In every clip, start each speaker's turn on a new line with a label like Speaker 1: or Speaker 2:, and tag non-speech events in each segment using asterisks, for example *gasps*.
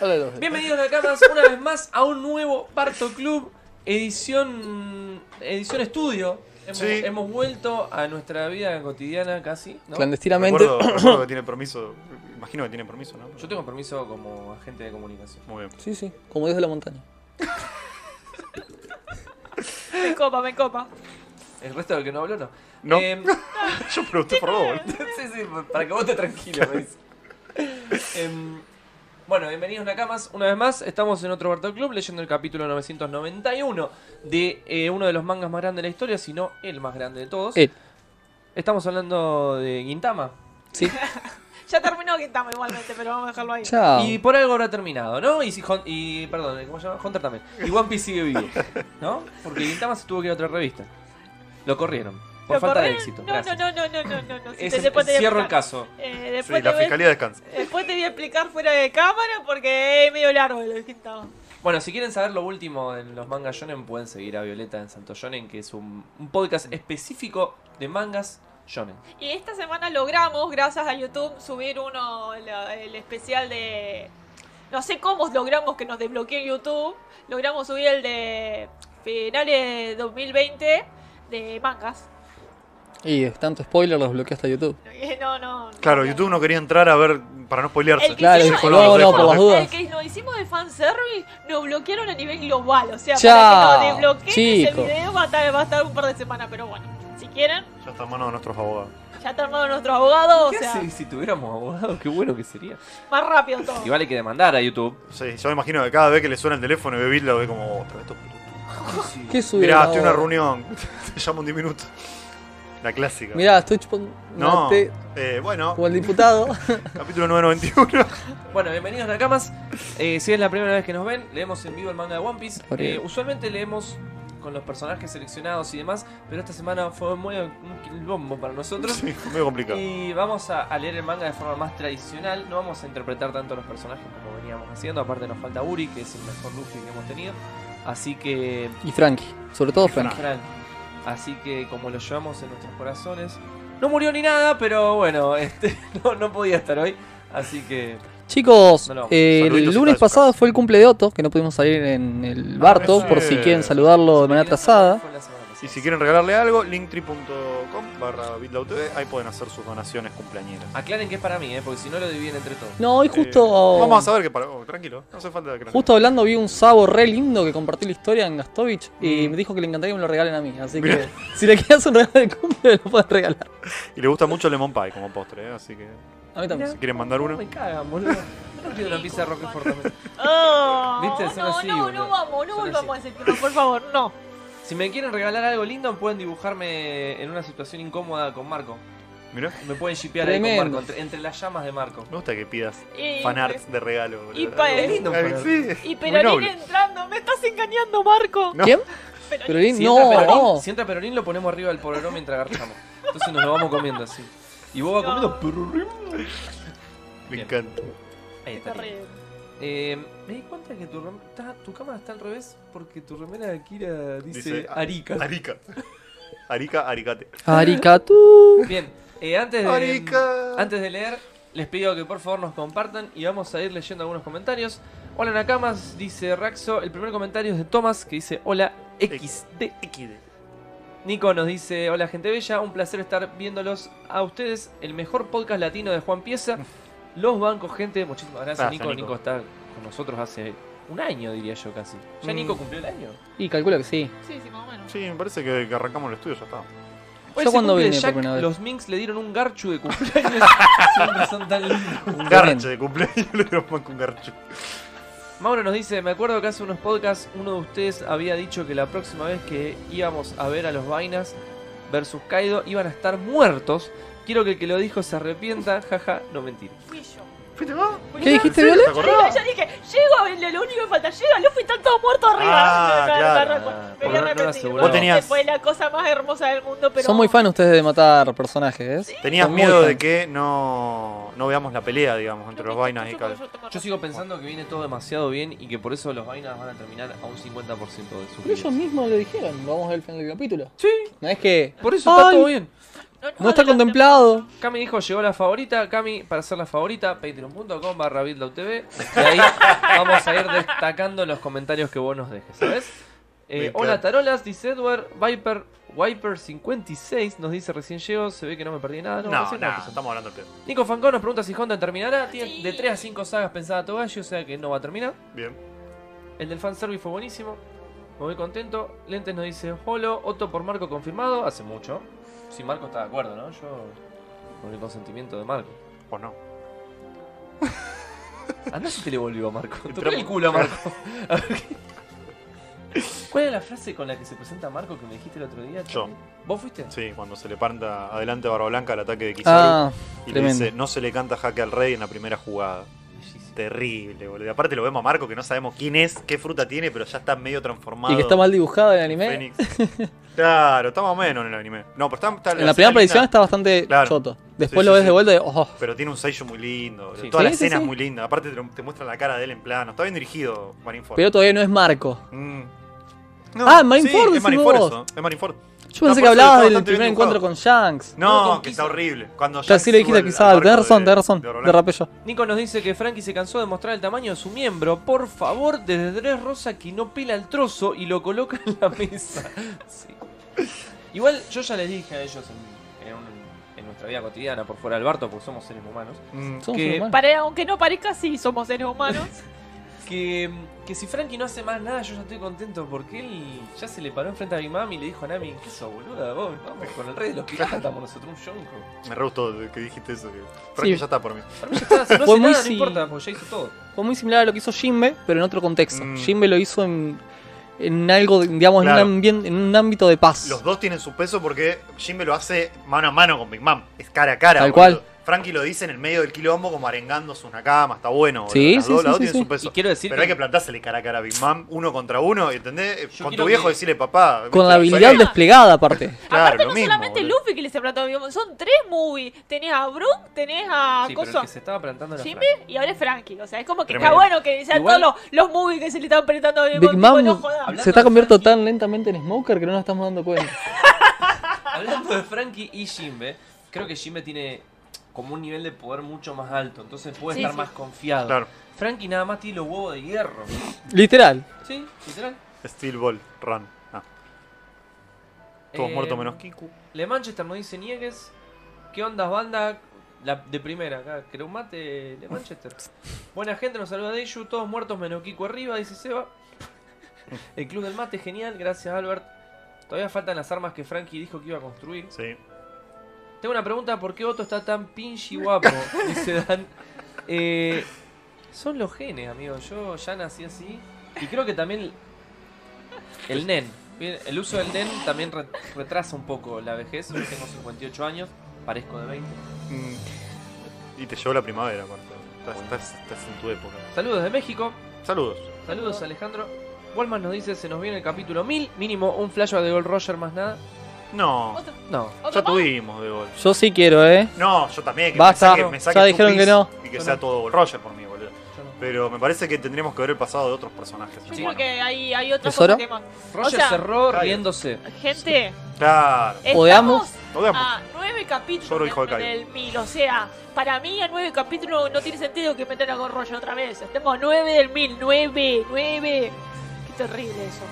Speaker 1: de los.
Speaker 2: Bienvenidos Nakamas una vez más a un nuevo Parto Club edición edición estudio. Hemos,
Speaker 3: Sí.
Speaker 2: hemos vuelto a nuestra vida cotidiana casi. ¿no?
Speaker 1: Clandestinamente.
Speaker 3: Recuerdo,
Speaker 1: *coughs*
Speaker 3: recuerdo que tiene permiso. Imagino que tiene permiso, ¿no?
Speaker 2: Yo tengo permiso como agente de comunicación.
Speaker 3: Muy bien.
Speaker 1: Sí, sí, como Dios de la montaña.
Speaker 4: Me copa, me copa.
Speaker 2: El resto del que no habló no.
Speaker 3: No.
Speaker 4: Eh,
Speaker 2: Em,
Speaker 3: *laughs*
Speaker 2: *laughs*
Speaker 3: Yo pregunté por vos.
Speaker 4: *laughs*
Speaker 3: boludo.
Speaker 2: sí, sí, para que vos estés tranquilo. me dice. Em, bueno, bienvenidos Nakamas. Una vez más, estamos en otro Bartol Club leyendo el capítulo 991 de eh, uno de los mangas más grandes de la historia, si no el más grande de todos.
Speaker 1: Eh,
Speaker 2: Estamos hablando de Gintama. *laughs*
Speaker 1: sí.
Speaker 4: Ya terminó Quintama igualmente, pero vamos a dejarlo ahí.
Speaker 1: Chao.
Speaker 2: Y por algo habrá terminado, ¿no? Y, si Hon- y perdón, ¿cómo se llama? Hunter también. Y One Piece sigue vivo, ¿no? Porque Gintama se tuvo que ir a otra revista. Lo corrieron, por
Speaker 4: ¿Lo
Speaker 2: falta de
Speaker 4: corrieron?
Speaker 2: éxito.
Speaker 4: No,
Speaker 2: Gracias.
Speaker 4: no, no, no, no, no, no. Si
Speaker 2: Es
Speaker 4: te-
Speaker 2: el-
Speaker 4: después te voy a
Speaker 2: cierro el
Speaker 4: explicar.
Speaker 2: caso.
Speaker 4: Eh,
Speaker 3: Sí,
Speaker 4: después,
Speaker 3: la
Speaker 4: te voy,
Speaker 3: fiscalía descansa.
Speaker 4: después te voy a explicar fuera de cámara porque es medio largo lo de Quintama.
Speaker 2: Bueno, si quieren saber lo último en los mangas shonen, pueden seguir a Violeta en Santo Shonen, que es un, un podcast específico de mangas shonen.
Speaker 4: Y esta semana logramos, gracias a YouTube, subir uno, la- el especial de... No sé cómo logramos que nos desbloquee YouTube. Logramos subir el de finales de 2020 de mangas. *laughs*
Speaker 1: Y es tanto spoiler, los bloqueó hasta YouTube.
Speaker 4: No, no.
Speaker 3: Claro,
Speaker 4: no.
Speaker 3: YouTube no quería entrar a ver para no spoilearse.
Speaker 4: El que
Speaker 1: Claro,
Speaker 4: hicimos-
Speaker 1: dijo, no, no, por las
Speaker 4: El
Speaker 1: dudas.
Speaker 4: que nos hicimos de fanservice nos bloquearon a nivel global. O sea,
Speaker 1: Chao,
Speaker 4: para que nos desbloqueen ese
Speaker 1: chicos.
Speaker 4: video va a, estar, va a estar un par de semanas. Pero bueno, si quieren,
Speaker 3: Ya está en manos de nuestros abogados.
Speaker 4: ya está armado nuestro abogado. O
Speaker 2: ¿Qué
Speaker 4: sea,
Speaker 2: hace si tuviéramos abogados? Qué bueno que sería.
Speaker 4: más rápido todo.
Speaker 2: Igual hay que demandar a YouTube.
Speaker 3: Sí, yo me imagino que cada vez que le suena el teléfono y ve Bill, lo ve como "Oh, otra vez. estos pelotudos".
Speaker 1: ¿Qué subieron
Speaker 3: Mirá, estoy en una
Speaker 1: ahora?
Speaker 3: reunión. *laughs* Te llamo en 10 minutos. La clásica.
Speaker 1: Mirá, estoy chupando
Speaker 3: no.
Speaker 1: mate
Speaker 3: Eh, bueno,
Speaker 1: como el
Speaker 3: *laughs*
Speaker 1: diputado. *laughs*
Speaker 3: capítulo 991.
Speaker 2: Bueno, bienvenidos Nakamas. Eh, si es la primera vez que nos ven, leemos en vivo el manga de One Piece.
Speaker 1: Por
Speaker 2: Eh,
Speaker 1: ahí.
Speaker 2: usualmente leemos con los personajes seleccionados y demás, pero esta semana fue muy un quilombo para nosotros.
Speaker 3: *laughs* Sí, fue medio complicado.
Speaker 2: Y vamos a, a leer el manga de forma más tradicional. No vamos a interpretar tanto a los personajes como veníamos haciendo. Aparte, nos falta Uri, que es el mejor Luffy que hemos tenido. Así que.
Speaker 1: Y Frankie, sobre todo Frankie.
Speaker 2: Frank. Así que, como lo llevamos en nuestros corazones. No murió ni nada, pero bueno, *laughs* este, no, no podía estar hoy. Así que.
Speaker 1: Chicos,
Speaker 2: No, no.
Speaker 1: eh, el
Speaker 3: Saluditos y Ah,
Speaker 1: lunes
Speaker 3: abrazos.
Speaker 1: pasado fue el cumple de Otto, que no pudimos salir en el Barto,
Speaker 3: sí.
Speaker 1: por si quieren saludarlo de manera atrasada.
Speaker 2: Fue la semana pasada.
Speaker 3: Y si quieren regalarle algo, linktree.com barra bitlautv, ahí pueden hacer sus donaciones cumpleañeras.
Speaker 2: Aclaren que es para mí, eh, porque si no lo dividen entre todos.
Speaker 1: No, y
Speaker 3: Eh,
Speaker 1: justo,
Speaker 3: vamos a saber que para. oh, tranquilo, no hace falta que
Speaker 1: justo hablando vi un sabo re lindo que compartió la historia en Gastovich y
Speaker 3: Mm.
Speaker 1: me dijo que le encantaría que me lo regalen a mí. Así que
Speaker 3: Mirá.
Speaker 1: si le quieres un regalo de cumple, *laughs* lo puedes regalar.
Speaker 3: Y le gusta mucho el lemon pie como postre, ¿eh? así que.
Speaker 1: A mí también.
Speaker 3: Si quieren mandar
Speaker 2: No,
Speaker 3: uno.
Speaker 2: Me cagan, boludo. No quiero una pizza de Roquefort también.
Speaker 4: Oh,
Speaker 2: Viste, son
Speaker 4: no,
Speaker 2: así,
Speaker 4: no,
Speaker 2: boludo.
Speaker 4: no vamos, no
Speaker 2: Son
Speaker 4: volvamos a ese tema, por favor, no.
Speaker 2: Si me quieren regalar algo lindo, pueden dibujarme en una situación incómoda con Marco.
Speaker 3: Mirá,
Speaker 2: Me pueden shipear ahí con
Speaker 1: Tremendo.
Speaker 2: Marco, entre, entre las llamas de Marco.
Speaker 3: me gusta que pidas
Speaker 4: Y,
Speaker 3: fanarts
Speaker 2: pues.
Speaker 3: de regalo. boludo.
Speaker 4: y pa-
Speaker 3: Algo-
Speaker 2: Es lindo,
Speaker 3: Ay,
Speaker 2: pero-
Speaker 3: sí,
Speaker 4: y
Speaker 3: muy
Speaker 4: Peronín
Speaker 3: noble.
Speaker 4: entrando, me estás engañando, Marco.
Speaker 3: No.
Speaker 1: ¿Quién?
Speaker 4: Peronín.
Speaker 1: Pero Lin-
Speaker 2: Si,
Speaker 1: no,
Speaker 2: entra Peronín, si entra Peronín, lo ponemos arriba del pororón mientras agarramos. Entonces nos lo vamos comiendo así. Y vos vas
Speaker 4: No.
Speaker 2: comiendo pororón.
Speaker 3: Me encanta.
Speaker 2: Ahí
Speaker 4: Qué
Speaker 2: está.
Speaker 4: terrible.
Speaker 2: Eh, me di cuenta que tu, rem- está- tu cámara está al revés porque tu remera de Akira dice,
Speaker 3: Dice,
Speaker 2: Arica.
Speaker 3: Arica. *laughs* Arica, aricate.
Speaker 1: Aricatú.
Speaker 2: Bien, eh, antes de.
Speaker 3: Arica.
Speaker 2: Antes de leer, les pido que por favor nos compartan y vamos a ir leyendo algunos comentarios. Hola Nakamas, dice Raxo. El primer comentario es de Tomás que dice hola XD. Nico nos dice hola gente bella, un placer estar viéndolos a ustedes, el mejor podcast latino de Juan Pieza. Los bancos, gente, muchísimas gracias,
Speaker 3: Gracias,
Speaker 2: Nico. Nico.
Speaker 3: Nico.
Speaker 2: está con nosotros hace un año, diría yo casi. ¿Ya
Speaker 3: Mm.
Speaker 2: Nico cumplió el año?
Speaker 1: Y calculo que sí.
Speaker 4: Sí, sí, más o menos.
Speaker 3: Sí, me parece que, que arrancamos el estudio, ya está.
Speaker 2: Hoy
Speaker 1: ¿Yo
Speaker 2: se
Speaker 1: cuándo
Speaker 2: cumple
Speaker 1: vine por
Speaker 2: Jack,
Speaker 1: primera vez?
Speaker 2: los Minx le dieron un garchu de cumpleaños. Siempre son tan lindos.
Speaker 3: Un garche de cumpleaños, *laughs* le dieron más que un garche.
Speaker 2: Mauro nos dice, me acuerdo que hace unos podcasts uno de ustedes había dicho que la próxima vez que íbamos a ver a los Vainas versus Kaido iban a estar muertos. Quiero que el que lo dijo se arrepienta, jaja, no mentir.
Speaker 4: Fui yo.
Speaker 3: ¿Fuiste vos?
Speaker 1: ¿Qué dijiste,
Speaker 3: ¿Te
Speaker 1: Violet?
Speaker 2: *laughs*
Speaker 3: acordás?
Speaker 4: Yo dije, llego a verle, lo único que falta, llega Luffy, están todos muertos arriba. *laughs*
Speaker 3: Ah,
Speaker 4: Me
Speaker 3: claro.
Speaker 4: agarró con-
Speaker 2: Ah,
Speaker 4: me
Speaker 2: no, no lo
Speaker 4: agarró con-
Speaker 2: aseguraba.
Speaker 3: Vos tenías-
Speaker 4: Fue la cosa más hermosa del mundo, pero...
Speaker 1: Son muy fan ustedes de matar personajes, ¿eh?
Speaker 3: Tenías
Speaker 1: Son muy
Speaker 3: miedo de
Speaker 1: fans.
Speaker 3: que no, no veamos la pelea, digamos, entre los vainas y cada.
Speaker 2: Yo sigo pensando que viene todo demasiado bien y que por eso los Vainas van a terminar a un 50% de su
Speaker 1: Pero ellos mismos lo dijeron, vamos al final del capítulo.
Speaker 2: Sí,
Speaker 1: No es que.
Speaker 2: por eso está
Speaker 1: Ay.
Speaker 2: todo bien.
Speaker 1: No está contemplado.
Speaker 2: Cami dijo, llegó la favorita. Cami, para ser la favorita, patreon.com barra BitLawTV. Y
Speaker 3: *laughs*
Speaker 2: ahí vamos a ir destacando los comentarios que vos nos dejes, ¿sabes? Eh,
Speaker 3: Me
Speaker 2: hola
Speaker 3: encanta.
Speaker 2: Tarolas, dice Edward, Viper, Viper56 nos dice recién llego, se ve que no me perdí nada. No,
Speaker 3: No, no,
Speaker 2: recién no empezó.
Speaker 3: estamos hablando del pedo.
Speaker 2: Nico Fancón nos pregunta si Honda terminará. Tiene
Speaker 4: Sí.
Speaker 2: de 3 a 5 sagas pensada Togashi, o sea que no va a terminar.
Speaker 3: Bien.
Speaker 2: El del fanservice fue buenísimo. Me voy contento. Lentes nos dice Holo. Otto por Marco confirmado. Hace mucho. Si Marco está de acuerdo, ¿no? Yo. Con el consentimiento de Marco.
Speaker 3: O no.
Speaker 2: Andá si te le volvió a Marco. Tocale
Speaker 3: Entramos.
Speaker 2: el culo a Marco. *laughs* A ver qué- ¿Cuál es la frase con la que se presenta Marco que me dijiste el otro día?
Speaker 3: Yo.
Speaker 2: Charlie? ¿Vos fuiste?
Speaker 3: Sí, cuando se le planta adelante a Barba Blanca el ataque de Kizaru.
Speaker 1: Ah,
Speaker 3: y le
Speaker 1: tremendo.
Speaker 3: dice, no se le canta jaque al rey en la primera jugada.
Speaker 2: Bellísimo.
Speaker 3: Terrible, boludo. Y aparte lo vemos a Marco, que no sabemos quién es, qué fruta tiene, pero ya está medio transformado.
Speaker 1: y que está mal dibujado en el anime.
Speaker 3: Fénix. *laughs* claro, está más o menos en el anime. No, pero está, está
Speaker 1: En la primera
Speaker 3: escena
Speaker 1: predicción
Speaker 3: linda,
Speaker 1: está bastante
Speaker 3: Claro.
Speaker 1: choto.
Speaker 3: Sí,
Speaker 1: Después
Speaker 3: sí,
Speaker 1: lo ves
Speaker 3: sí.
Speaker 1: de vuelta y oh,
Speaker 3: Pero tiene un sello muy lindo. boludo.
Speaker 2: Sí.
Speaker 3: Toda la
Speaker 1: Sí, sí,
Speaker 3: escena
Speaker 1: sí.
Speaker 3: es muy linda. Aparte te, te muestra la cara de él en plano. Está bien dirigido, Marineford.
Speaker 1: pero todavía no es Marco.
Speaker 3: Mm.
Speaker 1: Ah, Marineford,
Speaker 3: sí,
Speaker 1: decís
Speaker 3: es Marineford
Speaker 1: vos.
Speaker 3: eso, Es Marineford.
Speaker 1: Yo
Speaker 3: No,
Speaker 1: pensé
Speaker 3: por
Speaker 1: que
Speaker 3: eso está
Speaker 1: hablabas del
Speaker 3: bastante
Speaker 1: primer
Speaker 3: bien
Speaker 1: encuentro con Shanks.
Speaker 2: No,
Speaker 3: No,
Speaker 2: con
Speaker 3: que
Speaker 2: Kiza.
Speaker 3: está horrible. Cuando
Speaker 1: Ya
Speaker 3: Jack
Speaker 1: sí le
Speaker 3: sube
Speaker 1: dijiste
Speaker 3: al-
Speaker 1: que
Speaker 3: al
Speaker 1: sabe,
Speaker 3: barco
Speaker 1: tenés razón,
Speaker 3: de-
Speaker 1: tenés razón.
Speaker 3: de Barba Blanca.
Speaker 1: Derrapé yo.
Speaker 2: Nico nos dice que Frankie se cansó de mostrar el tamaño de su miembro. Por favor, desde Dres Rosa que no pela el trozo y lo coloca en la mesa. *laughs* Sí. Igual yo ya les dije a ellos en, en un- en nuestra vida cotidiana, por fuera del barto, porque somos seres humanos,
Speaker 3: Mm.
Speaker 1: Somos
Speaker 2: Que-
Speaker 1: humanos.
Speaker 4: Para- aunque no parezca, sí somos seres humanos.
Speaker 2: que, que si Frankie no hace más nada, yo ya estoy contento porque él ya se le paró enfrente a mi mami y le dijo a Nami, ¿qué sos, boluda? Vos, vamos, con el rey de los piratas estamos nosotros, un yonko.
Speaker 3: Me re gustó que dijiste eso. Que Frankie ya está por mí.
Speaker 2: Para mí ya está,
Speaker 4: *laughs*
Speaker 2: si no
Speaker 1: Fue
Speaker 2: hace
Speaker 1: muy
Speaker 2: nada, no
Speaker 1: si-
Speaker 2: importa, porque ya hizo todo.
Speaker 1: Fue muy similar a lo que hizo Jimbe, pero en otro contexto.
Speaker 3: Mm.
Speaker 1: Jimbe lo hizo en, en algo, digamos,
Speaker 3: Claro.
Speaker 1: en, un ambien- en un ámbito de paz.
Speaker 3: Los dos tienen su peso porque Jimbe lo hace mano a mano con Big Mom. Es cara a cara.
Speaker 1: Tal
Speaker 3: boludo.
Speaker 1: cual.
Speaker 3: Frankie lo dice en el medio del quilombo como arengando sus nakamas. Está bueno. boludo.
Speaker 1: Sí,
Speaker 3: Las
Speaker 1: sí,
Speaker 3: dos,
Speaker 1: sí,
Speaker 3: las dos
Speaker 1: sí,
Speaker 3: tienen
Speaker 1: sí.
Speaker 3: su
Speaker 2: Y
Speaker 3: peso.
Speaker 2: quiero decir
Speaker 3: Pero hay
Speaker 2: que-
Speaker 3: que plantársele cara a cara a Big Mom, uno contra uno, ¿entendés? Eh,
Speaker 2: Yo
Speaker 3: Con
Speaker 2: quiero
Speaker 3: tu viejo
Speaker 2: que-
Speaker 3: decirle papá.
Speaker 1: Con la
Speaker 3: soy
Speaker 1: habilidad
Speaker 3: gay.
Speaker 1: desplegada, aparte.
Speaker 3: *laughs* *laughs* Claro,
Speaker 4: Aparte,
Speaker 3: lo
Speaker 4: no
Speaker 3: mismo,
Speaker 4: solamente
Speaker 3: boludo.
Speaker 4: Luffy que les plantó digamos, son tres movies. Tenés a Brook, tenés a
Speaker 2: Sí, pero el
Speaker 4: Coso,
Speaker 2: que se estaba plantando era
Speaker 4: Jimmy
Speaker 2: Frankie.
Speaker 4: y ahora es Frankie. O sea, es como que
Speaker 3: Tremendo.
Speaker 4: está bueno que sean
Speaker 2: Igual-
Speaker 4: todos los, los movies que se le están apretando a Big
Speaker 1: Big
Speaker 4: Mom, Eh, tipo,
Speaker 1: Mom
Speaker 4: no jodas.
Speaker 2: Hablando
Speaker 1: se está
Speaker 2: de
Speaker 1: convirtiendo
Speaker 2: Frankie.
Speaker 1: tan lentamente en Smoker que no nos estamos dando cuenta. *laughs*
Speaker 2: Hablando de Frankie y Jimbe, creo que Jimbe tiene como un nivel de poder mucho más alto, entonces puede
Speaker 4: Sí,
Speaker 2: estar
Speaker 4: sí.
Speaker 2: más confiado.
Speaker 3: Claro.
Speaker 2: Frankie nada más tiene los huevos de hierro.
Speaker 1: Literal.
Speaker 2: Sí, literal.
Speaker 3: Steel Ball, run. Ah, todos
Speaker 2: Eh,
Speaker 3: muertos menos Kiku.
Speaker 2: Le Manchester no dice niegues. ¿Qué onda, banda? La de primera, acá, creo un mate Le Manchester. Buena gente, nos saluda Deju, todos muertos menos Kiko arriba, dice Seba. El club del mate, genial, gracias Albert. Todavía faltan las armas que Frankie dijo que iba a construir.
Speaker 3: Sí.
Speaker 2: Tengo una pregunta, ¿por qué Otto está tan pinche guapo? Dice Dan. Eh, son los genes, amigo. Yo ya nací así. Y creo que también el- el nen. Bien, El uso del nen también re- retrasa un poco la vejez. Yo tengo 58 años, parezco de 20.
Speaker 3: Mm. Y te llevó la primavera, aparte. Estás, estás- estás en tu época.
Speaker 2: Saludos de México.
Speaker 3: Saludos.
Speaker 2: Saludos Alejandro. Wallman nos dice, se nos viene el capítulo 1000. Mínimo un flashback de Gold Roger más nada.
Speaker 3: No,
Speaker 4: Otro-
Speaker 2: No.
Speaker 4: otro
Speaker 3: ya
Speaker 4: más.
Speaker 3: tuvimos de gol.
Speaker 1: Yo sí quiero, ¿eh?
Speaker 3: No, yo también. Que
Speaker 1: Basta,
Speaker 3: me saque- me saque
Speaker 1: ya
Speaker 3: Two
Speaker 1: dijeron que
Speaker 3: Piece
Speaker 1: no.
Speaker 3: Y que
Speaker 2: Yo
Speaker 3: sea
Speaker 2: no.
Speaker 3: todo Roger por mí, boludo.
Speaker 2: yo no.
Speaker 3: Pero me parece que tendríamos que ver el pasado de otros personajes.
Speaker 4: Yo
Speaker 3: hermano.
Speaker 4: creo que hay, hay otra
Speaker 1: ¿Tesoro?
Speaker 4: cosa que más.
Speaker 2: Roger
Speaker 4: O sea-
Speaker 2: cerró
Speaker 3: Claro.
Speaker 2: riéndose.
Speaker 4: Gente,
Speaker 3: Claro.
Speaker 1: O de ambos.
Speaker 4: estamos
Speaker 3: Lo veamos.
Speaker 4: a Ah, nueve
Speaker 3: Zoro, hijo
Speaker 4: capítulos
Speaker 3: de Kaido.
Speaker 4: del mil. O sea, para mí a nueve capítulos no tiene sentido que metan a Gold Roger otra vez. Estamos a nueve del mil. Nueve, nueve. Qué terrible eso.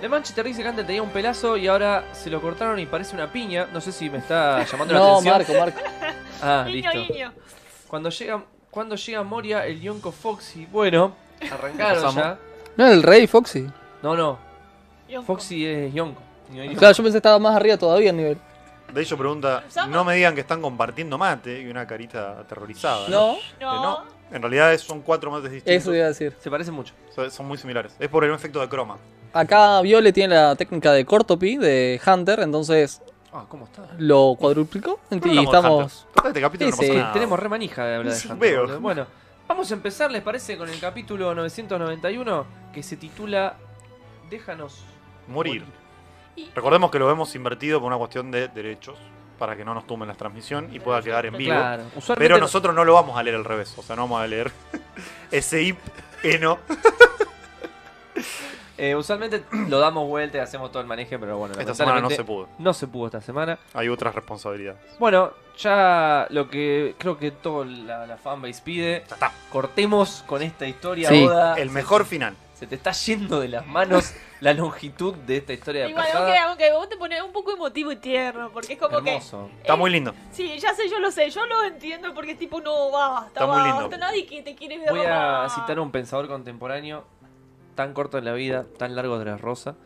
Speaker 2: De Manchester dice que antes tenía un pelazo y ahora se lo cortaron y parece una piña. No sé si me está llamando
Speaker 1: *laughs*
Speaker 2: la
Speaker 1: No,
Speaker 2: atención.
Speaker 1: Marco, Marco.
Speaker 2: Ah,
Speaker 4: Niño,
Speaker 2: listo.
Speaker 4: niño.
Speaker 2: Cuando llega, cuando llega Moria, el Yonko Foxy, bueno, arrancaron
Speaker 3: Empezamos.
Speaker 2: ya.
Speaker 1: ¿No era el rey Foxy?
Speaker 2: No, no,
Speaker 4: Yonko.
Speaker 2: Foxy es Yonko.
Speaker 1: Claro, yo pensé que estaba más arriba todavía el nivel.
Speaker 3: De hecho pregunta,
Speaker 4: Empezamos.
Speaker 3: no me digan que están compartiendo mate y una carita aterrorizada.
Speaker 1: No,
Speaker 4: No.
Speaker 3: Eh, no. En realidad son cuatro mates
Speaker 1: eso
Speaker 3: distintos.
Speaker 1: iba a decir.
Speaker 2: Se parece mucho.
Speaker 3: So- Son muy similares. Es por el efecto de croma.
Speaker 1: Acá Viole tiene la técnica de Cortopi, de Hunter, entonces
Speaker 2: Ah, ¿cómo está?
Speaker 1: lo cuadruplicó y estamos...
Speaker 3: Total, este capítulo
Speaker 1: Sí,
Speaker 3: no pasó
Speaker 1: sí.
Speaker 3: nada.
Speaker 2: Eh, Tenemos re manija de hablar de Hunter,
Speaker 3: Veo.
Speaker 2: boludo. Bueno, vamos a empezar, ¿les parece? Con el capítulo 991 que se titula Déjanos
Speaker 3: Morir.
Speaker 4: Y-
Speaker 3: Recordemos que lo hemos invertido por una cuestión de derechos, para que no nos tumben la transmisión y pueda quedar en vivo.
Speaker 2: Claro, usualmente
Speaker 3: Pero nosotros no lo vamos a leer al *laughs* E revés, o sea, no vamos a leer ese hip eno.
Speaker 2: Eh, usualmente lo damos vuelta y hacemos todo el maneje, pero bueno,
Speaker 3: Esta semana no
Speaker 2: lamentablemente
Speaker 3: se pudo.
Speaker 2: no se pudo esta semana.
Speaker 3: Hay otras responsabilidades.
Speaker 2: Bueno, ya lo que creo que toda la, la fanbase pide,
Speaker 3: Ya está.
Speaker 2: cortemos con esta historia,
Speaker 1: Sí.
Speaker 2: Oda.
Speaker 3: El mejor final.
Speaker 2: Se te está yendo de las manos la longitud de esta historia de
Speaker 4: Igual, aunque,
Speaker 2: Eh, pasada.
Speaker 4: aunque vos te pones un poco emotivo y tierno, porque es como que.
Speaker 2: Hermoso.
Speaker 3: Está
Speaker 4: eh,
Speaker 3: muy lindo.
Speaker 4: Sí, ya sé, yo lo sé, yo lo entiendo porque es tipo, no, basta,
Speaker 3: Está muy
Speaker 4: basta,
Speaker 3: lindo.
Speaker 4: nadie que te quiere ver
Speaker 2: Voy a citar a un pensador contemporáneo tan corto en la vida, tan largo de la
Speaker 4: *laughs*
Speaker 2: rosa.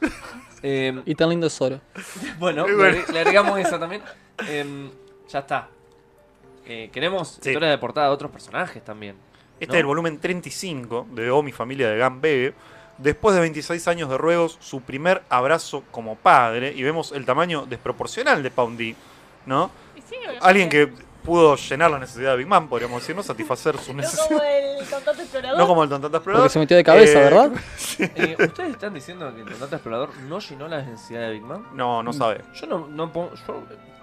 Speaker 2: Eh,
Speaker 1: Y tan lindo es Zoro.
Speaker 2: bueno,
Speaker 3: Y bueno.
Speaker 2: le, le agregamos esa también. Eh, ya está. Eh, queremos
Speaker 3: Sí.
Speaker 2: historia de portada de otros personajes
Speaker 3: *laughs*
Speaker 2: también.
Speaker 3: Este
Speaker 2: ¿no?
Speaker 3: es el volumen 35 de Oh, mi familia de Gambebe. Después de 26 años de ruegos, su primer abrazo como padre. Y vemos el tamaño desproporcional de Poundy, ¿no?
Speaker 4: Y sí, obviamente.
Speaker 3: Alguien que pudo llenar la necesidad de Big Man, podríamos decir, no satisfacer su
Speaker 4: *laughs* No
Speaker 3: necesidad.
Speaker 4: como el cantante explorador.
Speaker 3: No como el Tontantas
Speaker 1: Porque
Speaker 3: Explorador.
Speaker 1: se metió de cabeza,
Speaker 3: Eh,
Speaker 1: ¿verdad?
Speaker 2: Eh, ¿Ustedes están diciendo que el Tonto Explorador no llenó la necesidad de Big Man?
Speaker 3: No, no sabe.
Speaker 2: Yo no, no pongo. yo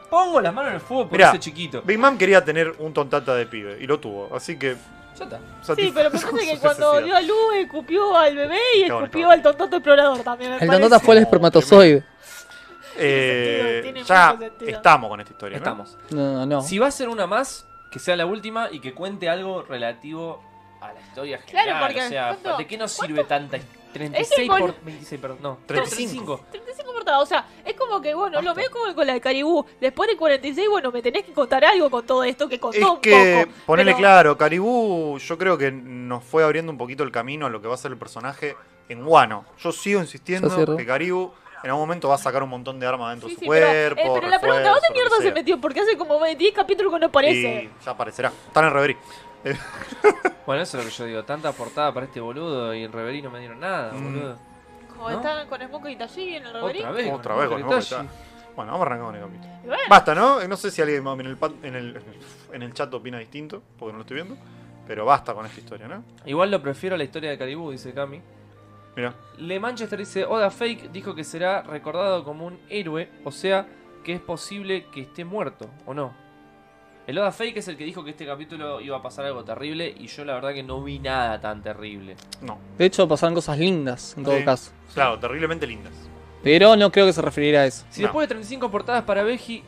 Speaker 2: pongo las manos en el fuego por
Speaker 3: Mirá,
Speaker 2: ese chiquito.
Speaker 3: Big Man quería tener un tontata de pibe y lo tuvo, así que
Speaker 2: Ya está.
Speaker 4: Sí,
Speaker 3: *laughs*
Speaker 4: pero me parece que cuando dio
Speaker 3: Dios
Speaker 4: a luz escupió al bebé y
Speaker 3: Qué bonito.
Speaker 4: escupió al tontoto explorador también. me
Speaker 1: El
Speaker 4: parece.
Speaker 1: Dandota fue el
Speaker 3: No,
Speaker 1: espermatozoide.
Speaker 4: sentido, tiene
Speaker 3: Eh, ya
Speaker 4: mucho sentido.
Speaker 3: estamos con esta historia, ¿no?
Speaker 2: Estamos.
Speaker 1: No, no, no.
Speaker 2: ¿eh? Si va a ser una más, que sea la última y que cuente algo relativo a la historia general.
Speaker 4: Claro, porque
Speaker 2: o sea,
Speaker 4: ¿cuánto-
Speaker 2: ¿de qué nos sirve tanta his- 36
Speaker 4: Es el
Speaker 2: por 26, perdón, no,
Speaker 3: 35.
Speaker 2: 35.
Speaker 4: 35 portadas, o sea, es como que, bueno, lo
Speaker 2: Basta.
Speaker 4: veo como con la de Caribú. Después de 46, bueno, me tenés que contar algo con todo esto que contó
Speaker 3: Es
Speaker 4: un
Speaker 3: que,
Speaker 4: poco.
Speaker 3: ponele
Speaker 4: pero-
Speaker 3: claro, Caribú yo creo que nos fue abriendo un poquito el camino a lo que va a ser el personaje en Guano. Yo sigo
Speaker 1: Yo
Speaker 3: insistiendo
Speaker 1: cierro.
Speaker 3: que Caribú en algún momento va a sacar un montón de armas dentro
Speaker 4: Sí,
Speaker 3: de su
Speaker 4: sí, pero, eh,
Speaker 3: cuerpo.
Speaker 4: pero, la pregunta,
Speaker 3: refuerzo,
Speaker 4: ¿dónde
Speaker 3: lo que
Speaker 4: mierda se
Speaker 3: sea.
Speaker 4: metió? Porque hace como 10 capítulos que no aparece.
Speaker 3: Y ya aparecerá. Están en Reverie.
Speaker 2: Bueno, eso es lo que yo digo, tanta portada para este boludo y en Reverie no me dieron nada,
Speaker 3: Mm.
Speaker 2: boludo.
Speaker 4: Como
Speaker 2: ¿no?
Speaker 4: están con Smoke y Tashi en el reverie.
Speaker 2: Otra vez.
Speaker 3: Otra vez con
Speaker 2: Detalle.
Speaker 3: Smoke y Tashi. Bueno, vamos a arrancar con el capítulo.
Speaker 4: Y bueno,
Speaker 3: Basta, ¿no? No sé si alguien en el, pa- en, el, en el chat opina distinto, porque no lo estoy viendo. Pero basta con esta historia, ¿no?
Speaker 2: Igual lo prefiero a la historia de Caribú, dice Cami.
Speaker 3: Mira,
Speaker 2: Le Manchester dice, Oda Fake dijo que será recordado como un héroe, o sea, que es posible que esté muerto, ¿o no? El Oda Fake es el que dijo que este capítulo iba a pasar algo terrible y yo la verdad que no vi nada tan terrible.
Speaker 3: no.
Speaker 1: De hecho, pasaron cosas lindas en todo
Speaker 3: Sí.
Speaker 1: caso.
Speaker 3: Claro, terriblemente lindas.
Speaker 1: Pero no creo que se refiriera a eso.
Speaker 2: Si
Speaker 3: No.
Speaker 2: después de 35 portadas para Beji...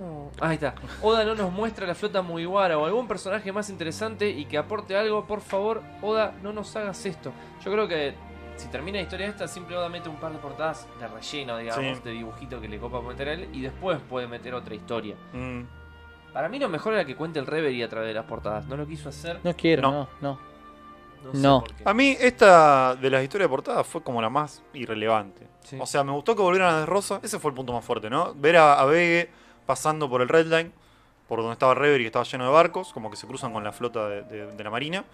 Speaker 2: No. Ahí está. Oda no nos muestra la flota Mugiwara o algún personaje más interesante y que aporte algo, por favor, Oda, no nos hagas esto. Yo creo que si termina la historia esta, siempre Oda mete un par de portadas de relleno, digamos,
Speaker 3: Sí.
Speaker 2: de dibujito que le copa meter a él y después puede meter otra historia.
Speaker 3: Mm,
Speaker 2: Para mí lo mejor era que cuente el Reverie a través de las portadas. No lo quiso hacer.
Speaker 1: No quiero,
Speaker 3: No.
Speaker 1: no, no.
Speaker 2: No. sé
Speaker 1: No.
Speaker 2: por qué.
Speaker 3: A mí esta de las historias de portada fue como la más irrelevante.
Speaker 2: Sí.
Speaker 3: O sea, me gustó que volvieran a De Rosa. Ese fue el punto más fuerte, ¿no? Ver a, a Vegue pasando por el Red Line, por donde estaba Reverie, que estaba lleno de barcos, como que se cruzan con la flota de, de- de la Marina.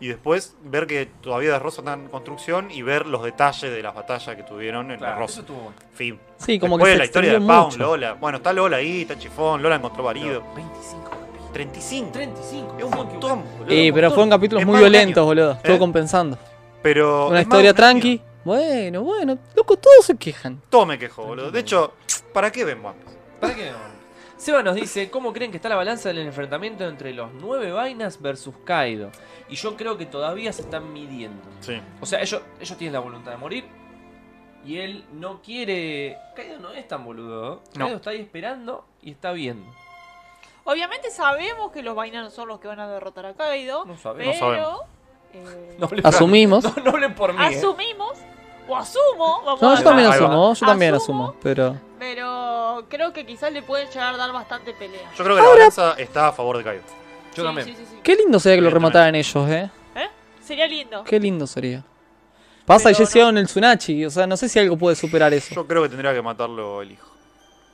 Speaker 3: Y después ver que todavía De Rosa está en construcción y ver los detalles de las batallas que tuvieron en
Speaker 2: Claro,
Speaker 3: La Rosa.
Speaker 2: eso estuvo bueno.
Speaker 3: Fin.
Speaker 1: Sí, como
Speaker 3: Después
Speaker 1: que se
Speaker 3: la historia de
Speaker 1: extendió
Speaker 3: Pound,
Speaker 1: mucho.
Speaker 3: Lola. Bueno, está Lola ahí, está Chifón, Lola encontró marido.
Speaker 2: No, 25 capítulos.
Speaker 3: 35.
Speaker 2: 35.
Speaker 3: Es un montón, boludo.
Speaker 1: Eh, pero fueron capítulos
Speaker 3: Es
Speaker 1: muy
Speaker 3: más de un
Speaker 1: violentos,
Speaker 3: año.
Speaker 1: boludo. Estuvo
Speaker 3: ¿Eh?
Speaker 1: compensando.
Speaker 3: Pero.
Speaker 1: Una
Speaker 3: es más,
Speaker 1: historia
Speaker 3: un año.
Speaker 1: tranqui. Bueno, bueno. Loco, todos se quejan.
Speaker 3: Todo me quejó, boludo. De hecho, ¿para qué ven One Piece?
Speaker 2: ¿Para qué no? Seba nos dice, ¿cómo creen que está la balanza del enfrentamiento entre los nueve vainas versus Kaido? Y yo creo que todavía se están midiendo.
Speaker 3: Sí.
Speaker 2: O sea, ellos, ellos tienen la voluntad de morir. Y él no quiere... Kaido no es tan boludo. ¿eh?
Speaker 3: No.
Speaker 2: Kaido está ahí esperando y está viendo.
Speaker 4: obviamente sabemos que los vainanos son los que van a derrotar a Kaido.
Speaker 2: No
Speaker 4: pero.
Speaker 2: sabemos.
Speaker 3: No sabemos.
Speaker 4: eh,
Speaker 2: No hablen-
Speaker 1: Asumimos.
Speaker 2: *laughs* No, no hablen por mí. ¿eh?
Speaker 4: asumimos, o asumo, vamos
Speaker 1: No,
Speaker 4: a
Speaker 1: yo también
Speaker 3: Ahí va.
Speaker 1: asumo, yo también
Speaker 4: Asumo.
Speaker 1: asumo, pero...
Speaker 4: Pero creo que quizás le pueden llegar a dar bastante pelea.
Speaker 3: Yo creo que la balanza está a favor de Kaido.
Speaker 2: eh. Yo
Speaker 4: Sí,
Speaker 2: también.
Speaker 4: sí, sí, sí.
Speaker 1: Qué lindo sería que lo
Speaker 3: Bien,
Speaker 1: remataran ellos, ¿eh?
Speaker 4: Sería lindo.
Speaker 1: Qué lindo sería. Pasa,
Speaker 4: Pero
Speaker 1: ya
Speaker 4: no.
Speaker 1: hicieron el Tsunachi, o sea, no sé si algo puede superar eso.
Speaker 3: Yo creo que tendría que matarlo el hijo.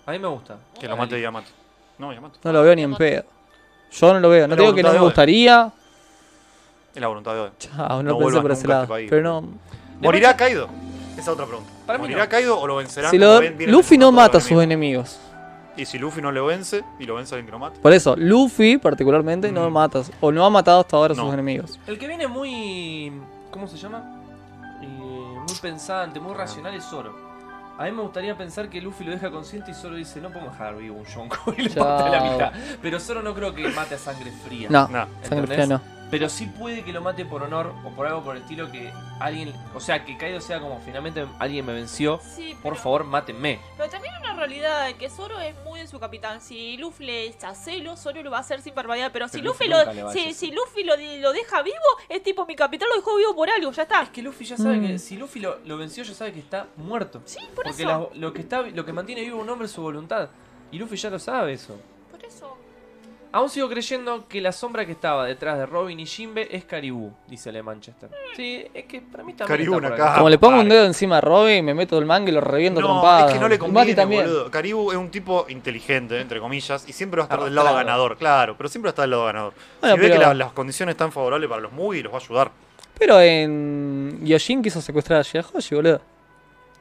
Speaker 2: A mí me gusta.
Speaker 3: Que lo mate Yamato. No, Yamato.
Speaker 1: No lo veo ni en pedo. Yo no lo veo, no
Speaker 3: Pero
Speaker 1: te digo que no me
Speaker 3: voluntad
Speaker 1: gustaría.
Speaker 3: Es la voluntad de Oda.
Speaker 1: Chao, no,
Speaker 3: No
Speaker 1: lo pensé
Speaker 3: vuelvas
Speaker 1: por
Speaker 3: nunca a
Speaker 1: ese
Speaker 3: este
Speaker 1: lado.
Speaker 3: país,
Speaker 1: pero no.
Speaker 3: ¿Morirá Kaido? Esa es otra pregunta.
Speaker 2: Para mí
Speaker 3: ¿Morirá
Speaker 2: no.
Speaker 3: Kaido o lo vencerá?
Speaker 1: Si lo, Luffy no mata a sus enemigos.
Speaker 3: Y si Luffy no lo vence y lo vence alguien que lo mate.
Speaker 1: Por eso, Luffy particularmente no
Speaker 3: Mm.
Speaker 1: mata, o no ha matado hasta ahora a
Speaker 3: No.
Speaker 1: sus enemigos.
Speaker 2: El que viene muy... ¿Cómo se llama? Eh, muy pensante, muy racional es Zoro. A mí me gustaría pensar que Luffy lo deja consciente y Zoro dice, no podemos dejar vivo un Yonko *laughs* y le
Speaker 1: Chao.
Speaker 2: parte la mitad. Pero Zoro no creo que mate a sangre fría.
Speaker 1: No,
Speaker 3: Nah.
Speaker 1: sangre
Speaker 2: ¿Entendés?
Speaker 1: fría no.
Speaker 2: Pero sí puede que lo mate por honor o por algo por el estilo que alguien. O sea, que Kaido sea como finalmente alguien me venció.
Speaker 4: Sí, pero,
Speaker 2: Por favor, mátenme.
Speaker 4: Pero también hay una realidad de que Zoro es muy de su capitán. Si Luffy le echa celo, Zoro lo va a hacer sin barbaridad. Pero, si
Speaker 2: Pero Luffy
Speaker 4: Luffy,
Speaker 2: nunca le va
Speaker 4: lo,
Speaker 2: a
Speaker 4: si,
Speaker 2: decir
Speaker 4: si Luffy lo, lo deja vivo, es tipo mi capitán lo dejó vivo por algo, ya está.
Speaker 2: Es que Luffy ya sabe
Speaker 1: Mm.
Speaker 2: que. Si Luffy lo, lo venció, ya sabe que está muerto.
Speaker 4: Sí, por
Speaker 2: Porque
Speaker 4: eso.
Speaker 2: la- lo, que está, lo que mantiene vivo un hombre es su voluntad. Y Luffy ya lo sabe eso.
Speaker 4: Por eso.
Speaker 2: Aún sigo creyendo que la sombra que estaba detrás de Robin y Jinbe es Caribú, dice Le Manchester. Sí, es que para mí también. está
Speaker 3: Caribú,
Speaker 2: por
Speaker 3: una
Speaker 2: acá.
Speaker 3: caja.
Speaker 1: Como le pongo un
Speaker 3: padre.
Speaker 1: dedo encima a Robin, me meto el manga y lo reviento
Speaker 3: Ah, No,
Speaker 1: trompadas.
Speaker 3: es que no le
Speaker 1: Y Mati
Speaker 3: conviene,
Speaker 1: también.
Speaker 3: boludo. Caribou es un tipo inteligente, entre comillas, y siempre va a estar del lado
Speaker 2: Arrastrado.
Speaker 3: ganador, claro, pero siempre va a estar del lado ganador.
Speaker 1: Bueno,
Speaker 3: si ve
Speaker 1: pero-
Speaker 3: que la- las condiciones están favorables para los Mugi, los va a ayudar.
Speaker 1: Pero en. Yoshin quiso secuestrar a Shiahoshi, boludo.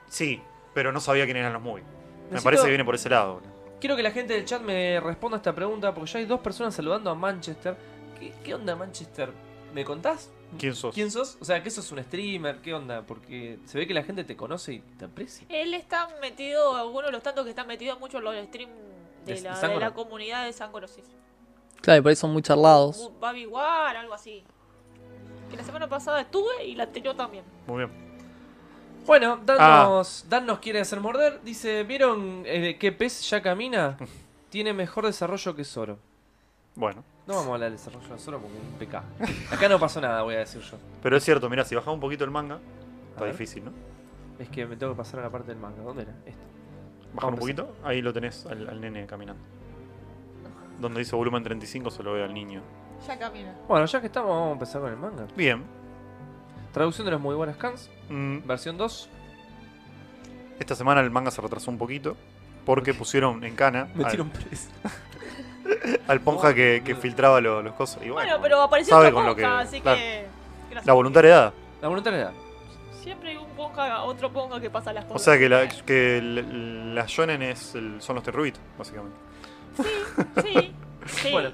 Speaker 3: Sí, pero no sabía quiénes eran los Mugi. Me
Speaker 2: Necesito-
Speaker 3: parece que viene por ese lado. boludo.
Speaker 2: Quiero que la gente del chat me responda a esta pregunta porque ya hay dos personas saludando a Manchester. ¿Qué, qué onda, Manchester? ¿Me contás?
Speaker 3: ¿Quién sos?
Speaker 2: ¿Quién sos? O sea, que sos un streamer, ¿qué onda? Porque se ve que la gente te conoce y te aprecia.
Speaker 4: Él está metido, uno de los tantos que está metido mucho en los streams de,
Speaker 2: De- de
Speaker 4: la, de
Speaker 2: Sangoro.
Speaker 4: la comunidad de San sí.
Speaker 1: Claro, y por ahí son muy charlados.
Speaker 4: Bu- Babi War, algo así. Que la semana pasada estuve y la anterior también.
Speaker 3: Muy bien.
Speaker 2: Bueno, Danos,
Speaker 3: Ah.
Speaker 2: Danos quiere hacer morder. Dice, ¿vieron eh, qué pez ya
Speaker 3: *laughs*
Speaker 2: camina? Tiene mejor desarrollo que Zoro.
Speaker 3: Bueno.
Speaker 2: No vamos a hablar del desarrollo de Zoro porque es un pecado. Acá no pasó nada, voy a decir yo.
Speaker 3: Pero es cierto, mira, si bajaba un poquito el manga, está
Speaker 2: ver.
Speaker 3: difícil, ¿no?
Speaker 2: Es que me tengo que pasar a la parte del manga. ¿Dónde era? Esto.
Speaker 3: Bajar un
Speaker 2: Vamos a
Speaker 3: poquito, ahí lo tenés al, al nene caminando. Donde dice volumen 35 se lo ve al niño.
Speaker 4: Ya camina.
Speaker 2: Bueno, ya que estamos, vamos a empezar con el manga.
Speaker 3: Bien.
Speaker 2: Traducción de los muy buenas cans,
Speaker 3: Mm,
Speaker 2: versión 2.
Speaker 3: Esta semana el manga se retrasó un poquito porque pusieron en cana
Speaker 2: *laughs* Me
Speaker 3: al-
Speaker 2: tiro un preso.
Speaker 3: al ponja que,
Speaker 2: *laughs*
Speaker 3: que
Speaker 2: No.
Speaker 3: filtraba lo- los cosas. Y bueno,
Speaker 4: Bueno, pero apareció
Speaker 3: sabe
Speaker 4: otra
Speaker 3: con lo
Speaker 4: ponja,
Speaker 3: que-
Speaker 4: así
Speaker 3: claro.
Speaker 4: que. gracias.
Speaker 3: la voluntariedad.
Speaker 2: La voluntariedad.
Speaker 4: Siempre hay un ponja, otro ponja que pasa las
Speaker 3: O
Speaker 4: cosas.
Speaker 3: sea que, la, que l- las shonen es el- son los terrubitos, básicamente.
Speaker 4: Sí,
Speaker 3: *laughs*
Speaker 4: sí.
Speaker 2: Bueno,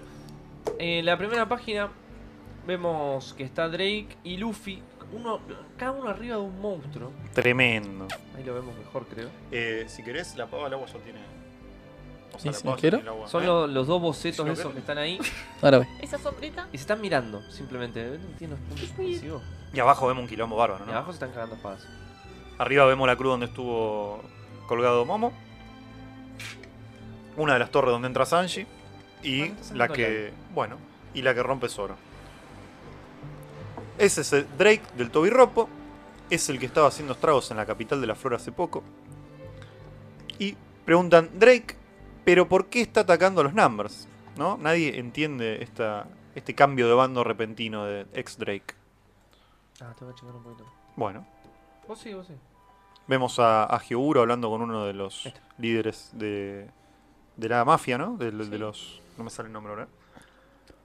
Speaker 2: en la primera página vemos que está Drake y Luffy, uno, cada uno arriba de un monstruo.
Speaker 3: Tremendo.
Speaker 2: Ahí lo vemos mejor, creo.
Speaker 3: Eh, si querés, la pava del agua ya tiene. O
Speaker 1: ¿Y si
Speaker 3: pava ya
Speaker 1: quiero?
Speaker 3: tiene el agua,
Speaker 2: Son
Speaker 3: ¿eh?
Speaker 2: lo- los dos bocetos
Speaker 3: ¿Sí lo
Speaker 2: esos
Speaker 3: ven?
Speaker 2: que están ahí
Speaker 1: Ahora ve.
Speaker 4: Esa sombrita.
Speaker 2: y se están mirando, simplemente. Eh, No entiendo, no consigo.
Speaker 3: Eh, Y abajo vemos un quilombo bárbaro,
Speaker 2: Y
Speaker 3: ¿no?
Speaker 2: abajo se están cagando espadas.
Speaker 3: Arriba vemos la cruz donde estuvo colgado Momo. Una de las torres donde entra Sanji.
Speaker 2: Ah,
Speaker 3: Y
Speaker 2: entonces
Speaker 3: la
Speaker 2: no
Speaker 3: que. Bueno, y la que rompe Zoro. Ese es el Drake del Tobirropo. Es el que estaba haciendo estragos en la capital de la flor hace poco. Y preguntan, Drake, ¿pero por qué está atacando a los Numbers? ¿No? Nadie entiende esta, este cambio de bando repentino de ex Drake.
Speaker 2: Ah, tengo que chingar un poquito.
Speaker 3: Bueno,
Speaker 2: Vos sí, vos sí.
Speaker 3: Vemos a, a Hyoguro hablando con uno de los
Speaker 2: Esto.
Speaker 3: líderes de, de la mafia, ¿no? De, de
Speaker 4: Sí.
Speaker 3: los. No me sale el nombre ahora.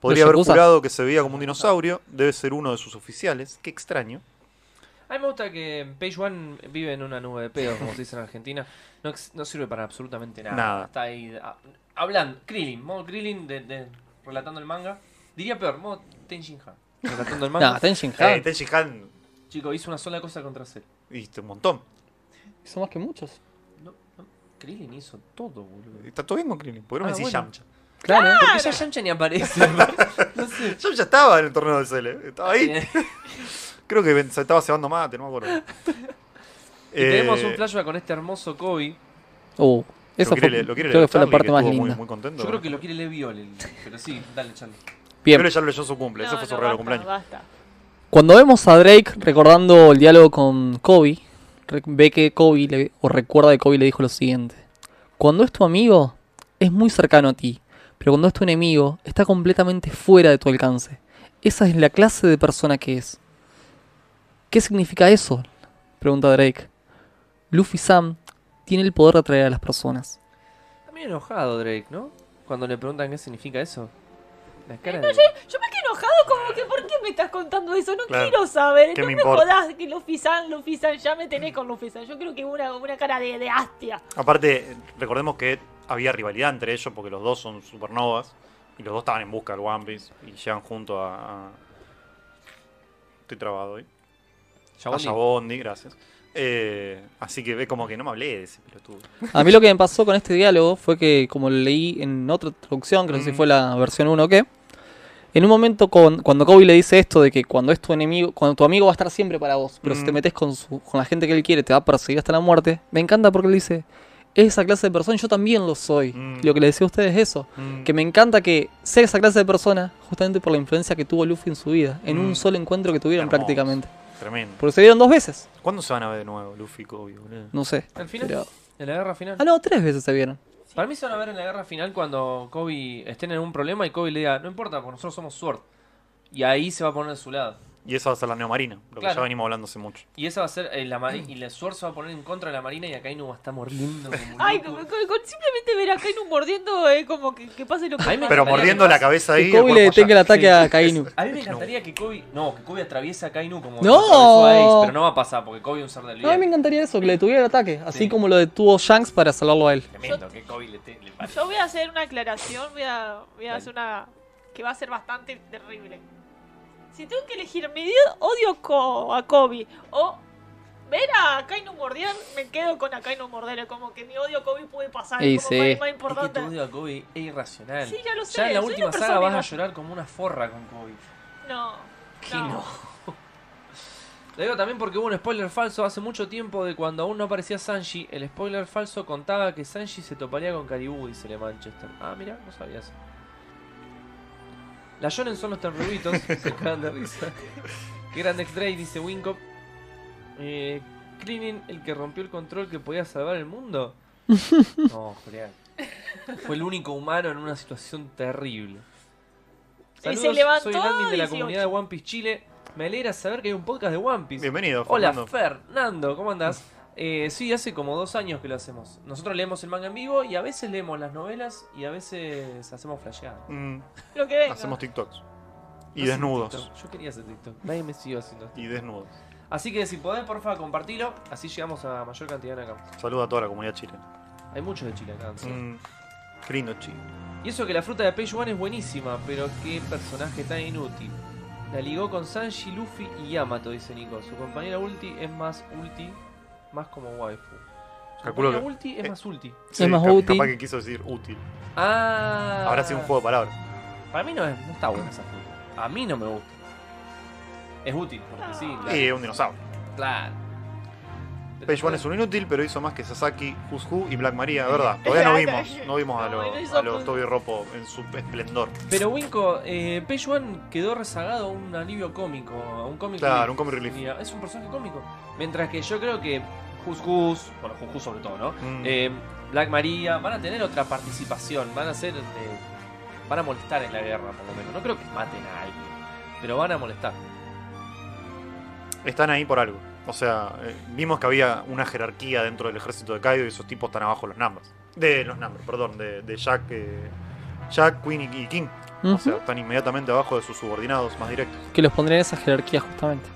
Speaker 3: Podría haber
Speaker 1: Yakuza.
Speaker 3: jurado que se veía como un dinosaurio. Debe ser uno de sus oficiales. Qué extraño.
Speaker 2: A mí me gusta que Page One vive en una nube de pedos, como se dice en Argentina. No, ex- no sirve para absolutamente nada.
Speaker 3: Nada.
Speaker 2: Está ahí ah, hablando. Krillin, modo Krillin de, de- relatando el manga. Diría peor, modo Tenshin Han. Relatando el manga.
Speaker 1: Nah, Tenshin Han
Speaker 3: Eh, Tenchi Han
Speaker 2: Chico, hizo una sola cosa contra Cell.
Speaker 3: viste un montón.
Speaker 1: hizo más que muchos.
Speaker 2: No, no, Krillin hizo todo, boludo.
Speaker 3: Está todo bien con Krillin. ¿Por qué no
Speaker 2: Ah,
Speaker 3: me decís
Speaker 2: bueno.
Speaker 3: Yamcha?
Speaker 1: Claro.
Speaker 2: Porque ya Yamcha ni aparece. no sé.
Speaker 3: Yamcha estaba en el torneo del Cele. Estaba ahí. Creo que ven- se estaba cebando mate, no me acuerdo.
Speaker 1: *laughs*
Speaker 3: Eh,
Speaker 2: Y tenemos un flashback con este hermoso Kobe.
Speaker 1: Uh,
Speaker 3: Eso
Speaker 1: esa fue, creo
Speaker 3: lo quiere
Speaker 1: que
Speaker 3: leer
Speaker 1: fue la
Speaker 3: Charlie,
Speaker 1: parte más
Speaker 3: estuvo
Speaker 1: linda.
Speaker 3: Muy, muy contento.
Speaker 2: Yo creo que lo quiere leer Viol, el- pero sí, dale, Charlie.
Speaker 1: Bien.
Speaker 3: Creo que ya lo leyó en su cumple. Ese
Speaker 4: No,
Speaker 3: fue su
Speaker 4: no,
Speaker 3: regalo de
Speaker 4: basta,
Speaker 3: cumpleaños.
Speaker 4: Basta.
Speaker 1: Cuando vemos a Drake recordando el diálogo con Kobe, re- ve que Kobe le, o recuerda que Kobe le dijo lo siguiente. Cuando es tu amigo, es muy cercano a ti, pero cuando es tu enemigo, está completamente fuera de tu alcance. Esa es la clase de persona que es. ¿Qué significa eso? Pregunta Drake. Luffy Sam tiene el poder de atraer a las personas.
Speaker 2: Está medio enojado Drake, ¿no? Cuando le preguntan qué significa eso. La cara de...
Speaker 4: Yo me quedé enojado, como que ¿por qué me estás contando eso? No
Speaker 3: Claro.
Speaker 4: quiero saber.
Speaker 3: ¿Qué
Speaker 4: no
Speaker 3: me
Speaker 4: me,
Speaker 3: importa?
Speaker 4: jodás que lo fisan, lo fisan, ya me tenés con lo fisan. Yo creo que una, una cara de, de hastia.
Speaker 3: Aparte, recordemos que había rivalidad entre ellos porque los dos son supernovas y los dos estaban en busca del One Piece y llegan junto a. a- Estoy trabado hoy. A
Speaker 2: Yabondi.
Speaker 3: Yabondi, gracias. Eh, así que ve como que no me hablé de ese pelotudo.
Speaker 1: A mí lo que me pasó con este diálogo fue que, como lo leí en otra traducción, que no sé si
Speaker 3: Mm.
Speaker 1: fue la versión 1 o qué, En un momento, con- cuando Kobe le dice esto de que cuando es tu enemigo, cuando tu amigo va a estar siempre para vos, pero si te
Speaker 3: Mm.
Speaker 1: metes con, su- con la gente que él quiere, te va a perseguir hasta la muerte, me encanta porque él dice, esa clase de persona yo también lo soy.
Speaker 3: Mm.
Speaker 1: Lo que le decía a ustedes es eso,
Speaker 3: Mm.
Speaker 1: que me encanta que sea esa clase de persona justamente por la influencia que tuvo Luffy en su vida, en
Speaker 3: Mm.
Speaker 1: un solo encuentro que tuvieron
Speaker 3: Hermoso.
Speaker 1: prácticamente.
Speaker 3: Tremendo.
Speaker 1: Porque se vieron dos veces,
Speaker 3: ¿Cuándo se van a ver de nuevo Luffy y Kobe, boludo?
Speaker 1: no sé.
Speaker 2: Al final,
Speaker 1: pero-
Speaker 2: en la guerra final.
Speaker 1: Ah, no, tres veces se vieron.
Speaker 2: Para mí se van a ver en la guerra final cuando Kobe estén en un problema y Kobe le diga, no importa, porque nosotros somos Sword. Y ahí se va a poner de su lado.
Speaker 3: Y esa va a ser la neomarina, lo que
Speaker 2: Claro.
Speaker 3: ya venimos hablando hace mucho.
Speaker 2: Y esa va a ser eh, la mari- y la Sword se va a poner en contra de la Marina y acá Inu va a estar mordiendo. como un
Speaker 4: *laughs* Ay,
Speaker 2: loco.
Speaker 4: con, con- con simplemente ver a Kainu mordiendo, eh, como que, que pase lo que
Speaker 2: Ay, me-
Speaker 3: Pero
Speaker 2: encantaría
Speaker 3: mordiendo
Speaker 2: que
Speaker 3: la
Speaker 2: pase-
Speaker 3: cabeza ahí.
Speaker 1: que
Speaker 3: y el
Speaker 1: Kobe le
Speaker 3: cuerpo allá.
Speaker 1: detenga el ataque
Speaker 2: Sí.
Speaker 1: a
Speaker 3: *laughs*
Speaker 1: Kainu.
Speaker 2: A
Speaker 4: *laughs*
Speaker 2: mí me encantaría que Kobe. No, que Kobe atraviesa a Kainu como.
Speaker 1: No.
Speaker 2: atravesó a Ace, pero no va a pasar porque Kobe es un ser del
Speaker 1: No, a mí me
Speaker 2: bien.
Speaker 1: encantaría eso, que le detuviera el ataque, así
Speaker 2: Sí.
Speaker 1: como lo detuvo Shanks para salvarlo a él.
Speaker 2: Tremendo que Kobe le. te- le pare.
Speaker 4: Yo voy a hacer una aclaración, voy a, voy a
Speaker 2: Dale.
Speaker 4: hacer una que va a ser bastante terrible. Si tengo que elegir mi dio- odio co- a Kobe o ver a Kainu morder, me quedo con a Kainu morder. Como que mi odio a Kobe puede pasar
Speaker 1: Y
Speaker 4: como
Speaker 1: sí.
Speaker 4: más, más
Speaker 2: Es que tu
Speaker 4: importante.
Speaker 2: odio a Kobe es irracional.
Speaker 4: Sí, ya lo sé,
Speaker 2: Ya en la
Speaker 4: soy
Speaker 2: última
Speaker 4: una
Speaker 2: saga vas
Speaker 4: persona.
Speaker 2: a llorar como una forra con Kobe.
Speaker 4: No,
Speaker 2: Que
Speaker 4: no.
Speaker 2: no. Lo digo también porque hubo un spoiler falso hace mucho tiempo de cuando aún no aparecía Sanji. El spoiler falso contaba que Sanji se toparía con Caribou, dice Le Manchester. Ah, mira, no sabías. La Jonen son los terrubitos, *laughs* se cagan de risa. Qué grande X-Ray, dice Wincop. Eh, Cleaning, el que rompió el control que podía salvar el mundo. No, Julián. Fue el único humano en una situación terrible.
Speaker 4: Y se
Speaker 2: Saludos,
Speaker 4: levantó
Speaker 2: soy el admin de la
Speaker 4: 18.
Speaker 2: comunidad de One Piece Chile. Me alegra saber que hay un podcast de One Piece.
Speaker 3: Bienvenido,
Speaker 2: Hola,
Speaker 3: Fernando.
Speaker 2: Fernando, ¿cómo andás? Eh, sí, hace como dos años que lo hacemos. Nosotros leemos el manga en vivo y a veces leemos las novelas y a veces hacemos flasheadas.
Speaker 3: Mm,
Speaker 4: Lo que venga.
Speaker 3: hacemos TikToks. Y
Speaker 2: No hacen
Speaker 3: desnudos.
Speaker 2: TikTok. Yo quería hacer TikTok. Nadie me siguió haciendo.
Speaker 3: Y desnudos.
Speaker 2: Así que si podés, porfa, compartilo. Así llegamos a mayor cantidad de acá.
Speaker 3: Saluda a toda la comunidad chilena.
Speaker 2: Hay muchos de Chile acá. ¿sí?
Speaker 3: Mm, qué lindo Chile.
Speaker 2: Y eso que la fruta de Page One es buenísima, pero qué personaje tan inútil. La ligó con Sanji, Luffy y Yamato, dice Nico. Su compañera ulti es más ulti, más como waifu. Su
Speaker 3: Calculo
Speaker 2: compañera
Speaker 3: que-
Speaker 2: ulti es
Speaker 3: eh.
Speaker 2: más ulti.
Speaker 1: Es más
Speaker 3: ca-
Speaker 1: útil.
Speaker 3: Capaz que quiso decir útil.
Speaker 2: Ah.
Speaker 3: Habrá sido un juego de palabras.
Speaker 2: Para mí no, es- no está buena esa fruta. A mí no me gusta. Es útil, porque sí, claro.
Speaker 3: Y Eh, un dinosaurio.
Speaker 2: claro.
Speaker 3: Page One es un inútil, pero hizo más que Sasaki, Juzhu y Black Maria, ¿verdad? Todavía no vimos. No vimos a
Speaker 4: No, no
Speaker 3: los,
Speaker 4: hizo
Speaker 3: a los
Speaker 4: punto.
Speaker 3: Toby Ropo en su esplendor.
Speaker 2: Pero Winco, eh, Page One quedó rezagado a un alivio cómico, a un cómic
Speaker 3: Claro,
Speaker 2: relief.
Speaker 3: un comic relief.
Speaker 2: Mira, Es un personaje cómico. Mientras que yo creo que Juzjuz, bueno, Juzjuz sobre todo, ¿no?
Speaker 3: Mm.
Speaker 2: Eh, Black Maria van a tener otra participación, van a ser. eh, van a molestar en la guerra, por lo menos. No creo que maten a alguien, pero van a molestar.
Speaker 3: Están ahí por algo. O sea, eh, vimos que había una jerarquía dentro del ejército de Kaido y esos tipos están abajo de los Numbers. De los Numbers, perdón, de, de Jack, eh, Jack, Queen y- y King. O sea,
Speaker 1: Ujú.
Speaker 3: están inmediatamente abajo de sus subordinados más directos.
Speaker 1: Que los pondría en esa jerarquía justamente.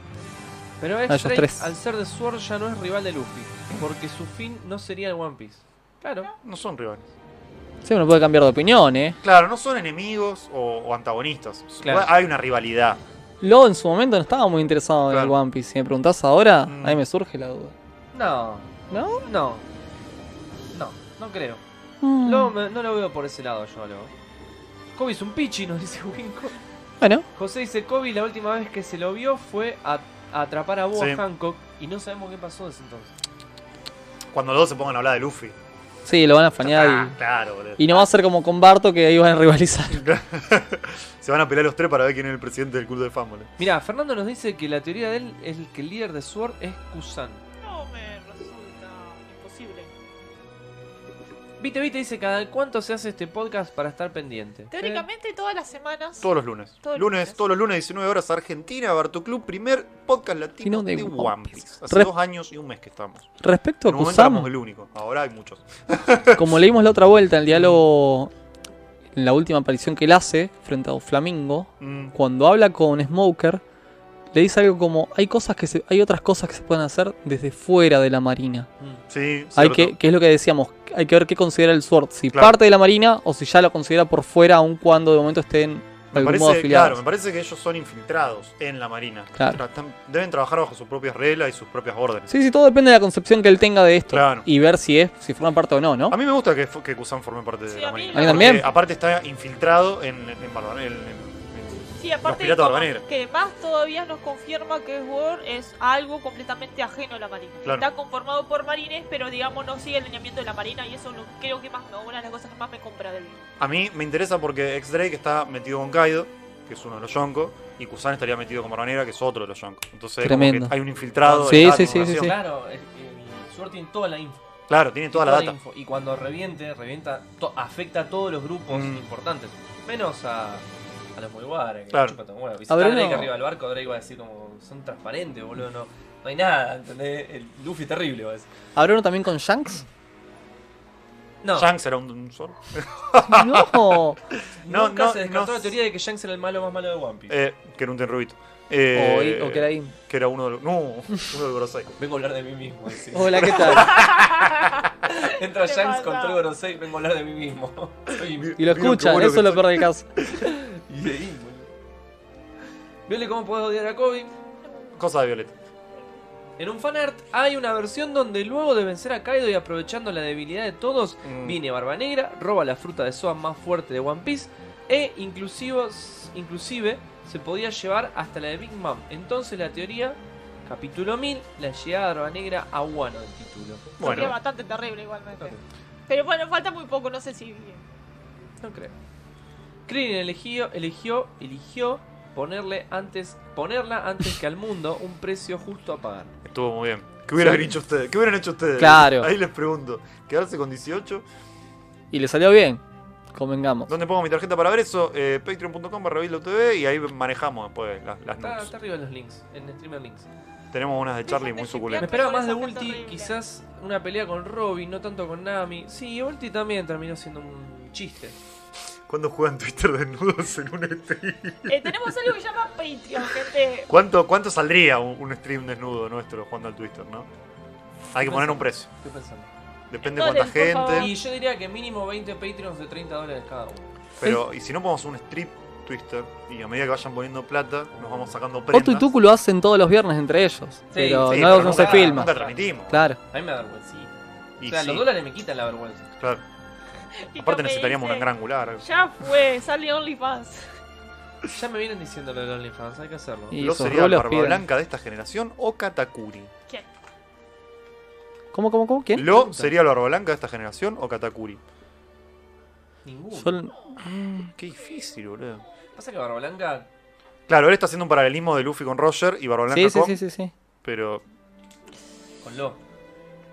Speaker 2: Pero
Speaker 1: ellos
Speaker 2: X-Ray,
Speaker 1: tres.
Speaker 2: al ser de Sword, ya no es rival de Luffy, porque su fin no sería el One Piece. Claro.
Speaker 3: No son rivales.
Speaker 1: Sí, uno puede cambiar de opinión, ¿eh?
Speaker 3: Claro, no son enemigos o, o antagonistas.
Speaker 2: Claro.
Speaker 3: Hay una rivalidad.
Speaker 1: Lo en su momento no estaba muy interesado en
Speaker 3: Claro.
Speaker 1: el One Piece. Si me preguntás ahora,
Speaker 3: Mm.
Speaker 1: ahí me surge la duda.
Speaker 2: No,
Speaker 1: ¿No?
Speaker 2: no. No, no creo.
Speaker 1: Mm.
Speaker 2: Lo- me- no lo veo por ese lado yo, lo. Kobe es un pichi, nos dice Winco.
Speaker 1: Bueno,
Speaker 2: José dice, Kobe la última vez que se lo vio fue a, a atrapar a Boa
Speaker 3: Sí.
Speaker 2: Hancock y no sabemos qué pasó desde entonces.
Speaker 3: Cuando los dos se pongan a hablar de Luffy.
Speaker 1: sí, lo van a
Speaker 3: Ah,
Speaker 1: fañar
Speaker 3: claro, boludo.
Speaker 1: y, y no va a ser como con Barto que ahí van a rivalizar.
Speaker 3: *laughs*
Speaker 1: *laughs*
Speaker 3: se van a pelear los tres para ver quién es el presidente del club de eh. fan, boludo.
Speaker 2: Mira, Fernando nos dice que la teoría de él es que el líder de Sword es Kusan.
Speaker 4: No me resulta imposible.
Speaker 2: Vite, vite, dice, cada cuánto se hace este podcast para estar pendiente.
Speaker 4: Teóricamente todas las semanas.
Speaker 3: Todos los lunes.
Speaker 4: Todos los
Speaker 3: lunes,
Speaker 4: lunes.
Speaker 3: todos los lunes, 19 horas, Argentina, Barto Club, primer podcast latino
Speaker 1: Sino
Speaker 3: de,
Speaker 1: de
Speaker 3: One
Speaker 1: One
Speaker 3: Piece.
Speaker 1: Piece.
Speaker 3: Hace
Speaker 1: Re-
Speaker 3: dos años y un mes que estamos.
Speaker 1: Respecto
Speaker 3: En
Speaker 1: a
Speaker 3: un momento éramos
Speaker 1: Kusama,
Speaker 3: el único. Ahora hay muchos.
Speaker 1: como leímos la otra vuelta,
Speaker 3: Mm.
Speaker 1: el diálogo en la última aparición que él hace frente a Flamingo,
Speaker 3: Mm,
Speaker 1: cuando habla con Smoker, le dice algo como hay cosas que se, hay otras cosas que se pueden hacer desde fuera de la marina.
Speaker 2: Mm.
Speaker 3: sí,
Speaker 1: Hay
Speaker 3: cierto.
Speaker 1: que, que es lo que decíamos, hay que ver qué considera el Sword, si
Speaker 3: Claro.
Speaker 1: parte de la marina o si ya lo considera por fuera, aun cuando de momento estén de
Speaker 3: Me
Speaker 1: algún modo
Speaker 3: parece, claro,
Speaker 1: afiliados.
Speaker 3: me parece que ellos son infiltrados en la marina.
Speaker 1: Claro.
Speaker 3: Tra- tam- Deben trabajar bajo sus propias reglas y sus propias órdenes.
Speaker 1: Sí, sí, todo depende de la concepción que él tenga de esto
Speaker 3: Claro.
Speaker 1: y ver si es, si forma parte o no, ¿no?
Speaker 3: A mí me gusta que, fu- que Kusan forme parte
Speaker 4: Sí,
Speaker 3: de la
Speaker 4: a mí
Speaker 1: A mí
Speaker 3: marina. porque
Speaker 1: también.
Speaker 3: Aparte está infiltrado en, en, Barba- en- en- en
Speaker 4: Sí, aparte
Speaker 3: piratas
Speaker 4: como
Speaker 3: balnearios.
Speaker 4: que más todavía nos confirma que World es algo completamente ajeno a la Marina.
Speaker 3: Claro.
Speaker 4: Está conformado por marines, pero digamos no sigue el lineamiento de la Marina y eso lo- creo que más, una de las cosas que más me compra del
Speaker 3: A mí me interesa porque X-Drake está metido con Kaido, que es uno de los Yonko, y Kusan estaría metido con Barbanera, que es otro de los Yonko. Entonces, como
Speaker 1: Tremendo.
Speaker 3: que hay un infiltrado.
Speaker 1: Sí,
Speaker 3: de cada
Speaker 1: sí, sí, sí,
Speaker 3: tripulación.
Speaker 1: sí.
Speaker 2: Claro, el, el Sword tiene toda la info.
Speaker 3: Claro, tiene toda la data.
Speaker 2: info. Y cuando reviente, revienta, to- afecta a todos los grupos
Speaker 3: Mm.
Speaker 2: importantes. Menos a, a los Mugiwara, que
Speaker 3: Claro.
Speaker 2: chupa tan huevo. Y
Speaker 1: A
Speaker 2: si está
Speaker 1: ver,
Speaker 2: Drake
Speaker 1: no.
Speaker 2: arriba del barco, Drake va a decir como, son transparentes, boludo, no, no hay nada, ¿entendés? El Luffy es terrible, va a decir.
Speaker 1: ¿Habrá uno también con *laughs* Shanks?
Speaker 2: No,
Speaker 3: Shanks era un, un solo.
Speaker 1: No.
Speaker 3: No,
Speaker 2: nunca
Speaker 3: no,
Speaker 2: se descartó
Speaker 3: no
Speaker 2: la teoría de que Shanks era el malo más malo de One Piece.
Speaker 3: Eh, que era un tenrubito. Eh,
Speaker 1: O, o que era ahí.
Speaker 3: que era uno de los. No, *laughs* uno de los Gorosei.
Speaker 2: Vengo a hablar de mí
Speaker 3: *laughs*
Speaker 2: mismo. decía.
Speaker 1: Hola, ¿qué tal?
Speaker 2: *laughs* Entra
Speaker 4: ¿Qué
Speaker 2: Shanks
Speaker 4: pasa?
Speaker 2: con todo Gorosei, vengo a hablar de mí mismo. *laughs* Soy
Speaker 1: Y lo
Speaker 3: Vieron qué
Speaker 1: escuchan, eso
Speaker 3: bueno que
Speaker 1: es lo
Speaker 3: soy.
Speaker 1: peor del caso.
Speaker 2: Y de ahí, boludo. Viole cómo puedes odiar a Kobe.
Speaker 3: Cosa de Violeta.
Speaker 2: En un fanart hay una versión donde luego de vencer a Kaido y aprovechando la debilidad de todos,
Speaker 3: Mm.
Speaker 2: viene Barba Negra, roba la fruta de Soa más fuerte de One Piece e inclusivo- inclusive se podía llevar hasta la de Big Mom. Entonces la teoría, capítulo 1000, la llegada de Barba Negra a Wano, el título.
Speaker 4: Sería
Speaker 3: Bueno,
Speaker 4: bastante terrible igualmente.
Speaker 2: No
Speaker 4: Pero bueno, falta muy poco, no sé si bien.
Speaker 2: creo. No creo. Krillin eligió, eligió, eligió ponerle antes, ponerla antes que al mundo un precio justo a pagar.
Speaker 3: estuvo muy bien. ¿Qué hubieran hecho ustedes? ¿Qué hubieran hecho ustedes?
Speaker 1: Claro.
Speaker 3: Ahí les pregunto. ¿Quedarse con 18?
Speaker 1: Y le salió bien. Convengamos.
Speaker 3: ¿Dónde pongo mi tarjeta para ver eso? Eh, Patreon.com barra TV y ahí manejamos después las, las
Speaker 2: Está,
Speaker 3: nudes.
Speaker 2: está arriba en los links, en streamer links.
Speaker 3: Tenemos unas de Charlie muy
Speaker 4: Déjate
Speaker 2: Me
Speaker 3: suculentas.
Speaker 2: esperaba
Speaker 4: Mejor
Speaker 2: más de
Speaker 4: esa gente
Speaker 2: Ulti,
Speaker 4: horrible.
Speaker 2: quizás una pelea con Robin, no tanto con Nami. Sí, Ulti también terminó siendo un chiste.
Speaker 3: ¿Cuándo juegan Twitter desnudos en un stream?
Speaker 4: Eh, tenemos algo que se llama Patreon, gente.
Speaker 3: ¿Cuánto, cuánto saldría un, un stream desnudo nuestro jugando al Twitter, no? Hay que poner un precio.
Speaker 2: Estoy pensando.
Speaker 3: Depende
Speaker 4: Dólares,
Speaker 3: cuánta
Speaker 4: por favor.
Speaker 2: Y
Speaker 3: gente.
Speaker 2: yo diría que mínimo 20 Patreons de 30 dólares cada uno.
Speaker 3: Pero, y si no ponemos un strip Twitter, y a medida que vayan poniendo plata, nos vamos sacando prendas.
Speaker 1: Otto y Tuku lo hacen todos los viernes entre ellos. pero
Speaker 2: sí,
Speaker 1: no,
Speaker 2: pero
Speaker 1: no se
Speaker 3: nunca-
Speaker 1: filma.
Speaker 3: Nunca transmitimos.
Speaker 1: Claro.
Speaker 2: A mí me da vergüenza.
Speaker 3: Y
Speaker 2: o sea,
Speaker 3: sí,
Speaker 2: los dólares me quitan la vergüenza.
Speaker 3: claro.
Speaker 4: Y
Speaker 3: Aparte
Speaker 4: no me
Speaker 3: necesitaríamos
Speaker 4: dice,
Speaker 3: un gran angular.
Speaker 4: Ya fue, sale OnlyFans.
Speaker 2: Ya me vienen diciendo lo del OnlyFans, hay que hacerlo.
Speaker 1: Y
Speaker 3: Lo
Speaker 1: esos
Speaker 3: sería
Speaker 1: rulos
Speaker 3: Barba
Speaker 1: piden.
Speaker 3: Blanca de esta generación o Katakuri.
Speaker 4: ¿Quién?
Speaker 1: ¿Cómo, cómo, cómo? ¿Quién?
Speaker 3: Lo sería el Barba Blanca de esta generación o Katakuri. Uh,
Speaker 2: Ninguno.
Speaker 1: Son-
Speaker 3: Qué difícil, boludo.
Speaker 2: Pasa que Barba Blanca.
Speaker 3: Claro, él está haciendo un paralelismo de Luffy con Roger y Barba Blanca
Speaker 1: Sí, sí,
Speaker 3: con.
Speaker 1: sí, sí, sí.
Speaker 3: Pero
Speaker 2: con lo.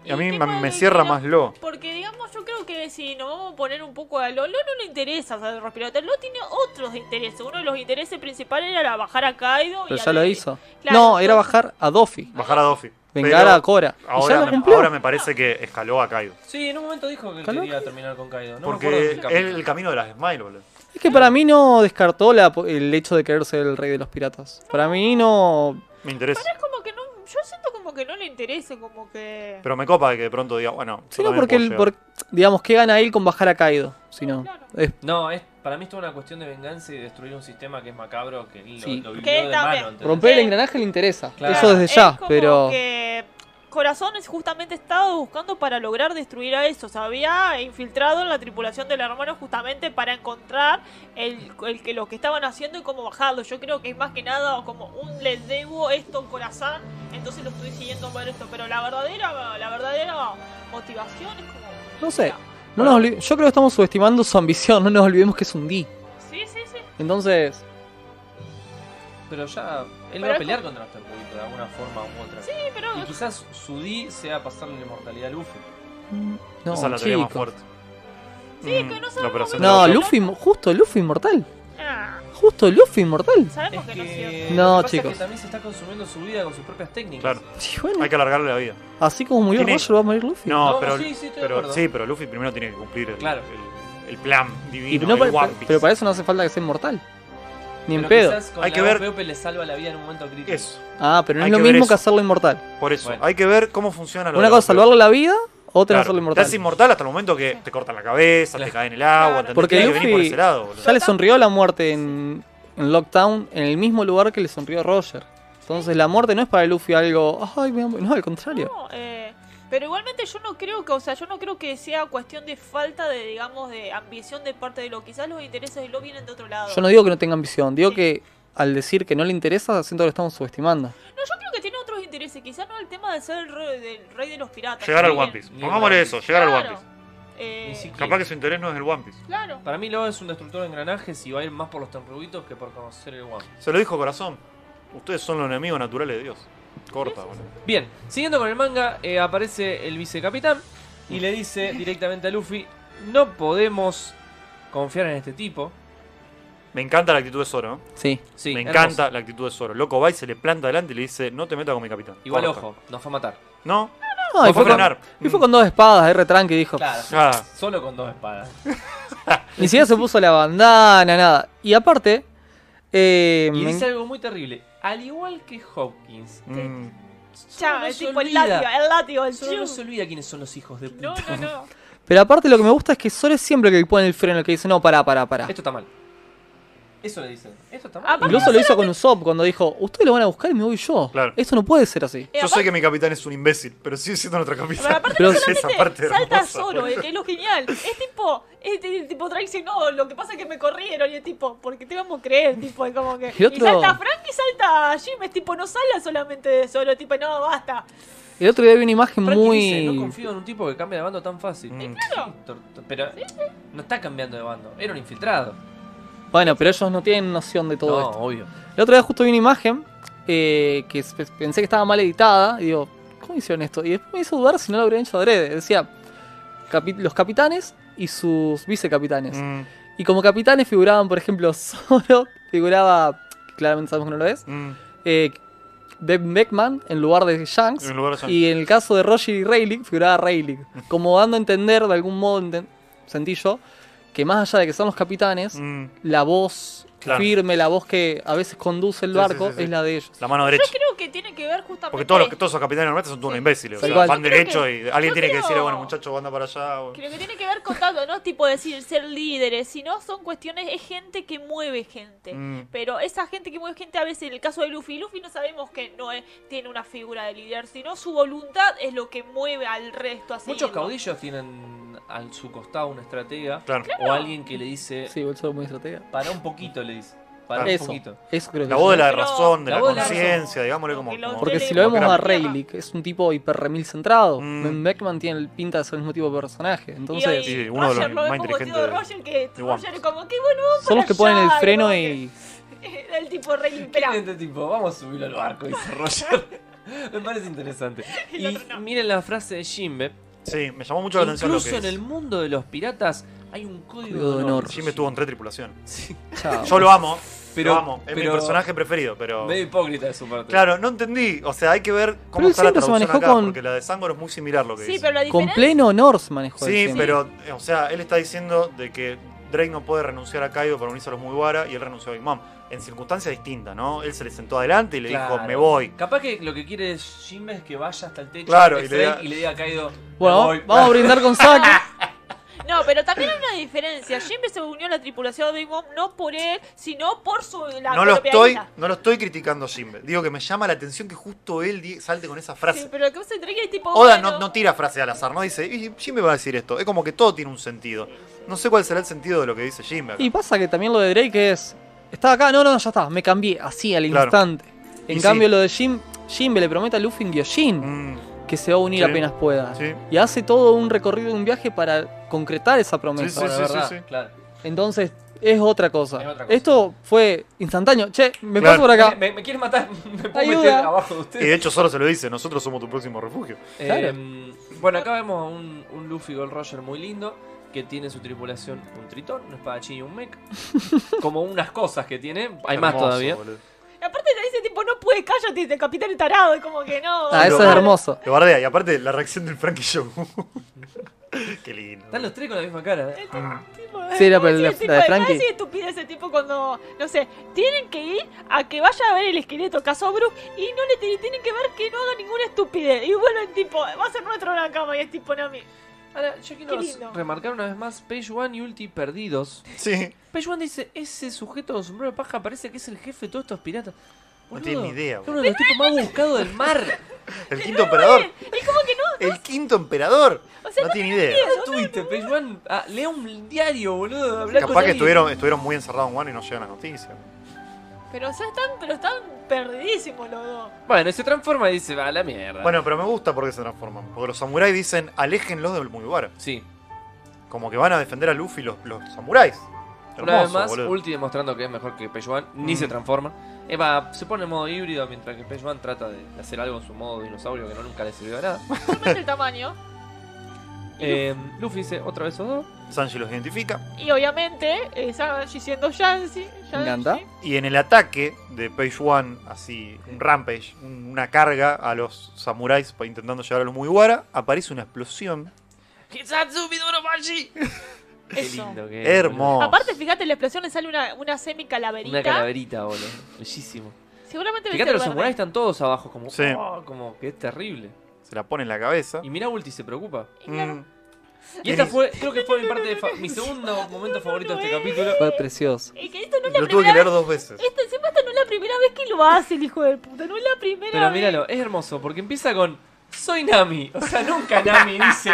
Speaker 3: a mí
Speaker 4: ¿Y
Speaker 3: me,
Speaker 4: qué más
Speaker 3: me
Speaker 4: le
Speaker 3: cierra
Speaker 4: diría?
Speaker 3: más lo.
Speaker 4: Porque, digamos, yo creo que si nos vamos a poner un poco a lo, lo no le interesa saber los piratas. Lo tiene otros intereses. Uno de los intereses principales era bajar a Kaido. y
Speaker 1: Pero
Speaker 4: a
Speaker 1: ya lo
Speaker 4: Luffy.
Speaker 1: hizo.
Speaker 4: Claro,
Speaker 1: no, era
Speaker 4: entonces-
Speaker 1: bajar a Doffy.
Speaker 3: Bajar a Doffy.
Speaker 1: Vengar
Speaker 3: Pero
Speaker 1: a Cora. Y ya
Speaker 3: Ahora
Speaker 1: lo
Speaker 3: me,
Speaker 1: cumplió.
Speaker 3: ahora me parece que escaló a Kaido.
Speaker 2: Sí, en un momento dijo que
Speaker 1: Claro.
Speaker 2: quería terminar con Kaido. No me acuerdo
Speaker 3: porque
Speaker 2: del
Speaker 3: él
Speaker 2: capítulo.
Speaker 3: el camino de las Smile, boludo.
Speaker 1: Es que para mí no descartó la po- el hecho de querer ser el rey de los piratas. Para mí no.
Speaker 3: Me interesa.
Speaker 4: Es como que no. Yo siento como que no le interesa, como que.
Speaker 3: Pero me copa que de pronto diga, bueno, yo
Speaker 1: Sino
Speaker 3: también
Speaker 1: porque,
Speaker 3: puedo
Speaker 1: él,
Speaker 3: llegar.
Speaker 1: por- digamos, ¿qué gana él con bajar a Kaido? Si no.
Speaker 4: Claro.
Speaker 1: Es-
Speaker 2: No, es, para mí es toda una cuestión de venganza y destruir un sistema que es macabro, que él lo-
Speaker 1: Sí.
Speaker 2: lo, vivió
Speaker 4: Que
Speaker 2: de
Speaker 4: también.
Speaker 2: mano. ¿entendés?
Speaker 1: romper el
Speaker 4: Sí.
Speaker 1: engranaje le interesa.
Speaker 2: Claro.
Speaker 1: Eso desde
Speaker 4: Es
Speaker 1: ya.
Speaker 4: como
Speaker 1: Pero.
Speaker 4: que Corazón es justamente estaba buscando para lograr destruir a eso. Se había infiltrado en la tripulación del hermano justamente para encontrar el, el que lo que estaban haciendo y cómo bajarlo. Yo creo que es más que nada como un le debo esto a Corazón, entonces lo estoy siguiendo por esto. Pero la verdadera, la verdadera motivación es como.
Speaker 1: No sé. No nos olvi- yo creo que estamos subestimando su ambición. No nos olvidemos que es un D.
Speaker 4: Sí, sí, sí.
Speaker 1: Entonces.
Speaker 2: Pero ya él
Speaker 4: Pero
Speaker 2: va a
Speaker 4: es
Speaker 2: pelear contra este público de alguna forma u otra.
Speaker 4: Sí, pero
Speaker 2: Y quizás su D sea pasarle la inmortalidad a Luffy.
Speaker 1: mm, No,
Speaker 3: Esa es la teoría más
Speaker 1: chico.
Speaker 3: fuerte.
Speaker 4: Sí, que
Speaker 3: Mm,
Speaker 4: no
Speaker 3: la
Speaker 4: sabemos
Speaker 3: operación
Speaker 1: No,
Speaker 3: de
Speaker 4: Lu-
Speaker 3: Luffy.
Speaker 1: Luffy, justo Luffy inmortal.
Speaker 4: ah,
Speaker 1: Justo Luffy inmortal.
Speaker 4: sabemos que, no es cierto.
Speaker 1: No,
Speaker 2: lo que pasa es
Speaker 1: chicos.
Speaker 2: que también se está consumiendo su vida con sus propias técnicas.
Speaker 3: Claro.
Speaker 1: Sí, bueno,
Speaker 3: Hay que alargarle la vida.
Speaker 1: así como murió
Speaker 3: Tiene-
Speaker 1: Roger, va a morir Luffy.
Speaker 3: No,
Speaker 2: No,
Speaker 3: pero,
Speaker 2: sí, sí, estoy de
Speaker 3: pero
Speaker 2: acuerdo.
Speaker 3: sí, pero Luffy primero tiene que cumplir el,
Speaker 2: Claro.
Speaker 3: el, el plan divino,
Speaker 1: Y no
Speaker 3: el
Speaker 1: pa-
Speaker 3: One
Speaker 1: pero,
Speaker 3: Piece.
Speaker 1: para eso no hace falta que sea inmortal. Ni en
Speaker 2: Pero
Speaker 1: pedo.
Speaker 2: quizás con
Speaker 3: Hay
Speaker 2: la
Speaker 3: que ver-
Speaker 2: OPEOPE le salva la vida en un momento crítico.
Speaker 3: Eso,
Speaker 1: Ah, pero no
Speaker 3: hay
Speaker 1: es lo
Speaker 3: que ver
Speaker 1: mismo
Speaker 3: eso.
Speaker 1: que hacerlo inmortal.
Speaker 3: por eso.
Speaker 2: Bueno.
Speaker 3: Hay que ver cómo funciona lo
Speaker 1: Una
Speaker 3: de
Speaker 1: cosa,
Speaker 3: Luffy.
Speaker 1: salvarle la vida, otra
Speaker 3: Claro,
Speaker 1: es hacerlo
Speaker 3: Te hace
Speaker 1: inmortal.
Speaker 3: inmortal hasta el momento que te cortan la cabeza, te
Speaker 2: Claro.
Speaker 3: caen en el agua, ¿entendés?
Speaker 1: Porque
Speaker 3: Tiene que
Speaker 1: Luffy
Speaker 3: venir por ese lado, boludo.
Speaker 1: Ya le sonrió la muerte en, en Lockdown, en el mismo lugar que le sonrió a Roger. Entonces la muerte no es para Luffy algo. Ay, me am-". no, al contrario.
Speaker 4: No, eh, pero igualmente yo no creo que, o sea, yo no creo que sea cuestión de falta de, digamos, de ambición de parte de lo. Quizás los intereses de lo vienen de otro lado.
Speaker 1: Yo no digo que no tenga ambición, digo que al decir que no le interesa, siento que lo estamos subestimando.
Speaker 4: No, yo creo que tiene otros intereses. Quizás no el tema de ser el rey, del rey de los piratas.
Speaker 3: Llegar al
Speaker 4: Bien.
Speaker 3: One Piece.
Speaker 2: Bien,
Speaker 3: Pongámosle
Speaker 2: One
Speaker 3: eso, llegar al One
Speaker 4: Claro.
Speaker 3: Piece.
Speaker 4: Eh,
Speaker 2: Ni siquiera.
Speaker 3: Capaz que su interés no es el One Piece.
Speaker 4: Claro.
Speaker 2: Para mí, Law es un destructor de engranajes y va a ir más por los tenrubitos que por conocer el One.
Speaker 3: Se lo dijo corazón. Ustedes son los enemigos naturales de Dios. Corta, boludo.
Speaker 2: Bien, siguiendo con el manga, eh, aparece el vicecapitán y le dice directamente a Luffy: No podemos confiar en este tipo.
Speaker 3: Me encanta la actitud de Zoro. ¿no?
Speaker 1: Sí.
Speaker 2: Sí,
Speaker 3: Me
Speaker 2: hermoso.
Speaker 3: encanta la actitud de Zoro. Loco va y se le planta adelante y le dice, no te metas con mi capitán.
Speaker 2: Igual,
Speaker 3: Corta.
Speaker 2: ojo, nos fue a matar.
Speaker 3: No,
Speaker 1: No,
Speaker 3: no
Speaker 1: y, fue con,
Speaker 3: frenar.
Speaker 1: y fue con dos espadas, R. Tranqui dijo.
Speaker 2: Claro,
Speaker 3: Ah,
Speaker 2: solo con dos espadas.
Speaker 1: Ni siquiera se puso la bandana, nada. Y aparte, eh,
Speaker 2: Y
Speaker 1: me-
Speaker 2: dice algo muy terrible. Al igual que Hopkins,
Speaker 3: mm,
Speaker 4: Eh, Ya,
Speaker 2: no
Speaker 4: el
Speaker 2: se
Speaker 4: tipo, el
Speaker 2: olvida.
Speaker 4: látigo, el látigo, el
Speaker 2: solo no se
Speaker 4: chiu.
Speaker 2: olvida quiénes son los hijos de puta.
Speaker 4: No, no, no.
Speaker 1: pero aparte lo que me gusta es que Solo es siempre el que pone el freno, el que dice, no, pará, pará, pará.
Speaker 2: Esto está mal. Eso le dicen. Esto está mal.
Speaker 4: Aparte-
Speaker 1: Incluso lo hizo con Usopp cuando dijo, ustedes lo van a buscar y me voy yo.
Speaker 3: Claro.
Speaker 1: Esto no puede ser así.
Speaker 4: Eh,
Speaker 3: Yo
Speaker 4: aparte-
Speaker 3: sé que mi capitán es un imbécil, pero sigue siendo nuestro
Speaker 4: Pero
Speaker 3: capitán. *laughs*
Speaker 4: aparte
Speaker 1: Pero
Speaker 4: no
Speaker 1: esa
Speaker 4: solamente
Speaker 3: parte
Speaker 4: salta
Speaker 3: hermosa,
Speaker 4: solo,
Speaker 3: boludo.
Speaker 4: que es lo genial. Es tipo, es de- tipo Drake dice, no, lo que pasa es que me corrieron y es tipo, porque te vamos a creer, tipo, es como que.
Speaker 1: Y otro-
Speaker 4: Y salta Frank y salta Jim, es tipo, no sala solamente de solo, tipo, no, basta.
Speaker 1: El otro día vi una imagen
Speaker 2: Frankie dice, no
Speaker 1: muy...
Speaker 2: confío en un tipo que cambia de bando tan fácil.
Speaker 3: Mm.
Speaker 4: Claro.
Speaker 2: Tor- tor- Pero no está cambiando de bando. Era un infiltrado.
Speaker 1: Bueno, pero ellos no tienen noción de todo
Speaker 2: no,
Speaker 1: esto.
Speaker 2: obvio.
Speaker 1: La otra vez justo vi una imagen eh, que s- pensé que estaba mal editada y digo, ¿cómo hicieron esto? Y después me hizo dudar si no lo habrían hecho adrede. Decía, capi- los capitanes y sus vicecapitanes.
Speaker 3: Mm,
Speaker 1: Y como capitanes figuraban, por ejemplo, *laughs* Zoro, figuraba, que claramente sabemos que no lo es,
Speaker 3: mm.
Speaker 1: eh, Beck- Beckman en lugar de Shanks.
Speaker 3: En lugar de Shanks. Mm.
Speaker 1: Y en el caso de Roger y Rayleigh, figuraba Rayleigh. Como dando a entender, de algún modo, enten- sentí yo, que más allá de que son los capitanes,
Speaker 3: Mm,
Speaker 1: la voz
Speaker 3: Claro.
Speaker 1: firme, la voz que a veces conduce el
Speaker 3: Sí, sí,
Speaker 1: barco,
Speaker 3: sí, sí.
Speaker 1: es la de ellos.
Speaker 3: La mano
Speaker 4: Yo
Speaker 3: derecha.
Speaker 4: creo que tiene que ver justamente.
Speaker 3: Porque todos, los, todos esos capitanes normales son todos
Speaker 4: Sí.
Speaker 3: imbéciles. O
Speaker 1: Tal
Speaker 3: sea,
Speaker 1: cual.
Speaker 3: van
Speaker 4: Yo creo
Speaker 3: derecho
Speaker 4: que-
Speaker 3: y alguien tiene
Speaker 4: yo
Speaker 3: que
Speaker 4: creo-
Speaker 3: decirle, bueno, muchachos, anda para allá. o-
Speaker 4: Creo que tiene que ver con tanto, no tipo decir ser líderes, sino son cuestiones, es gente que mueve gente.
Speaker 3: Mm.
Speaker 4: Pero esa gente que mueve gente, a veces en el caso de Luffy, Luffy no sabemos que no es- tiene una figura de líder, sino su voluntad es lo que mueve al resto a
Speaker 2: Muchos
Speaker 4: seguirlo.
Speaker 2: caudillos tienen a su costado un estratega
Speaker 3: Claro.
Speaker 2: o alguien que le dice,
Speaker 1: Sí, igual Zoro es muy estratega.
Speaker 2: para un poquito, le dice. Para
Speaker 3: Claro.
Speaker 2: un
Speaker 1: Eso,
Speaker 2: poquito.
Speaker 1: eso creo que
Speaker 3: La voz de
Speaker 1: es.
Speaker 3: la
Speaker 4: Pero-
Speaker 3: razón, de
Speaker 2: La
Speaker 3: la,
Speaker 2: voz de la
Speaker 3: conciencia,
Speaker 4: razón.
Speaker 3: digámosle como.
Speaker 4: Porque lo-
Speaker 3: como-
Speaker 1: Porque si
Speaker 4: Tele-
Speaker 1: lo vemos
Speaker 3: como
Speaker 1: a
Speaker 3: que-
Speaker 1: Rayleigh, que es un tipo hiper remil centrado,
Speaker 3: Mm.
Speaker 1: Beckman tiene el pinta de ser el mismo tipo de personaje.
Speaker 4: Y hoy
Speaker 1: Entonces,
Speaker 3: Sí, uno de los
Speaker 4: Roger lo ve
Speaker 3: más
Speaker 4: como
Speaker 3: inteligentes
Speaker 4: tío de
Speaker 3: de-
Speaker 4: Roger, que
Speaker 3: de
Speaker 4: Roger
Speaker 3: One
Speaker 4: es como que bueno, vamos
Speaker 1: son los
Speaker 4: para
Speaker 1: que ponen el
Speaker 4: allá",
Speaker 1: freno
Speaker 4: como
Speaker 1: y.
Speaker 4: que- El tipo rey
Speaker 2: ¿Qué
Speaker 4: impera.
Speaker 2: tiene *laughs* este tipo? Vamos a subirlo al barco, dice Roger. *laughs* Me parece
Speaker 4: *laughs*
Speaker 2: interesante.
Speaker 4: El
Speaker 2: Y
Speaker 4: otro no.
Speaker 2: miren la frase de Jimbe.
Speaker 3: Sí, me llamó mucho la atención lo que
Speaker 2: Incluso en
Speaker 3: es.
Speaker 2: el mundo de los piratas hay un
Speaker 1: Código
Speaker 2: código
Speaker 1: de
Speaker 2: de honor.
Speaker 1: honor.
Speaker 3: Jim estuvo en tres tripulaciones. *laughs*
Speaker 2: Sí.
Speaker 1: Chao.
Speaker 3: Yo lo amo,
Speaker 2: Ah, Pero-
Speaker 3: lo amo. Es
Speaker 2: pero-
Speaker 3: mi personaje preferido, pero.
Speaker 2: Medio hipócrita de su parte.
Speaker 3: Claro, no entendí. O sea, hay que ver
Speaker 1: Pero
Speaker 3: cómo
Speaker 1: él
Speaker 3: está la
Speaker 1: siempre se
Speaker 3: traducción
Speaker 1: manejó
Speaker 3: acá,
Speaker 1: con-
Speaker 3: porque la de Sangor es muy similar lo que
Speaker 4: Sí,
Speaker 3: dice.
Speaker 4: pero la
Speaker 1: Con
Speaker 4: diferencia
Speaker 1: pleno honor se manejó él
Speaker 3: Sí,
Speaker 1: siempre.
Speaker 3: pero, eh, o sea, él está diciendo de que Drake no puede renunciar a Kaido para unirse a los Mugiwara y él renunció a Big Mom. En circunstancias distintas, ¿no? Él se le sentó adelante y le dijo,
Speaker 2: Claro.
Speaker 3: me voy.
Speaker 2: Capaz que lo que quiere Jimbe es que vaya hasta el techo
Speaker 3: Claro,
Speaker 2: de
Speaker 3: y le diga-
Speaker 2: Drake y le diga a Kaido.
Speaker 1: Bueno,
Speaker 2: "Me voy".
Speaker 1: vamos
Speaker 2: *laughs*
Speaker 1: a brindar con
Speaker 3: *laughs*
Speaker 1: Saki.
Speaker 4: No, pero también hay una diferencia. Jimbe se unió a la tripulación de Big Mom no por él, sino por su la
Speaker 3: No lo,
Speaker 4: propia
Speaker 3: estoy,
Speaker 4: isla.
Speaker 3: no lo estoy criticando a Jimbe. Digo que me llama la atención que justo él di- salte con esa
Speaker 4: Sí,
Speaker 3: frase.
Speaker 4: pero lo que pasa es que Drake es tipo.
Speaker 3: Oda
Speaker 4: bueno,
Speaker 3: no, no tira frases al azar, ¿no? Dice, "Y Jimbe va a decir esto. Es como que todo tiene un sentido. No sé cuál será el sentido de lo que dice Jimbe. acá.
Speaker 1: Y pasa que también lo de Drake es. Estaba acá, no, no, ya está, me cambié, así al
Speaker 3: Claro.
Speaker 1: instante. En
Speaker 3: Y
Speaker 1: cambio,
Speaker 3: sí.
Speaker 1: lo de Jim, Jim le promete a Luffy en Gyojin
Speaker 3: Mm,
Speaker 1: que se va a unir
Speaker 3: Sí.
Speaker 1: apenas pueda.
Speaker 3: sí.
Speaker 1: Y hace todo un recorrido, un viaje para concretar esa promesa.
Speaker 3: Sí,
Speaker 2: Bueno,
Speaker 3: sí,
Speaker 2: es
Speaker 3: sí,
Speaker 2: verdad,
Speaker 3: sí.
Speaker 2: claro.
Speaker 1: Entonces, es otra, cosa.
Speaker 2: Es otra cosa.
Speaker 1: Esto fue instantáneo. Che, me
Speaker 3: Claro.
Speaker 1: paso por acá.
Speaker 2: Me, me- me quieres matar, *laughs* me puedo
Speaker 1: Ayuda.
Speaker 2: meter abajo de
Speaker 3: Y
Speaker 2: ustedes.
Speaker 3: de hecho solo se lo dice, nosotros somos tu próximo refugio.
Speaker 2: Eh,
Speaker 1: Claro.
Speaker 2: bueno, acá vemos a un, un Luffy Gold Roger muy lindo que tiene en su tripulación un tritón, un espadachín y un mech.
Speaker 3: *laughs*
Speaker 2: Como unas cosas que tiene, hay más
Speaker 3: Hermoso,
Speaker 2: todavía.
Speaker 3: boludo.
Speaker 4: Aparte le dice tipo, no puede, cállate, el capitán es tarado. Es como que no.
Speaker 1: Ah, eso es hermoso.
Speaker 3: Lo bardea, y aparte la reacción del Frankie Show. *laughs* Qué lindo.
Speaker 2: Están los tres con la misma cara. eh.
Speaker 4: Tipo,
Speaker 1: Sí, era,
Speaker 4: ¿cómo
Speaker 1: pero
Speaker 4: decir
Speaker 1: la-
Speaker 4: el tipo
Speaker 1: la de
Speaker 4: de-
Speaker 1: Frankie?
Speaker 4: ¿cómo decir estupidez ese tipo cuando, no sé, tienen que ir a que vaya a ver el esqueleto Casobru y no le te- tienen que ver que no haga ninguna estupidez. Y bueno, el tipo, va a ser nuestro Nakama y es tipo Nami.
Speaker 2: Ahora, yo quiero
Speaker 4: Qué lindo.
Speaker 2: remarcar una vez más: Page One y Ulti perdidos.
Speaker 3: Sí.
Speaker 2: Page One dice: Ese sujeto con sombrero de paja parece que es el jefe de todos estos piratas.
Speaker 3: No
Speaker 2: Boludo,
Speaker 3: tiene ni idea,
Speaker 2: es uno de los tipos más buscados del mar.
Speaker 3: El quinto emperador.
Speaker 4: Y como que no,
Speaker 3: El quinto emperador.
Speaker 4: o sea,
Speaker 3: No
Speaker 4: no-
Speaker 3: tiene idea.
Speaker 2: ¿Dónde estuviste, Page One? Ah, lea un diario, boludo. Hablá con
Speaker 3: Capaz que
Speaker 2: alguien.
Speaker 3: estuvieron, estuvieron muy encerrados en One y no llegan a noticias.
Speaker 4: Pero, o sea, están, pero están perdidísimos los dos.
Speaker 2: Bueno, y se transforma y dice, va a la mierda.
Speaker 3: Bueno, pero me gusta porque se transforman. Porque los samuráis dicen, aléjenlos de Mugiwara.
Speaker 2: sí.
Speaker 3: Como que van a defender a Luffy los, los samuráis.
Speaker 2: Una vez
Speaker 3: Hermoso,
Speaker 2: más,
Speaker 3: boludo.
Speaker 2: Ulti demostrando que es mejor que Pejuan, ni
Speaker 3: Mm.
Speaker 2: se transforma. Eva se pone en modo híbrido mientras que Pejuan trata de de hacer algo en su modo dinosaurio que no nunca le sirvió de
Speaker 3: *laughs*
Speaker 2: nada.
Speaker 4: Solamente el tamaño.
Speaker 2: Eh, Luffy dice otra vez esos dos.
Speaker 3: Sanji los identifica.
Speaker 4: Y obviamente, eh, Sanji siendo Yancy.
Speaker 1: Me encanta.
Speaker 3: Y en el ataque de Page One, así, un rampage, un- una carga a los samuráis pa- intentando llegar a los Mugiwara, aparece una explosión.
Speaker 2: ¡Kitsatsu Midorobashi! Qué
Speaker 4: Eso.
Speaker 2: lindo que es,
Speaker 3: Hermoso.
Speaker 4: Aparte, fíjate, en la explosión le sale una, una semi
Speaker 2: boludo. Una
Speaker 4: calaverita.
Speaker 2: calaverita, boludo. Bellísimo.
Speaker 4: Seguramente
Speaker 2: Fíjate, los
Speaker 4: verde.
Speaker 2: samuráis están todos abajo, como,
Speaker 3: Sí.
Speaker 2: "Oh", como que es terrible.
Speaker 3: Se la pone en la cabeza.
Speaker 2: Y mira, Ulti se preocupa.
Speaker 4: Y claro,
Speaker 3: Mm.
Speaker 2: Y esta fue, creo que fue mi parte de fa- mi segundo momento favorito de este capítulo.
Speaker 1: Fue precioso.
Speaker 4: Es que esto no es la
Speaker 3: Lo tuve que
Speaker 4: primera
Speaker 3: leer dos veces.
Speaker 4: Esta, Este, encima esta no es la primera vez que lo hace el hijo de puta, no es la primera
Speaker 2: Pero
Speaker 4: vez.
Speaker 2: míralo, es hermoso, porque empieza con soy Nami. O sea, nunca Nami dice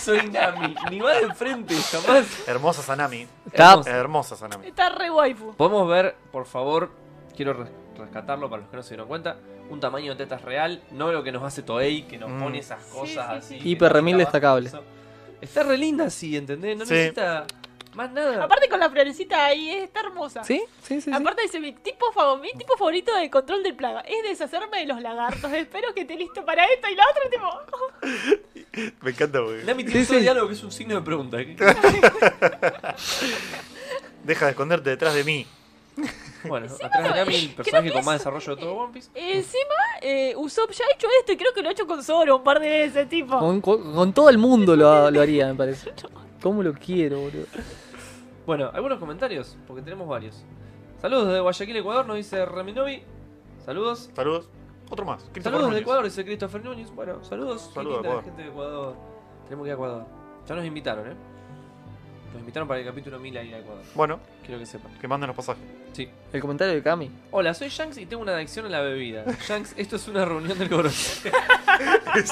Speaker 2: soy Nami. Ni va de frente, jamás.
Speaker 3: Hermosa Sanami.
Speaker 1: Está-
Speaker 2: Hermoso.
Speaker 3: Hermosa Sanami.
Speaker 4: Está re waifu.
Speaker 2: Podemos ver, por favor, quiero res- rescatarlo para los que no se dieron cuenta, un tamaño de tetas real, no lo que nos hace Toei, que nos
Speaker 3: Mm.
Speaker 2: pone esas
Speaker 4: Sí,
Speaker 2: cosas
Speaker 4: sí, sí.
Speaker 2: así.
Speaker 1: Hiper
Speaker 2: que
Speaker 1: remil
Speaker 2: nos tapa,
Speaker 1: destacable.
Speaker 2: eso. Está re linda así, ¿entendés? No
Speaker 3: Sí.
Speaker 2: necesita más nada.
Speaker 4: Aparte con la florecita ahí, está hermosa.
Speaker 1: ¿Sí? Sí, sí, sí.
Speaker 4: Aparte dice, mi tipo, fa- mi tipo favorito de control del plaga es deshacerme de los lagartos. Espero que esté listo para esto. Y la otra, tipo, *laughs*
Speaker 3: Me encanta, güey.
Speaker 2: Nami tiene
Speaker 1: Sí,
Speaker 2: un solo
Speaker 1: sí.
Speaker 2: diálogo que es un signo de
Speaker 4: *laughs*
Speaker 2: pregunta.
Speaker 3: Deja de esconderte detrás de mí.
Speaker 2: Bueno,
Speaker 4: Encima
Speaker 2: atrás de
Speaker 4: no-
Speaker 2: Nami, el
Speaker 4: creo
Speaker 2: personaje
Speaker 4: que
Speaker 2: con más
Speaker 4: eso-
Speaker 2: desarrollo de todo One Piece.
Speaker 4: encima eh, Usopp ya ha hecho esto y creo que lo ha hecho con Zoro un par de veces, *laughs* tipo.
Speaker 1: Con, con- con todo el mundo lo, lo haría, me parece. ¿Cómo lo quiero, boludo?
Speaker 2: Bueno, algunos comentarios, porque tenemos varios. Saludos desde Guayaquil, Ecuador, nos dice Reminovi. Saludos.
Speaker 3: Saludos. Otro más. Christopher
Speaker 2: Saludos de
Speaker 3: Núñez.
Speaker 2: Ecuador, dice Christopher Núñez. Bueno, saludos. Qué
Speaker 3: Saludos,
Speaker 2: linda
Speaker 3: Ecuador.
Speaker 2: gente de Ecuador. Tenemos que ir a Ecuador. Ya nos invitaron, ¿eh? Nos invitaron para el capítulo 1000 a ir a Ecuador.
Speaker 3: Bueno,
Speaker 2: Quiero que sepan.
Speaker 3: que manden los pasajes.
Speaker 2: *laughs* Sí.
Speaker 1: El comentario de Cami.
Speaker 2: Hola, soy Shanks y tengo una adicción a la
Speaker 3: *laughs*
Speaker 2: bebida. Shanks, esto es una reunión del coro.
Speaker 3: es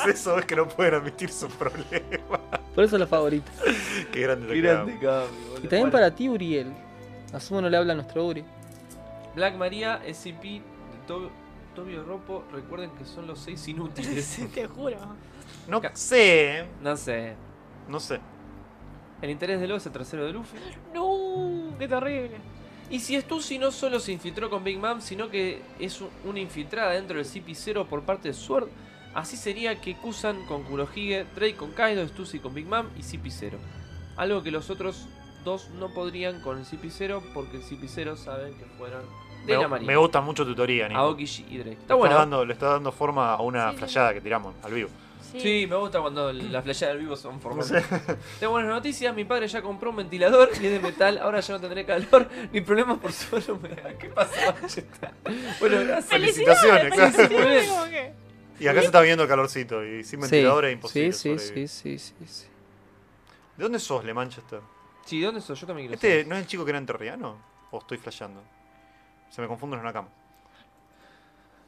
Speaker 3: eso, es que no pueden admitir su problema. *laughs*
Speaker 1: Por eso es la favorita.
Speaker 3: Qué *laughs* grande la cagada.
Speaker 1: Y también para ti, Uriel. Asumo no le habla a nuestro Uri.
Speaker 2: Black Maria, SCP, de Tobio, Tobio Ropo. Recuerden que son los
Speaker 1: *laughs*
Speaker 2: seis inútiles.
Speaker 4: Te juro.
Speaker 3: No sé,
Speaker 2: no sé.
Speaker 3: no sé.
Speaker 2: El interés de Lo es el tercero de Luffy.
Speaker 4: No, qué terrible.
Speaker 2: Y si Stussy no solo se infiltró con Big Mom, sino que es un- una infiltrada dentro del CP0 por parte de Sword, así sería que Kusan con Kurohige, Drake con Kaido, Stussy con Big Mom y CP0. Algo que los otros dos no podrían con el CP0 porque el CP0 saben que fueron de
Speaker 3: Me,
Speaker 2: la
Speaker 3: me
Speaker 2: marina.
Speaker 3: gusta mucho tu teoría, Nico.
Speaker 2: Aoki y Drake. Está
Speaker 3: Le
Speaker 2: bueno.
Speaker 3: estás dando- le estás dando forma a una
Speaker 4: Sí, sí.
Speaker 3: flayada que tiramos al vivo.
Speaker 2: Sí, me gusta cuando las flasheadas del vivo son formales. *laughs* Tengo buenas noticias, mi padre ya compró un ventilador y es de metal, ahora ya no tendré calor *laughs* ni problemas por su humedad. ¿Qué *laughs* pasa? bueno, gracias.
Speaker 3: Felicitaciones, claro.
Speaker 4: felicidades,
Speaker 2: Muy bien.
Speaker 4: como que-
Speaker 3: Y acá se está viendo el calorcito y sin ventilador es imposible.
Speaker 1: Sí, sí, sí,
Speaker 3: sobrevivir.
Speaker 1: sí, sí, sí.
Speaker 3: ¿De dónde sos, Le Manchester?
Speaker 2: Sí, ¿dónde soy? Yo también quiero
Speaker 3: ¿Este
Speaker 2: saber.
Speaker 3: no es el chico que era enterriano? ¿O estoy flasheando? Se me confunden en una cama.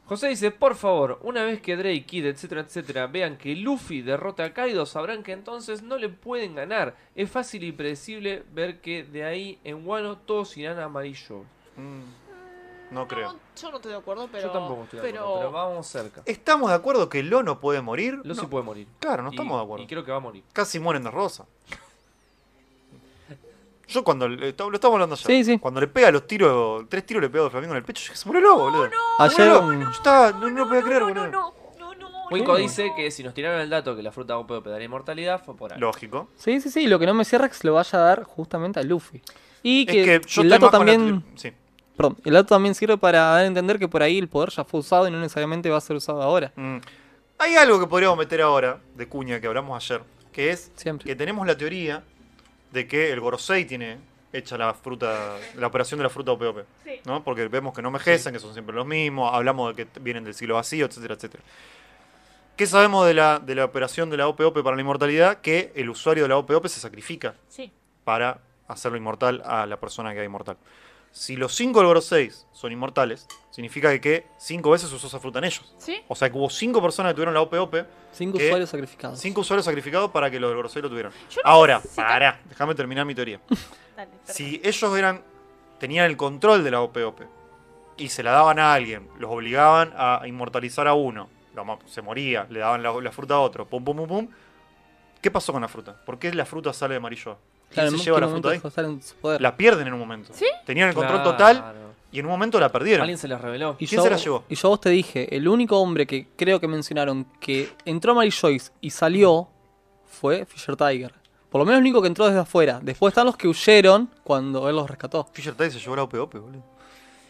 Speaker 2: José dice, por favor, una vez que Drake, Kid, etcétera, etcétera, vean que Luffy derrota a Kaido, sabrán que entonces no le pueden ganar. Es fácil y predecible ver que de ahí en Wano todos irán a amarillo.
Speaker 3: Mm, no creo.
Speaker 4: No, yo no estoy de acuerdo, pero.
Speaker 2: Yo tampoco estoy de acuerdo, pero vamos cerca.
Speaker 3: ¿Estamos de acuerdo que Lo no puede morir?
Speaker 2: Lo sí
Speaker 3: No.
Speaker 2: puede morir.
Speaker 3: Claro, no
Speaker 2: Y-
Speaker 3: estamos de acuerdo.
Speaker 2: Y creo que va a morir.
Speaker 3: Casi mueren de rosa. Yo cuando le- lo estamos hablando ya.
Speaker 1: Sí, sí.
Speaker 3: Cuando le pega los tiros, tres tiros le pega de Flamingo en el pecho, yo dije, se murió Lobo, boludo.
Speaker 1: Ayer
Speaker 3: Murió
Speaker 1: un-
Speaker 3: Lobo. Yo estaba, no, no, lo podía creer,
Speaker 4: no,
Speaker 3: boludo.
Speaker 4: no, no, no, no,
Speaker 2: Wico
Speaker 4: no,
Speaker 2: dice
Speaker 4: no.
Speaker 2: que si nos tiraron el dato que la fruta OPOP da inmortalidad, fue por algo.
Speaker 3: Lógico.
Speaker 1: Sí, sí, sí. Lo que no me cierra es que se lo vaya a dar justamente a Luffy. Y
Speaker 3: Es
Speaker 1: que,
Speaker 3: que yo
Speaker 1: el
Speaker 3: estoy
Speaker 1: dato
Speaker 3: más con la
Speaker 1: también.
Speaker 3: tri- Sí.
Speaker 1: Perdón, el dato también sirve para dar a entender que por ahí el poder ya fue usado y no necesariamente va a ser usado ahora.
Speaker 3: Mm. Hay algo que podríamos meter ahora, de cuña, que hablamos ayer, que es
Speaker 1: Siempre.
Speaker 3: que tenemos la teoría de que el Gorosei tiene hecha la fruta, la operación de la fruta OPOP.
Speaker 4: Sí.
Speaker 3: ¿no? Porque vemos que no mejecen, que son siempre los mismos, hablamos de que t- vienen del siglo vacío, etcétera, etcétera. ¿Qué sabemos de la, de la operación de la OPOP para la inmortalidad? Que el usuario de la OPOP se sacrifica
Speaker 4: Sí.
Speaker 3: para hacerlo inmortal a la persona que era inmortal. Si los 5 del Gorosei son inmortales, significa que, que cinco veces usó esa fruta en ellos.
Speaker 4: ¿Sí?
Speaker 3: O sea que hubo cinco personas que tuvieron la OPOP,
Speaker 1: Cinco
Speaker 3: que-
Speaker 1: usuarios sacrificados.
Speaker 3: cinco usuarios sacrificados para que los del Gorosei lo tuvieran.
Speaker 4: Yo no
Speaker 3: Ahora,
Speaker 4: sé si-
Speaker 3: pará, déjame terminar mi teoría.
Speaker 4: Dale, perdón.
Speaker 3: Si ellos eran tenían el control de la OPOP y se la daban a alguien, los obligaban a inmortalizar a uno, lo ma- se moría, le daban la, la fruta a otro, pum, pum, pum, pum. ¿Qué pasó con la fruta? ¿Por qué la fruta sale de amarillo? ¿Quién
Speaker 1: en
Speaker 3: se lleva
Speaker 1: qué
Speaker 3: la
Speaker 1: momento
Speaker 3: fruta ahí?
Speaker 1: dejó de estar en su poder.
Speaker 3: La pierden en un momento.
Speaker 4: ¿Sí?
Speaker 3: Tenían el control
Speaker 2: Claro.
Speaker 3: total y en un momento la perdieron.
Speaker 2: Alguien se las reveló.
Speaker 1: Y
Speaker 3: ¿Quién
Speaker 1: yo-
Speaker 3: se la llevó?
Speaker 1: Y yo a vos te dije, el único hombre que creo que mencionaron que entró a Mary Joyce y salió fue Fisher Tiger. Por lo menos el único que entró desde afuera. Después están los que huyeron cuando él los rescató.
Speaker 3: Fisher Tice se llevó la OPOP, boludo.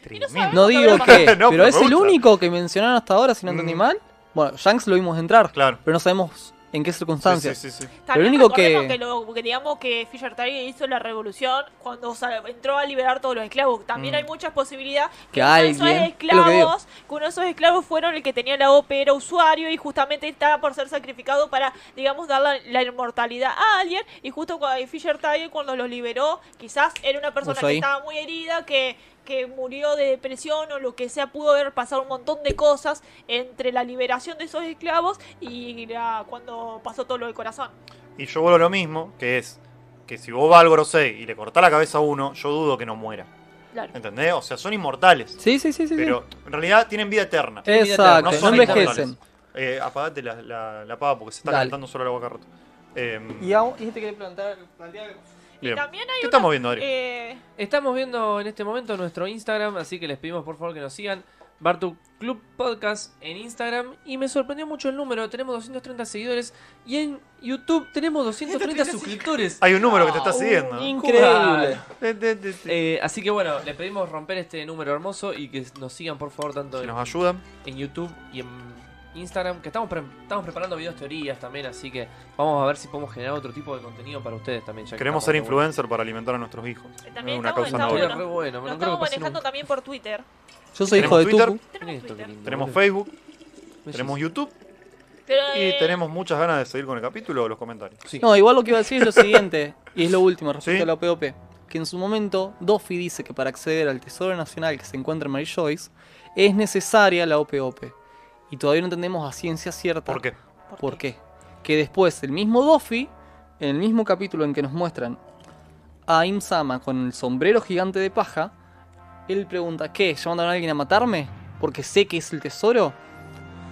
Speaker 4: sabemos.
Speaker 3: Tremendo.
Speaker 1: No
Speaker 4: No
Speaker 1: digo
Speaker 4: creo
Speaker 1: que,
Speaker 3: que- No,
Speaker 1: pero
Speaker 3: me
Speaker 1: es el
Speaker 3: gusta.
Speaker 1: único que mencionaron hasta ahora, si no entendí
Speaker 3: Mm.
Speaker 1: mal. Bueno, Shanks lo vimos entrar,
Speaker 3: Claro.
Speaker 1: pero no sabemos en qué circunstancias.
Speaker 3: Sí, sí, sí, sí.
Speaker 4: También
Speaker 1: único
Speaker 4: recordemos
Speaker 1: que-
Speaker 4: lo- que digamos que Fisher Tiger hizo la revolución cuando o sea, entró a liberar todos los esclavos. También
Speaker 3: Mm.
Speaker 4: hay muchas posibilidades
Speaker 1: Que
Speaker 4: uno de
Speaker 1: alguien-
Speaker 4: esos
Speaker 1: es lo que digo.
Speaker 4: esclavos, que uno de esos esclavos fueron el que tenía la OP, era usuario y justamente estaba por ser sacrificado para, digamos, dar la, la inmortalidad a alguien. Y justo cuando eh, Fisher Tiger cuando los liberó, quizás era una persona
Speaker 1: Vos ahí.
Speaker 4: que estaba muy herida, que que murió de depresión o lo que sea, pudo haber pasado un montón de cosas entre la liberación de esos esclavos y la- cuando pasó todo lo del corazón.
Speaker 3: Y yo vuelvo a lo mismo, que es que si vos vas al Gorosei y le cortás la cabeza a uno, yo dudo que no muera.
Speaker 4: Claro.
Speaker 3: ¿Entendés? O sea, son inmortales.
Speaker 1: Sí, sí, sí, sí. sí.
Speaker 3: Pero en realidad tienen vida eterna.
Speaker 1: Exacto,
Speaker 3: No
Speaker 1: no,
Speaker 3: son
Speaker 1: envejecen.
Speaker 3: Eh, apagate la, la, la pava porque se está
Speaker 1: Dale.
Speaker 3: calentando solo la boca rota. Eh,
Speaker 1: te
Speaker 4: este
Speaker 1: quería plantear,
Speaker 3: bien.
Speaker 4: También hay
Speaker 3: ¿Qué estamos viendo, Adri?
Speaker 4: eh,
Speaker 2: Estamos viendo en este momento nuestro Instagram, así que les pedimos por favor que nos sigan. Bartu Club Podcast en Instagram. Y me sorprendió mucho el número, tenemos 230 seguidores. Y en YouTube tenemos 230 suscriptores.
Speaker 3: Hay un número que te está
Speaker 1: un
Speaker 3: siguiendo.
Speaker 1: Increíble.
Speaker 3: Te- te- te- te-
Speaker 2: Eh, así que bueno, les pedimos romper este número hermoso y que nos sigan por favor tanto
Speaker 3: Si
Speaker 2: en,
Speaker 3: nos ayudan.
Speaker 2: en YouTube y en Instagram, que estamos, pre- estamos preparando videos teorías también, así que vamos a ver si podemos generar otro tipo de contenido para ustedes también. ya que
Speaker 3: Queremos
Speaker 2: estamos
Speaker 3: ser
Speaker 2: re buenos.
Speaker 3: influencer para alimentar a nuestros hijos.
Speaker 4: Eh, También
Speaker 3: Es una
Speaker 4: estamos-
Speaker 3: causa
Speaker 4: estamos-
Speaker 3: noble.
Speaker 2: Estaría re bueno,
Speaker 4: nos
Speaker 2: no creo que
Speaker 4: estamos
Speaker 2: pase
Speaker 4: manejando
Speaker 2: nunca.
Speaker 4: también por Twitter.
Speaker 1: Yo soy hijo
Speaker 3: Tenemos
Speaker 1: de
Speaker 3: Twitter.
Speaker 1: Tuku.
Speaker 2: Miren
Speaker 4: Tenemos
Speaker 2: esto, qué
Speaker 4: Twitter.
Speaker 2: lindo,
Speaker 3: Tenemos
Speaker 2: boludo.
Speaker 3: Facebook,
Speaker 2: Miren
Speaker 3: tenemos
Speaker 2: eso.
Speaker 3: YouTube
Speaker 4: Pero, eh,
Speaker 3: y tenemos muchas ganas de seguir con el capítulo o los comentarios.
Speaker 2: Sí.
Speaker 1: No, igual lo que iba a decir es lo siguiente, *laughs* y es lo último respecto
Speaker 3: Sí.
Speaker 1: a la POP. Que en su momento, Doffy dice que para acceder al Tesoro Nacional que se encuentra en Mary Joyce, es necesaria la OPOP. Y todavía no entendemos a ciencia cierta
Speaker 3: ¿Por qué?
Speaker 1: por qué. Que después, el mismo Doffy, en el mismo capítulo en que nos muestran a Imsama con el sombrero gigante de paja, él pregunta: ¿Qué? ¿Llamaron a alguien a matarme? ¿Porque sé que es el tesoro?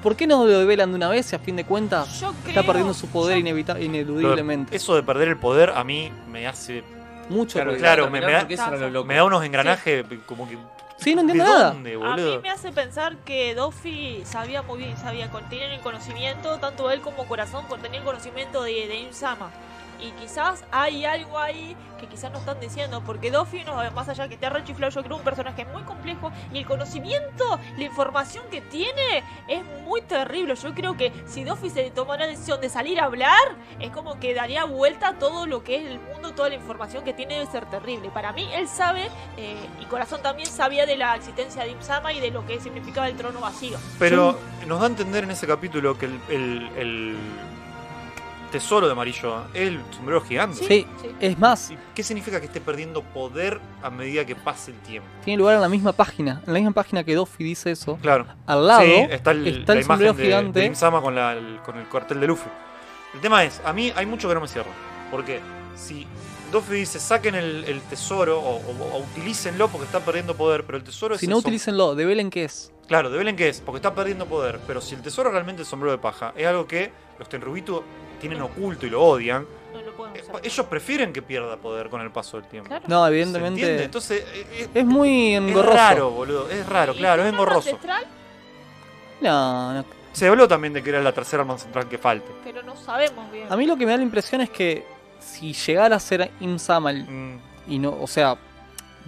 Speaker 1: ¿Por qué no lo develan de una vez y a fin de cuentas
Speaker 4: Yo
Speaker 1: Está
Speaker 4: creo-
Speaker 1: perdiendo su poder
Speaker 4: yo-
Speaker 1: inevita-
Speaker 3: Lo de-
Speaker 1: ineludiblemente.
Speaker 3: eso de perder el poder a mí me hace.
Speaker 1: Mucho
Speaker 2: Claro,
Speaker 1: ruido.
Speaker 3: claro,
Speaker 2: terminar
Speaker 3: me- me da-
Speaker 2: porque eso era lo loco.
Speaker 3: Me da unos engranajes como que.
Speaker 1: Sí, no entiendo
Speaker 3: ¿de
Speaker 1: nada.
Speaker 3: dónde,
Speaker 4: A mí
Speaker 3: boludo?
Speaker 4: me hace pensar que Doffy sabía muy bien, sabía, con- tenía el conocimiento, tanto él como Corazón, con- tenía el conocimiento de, de Insama. Y quizás hay algo ahí que quizás no están diciendo, porque Doffy, no, más allá que esté rechiflado, yo creo un personaje muy complejo y el conocimiento, la información que tiene es muy terrible. Yo creo que si Doffy se tomara la decisión de salir a hablar, es como que daría vuelta a todo lo que es el mundo, toda la información que tiene debe ser terrible. Para mí, él sabe eh, y Corazón también sabía de la existencia de Imsama y de lo que significaba el trono vacío.
Speaker 3: Pero nos da a entender en ese capítulo que el, el- el tesoro de amarillo es el sombrero gigante.
Speaker 1: Sí. Eh, Es más,
Speaker 3: ¿Y ¿Qué significa que esté perdiendo poder a medida que pase el tiempo?
Speaker 1: tiene lugar en la misma página. En la misma página que Doffy dice eso.
Speaker 3: Claro.
Speaker 1: Al lado
Speaker 3: sí, está el,
Speaker 1: está
Speaker 3: la
Speaker 1: el
Speaker 3: imagen
Speaker 1: sombrero
Speaker 3: de,
Speaker 1: gigante.
Speaker 3: de Im Sama con, la- el- con el cuartel de Luffy. El tema es, a mí hay mucho que no me cierra. Porque si Doffy dice saquen el, el tesoro o, o- o utilícenlo porque está perdiendo poder, pero el tesoro es
Speaker 1: si
Speaker 3: el
Speaker 1: no
Speaker 3: som-
Speaker 1: utilícenlo, develen qué es.
Speaker 3: Claro, develen qué es, porque está perdiendo poder. Pero si el tesoro realmente es el sombrero de paja, es algo que los Tenrubitu tienen oculto y lo odian.
Speaker 4: No lo podemos
Speaker 3: eh,
Speaker 4: saber.
Speaker 3: Ellos prefieren que pierda poder con el paso del tiempo.
Speaker 4: Claro.
Speaker 1: No,
Speaker 3: ¿Se
Speaker 1: evidentemente.
Speaker 3: entiende? Entonces, eh, eh,
Speaker 1: es muy
Speaker 3: es,
Speaker 1: engorroso.
Speaker 3: raro, boludo. Es raro,
Speaker 4: ¿Y
Speaker 3: claro,
Speaker 4: si
Speaker 3: es
Speaker 4: no
Speaker 3: engorroso.
Speaker 4: ancestral?
Speaker 1: No, no.
Speaker 3: Se habló también de que era la tercera arma central que falte.
Speaker 4: Pero no sabemos bien.
Speaker 1: A mí lo que me da la impresión es que si llegara a ser Imsama el-
Speaker 3: Mm,
Speaker 1: y no, o sea,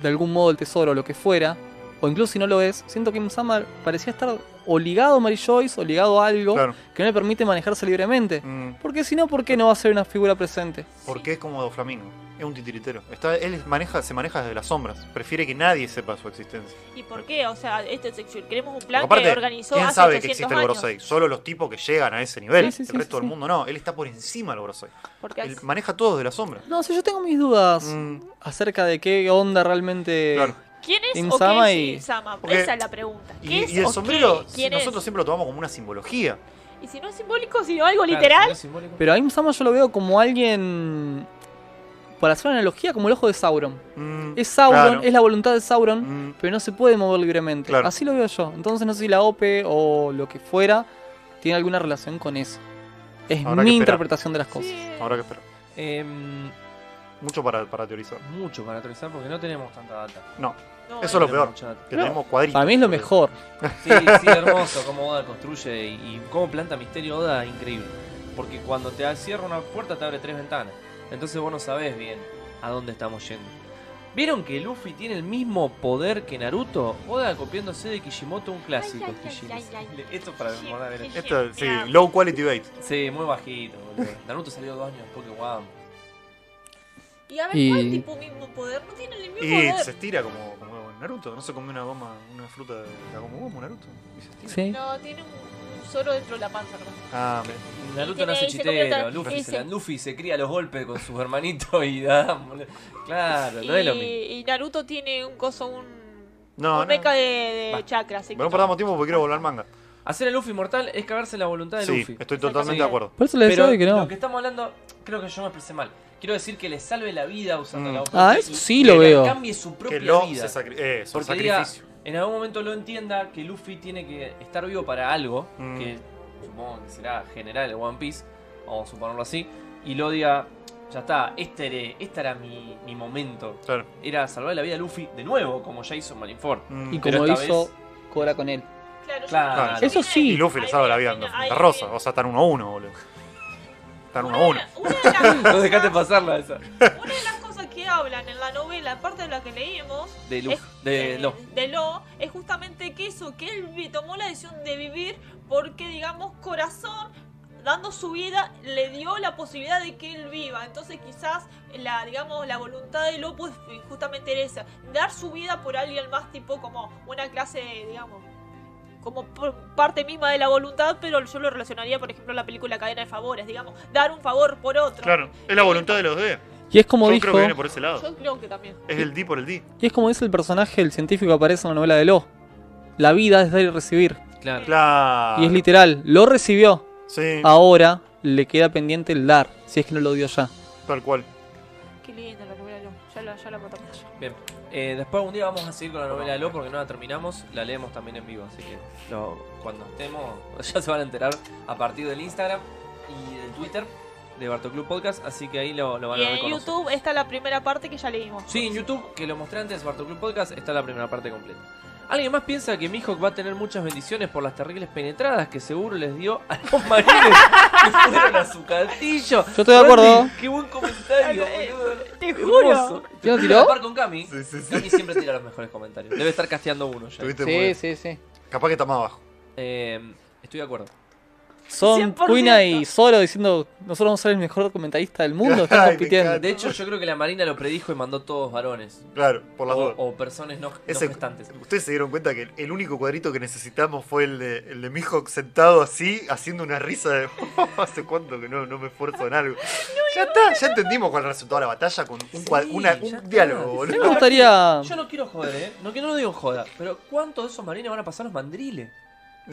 Speaker 1: de algún modo el tesoro o lo que fuera, o incluso si no lo es, siento que Imsama parecía estar o ligado a Mary Joyce o ligado a algo
Speaker 3: claro.
Speaker 1: que no le permite manejarse libremente.
Speaker 3: Mm,
Speaker 1: Porque si no, ¿por qué no va a ser una figura presente?
Speaker 3: porque es como Doflamingo. Es un titiritero. Está, él es- maneja, se maneja desde las sombras. Prefiere que nadie sepa su existencia.
Speaker 4: ¿Y por qué? O sea, este sexual. Queremos un
Speaker 3: Porque
Speaker 4: plan que
Speaker 3: aparte,
Speaker 4: organizó
Speaker 3: ¿quién
Speaker 4: hace
Speaker 3: sabe que
Speaker 4: 800
Speaker 3: existe el
Speaker 4: años.
Speaker 3: Gorosei? Solo los tipos que llegan a ese nivel.
Speaker 1: Sí, sí, sí,
Speaker 3: el resto
Speaker 1: sí, sí.
Speaker 3: del mundo no. Él está por encima del Gorosei.
Speaker 4: Porque
Speaker 3: Él
Speaker 4: hace-
Speaker 3: maneja todo desde las sombras.
Speaker 1: No sé, yo tengo mis dudas
Speaker 3: Mm,
Speaker 1: acerca de qué onda realmente.
Speaker 3: claro.
Speaker 4: ¿Quién es o
Speaker 1: Insama
Speaker 4: qué es
Speaker 1: y-
Speaker 4: Insama?
Speaker 3: Porque-
Speaker 4: Esa es la pregunta. ¿Qué
Speaker 3: Eh, Y,
Speaker 4: es
Speaker 3: y el
Speaker 4: o
Speaker 3: sombrero,
Speaker 4: qué?
Speaker 3: si
Speaker 4: ¿Quién es?
Speaker 3: nosotros siempre lo tomamos como una simbología.
Speaker 4: Y si no es simbólico, sino algo
Speaker 2: Claro,
Speaker 4: literal.
Speaker 2: simbólico.
Speaker 1: Pero a Im Sama yo lo veo como alguien para hacer una analogía, como el ojo de Sauron.
Speaker 3: Mm,
Speaker 1: Es Sauron,
Speaker 3: claro.
Speaker 1: es la voluntad de Sauron,
Speaker 3: Mm,
Speaker 1: pero no se puede mover libremente.
Speaker 3: Claro.
Speaker 1: Así lo veo yo. Entonces no sé si la OPE o lo que fuera tiene alguna relación con eso. Es mi
Speaker 3: Habrá que esperar.
Speaker 1: interpretación de las cosas.
Speaker 4: Sí.
Speaker 3: Habrá que esperar.
Speaker 2: Em,
Speaker 3: Mucho para, para teorizar.
Speaker 2: mucho para actualizar porque no tenemos tanta data.
Speaker 3: No,
Speaker 4: No,
Speaker 3: Eso es lo
Speaker 2: No tenemos
Speaker 3: peor.
Speaker 2: mucha data.
Speaker 3: que
Speaker 1: No,
Speaker 3: tenemos cuadritos.
Speaker 1: Para mí es lo
Speaker 3: pero-
Speaker 1: mejor.
Speaker 2: Sí, sí, hermoso cómo Oda construye y, y cómo planta misterio Oda, increíble. Porque cuando te cierra una puerta te abre tres ventanas. Entonces vos no sabés bien a dónde estamos yendo. ¿Vieron que Luffy tiene el mismo poder que Naruto? Oda copiándose de Kishimoto un clásico.
Speaker 4: Ay, ay,
Speaker 2: Kishimoto.
Speaker 4: ay, ay, ay.
Speaker 2: Esto es para
Speaker 4: Sí,
Speaker 2: recordar, era-
Speaker 4: sí.
Speaker 3: Esto, sí,
Speaker 4: Mira.
Speaker 3: low quality bait.
Speaker 2: Sí, muy bajito, boludo. Naruto salió dos años después que Guam.
Speaker 4: Y a ver,
Speaker 1: Y-
Speaker 4: ¿cuál tipo mismo poder? No tienen el mismo
Speaker 3: Y
Speaker 4: poder.
Speaker 3: se estira como, como Naruto. No se come una goma, una fruta de la goma goma, Naruto. Y se estira.
Speaker 1: Sí.
Speaker 4: No, tiene un, un soro dentro de la panza. hermano.
Speaker 3: Ah, mira.
Speaker 2: Naruto
Speaker 4: Y
Speaker 2: no hace
Speaker 4: tiene- y se convierte
Speaker 2: chistero.
Speaker 4: en-
Speaker 2: Luffy
Speaker 4: y
Speaker 2: se,
Speaker 4: se-
Speaker 2: la- Luffy se cría a los golpes con sus hermanitos y da. boludo. Claro,
Speaker 4: Y,
Speaker 2: no es lo mismo.
Speaker 4: y Naruto tiene un coso, un.
Speaker 3: No,
Speaker 4: un
Speaker 3: no.
Speaker 4: meca de, de
Speaker 2: Va.
Speaker 4: chakra. Así que
Speaker 3: Bueno, no perdamos tiempo porque quiero volver al manga.
Speaker 2: Hacer el Luffy mortal es cagarse la voluntad de
Speaker 3: Sí,
Speaker 2: Luffy.
Speaker 3: estoy totalmente
Speaker 2: Sí.
Speaker 3: de acuerdo.
Speaker 1: Por eso le decía
Speaker 2: Pero
Speaker 1: hoy que no.
Speaker 2: lo que estamos hablando, creo que yo me expresé mal. Quiero decir que le salve la vida usando
Speaker 3: Mm.
Speaker 2: la OP.
Speaker 1: Ah,
Speaker 2: y
Speaker 1: eso sí
Speaker 2: que
Speaker 1: lo
Speaker 2: le
Speaker 1: veo.
Speaker 2: cambie su propia
Speaker 3: Que lo
Speaker 2: vida.
Speaker 3: se sacri- eh, eso,
Speaker 2: Porque diga,
Speaker 3: sacrificio.
Speaker 2: en algún momento lo entienda que Luffy tiene que estar vivo para algo,
Speaker 3: Mm.
Speaker 2: que supongo que será general de One Piece, vamos a suponerlo así, y lo diga, ya está, este era, este era mi, mi momento.
Speaker 3: Claro.
Speaker 2: Era salvar la vida a Luffy de nuevo, como ya hizo Marineford.
Speaker 3: Mm.
Speaker 1: Y
Speaker 2: Pero
Speaker 1: como
Speaker 2: esta
Speaker 1: hizo
Speaker 2: vez-
Speaker 1: Cobra con él.
Speaker 4: Claro, yo-
Speaker 2: Claro.
Speaker 4: yo-
Speaker 1: Eso sí.
Speaker 3: Y Luffy le
Speaker 4: Ahí
Speaker 3: salva la
Speaker 4: viene,
Speaker 3: vida a
Speaker 4: ahí viene,
Speaker 3: Santa
Speaker 4: ahí
Speaker 3: Rosa.
Speaker 4: viene.
Speaker 3: O sea, están 1 a 1, boludo. Están 1 a 1.
Speaker 4: Una
Speaker 2: *laughs*
Speaker 4: de las
Speaker 2: No dejaste
Speaker 4: cosas-
Speaker 2: pasarla esa.
Speaker 4: Una de las cosas que hablan en la novela, aparte de la que leímos,
Speaker 2: De Luffy.
Speaker 4: es- eh,
Speaker 2: De Lo.
Speaker 4: de Lo, es justamente que eso, que él vi- tomó la decisión de vivir porque, digamos, corazón, dando su vida, le dio la posibilidad de que él viva. Entonces quizás la, digamos, la voluntad de Lo pues, fue justamente era esa, dar su vida por alguien más, tipo como una clase, digamos, como por parte misma de la voluntad, pero yo lo relacionaría, por ejemplo, a la película Cadena de Favores, digamos, dar un favor por otro.
Speaker 3: Claro, es la voluntad de los D.
Speaker 1: Y es como
Speaker 3: Yo
Speaker 1: dijo.
Speaker 3: creo que viene por ese lado.
Speaker 4: Yo creo que también.
Speaker 3: Es el D por el D.
Speaker 1: Y es como dice el personaje, el científico que aparece en la novela de Lo. La vida es dar y recibir.
Speaker 2: Claro.
Speaker 3: Claro.
Speaker 1: Y es Ah. literal, lo recibió.
Speaker 3: Sí,
Speaker 1: Ahora le queda pendiente el dar, si es que no lo dio ya.
Speaker 3: tal cual.
Speaker 4: Qué linda la novela de Lo. Ya la, ya la matamos.
Speaker 2: Bien. Eh, después un día vamos a seguir con la novela de Lo porque no la terminamos. La leemos también en vivo, así que lo- cuando estemos *laughs* ya se van a enterar a partir del Instagram y del Twitter de Barto Club Podcast, así que ahí lo, lo van
Speaker 4: Y
Speaker 2: a
Speaker 4: en
Speaker 2: reconocer.
Speaker 4: YouTube está la primera parte que ya leímos.
Speaker 2: Sí, en YouTube, que lo mostré antes, Barto Club Podcast, está la primera parte completa. ¿Alguien más piensa que Mihawk va a tener muchas bendiciones por las terribles penetradas que seguro les dio a
Speaker 4: *laughs*
Speaker 2: los marines que fueron a su castillo?
Speaker 1: Yo estoy de acuerdo.
Speaker 2: ¡Qué buen comentario,
Speaker 4: Eh,
Speaker 2: boludo!
Speaker 4: Te
Speaker 2: Hermoso.
Speaker 4: juro.
Speaker 1: ¿Quién lo
Speaker 2: Estoy
Speaker 1: tiró?
Speaker 2: a la par con Cami.
Speaker 3: Sí, sí, sí. *laughs*
Speaker 2: Cami siempre tira los mejores comentarios. Debe estar casteando uno ya.
Speaker 3: Estuviste muy bien.
Speaker 1: sí, sí.
Speaker 3: Capaz que está más abajo.
Speaker 2: Eh, estoy de acuerdo.
Speaker 1: Son
Speaker 4: 100%.
Speaker 1: Cuina y Zoro diciendo, nosotros vamos a ser el mejor comentarista del mundo, están
Speaker 3: Ay, me
Speaker 1: compitiendo.
Speaker 3: encanta.
Speaker 2: De hecho, yo creo que la Marina lo predijo y mandó todos varones.
Speaker 3: Claro, por las
Speaker 2: O,
Speaker 3: dudas.
Speaker 2: o personas no, no
Speaker 3: Ese-
Speaker 2: gestantes.
Speaker 3: Ustedes se dieron cuenta que el único cuadrito que necesitamos fue el de, el de Mihawk sentado así, haciendo una risa de *laughs* "Oh, hace cuánto que no, no me esfuerzo en algo. ya está, ya entendimos cuál resultó la batalla con un, cua-
Speaker 2: Sí,
Speaker 3: una-
Speaker 2: ya está.
Speaker 3: un diálogo,
Speaker 1: A mí
Speaker 3: boludo.
Speaker 1: me gustaría...
Speaker 2: Yo no quiero joder, ¿eh? No, que no lo digo joda. Pero ¿cuántos de esos marines van a pasar los mandriles?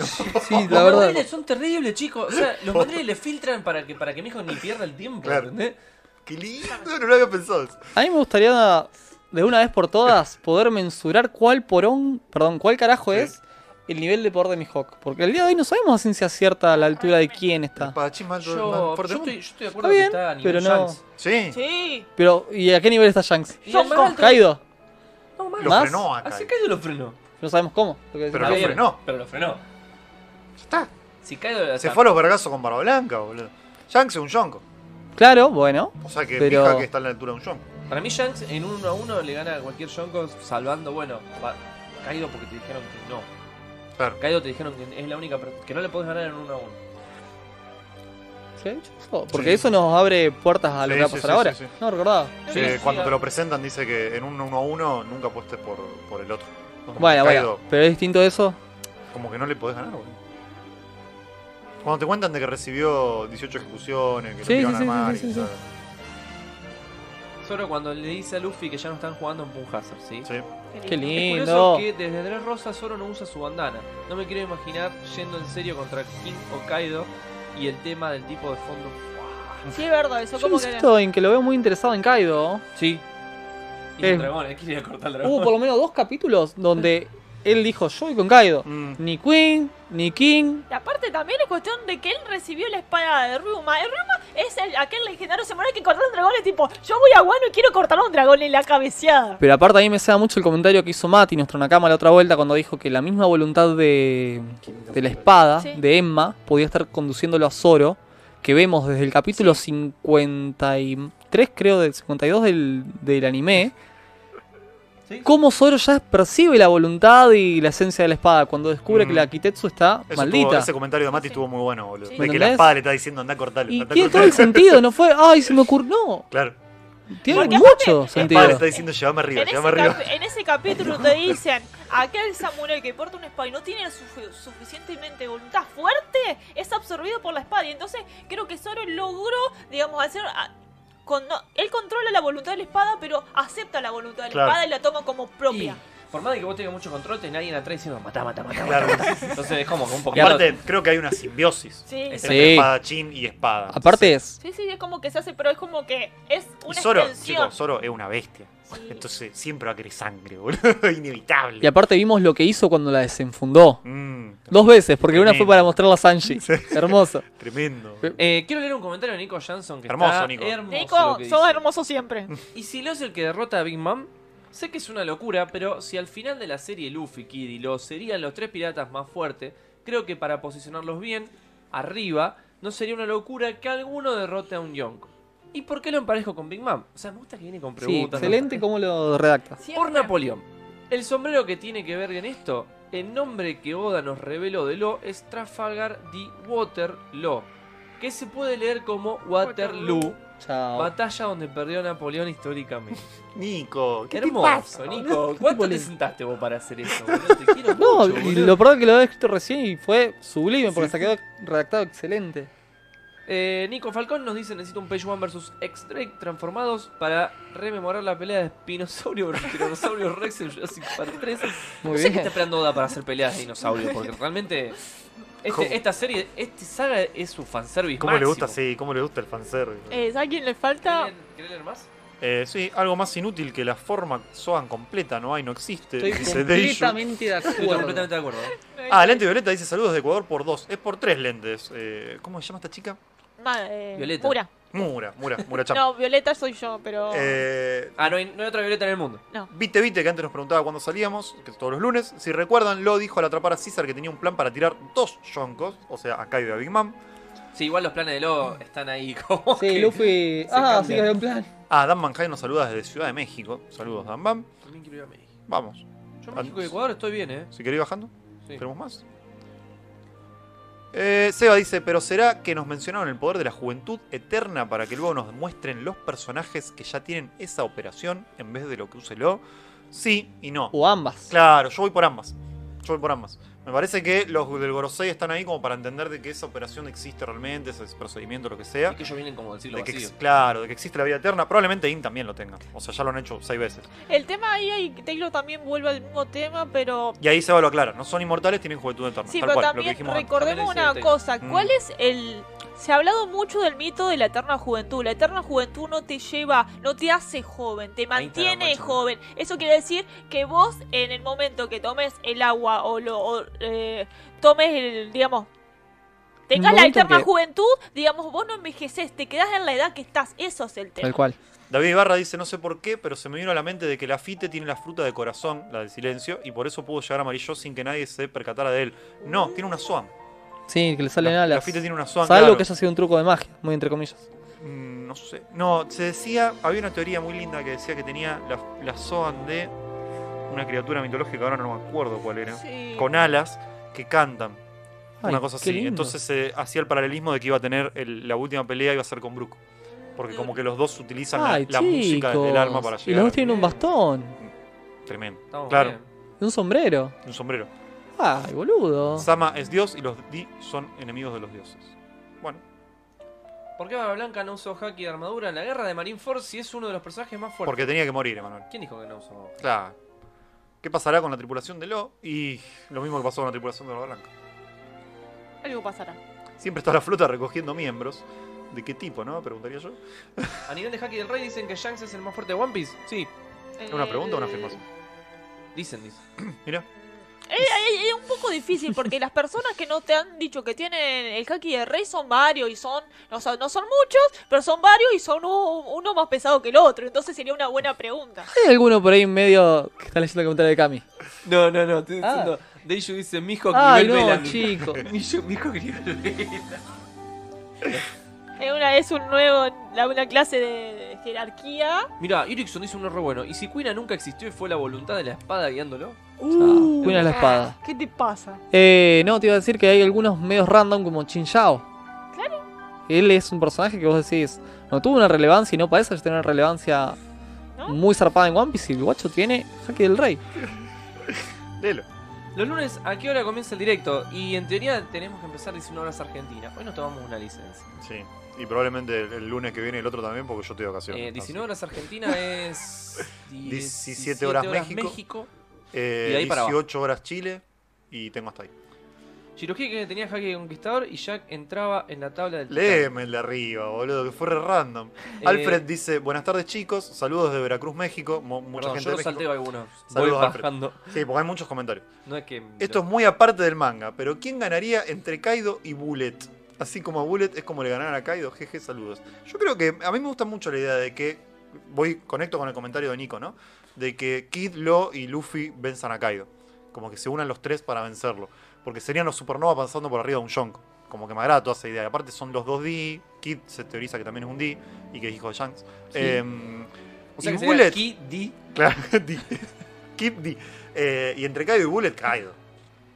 Speaker 1: Sí,
Speaker 2: los
Speaker 1: la verdad.
Speaker 2: mandriles son terribles, chicos. O
Speaker 3: *laughs*
Speaker 2: sea, los mandriles le filtran para que, para que mi hijo ni pierda el tiempo,
Speaker 3: Claro.
Speaker 2: ¿entendés?
Speaker 3: Qué lindo, no lo había pensado. eso.
Speaker 1: A mí me gustaría, de una vez por todas, poder mensurar cuál porón, perdón, cuál carajo
Speaker 3: Sí.
Speaker 1: es el nivel de poder de Mihawk. Porque el día de hoy no sabemos a ciencia cierta a la altura de quién
Speaker 3: El
Speaker 1: está.
Speaker 3: espadachín más,
Speaker 2: Yo,
Speaker 3: más
Speaker 2: yo
Speaker 3: fuerte del
Speaker 2: estoy, yo
Speaker 3: mundo.
Speaker 2: estoy de
Speaker 1: Está
Speaker 2: acuerdo
Speaker 1: bien,
Speaker 2: que está a nivel
Speaker 1: pero no.
Speaker 2: Shanks.
Speaker 3: Sí,
Speaker 4: Sí.
Speaker 1: Pero, ¿y a qué nivel está Shanks?
Speaker 2: Y el
Speaker 4: Son
Speaker 2: más
Speaker 4: con
Speaker 2: alto-
Speaker 1: Kaido.
Speaker 2: No, más.
Speaker 3: lo
Speaker 1: ¿Más?
Speaker 3: frenó acá.
Speaker 2: Así Kaido lo frenó.
Speaker 1: No sabemos cómo. lo que decía.
Speaker 3: Pero
Speaker 2: Está
Speaker 3: lo
Speaker 2: bien,
Speaker 3: frenó.
Speaker 2: Pero lo frenó.
Speaker 3: Ya está.
Speaker 2: Si Kaido... o
Speaker 3: Se
Speaker 2: sea,
Speaker 3: fue a los vergazos con Barba Blanca, boludo. Shanks es un yonko.
Speaker 1: Claro, bueno.
Speaker 3: O sea que
Speaker 1: Pero-
Speaker 3: fija que está a la altura de un yonko.
Speaker 2: Para mí Shanks en un 1 a 1 le gana a cualquier Yonko salvando, bueno, va- Kaido porque te dijeron que no.
Speaker 3: Claro.
Speaker 2: Kaido te dijeron que es la única per- que no le podés ganar en un 1 a 1.
Speaker 1: ¿Se ha dicho eso? Porque
Speaker 3: Sí.
Speaker 1: eso nos abre puertas a lo
Speaker 3: Sí,
Speaker 1: que va a
Speaker 3: sí,
Speaker 1: pasar
Speaker 3: sí,
Speaker 1: ahora.
Speaker 3: sí, sí.
Speaker 1: No recordaba.
Speaker 2: Sí,
Speaker 3: Eh,
Speaker 2: sí,
Speaker 3: cuando
Speaker 2: ah.
Speaker 3: te lo presentan dice que en un 1 a 1 nunca apuestes por, por el otro.
Speaker 1: Bueno,
Speaker 3: Kaido,
Speaker 1: bueno. Pero es distinto eso.
Speaker 3: Como que no le podés ganar, boludo. Cuando te cuentan de que recibió 18 ejecuciones, que
Speaker 1: Sí,
Speaker 3: lo tiraron
Speaker 1: sí,
Speaker 3: al
Speaker 1: sí,
Speaker 3: mar
Speaker 1: sí,
Speaker 3: y
Speaker 1: sí,
Speaker 3: tal.
Speaker 2: Solo cuando le dice a Luffy que ya no están jugando en Punhazard, ¿sí?
Speaker 3: Sí.
Speaker 1: Qué
Speaker 2: Es
Speaker 1: lindo.
Speaker 2: curioso que desde Tres Rosas Zoro no usa su bandana. No me quiero imaginar yendo en serio contra King o Kaido y el tema del tipo de fondo. ¡fua!
Speaker 4: Sí, es verdad, eso
Speaker 1: Yo
Speaker 4: como que.
Speaker 1: insisto en que lo veo muy interesado en Kaido.
Speaker 2: Sí. Y
Speaker 1: Eh.
Speaker 2: el dragón, él quería cortar el dragón.
Speaker 1: Hubo por lo menos dos capítulos donde él dijo, yo voy con Kaido.
Speaker 3: Mm.
Speaker 1: Ni Queen, ni King.
Speaker 4: Y aparte también es cuestión de que él recibió la espada de Ryuma. El Ryuma es el, aquel legendario samurai que cortó un dragón es tipo, yo voy a Wano y quiero cortar a un dragón en la cabeceada.
Speaker 1: Pero aparte a mí me sea mucho el comentario que hizo Mati, nuestro Nakama, la otra vuelta, cuando dijo que la misma voluntad de, de la espada,
Speaker 4: Sí.
Speaker 1: de Emma, podía estar conduciéndolo a Zoro, que vemos desde el capítulo 53, creo, del 52 del, del anime,
Speaker 2: Sí,
Speaker 1: cómo Zoro ya percibe la voluntad y la esencia de la espada cuando descubre
Speaker 3: Mm.
Speaker 1: que la Kitetsu está
Speaker 3: Eso
Speaker 1: maldita.
Speaker 3: estuvo- ese comentario de Mati
Speaker 4: Sí.
Speaker 3: estuvo muy bueno, boludo.
Speaker 4: Sí.
Speaker 3: De que
Speaker 1: ¿Entendés?
Speaker 3: la espada le está diciendo anda a cortarle.
Speaker 1: Y
Speaker 3: andá a
Speaker 1: tiene todo
Speaker 3: cortarle".
Speaker 1: el
Speaker 3: *laughs*
Speaker 1: sentido, no fue, ay, se me ocurrió, no,
Speaker 3: Claro.
Speaker 1: tiene
Speaker 4: Porque
Speaker 1: mucho
Speaker 4: aparte,
Speaker 3: La espada le
Speaker 1: sentido.
Speaker 3: está diciendo llévame arriba,
Speaker 4: En ese,
Speaker 3: llévame arriba.
Speaker 4: capi- en ese capítulo te dicen, aquel samurai que porta una espada y no tiene su- suficientemente voluntad fuerte, es absorbido por la espada. Y entonces creo que Zoro logró, digamos, hacer... a- con- no- él controla la voluntad de la espada, pero acepta la voluntad de la
Speaker 3: Claro.
Speaker 4: espada y la toma como propia.
Speaker 2: Y por más de que vos tengas mucho control, tenés alguien atrás diciendo matá, matá, matá. matá".
Speaker 3: Claro.
Speaker 2: Entonces es como que un poco.
Speaker 3: Y aparte, creo que hay una simbiosis.
Speaker 4: Sí,
Speaker 3: Entre
Speaker 4: sí.
Speaker 1: Sí.
Speaker 3: espadachín y espada.
Speaker 1: Aparte es,
Speaker 4: Sí, sí, es como que se hace, pero es como que es
Speaker 3: Y
Speaker 4: una
Speaker 3: Zoro,
Speaker 4: extensión.
Speaker 3: chicos, Zoro es una bestia.
Speaker 4: Sí.
Speaker 3: *laughs* Entonces siempre va a querer sangre, boludo. *laughs* Inevitable.
Speaker 1: y aparte vimos lo que hizo cuando la desenfundó.
Speaker 3: Mm,
Speaker 1: Dos veces, porque una fue
Speaker 3: Tremendo.
Speaker 1: para mostrarla a Sanji.
Speaker 3: *laughs*
Speaker 1: Hermoso.
Speaker 3: tremendo.
Speaker 1: Pe-
Speaker 2: Eh, quiero leer un comentario de Nico Jansson que
Speaker 3: Hermoso,
Speaker 2: está
Speaker 3: Nico.
Speaker 2: hermoso. lo
Speaker 4: Nico,
Speaker 2: que
Speaker 4: sos
Speaker 2: dice.
Speaker 3: *laughs*
Speaker 4: hermoso siempre.
Speaker 2: Y si Lo es el que derrota a Big Mom, sé que es una locura, pero si al final de la serie Luffy, Kid y Lo serían los tres piratas más fuertes, creo que para posicionarlos bien, arriba, no sería una locura que alguno derrote a un Yonko. ¿Y por qué lo emparejo con Big Mom? O sea, me gusta que viene con
Speaker 1: Sí,
Speaker 2: preguntas. ¿no?
Speaker 1: excelente cómo lo redacta.
Speaker 2: Por Napoleón. El sombrero que tiene que ver en esto, el nombre que Oda nos reveló de Lo es Trafalgar D. Waterloo, que se puede leer como Waterloo,
Speaker 1: Chao.
Speaker 2: batalla donde perdió Napoleón históricamente.
Speaker 3: Nico, ¿qué te
Speaker 2: Hermoso,
Speaker 3: pasa?
Speaker 2: Nico.
Speaker 1: tipo
Speaker 2: ¿Cuánto
Speaker 1: le-
Speaker 2: te sentaste vos para hacer
Speaker 1: *laughs*
Speaker 2: eso? boludo? Te quiero
Speaker 1: No,
Speaker 2: mucho,
Speaker 1: y
Speaker 2: boludo.
Speaker 1: lo peor es que lo he escrito recién y fue sublime porque
Speaker 3: Sí,
Speaker 1: se quedó redactado excelente.
Speaker 2: Eh, Nico Falcón nos dice: Necesito un Page One versus X Drake transformados para rememorar la pelea de Spinosaurio versus Tiranosaurio Rex en Jurassic Park 3.
Speaker 1: Muy
Speaker 2: no sé qué
Speaker 1: bien.
Speaker 2: está esperando Oda para hacer peleas de dinosaurios, porque realmente este-
Speaker 3: ¿Cómo?
Speaker 2: esta serie, esta saga es su fanservice.
Speaker 3: ¿Cómo le
Speaker 2: máximo.
Speaker 3: gusta? Sí, ¿cómo le gusta el fanservice?
Speaker 4: Eh, ¿Sabes quién le
Speaker 2: ¿Querés
Speaker 4: falta?
Speaker 2: leer- querés leer más?
Speaker 3: Eh, sí, algo más inútil que la forma Sogan completa, no hay, no existe.
Speaker 1: Estoy
Speaker 3: dice Deishu.
Speaker 1: completamente de
Speaker 2: Estoy
Speaker 1: acuerdo.
Speaker 2: completamente de acuerdo. ¿eh?
Speaker 3: Ah, Lente Violeta dice saludos de Ecuador por dos. Es por tres lentes. Eh, ¿Cómo se llama esta chica?
Speaker 4: Ma- eh,
Speaker 2: Violeta.
Speaker 4: Mura.
Speaker 3: Mura, Mura, Mura Champ.
Speaker 4: *laughs* No, Violeta soy yo, pero.
Speaker 3: Eh,
Speaker 2: Ah, no hay, no hay otra violeta en el mundo.
Speaker 3: Vite Vite, que antes nos preguntaba cuándo salíamos, que es todos los lunes. Si recuerdan, lo dijo al atrapar a César que tenía un plan para tirar dos yonkos, o sea, a Kaido y a Big Mom.
Speaker 2: Sí, igual los planes de Lo están ahí *laughs* como.
Speaker 1: Sí,
Speaker 2: que-
Speaker 1: Luffy.
Speaker 2: se
Speaker 1: Ah,
Speaker 2: cambia.
Speaker 1: sí, en plan.
Speaker 3: Ah, Dan Manjai nos saluda desde Ciudad de México. Saludos, Dan Bam.
Speaker 2: También quiero ir a México.
Speaker 3: Vamos,
Speaker 2: Yo, México y Ecuador estoy bien, ¿eh?
Speaker 3: si querés ir bajando,
Speaker 2: Sí.
Speaker 3: tenemos más. Eh, Seba dice, pero ¿será que nos mencionaron el poder de la juventud eterna para que luego nos muestren los personajes que ya tienen esa operación en vez de lo que use Lo? Sí y no.
Speaker 2: Uh.
Speaker 1: O ambas.
Speaker 3: Claro, yo voy por ambas. Yo voy por ambas. Me parece que los del Gorosei están ahí como para entender de que esa operación existe realmente, ese procedimiento, lo que sea.
Speaker 2: Y que ellos vienen como del siglo
Speaker 3: De que
Speaker 2: vacío.
Speaker 3: ex- claro, de que existe la vida eterna. Probablemente In también lo tenga. O sea, ya lo han hecho seis veces.
Speaker 4: El tema ahí, ahí Taylor también vuelve al mismo tema, pero.
Speaker 3: Y ahí Seba lo aclara. No son inmortales, tienen juventud eterna.
Speaker 4: Sí,
Speaker 3: tal
Speaker 4: pero
Speaker 3: cual, lo que
Speaker 4: también
Speaker 3: dijimos antes.
Speaker 4: recordemos
Speaker 2: También lo
Speaker 4: una
Speaker 2: dice
Speaker 4: cosa.
Speaker 3: Mm.
Speaker 4: ¿Cuál es el.? Se ha hablado mucho del mito de la eterna juventud. La eterna juventud no te lleva, no te hace joven, te mantiene
Speaker 2: macho.
Speaker 4: joven. Eso quiere decir que vos, en el momento que tomes el agua o lo o, eh, tomes el, digamos, tengas
Speaker 1: Un
Speaker 4: la
Speaker 1: momento
Speaker 4: eterna
Speaker 1: que-
Speaker 4: juventud, digamos, vos no envejeces, te quedás en la edad que estás. Eso es el tema.
Speaker 1: Tal cual.
Speaker 3: David Ibarra dice, no sé por qué, pero se me vino a la mente de que la fite tiene la fruta de corazón, la del silencio, y por eso pudo llegar amarillo sin que nadie se percatara de él. No, tiene una Swan.
Speaker 1: Sí, que le salen
Speaker 3: La, la
Speaker 1: alas.
Speaker 3: fite tiene una Swan.
Speaker 1: Salvo algo
Speaker 3: claro.
Speaker 1: que haya sido un truco de magia, muy entre comillas.
Speaker 3: Mm, No sé. No, se decía. Había una teoría muy linda que decía que tenía la, la Zoan de una criatura mitológica, ahora no me acuerdo cuál era.
Speaker 4: Sí.
Speaker 3: Con alas que cantan.
Speaker 1: Ay,
Speaker 3: una cosa
Speaker 1: qué
Speaker 3: así.
Speaker 1: lindo.
Speaker 3: Entonces se hacía el paralelismo de que iba a tener el- la última pelea iba a ser con Brook. Porque como que los dos utilizan la-
Speaker 1: Ay,
Speaker 3: la, música del alma para
Speaker 1: chicos,
Speaker 3: llegar.
Speaker 1: Y los dos
Speaker 3: a-
Speaker 1: tienen un bastón.
Speaker 3: Tremendo.
Speaker 2: Estamos
Speaker 3: Claro.
Speaker 2: bien.
Speaker 1: Y un sombrero.
Speaker 3: Un sombrero.
Speaker 1: Ay, boludo.
Speaker 3: Sama es Dios y los Di son enemigos de los dioses. Bueno,
Speaker 2: ¿Por qué Barba Blanca no usó haki de armadura en la guerra de Marineford si es uno de los personajes más fuertes?
Speaker 3: porque tenía que morir, Emanuel.
Speaker 2: ¿Quién dijo que no usó?
Speaker 3: Claro. ¿Qué pasará con la tripulación de Lo? Y lo mismo que pasó con la tripulación de Barba Blanca.
Speaker 4: Algo pasará.
Speaker 3: Siempre está la flota recogiendo miembros. ¿De qué tipo, no? Preguntaría yo.
Speaker 2: A nivel de Haki del Rey dicen que Shanks es el más fuerte de One Piece. Sí,
Speaker 3: ¿Es una pregunta o una afirmación?
Speaker 2: dicen, dicen.
Speaker 3: Mira,
Speaker 4: Eh, eh, eh, Es un poco difícil porque las personas que no te han dicho que tienen el haki de rey son varios y son, no son, no son muchos, pero son varios y son u- uno más pesado que el otro. Entonces sería una buena pregunta.
Speaker 1: ¿Hay alguno por ahí en medio que está leyendo el comentario de Cami?
Speaker 2: No, no, no, estoy
Speaker 1: Ah.
Speaker 2: diciendo. Deiju dice, mijo,
Speaker 1: Ay,
Speaker 2: nivel
Speaker 1: no,
Speaker 2: *laughs* Melanie".
Speaker 1: chico.
Speaker 2: Mijo, mijo, nivel Melanie.
Speaker 4: Es Eh, una, es un nuevo, la- una clase de jerarquía.
Speaker 2: Mira, Erickson dice uno re bueno. ¿Y si Quina nunca existió y fue la voluntad de la espada guiándolo?
Speaker 1: Uh, Cuina la espada.
Speaker 4: ¿Qué te pasa?
Speaker 1: Eh, no, te iba a decir que hay algunos medios random como Chin Yao.
Speaker 4: Claro.
Speaker 1: Él es un personaje que vos decís, no tuvo una relevancia y no parece tener una relevancia
Speaker 4: ¿No?
Speaker 1: muy zarpada en One Piece. Y el guacho tiene Haki del Rey.
Speaker 3: léelo.
Speaker 2: Los lunes, ¿a qué hora comienza el directo? Y en teoría tenemos que empezar 19 horas Argentina. Hoy nos tomamos una licencia.
Speaker 3: Sí. Y probablemente el, el lunes que viene el otro también, porque yo estoy de vacaciones.
Speaker 2: Eh,
Speaker 3: así.
Speaker 2: 19 horas Argentina
Speaker 3: *laughs*
Speaker 2: es...
Speaker 3: 17 horas México. Eh,
Speaker 2: y de ahí para
Speaker 3: 18 horas Chile y tengo hasta ahí.
Speaker 2: Shirohige que tenía Haki de Conquistador y Jack entraba en la tabla del... Titán.
Speaker 3: Léeme el de arriba, boludo, que fue re random.
Speaker 2: Eh,
Speaker 3: Alfred dice, buenas tardes chicos, saludos de Veracruz, México. Mo- mucha
Speaker 2: perdón,
Speaker 3: gente
Speaker 2: yo
Speaker 3: de
Speaker 2: lo
Speaker 3: México.
Speaker 2: salteo algunos. Voy
Speaker 3: Saludos, Alfred.
Speaker 2: bajando.
Speaker 3: Sí, porque hay muchos comentarios.
Speaker 2: No es que...
Speaker 3: Esto es muy aparte del manga, pero ¿quién ganaría entre Kaido y Bullet? Así como a Bullet es como le ganaron a Kaido, jeje, saludos. Yo creo que a mí me gusta mucho la idea de que, voy, conecto con el comentario de Nico, ¿no? De que Kid, Lo y Luffy venzan a Kaido. Como que se unan los tres para vencerlo. Porque serían los Supernova pasando por arriba de un Yonko. Como que me agrada toda esa idea. Y aparte son los dos D, Kid se teoriza que también es un D y que es hijo de Shanks. Em,
Speaker 2: O sea
Speaker 3: y
Speaker 2: que sería
Speaker 3: Bullet,
Speaker 2: Ki, Di,
Speaker 3: Claro, *laughs* Di. Kip Di. Eh, y entre Kaido y Bullet, Kaido.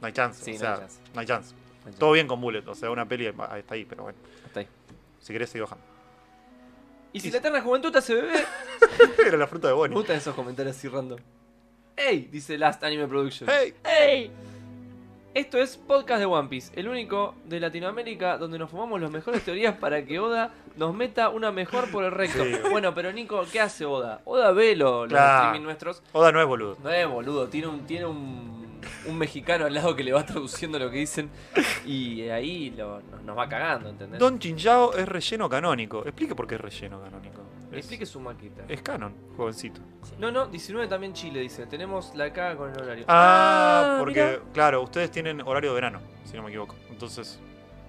Speaker 3: No hay chance.
Speaker 2: Sí,
Speaker 3: o
Speaker 2: no
Speaker 3: sea, no,
Speaker 2: hay
Speaker 3: hay
Speaker 2: chance.
Speaker 3: chance. Todo bien con Bullet. O sea, una peli ah, está ahí, pero bueno.
Speaker 2: Hasta ahí.
Speaker 3: Si querés, seguí bajando. *laughs*
Speaker 2: Y si la eterna juventud te hace bebé.
Speaker 3: Era la fruta de
Speaker 2: Me
Speaker 3: Bonnie.
Speaker 2: gustan esos comentarios así random. ¡Ey! Dice Last Anime Production.
Speaker 3: ¡Hey!
Speaker 4: ¡Ey!
Speaker 2: Esto es Podcast de One Piece, el único de Latinoamérica donde nos fumamos las mejores teorías para que Oda nos meta una mejor por el recto.
Speaker 3: Sí.
Speaker 2: Bueno, pero Nico, ¿qué hace Oda? Oda ve lo- los
Speaker 3: Claro.
Speaker 2: streaming nuestros.
Speaker 3: Oda no es boludo.
Speaker 2: No es boludo, tiene un, tiene un, un mexicano al lado que le va *laughs* traduciendo lo que dicen y ahí lo- no- nos va cagando, ¿entendés?
Speaker 3: Don Chinchao es relleno canónico. Explique por qué es relleno canónico. Es, Eh.
Speaker 2: Explique su maqueta.
Speaker 3: es canon, jovencito.
Speaker 2: No, no, 19 también Chile, dice. Tenemos la caga con el horario.
Speaker 3: Ah, porque,
Speaker 2: mirá.
Speaker 3: claro, ustedes tienen horario de verano, si no me equivoco. Entonces.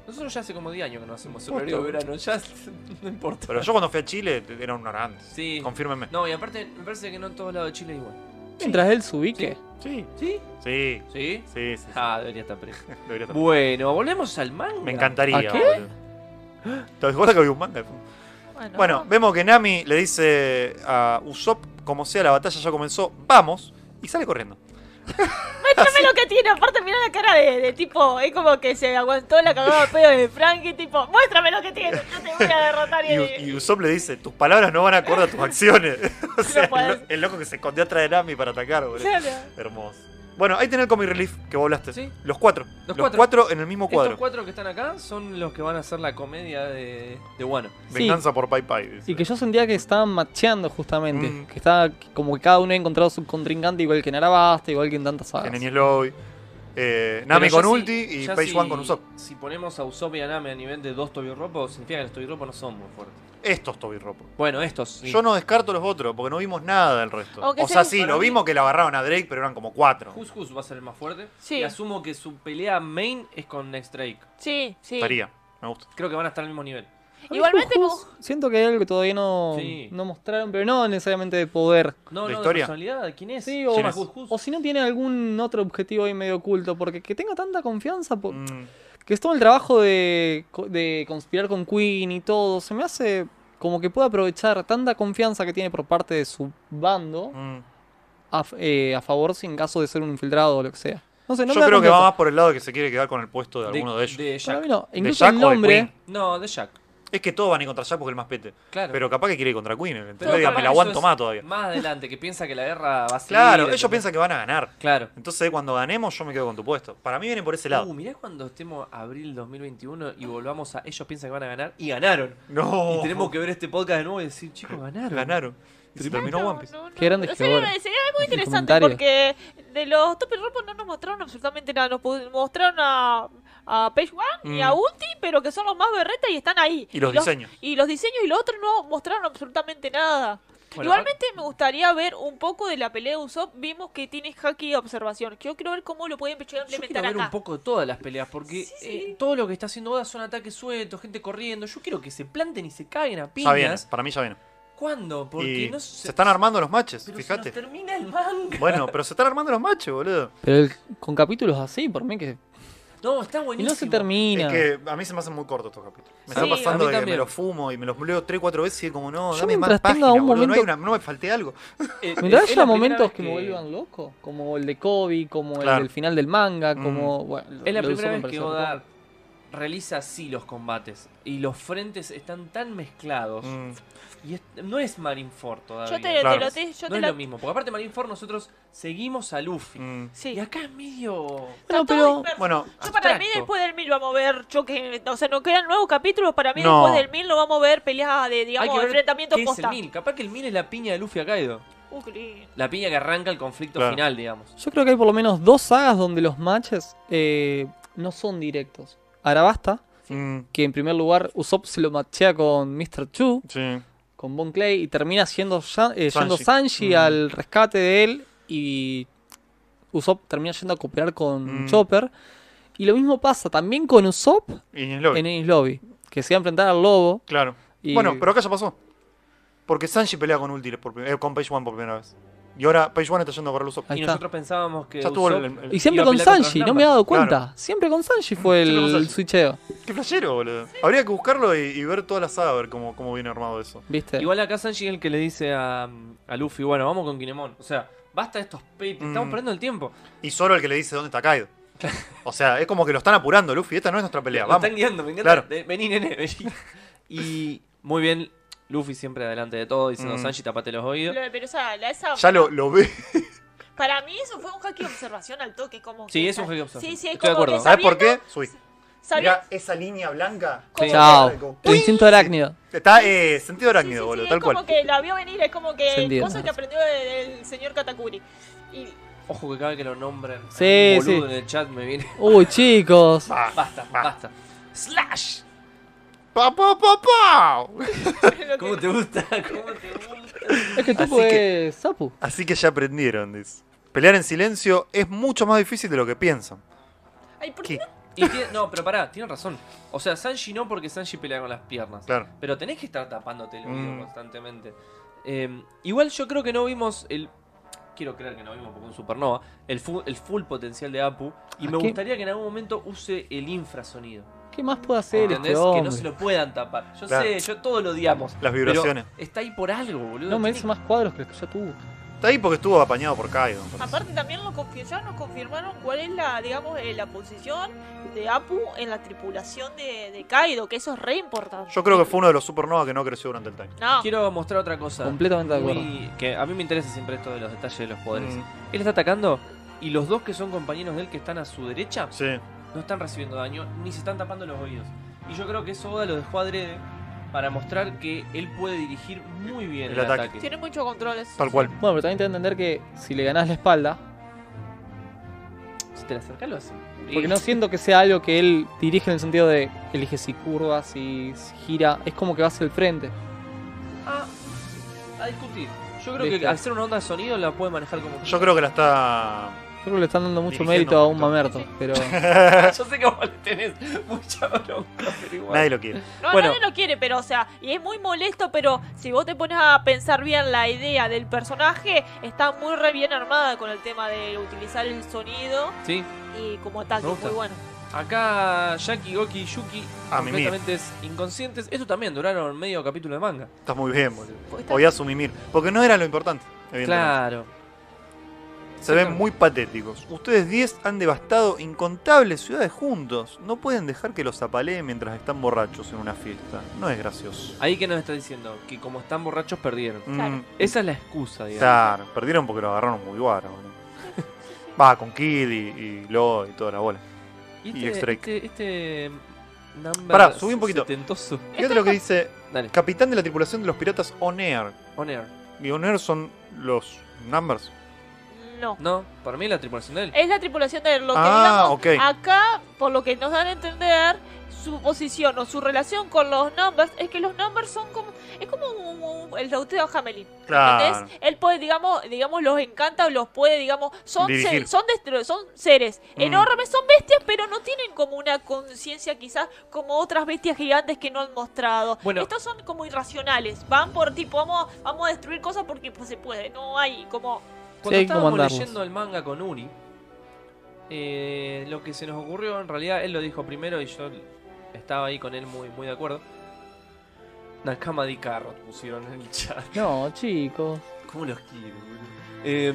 Speaker 2: Nosotros ya hace como 10 años que no hacemos
Speaker 3: Posta,
Speaker 2: horario de
Speaker 3: boludo.
Speaker 2: verano, ya *laughs* no importa.
Speaker 3: Pero yo cuando fui a Chile era un hora antes.
Speaker 2: Sí.
Speaker 3: Confírmenme.
Speaker 2: No, y aparte me parece que no en todos lados de Chile es igual.
Speaker 1: Mientras él se ubique.
Speaker 3: Sí.
Speaker 2: ¿Sí?
Speaker 3: Sí.
Speaker 2: ¿Sí?
Speaker 3: Sí, sí. sí.
Speaker 2: Ah, debería estar preso.
Speaker 3: Debería estar.
Speaker 2: Bueno, volvemos al manga.
Speaker 3: Me encantaría.
Speaker 1: ¿A qué?
Speaker 3: boludo. *gasps* ¿Te acuerdas que había un manga de fondo?
Speaker 4: Bueno,
Speaker 3: Bueno, vemos que Nami le dice a Usopp, como sea, la batalla ya comenzó, vamos, y sale corriendo.
Speaker 4: *laughs* Muéstrame lo que tiene. Aparte, mira la cara de, de tipo. Es como que se aguantó la cagada de pedo de Frankie. Tipo, muéstrame lo que tiene. Yo te voy a
Speaker 3: *laughs*
Speaker 4: derrotar.
Speaker 3: Y, U- y Usopp le dice, tus palabras no van acorde a tus acciones. *laughs* o sea, el,
Speaker 4: podés.
Speaker 3: lo- el loco que se escondió atrás de Nami para atacar, boludo.
Speaker 4: Claro.
Speaker 3: Hermoso. Bueno, ahí tenés el comic relief que vos hablaste.
Speaker 2: Sí.
Speaker 3: Los cuatro.
Speaker 2: Los
Speaker 3: Los,
Speaker 2: cuatro.
Speaker 3: cuatro. en el mismo
Speaker 2: Estos
Speaker 3: cuadro.
Speaker 2: cuatro que están acá son los que van a hacer la comedia de, de Wano.
Speaker 1: Sí.
Speaker 3: Venganza por Pai Pai. dice.
Speaker 1: Y que yo sentía que estaban macheando justamente.
Speaker 3: Mm.
Speaker 1: Que estaba que como que cada uno ha encontrado su contrincante, igual que en Arabasta, igual que en tantas sagas.
Speaker 3: En Enies Lobby. Eh, Nami
Speaker 2: Pero
Speaker 3: con
Speaker 2: ya si-
Speaker 3: Ulti y
Speaker 2: ya
Speaker 3: Page
Speaker 2: si-
Speaker 3: One con Usopp.
Speaker 2: Si ponemos a Usopp y a Nami a nivel de dos Tobirropo, significa que los Tobirropo no son muy fuertes.
Speaker 3: Estos Toby Ropo.
Speaker 2: Bueno, estos sí.
Speaker 3: Yo no descarto los otros, porque no vimos nada del resto.
Speaker 4: Aunque
Speaker 3: o sea,
Speaker 4: sea-
Speaker 3: sí,
Speaker 2: para
Speaker 3: lo
Speaker 2: mí-
Speaker 3: vimos que le agarraron a Drake, pero eran como cuatro.
Speaker 2: Hus Hus va a ser el más fuerte.
Speaker 4: Sí.
Speaker 2: Y asumo que su pelea main es con Next Drake.
Speaker 4: Sí, sí.
Speaker 3: Estaría, me gusta.
Speaker 2: Creo que van a estar al mismo nivel.
Speaker 1: A mí
Speaker 4: Igualmente,
Speaker 1: Jujus,
Speaker 4: como-
Speaker 1: Siento que hay algo que todavía no,
Speaker 2: Sí.
Speaker 1: no mostraron, pero no necesariamente de poder.
Speaker 2: No,
Speaker 3: ¿De
Speaker 2: no,
Speaker 3: historia?
Speaker 2: de personalidad. ¿Quién es?
Speaker 1: Sí, o,
Speaker 2: ¿Quién
Speaker 3: es?
Speaker 2: Hus Hus?
Speaker 1: o si no tiene algún otro objetivo ahí medio oculto, porque que tenga tanta confianza, po-
Speaker 3: Mm,
Speaker 1: que es todo el trabajo de, co- de conspirar con Queen y todo, se me hace como que puede aprovechar tanta confianza que tiene por parte de su bando
Speaker 3: mm.
Speaker 1: a, f- eh, a favor sin caso de ser un infiltrado o lo que sea. No sé, no
Speaker 3: Yo
Speaker 1: me da
Speaker 3: creo que va
Speaker 1: confianza.
Speaker 3: más por el lado de que se quiere quedar con el puesto de, alguno de ellos.
Speaker 2: De
Speaker 1: Para mí
Speaker 2: Jack.
Speaker 1: no.
Speaker 3: ¿De
Speaker 1: Incluso
Speaker 3: Jack
Speaker 1: el
Speaker 3: o de
Speaker 1: nombre.
Speaker 3: Queen?
Speaker 2: No, de Jack.
Speaker 3: Es que todos van a ir contra Jack porque es el más pete.
Speaker 2: Claro.
Speaker 3: Pero capaz que quiere ir contra Queen. Entonces
Speaker 2: Pero
Speaker 3: le diga,
Speaker 2: capaz
Speaker 3: me la
Speaker 2: que
Speaker 3: aguanto
Speaker 2: eso
Speaker 3: más
Speaker 2: es
Speaker 3: todavía.
Speaker 2: Más adelante, que piensa que la guerra va a seguir.
Speaker 3: Claro, ellos
Speaker 2: entonces-
Speaker 3: piensan que van a ganar.
Speaker 2: Claro.
Speaker 3: Entonces cuando ganemos yo me quedo con tu puesto. Para mí vienen por ese lado.
Speaker 2: Uh, mirá cuando estemos abril 2021 y volvamos a ellos piensan que van a ganar y ganaron.
Speaker 3: no.
Speaker 2: Y tenemos que ver este podcast de nuevo y decir, chicos, ganaron.
Speaker 3: *laughs* Ganaron. Y se terminó
Speaker 4: No,
Speaker 3: One Piece.
Speaker 4: no, no.
Speaker 1: Qué grande que
Speaker 4: Sería,
Speaker 1: ahora.
Speaker 4: sería muy
Speaker 1: Ese
Speaker 4: interesante
Speaker 1: comentario.
Speaker 4: porque de los Topi Ropo no nos mostraron absolutamente nada. Nos pu- mostraron a a Page One y
Speaker 2: Mm.
Speaker 4: a Ulti, pero que son los más berretas y están ahí.
Speaker 3: Y los diseños.
Speaker 4: Y los diseños y los otros no mostraron absolutamente nada.
Speaker 2: Bueno,
Speaker 4: Igualmente me gustaría ver un poco de la pelea de Usopp. Vimos que tiene hacky de observación. Yo quiero ver cómo lo pueden llegar a
Speaker 2: Yo
Speaker 4: implementar
Speaker 2: quiero ver
Speaker 4: acá.
Speaker 2: un poco de todas las peleas, porque
Speaker 4: Sí, sí.
Speaker 2: eh, todo lo que está haciendo Oda son ataques sueltos, gente corriendo. Yo quiero que se planten y se caguen a
Speaker 3: Ya viene,
Speaker 2: piñas.
Speaker 3: para mí ya viene.
Speaker 2: ¿Cuándo? Porque
Speaker 3: Y
Speaker 2: no
Speaker 3: se están armando los matches,
Speaker 2: pero se
Speaker 3: fíjate.
Speaker 2: nos termina el manga.
Speaker 3: Bueno, pero se están armando los matches, boludo.
Speaker 1: Pero el- con capítulos así, por mí que.
Speaker 2: No, está
Speaker 1: Y
Speaker 2: buenísimo.
Speaker 1: no se termina.
Speaker 3: Es que a mí se me hacen muy cortos estos capítulos. Me
Speaker 4: Sí,
Speaker 3: está
Speaker 4: a
Speaker 2: mí
Speaker 3: pasando de que
Speaker 2: también.
Speaker 3: me los fumo y me los leo 3, 4 veces y como no,
Speaker 1: Yo
Speaker 3: dame más
Speaker 1: mientras tenga
Speaker 3: páginas,
Speaker 1: un
Speaker 3: boludo, no, hay
Speaker 1: momento-
Speaker 3: una- no me falté algo.
Speaker 1: Mirá,
Speaker 2: Eh, es la
Speaker 1: haya
Speaker 2: primera
Speaker 1: momentos
Speaker 2: vez
Speaker 1: que me vuelvan loco, como el de Kobe, como el
Speaker 3: Claro.
Speaker 1: del final del manga,
Speaker 3: Mm.
Speaker 1: como. Bueno,
Speaker 2: Es la
Speaker 1: lo de Usopp
Speaker 2: primera
Speaker 1: me
Speaker 2: vez que
Speaker 1: pareció
Speaker 2: Oda
Speaker 1: loco.
Speaker 2: realiza así los combates. Y los frentes están tan mezclados.
Speaker 3: Mm,
Speaker 2: Y es- no es Marineford todavía.
Speaker 4: Yo te, te
Speaker 3: Claro.
Speaker 4: lo te- yo
Speaker 2: no
Speaker 4: te
Speaker 2: es
Speaker 4: la-
Speaker 2: lo mismo. Porque aparte Marineford nosotros seguimos a Luffy.
Speaker 3: mm.
Speaker 4: Sí.
Speaker 2: Y acá es medio...
Speaker 4: Está
Speaker 1: Bueno,
Speaker 4: todo
Speaker 1: pero-
Speaker 4: disperso.
Speaker 3: Bueno,
Speaker 4: Yo para mí
Speaker 2: abstracto.
Speaker 4: después del 1000 vamos a ver choques, o sea, nos quedan nuevos capítulos, para mí
Speaker 3: No.
Speaker 4: después del 1000 no vamos a ver peleas de,
Speaker 2: Hay
Speaker 4: digamos,
Speaker 2: que ver
Speaker 4: enfrentamientos
Speaker 2: qué es el
Speaker 4: posta.
Speaker 2: Mil. Capaz que el Mil es la piña de Luffy a Kaido.
Speaker 4: Uh, qué lindo.
Speaker 2: La piña que arranca el conflicto
Speaker 3: Claro.
Speaker 2: final, digamos.
Speaker 1: Yo creo que hay por lo menos dos sagas donde los matches eh, no son directos. Arabasta,
Speaker 3: mm,
Speaker 1: que en primer lugar Usopp se lo machea con Mr. Chu,
Speaker 3: sí.
Speaker 1: con Bon Clay, y termina siendo ya- eh, yendo
Speaker 3: Sanji.
Speaker 1: Sanji
Speaker 3: Mm.
Speaker 1: al rescate de él y Usopp termina yendo a cooperar con
Speaker 3: Mm.
Speaker 1: Chopper. Y lo mismo pasa también con Usopp
Speaker 3: Y ni es lobby.
Speaker 1: en Ennis Lobby, que se va a enfrentar al lobo.
Speaker 3: Claro.
Speaker 1: Y-
Speaker 3: Bueno, pero acá ya pasó. Porque Sanji pelea con Ulti por prim- eh, con Page One por primera vez. Y ahora Page One está yendo a agarrar los ojos.
Speaker 1: Ahí
Speaker 2: y
Speaker 1: está.
Speaker 2: nosotros pensábamos que
Speaker 3: Ya tuvo el-
Speaker 2: Usopp-
Speaker 3: el-
Speaker 1: Y siempre
Speaker 2: iba a
Speaker 1: con
Speaker 2: pelear contra
Speaker 1: Sanji,
Speaker 2: los
Speaker 1: no me he
Speaker 2: Nappa.
Speaker 1: dado cuenta. Siempre con Sanji fue el,
Speaker 3: Siempre con Sanji.
Speaker 1: switcheo,
Speaker 3: Qué flashero, boludo. Habría que buscarlo y, y ver toda la saga, a ver cómo, cómo viene armado eso.
Speaker 1: ¿viste?
Speaker 2: Igual acá Sanji es el que le dice a, a Luffy, bueno, vamos con Kinemon. O sea, basta de estos papers, estamos
Speaker 3: Mm.
Speaker 2: perdiendo el tiempo.
Speaker 3: Y solo el que le dice dónde está
Speaker 1: *laughs*
Speaker 3: Kaido. O sea, es como que lo están apurando, Luffy. Esta no es nuestra pelea,
Speaker 2: Lo
Speaker 3: vamos.
Speaker 2: están guiando, me encanta.
Speaker 3: Claro.
Speaker 2: De- Vení, nene, vení. Y muy bien, Luffy siempre adelante de todo, diciendo
Speaker 3: Mm.
Speaker 2: Sanji, tapate los oídos.
Speaker 4: Lo- Pero esa, la- esa-
Speaker 3: Ya lo,
Speaker 4: *laughs*
Speaker 3: lo ve.
Speaker 4: para mí eso fue un hack de observación al toque, como
Speaker 2: Sí,
Speaker 4: que-
Speaker 2: es un hack de observación.
Speaker 4: Sí, sí, es
Speaker 2: Estoy de
Speaker 4: como
Speaker 2: acuerdo.
Speaker 4: que
Speaker 3: ¿Sabes por qué?
Speaker 4: sabiendo-
Speaker 3: Sui.
Speaker 4: sabiendo-
Speaker 3: Mirá esa línea blanca.
Speaker 4: Sí.
Speaker 1: Chao.
Speaker 3: Como-
Speaker 1: El instinto arácnido.
Speaker 3: Está eh, sentido
Speaker 4: sí,
Speaker 3: arácnido,
Speaker 4: sí, sí,
Speaker 3: boludo,
Speaker 4: es
Speaker 3: tal
Speaker 4: como
Speaker 3: cual.
Speaker 4: que la vio venir, es como que
Speaker 1: Se entiende.
Speaker 4: cosa que aprendió de- del señor Katakuri. Y *laughs*
Speaker 2: Ojo que cada vez que lo nombran,
Speaker 1: Sí,
Speaker 2: un boludo
Speaker 1: sí.
Speaker 2: en el chat me viene.
Speaker 1: Uy, chicos.
Speaker 3: Pa,
Speaker 2: Basta, basta. ¡Slash!
Speaker 3: pa, pa, pa, pa.
Speaker 4: lo
Speaker 2: ¿Cómo
Speaker 4: que-
Speaker 2: te *laughs* gusta? ¿Cómo te gusta?
Speaker 1: Es que tú
Speaker 3: Así que-
Speaker 1: es Sapu.
Speaker 3: Así que ya aprendieron, dice. Pelear en silencio es mucho más difícil de lo que piensan.
Speaker 4: *laughs* Ay, ¿por qué
Speaker 3: ¿Qué?
Speaker 2: Y tiene- no, pero pará, tienes razón. O sea, Sanji no porque Sanji pelea con las piernas.
Speaker 3: Claro.
Speaker 2: Pero tenés que estar tapándote el oído
Speaker 3: Mm.
Speaker 2: constantemente. Eh, igual yo creo que no vimos el. Quiero creer que no vimos porque un supernova. El full, el full potencial de Apu. Y
Speaker 1: ¿A
Speaker 2: me
Speaker 1: qué?
Speaker 2: gustaría que en algún momento use el infrasonido.
Speaker 1: ¿Qué más puede hacer
Speaker 2: ¿Entendés?
Speaker 1: este
Speaker 2: que
Speaker 1: hombre?
Speaker 2: no se lo puedan tapar. Yo
Speaker 3: Claro.
Speaker 2: sé, yo todo lo odiamos.
Speaker 3: Las vibraciones.
Speaker 2: pero está ahí por algo, boludo.
Speaker 1: No merece
Speaker 2: Tiene-
Speaker 1: más cuadros que los que ya tuvo.
Speaker 3: Está ahí porque estuvo apañado por Kaido. me parece.
Speaker 4: Aparte también lo confi- ya nos confirmaron cuál es la, digamos, eh, la posición de Apu en la tripulación de, de Kaido, que eso es re importante.
Speaker 3: Yo creo que fue uno de los supernova que no creció durante el time.
Speaker 4: No,
Speaker 2: Quiero mostrar otra cosa.
Speaker 1: Completamente de acuerdo.
Speaker 2: muy- que a mí me interesa siempre esto de los detalles de los poderes.
Speaker 3: Mm,
Speaker 2: Él está atacando y los dos que son compañeros de él que están a su derecha
Speaker 3: sí.
Speaker 2: no están recibiendo daño ni se están tapando los oídos. Y yo creo que eso Oda lo dejó adrede para mostrar que él puede dirigir muy bien el,
Speaker 3: El
Speaker 2: ataque.
Speaker 3: ataque.
Speaker 4: tiene muchos controles.
Speaker 3: Tal cual.
Speaker 1: Bueno, pero también te que entender que si le ganás la espalda,
Speaker 2: Si te la acercas lo hace.
Speaker 1: porque no siento que sea algo que él dirige en el sentido de elige si curva, si si gira, es como que va hacia el frente.
Speaker 2: A, a discutir. Yo creo que
Speaker 1: Viste.
Speaker 2: al ser una onda de sonido la puede manejar como...
Speaker 3: Yo creo que la está.
Speaker 1: Yo creo que le están dando mucho
Speaker 3: Dirigiendo
Speaker 1: mérito a un
Speaker 3: mucho.
Speaker 1: mamerto, pero
Speaker 2: *laughs* Yo sé que vos le tenés mucha bronca, pero igual.
Speaker 3: Nadie lo quiere.
Speaker 4: No,
Speaker 2: Bueno.
Speaker 4: nadie lo quiere, pero o sea, y es muy molesto, pero si vos te pones a pensar bien la idea del personaje, está muy re bien armada con el tema de utilizar el sonido
Speaker 2: Sí,
Speaker 4: y como ataque,
Speaker 2: Me gusta.
Speaker 4: muy bueno.
Speaker 2: acá Jackie, Goki y Yuki
Speaker 3: A mimir.
Speaker 2: completamente inconscientes. Esto también duraron medio capítulo de manga.
Speaker 3: Estás muy bien, boludo.
Speaker 4: Pues está-
Speaker 3: Podías asumir. Porque no era lo importante, evidentemente.
Speaker 2: Claro.
Speaker 3: Se ven muy patéticos. Ustedes 10 han devastado incontables ciudades juntos. No pueden dejar que los apaleen mientras están borrachos en una fiesta. No es gracioso.
Speaker 2: Ahí que nos está diciendo que como están borrachos perdieron.
Speaker 4: Claro.
Speaker 3: Mm,
Speaker 2: Esa es la excusa, digamos.
Speaker 3: claro, perdieron porque lo agarraron muy guaro, boludo. Va, con Kid y, y Law y toda la bola.
Speaker 2: Y
Speaker 3: Y
Speaker 2: este,
Speaker 3: extra
Speaker 2: este, este number
Speaker 3: Pará, subí un poquito.
Speaker 2: setentoso.
Speaker 3: Fíjate lo que dice
Speaker 2: Dale,
Speaker 3: capitán de la tripulación de los piratas On Air.
Speaker 2: on air.
Speaker 3: Y On Air son los numbers.
Speaker 4: Mm, No.
Speaker 2: No, para mí la tripulación de él.
Speaker 4: Es la tripulación de él. Lo que
Speaker 3: Ah,
Speaker 4: digamos,
Speaker 3: ok.
Speaker 4: acá, por lo que nos dan a entender, su posición o su relación con los numbers es que los numbers son como. Es como un- un- el Deuteo Hamelin.
Speaker 3: Claro.
Speaker 4: ¿entendés? Él puede, digamos, digamos, los encanta o los puede, digamos, son,
Speaker 3: Dirigir. Mm.
Speaker 4: seres, son, destro- son seres enormes, son bestias, pero no tienen como una conciencia quizás como otras bestias gigantes que no han mostrado.
Speaker 2: Bueno.
Speaker 4: Estos son como irracionales, van por tipo, vamos, vamos a destruir cosas porque pues, se puede, no hay como...
Speaker 2: Cuando
Speaker 1: hay que
Speaker 2: estábamos
Speaker 1: mandarlos.
Speaker 2: leyendo el manga con Uri, eh, lo que se nos ocurrió, en realidad él lo dijo primero y yo estaba ahí con él muy, muy de acuerdo. Nakama di Carrot pusieron en el
Speaker 3: *laughs*
Speaker 2: chat.
Speaker 1: No, chicos.
Speaker 2: ¿Cómo los quiero, boludo? Eh,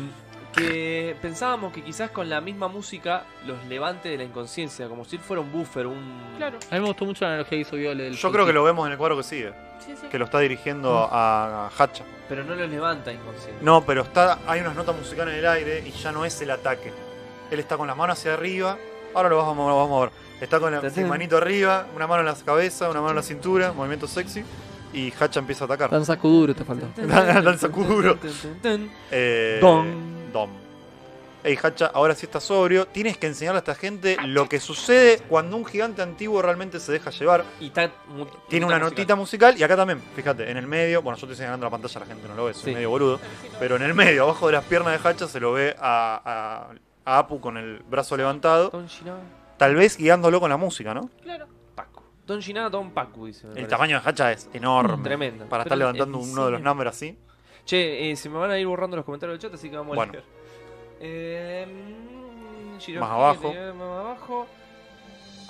Speaker 2: que pensábamos que quizás con la misma música los levante de la inconsciencia, como si él fuera un buffer, un.
Speaker 4: Claro,
Speaker 1: A mí me gustó mucho la analogía que hizo Viole. del
Speaker 3: Yo creo que
Speaker 1: Putin.
Speaker 3: lo vemos en el cuadro que sigue,
Speaker 4: sí, sí.
Speaker 3: que lo está dirigiendo a, a Hacha.
Speaker 2: Pero no los levanta inconsciente.
Speaker 3: No, pero está, hay unas notas musicales en el aire y ya no es el ataque. Él está con las manos hacia arriba. Ahora lo vamos a, lo vamos a ver. Está con la
Speaker 2: Tatán.
Speaker 3: sí, manito arriba, una mano en la cabeza, una mano en la cintura, movimiento sexy. Y Hacha empieza a atacar.
Speaker 1: Danza Kuduro te faltó.
Speaker 3: Danza Kuduro. Eh,
Speaker 2: Dom.
Speaker 3: Dom. Ey, Hacha, ahora sí está sobrio. Tienes que enseñarle a esta gente lo que sucede cuando un gigante antiguo realmente se deja llevar.
Speaker 2: Y está. mu-
Speaker 3: Tiene
Speaker 2: nota
Speaker 3: una
Speaker 2: musical.
Speaker 3: notita musical y acá también, fíjate, en el medio, bueno, yo estoy señalando la pantalla, la gente no lo ve, soy
Speaker 2: Sí.
Speaker 3: medio boludo, pero en el medio, abajo de las piernas de Hacha, se lo ve a, a- a Apu con el brazo levantado,
Speaker 2: Don Shinada,
Speaker 3: tal vez guiándolo con la música, ¿no?
Speaker 4: claro.
Speaker 2: Paco. Don Shinada, Don Paco, dice. me
Speaker 3: El
Speaker 2: parece.
Speaker 3: tamaño de Hacha es enorme.
Speaker 2: Tremendo.
Speaker 3: Para
Speaker 2: Pero
Speaker 3: estar levantando
Speaker 2: el
Speaker 3: uno de los
Speaker 2: diseño-
Speaker 3: numbers así.
Speaker 2: Che, eh, se me van a ir borrando los comentarios del chat, así que vamos
Speaker 3: Bueno.
Speaker 2: a leer. Eh, mm, Shirohige,
Speaker 3: Más abajo.
Speaker 2: te- más abajo.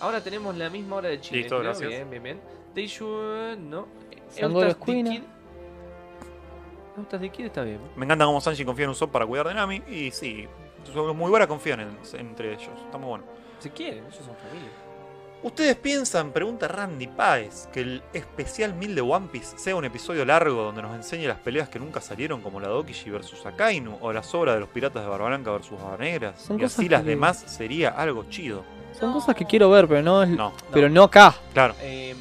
Speaker 2: Ahora tenemos la misma hora de Chile.
Speaker 3: Listo,
Speaker 2: creo.
Speaker 3: gracias.
Speaker 2: Bien, bien, bien. Teishu, no.
Speaker 1: Sangoro
Speaker 2: Eustace
Speaker 1: Escuina.
Speaker 2: Dikir. Eustace Dikir está bien.
Speaker 3: Me encanta cómo Sanji confía en Usopp para cuidar de Nami y sí, son muy buena confían en- entre ellos, está muy bueno.
Speaker 2: Se quieren, ellos son familia.
Speaker 3: ¿Ustedes piensan, pregunta Randy Páez, que el especial 1000 de One Piece sea un episodio largo donde nos enseñe las peleas que nunca salieron, como la de Okishi versus Akainu o la sobra de los piratas de Barblanca versus Barba Negra?
Speaker 1: Son
Speaker 3: Y
Speaker 1: cosas
Speaker 3: así las
Speaker 1: que-
Speaker 3: demás sería algo chido.
Speaker 1: Son
Speaker 4: No.
Speaker 1: cosas que quiero ver, pero no, es-
Speaker 3: No,
Speaker 1: pero no acá.
Speaker 3: claro.
Speaker 2: Eh,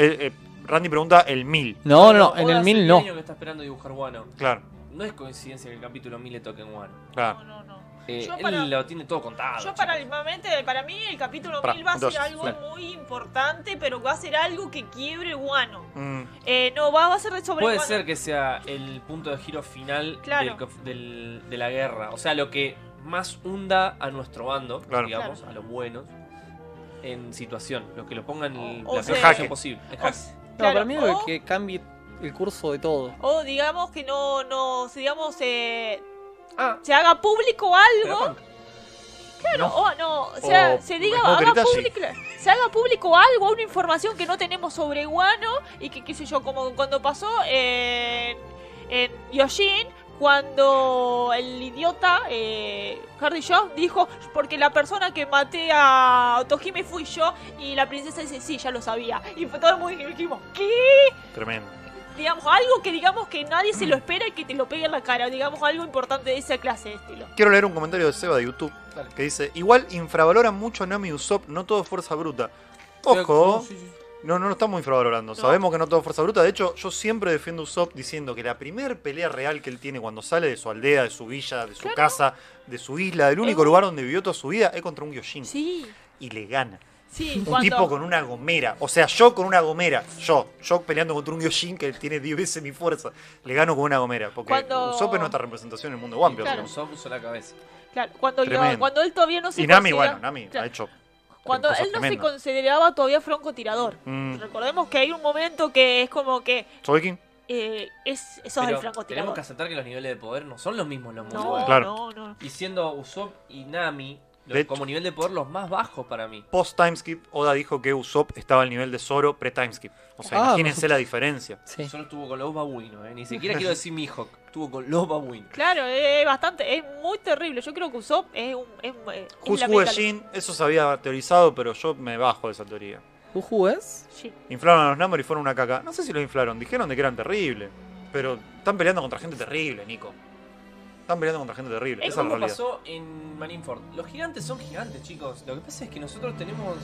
Speaker 3: Eh, eh, Randy pregunta el 1000,
Speaker 1: No, no, no, en
Speaker 2: Oda
Speaker 1: el
Speaker 2: hace
Speaker 1: 1000
Speaker 2: mil
Speaker 1: no.
Speaker 2: años que está esperando dibujar Wano.
Speaker 3: claro,
Speaker 2: No es coincidencia que el capítulo 1000 le toque en Wano.
Speaker 3: claro.
Speaker 4: No, no, no.
Speaker 2: Eh,
Speaker 4: Yo
Speaker 2: él
Speaker 4: para-
Speaker 2: lo tiene todo
Speaker 1: Ah,
Speaker 2: contado.
Speaker 4: Yo
Speaker 2: chicos.
Speaker 4: paralelamente, para mí el capítulo
Speaker 3: Pará,
Speaker 4: 1000 va a ser
Speaker 3: entonces,
Speaker 4: algo
Speaker 3: claro.
Speaker 4: muy importante, pero va a ser algo que quiebre Guano.
Speaker 3: Mm,
Speaker 4: Eh, no, va, va a ser de sobre
Speaker 2: Puede
Speaker 4: Guano.
Speaker 2: ser que sea el punto de giro final
Speaker 4: Claro.
Speaker 2: del conf- del- de la guerra. O sea, lo que más hunda a nuestro bando,
Speaker 3: Claro.
Speaker 2: digamos, a los buenos, en situación. Lo que lo pongan en
Speaker 4: O
Speaker 2: la
Speaker 4: sea-
Speaker 2: peor
Speaker 3: Jaque.
Speaker 2: situación posible. En
Speaker 4: O-
Speaker 2: jaque.
Speaker 1: No,
Speaker 4: claro,
Speaker 1: para mí
Speaker 4: o,
Speaker 1: es que cambie el curso de todo.
Speaker 4: o digamos que no, no, si digamos, eh,
Speaker 2: Ah,
Speaker 4: se haga público
Speaker 2: pero
Speaker 4: algo,
Speaker 2: punk.
Speaker 4: claro,
Speaker 3: No.
Speaker 4: o no, o sea,
Speaker 3: O
Speaker 4: se diga,
Speaker 3: Smoker
Speaker 4: haga
Speaker 3: Itachi.
Speaker 4: público, se haga público algo, una información que no tenemos sobre Guano y que, qué sé yo, como cuando pasó en, en Yoshin, cuando el idiota eh, Hardy Shaw dijo, porque la persona que maté a Otohime fui yo, y la princesa dice, sí, ya lo sabía. Y fue todo muy dijimos, ¿qué?
Speaker 3: tremendo.
Speaker 4: Digamos, algo que digamos que nadie se lo espera y que te lo pegue en la cara, digamos, algo importante de esa clase de estilo.
Speaker 3: Quiero leer un comentario de Seba de YouTube
Speaker 2: Dale.
Speaker 3: que dice, igual infravaloran mucho Nami y Usopp, no todo es fuerza bruta. Ojo,
Speaker 2: No, sí, sí.
Speaker 3: No, no lo estamos infravalorando.
Speaker 4: No.
Speaker 3: Sabemos que no todo es fuerza bruta. De hecho, yo siempre defiendo a Usopp diciendo que la primer pelea real que él tiene cuando sale de su aldea, de su villa, de su
Speaker 4: Claro.
Speaker 3: casa, de su isla, del único
Speaker 4: un-
Speaker 3: lugar donde vivió toda su vida, es contra un Gyojin.
Speaker 4: Sí,
Speaker 3: Y le gana.
Speaker 4: sí,
Speaker 3: Un
Speaker 4: cuando-
Speaker 3: tipo con una gomera. O sea, yo con una gomera. Yo. Yo peleando contra un Gyojin que tiene 10 veces mi fuerza. Le gano con una gomera. Porque
Speaker 4: Cuando-
Speaker 3: Usopp es nuestra representación en el mundo de One Piece.
Speaker 4: Claro.
Speaker 2: Pero Usopp usó la cabeza.
Speaker 4: Claro, cuando, yo-
Speaker 3: Tremendo.
Speaker 4: cuando él todavía no se
Speaker 3: Y Nami,
Speaker 4: considera-
Speaker 3: bueno, Nami
Speaker 4: Claro.
Speaker 3: ha hecho.
Speaker 4: Cuando
Speaker 3: cosas
Speaker 4: él no
Speaker 3: tremendas.
Speaker 4: se consideraba todavía francotirador.
Speaker 3: Mm,
Speaker 4: Recordemos que hay un momento que es como que
Speaker 3: Sobekin,
Speaker 4: eh, es, sos
Speaker 2: Pero
Speaker 4: el
Speaker 2: tenemos que
Speaker 4: francotirador.
Speaker 2: aceptar que los niveles de poder no son los mismos los muy
Speaker 4: No,
Speaker 2: buenos.
Speaker 3: Claro.
Speaker 4: no, no.
Speaker 2: Y siendo Usopp y Nami los-
Speaker 3: De hecho-
Speaker 2: como nivel de poder los más bajos para mí.
Speaker 3: Post timeskip, Oda dijo que Usopp estaba al nivel de Zoro pre-timeskip. O sea,
Speaker 1: Ah.
Speaker 3: imagínense la diferencia.
Speaker 1: Sí.
Speaker 2: Solo estuvo con los babuinos,
Speaker 4: *laughs*
Speaker 2: eh. ni siquiera quiero decir Mihawk. Estuvo con los babuinos.
Speaker 4: Claro, es bastante, es muy terrible. Yo creo que Usopp es un... Es, un- eh, un
Speaker 3: Who's Who
Speaker 4: lamentable-
Speaker 3: de Jin, eso se había teorizado, pero yo me bajo de esa teoría.
Speaker 1: ¿Juju es?
Speaker 4: Sí.
Speaker 3: Inflaron a los Namor y fueron una caca. No sé si lo inflaron, dijeron de que eran terribles. Pero están peleando contra gente terrible, Nico. Están peleando contra gente terrible.
Speaker 2: Es
Speaker 3: Esa es la
Speaker 2: como
Speaker 3: realidad.
Speaker 2: pasó en Marineford. Los gigantes son gigantes, chicos. Lo que pasa es que nosotros tenemos.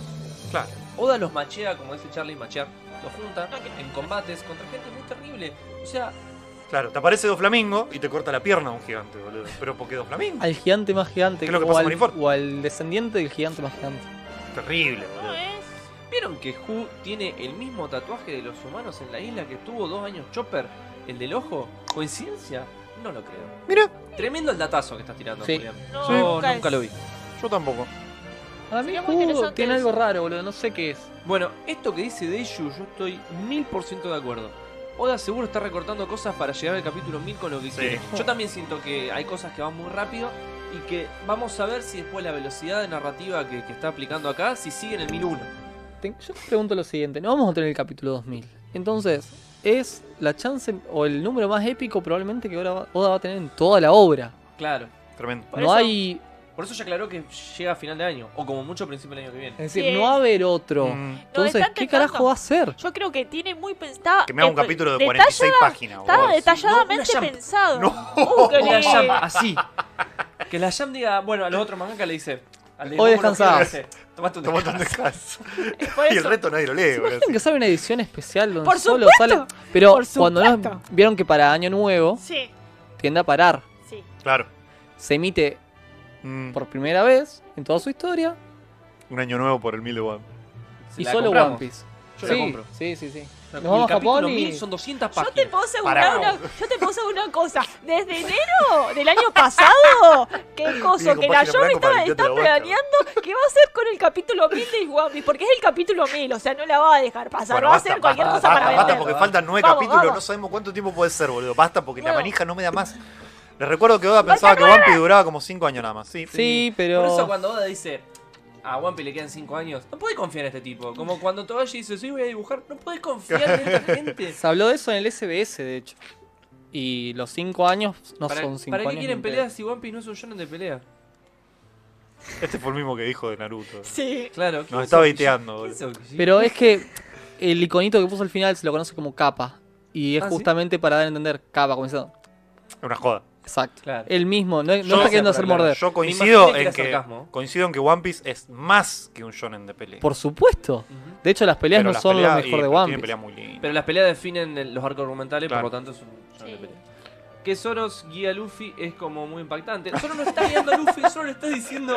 Speaker 3: Claro.
Speaker 2: Oda los machea, como dice Charlie, machear. Los junta
Speaker 4: No, que-
Speaker 2: en combates contra gente muy terrible. O sea,
Speaker 3: Claro, te aparece Do Flamingo y te corta la pierna a un gigante, boludo. Pero porque Do Flamingo.
Speaker 1: Al gigante más gigante.
Speaker 3: ¿Qué es lo que
Speaker 1: o
Speaker 3: pasa
Speaker 1: al-
Speaker 3: con Infor?
Speaker 1: o al descendiente del gigante más gigante.
Speaker 3: Terrible,
Speaker 4: No
Speaker 3: boludo.
Speaker 4: es.
Speaker 2: ¿Vieron que Who tiene el mismo tatuaje de los humanos en la isla que tuvo dos años Chopper? ¿El del ojo? ¿Coincidencia? No lo creo.
Speaker 3: Mira,
Speaker 2: Tremendo el datazo que estás tirando,
Speaker 1: Sí.
Speaker 2: Julián.
Speaker 4: No,
Speaker 2: Yo
Speaker 4: nunca
Speaker 2: nunca
Speaker 4: es.
Speaker 2: lo vi.
Speaker 3: yo tampoco.
Speaker 1: Para mí
Speaker 4: Sería muy
Speaker 1: Who
Speaker 4: interesante
Speaker 1: tiene
Speaker 4: eso.
Speaker 1: algo raro, boludo. No sé qué es.
Speaker 2: Bueno, esto que dice Deju, yo estoy mil por ciento de acuerdo. Oda seguro está recortando cosas para llegar al capítulo 1000 con lo que
Speaker 3: Sí.
Speaker 2: quiere. Yo también siento que hay cosas que van muy rápido y que vamos a ver si después la velocidad de narrativa que, que está aplicando acá, si sigue en el 1001.
Speaker 1: Te- Yo te pregunto lo siguiente, no vamos a tener el capítulo 2000. Entonces, es la chance o el número más épico probablemente que ahora va- Oda va a tener en toda la obra.
Speaker 2: Claro.
Speaker 3: Tremendo.
Speaker 4: Por
Speaker 1: no
Speaker 4: eso-
Speaker 1: hay,
Speaker 2: Por eso ya aclaró que llega a final de año, o como mucho a principio del año que viene.
Speaker 1: es decir,
Speaker 4: Sí.
Speaker 1: no va a haber otro.
Speaker 3: Mm,
Speaker 1: Entonces,
Speaker 4: están
Speaker 1: ¿qué
Speaker 4: tentando.
Speaker 1: carajo va a hacer?
Speaker 4: Yo creo que tiene muy pensada.
Speaker 3: que me haga un
Speaker 4: eh,
Speaker 3: capítulo de
Speaker 4: detalla-
Speaker 3: 46 páginas,
Speaker 4: Está
Speaker 3: boludo.
Speaker 4: detalladamente
Speaker 2: No, una jump.
Speaker 4: pensado.
Speaker 3: No.
Speaker 4: Uh, qué
Speaker 2: Una
Speaker 4: lindo.
Speaker 2: Jam así. Que la Jam diga, bueno, a los otros mangaka le dice. al de
Speaker 1: Hoy
Speaker 2: Momo no
Speaker 1: descansás.
Speaker 2: quiere, dice, Tomate un
Speaker 3: Tomó tanto
Speaker 2: descanso.
Speaker 3: descanso.
Speaker 4: Por
Speaker 3: Y el
Speaker 4: eso-
Speaker 3: reto nadie lo lee, boludo.
Speaker 1: Tienen que hacer una edición especial donde
Speaker 4: Por
Speaker 1: solo
Speaker 4: supuesto.
Speaker 1: sale. Pero
Speaker 4: Por
Speaker 1: cuando no,
Speaker 4: supuesto.
Speaker 1: vieron que para Año Nuevo
Speaker 4: Sí,
Speaker 1: tiende a parar.
Speaker 4: sí.
Speaker 3: Claro.
Speaker 1: Se emite
Speaker 3: Mm,
Speaker 1: por primera vez en toda su historia
Speaker 3: un año nuevo por el mil de One.
Speaker 2: Se
Speaker 1: y
Speaker 2: la
Speaker 1: solo
Speaker 2: compramos.
Speaker 1: One Piece.
Speaker 2: Yo
Speaker 1: sí,
Speaker 2: la compro.
Speaker 1: sí, sí, sí.
Speaker 2: El
Speaker 1: Nos vamos a
Speaker 2: capítulo
Speaker 1: Japón y...
Speaker 2: 1000 son 200
Speaker 4: Yo te
Speaker 2: páginas.
Speaker 4: puedo asegurar
Speaker 3: Pará.
Speaker 4: una, yo te puedo asegurar una cosa. Desde enero del año pasado, qué cosa,
Speaker 3: con
Speaker 4: que la
Speaker 3: página blanca
Speaker 4: Yomi
Speaker 3: para
Speaker 4: estaba
Speaker 3: limpiarte
Speaker 4: está
Speaker 3: la boca.
Speaker 4: planeando qué va a hacer con el capítulo 1000 de One Piece, porque es el capítulo 1000, o sea, no la va a dejar pasar,
Speaker 3: Bueno,
Speaker 4: va a
Speaker 3: basta,
Speaker 4: hacer cualquier
Speaker 3: basta,
Speaker 4: cosa
Speaker 3: basta,
Speaker 4: para
Speaker 3: basta,
Speaker 4: vender.
Speaker 3: porque faltan nueve
Speaker 4: Vamos,
Speaker 3: capítulos,
Speaker 4: vamos.
Speaker 3: no sabemos cuánto tiempo puede ser, boludo. Basta, porque la
Speaker 4: Bueno.
Speaker 3: manija no me da más. Les recuerdo que Oda pensaba que One Piece duraba como 5 años nada más. Sí,
Speaker 1: Sí, pero...
Speaker 2: Por eso cuando Oda dice. A One Piece le quedan 5 años. No puedes confiar en este tipo. Como cuando Togashi dice, sí, voy a dibujar. No puedes confiar en esta gente.
Speaker 1: Se habló de eso en el SBS, de hecho. Y los 5 años *laughs* no
Speaker 2: ¿Para,
Speaker 1: son 5 años.
Speaker 2: ¿para qué quieren
Speaker 1: ni en
Speaker 2: pelear si One Piece no es un shonen de pelea?
Speaker 3: Este fue el mismo que dijo de Naruto.
Speaker 4: Sí.
Speaker 2: Claro.
Speaker 3: Nos está baiteando, boludo.
Speaker 2: boludo.
Speaker 1: pedo. Pero es que el iconito que puso al final se lo conoce como capa. Y es
Speaker 2: Ah, ¿sí?
Speaker 1: justamente para dar a entender capa, comenzando.
Speaker 3: Es una joda.
Speaker 1: Exacto.
Speaker 2: Claro.
Speaker 1: El mismo, no, no
Speaker 2: Yo-
Speaker 1: está queriendo hacer
Speaker 2: Claro,
Speaker 1: morder.
Speaker 3: Yo
Speaker 2: imagino
Speaker 3: coincido
Speaker 2: que
Speaker 3: en
Speaker 2: era
Speaker 3: que,
Speaker 2: sarcasmo.
Speaker 3: coincido en que One Piece es más que un shonen de pelea.
Speaker 1: Por supuesto.
Speaker 2: Ujú.
Speaker 1: De hecho, las peleas
Speaker 3: Pero
Speaker 1: no
Speaker 3: las
Speaker 1: son
Speaker 3: peleas-
Speaker 1: lo mejor
Speaker 3: y-
Speaker 1: de
Speaker 3: pero
Speaker 1: One
Speaker 3: tiene
Speaker 1: Piece.
Speaker 3: peleas muy lindas.
Speaker 2: Pero las peleas definen el- los arcos argumentales,
Speaker 3: Claro.
Speaker 2: por lo tanto es un shonen de
Speaker 4: Sí.
Speaker 2: pelea. Que Soros guía a Luffy es como muy impactante. Solo no está guiando a Luffy, solo le está diciendo,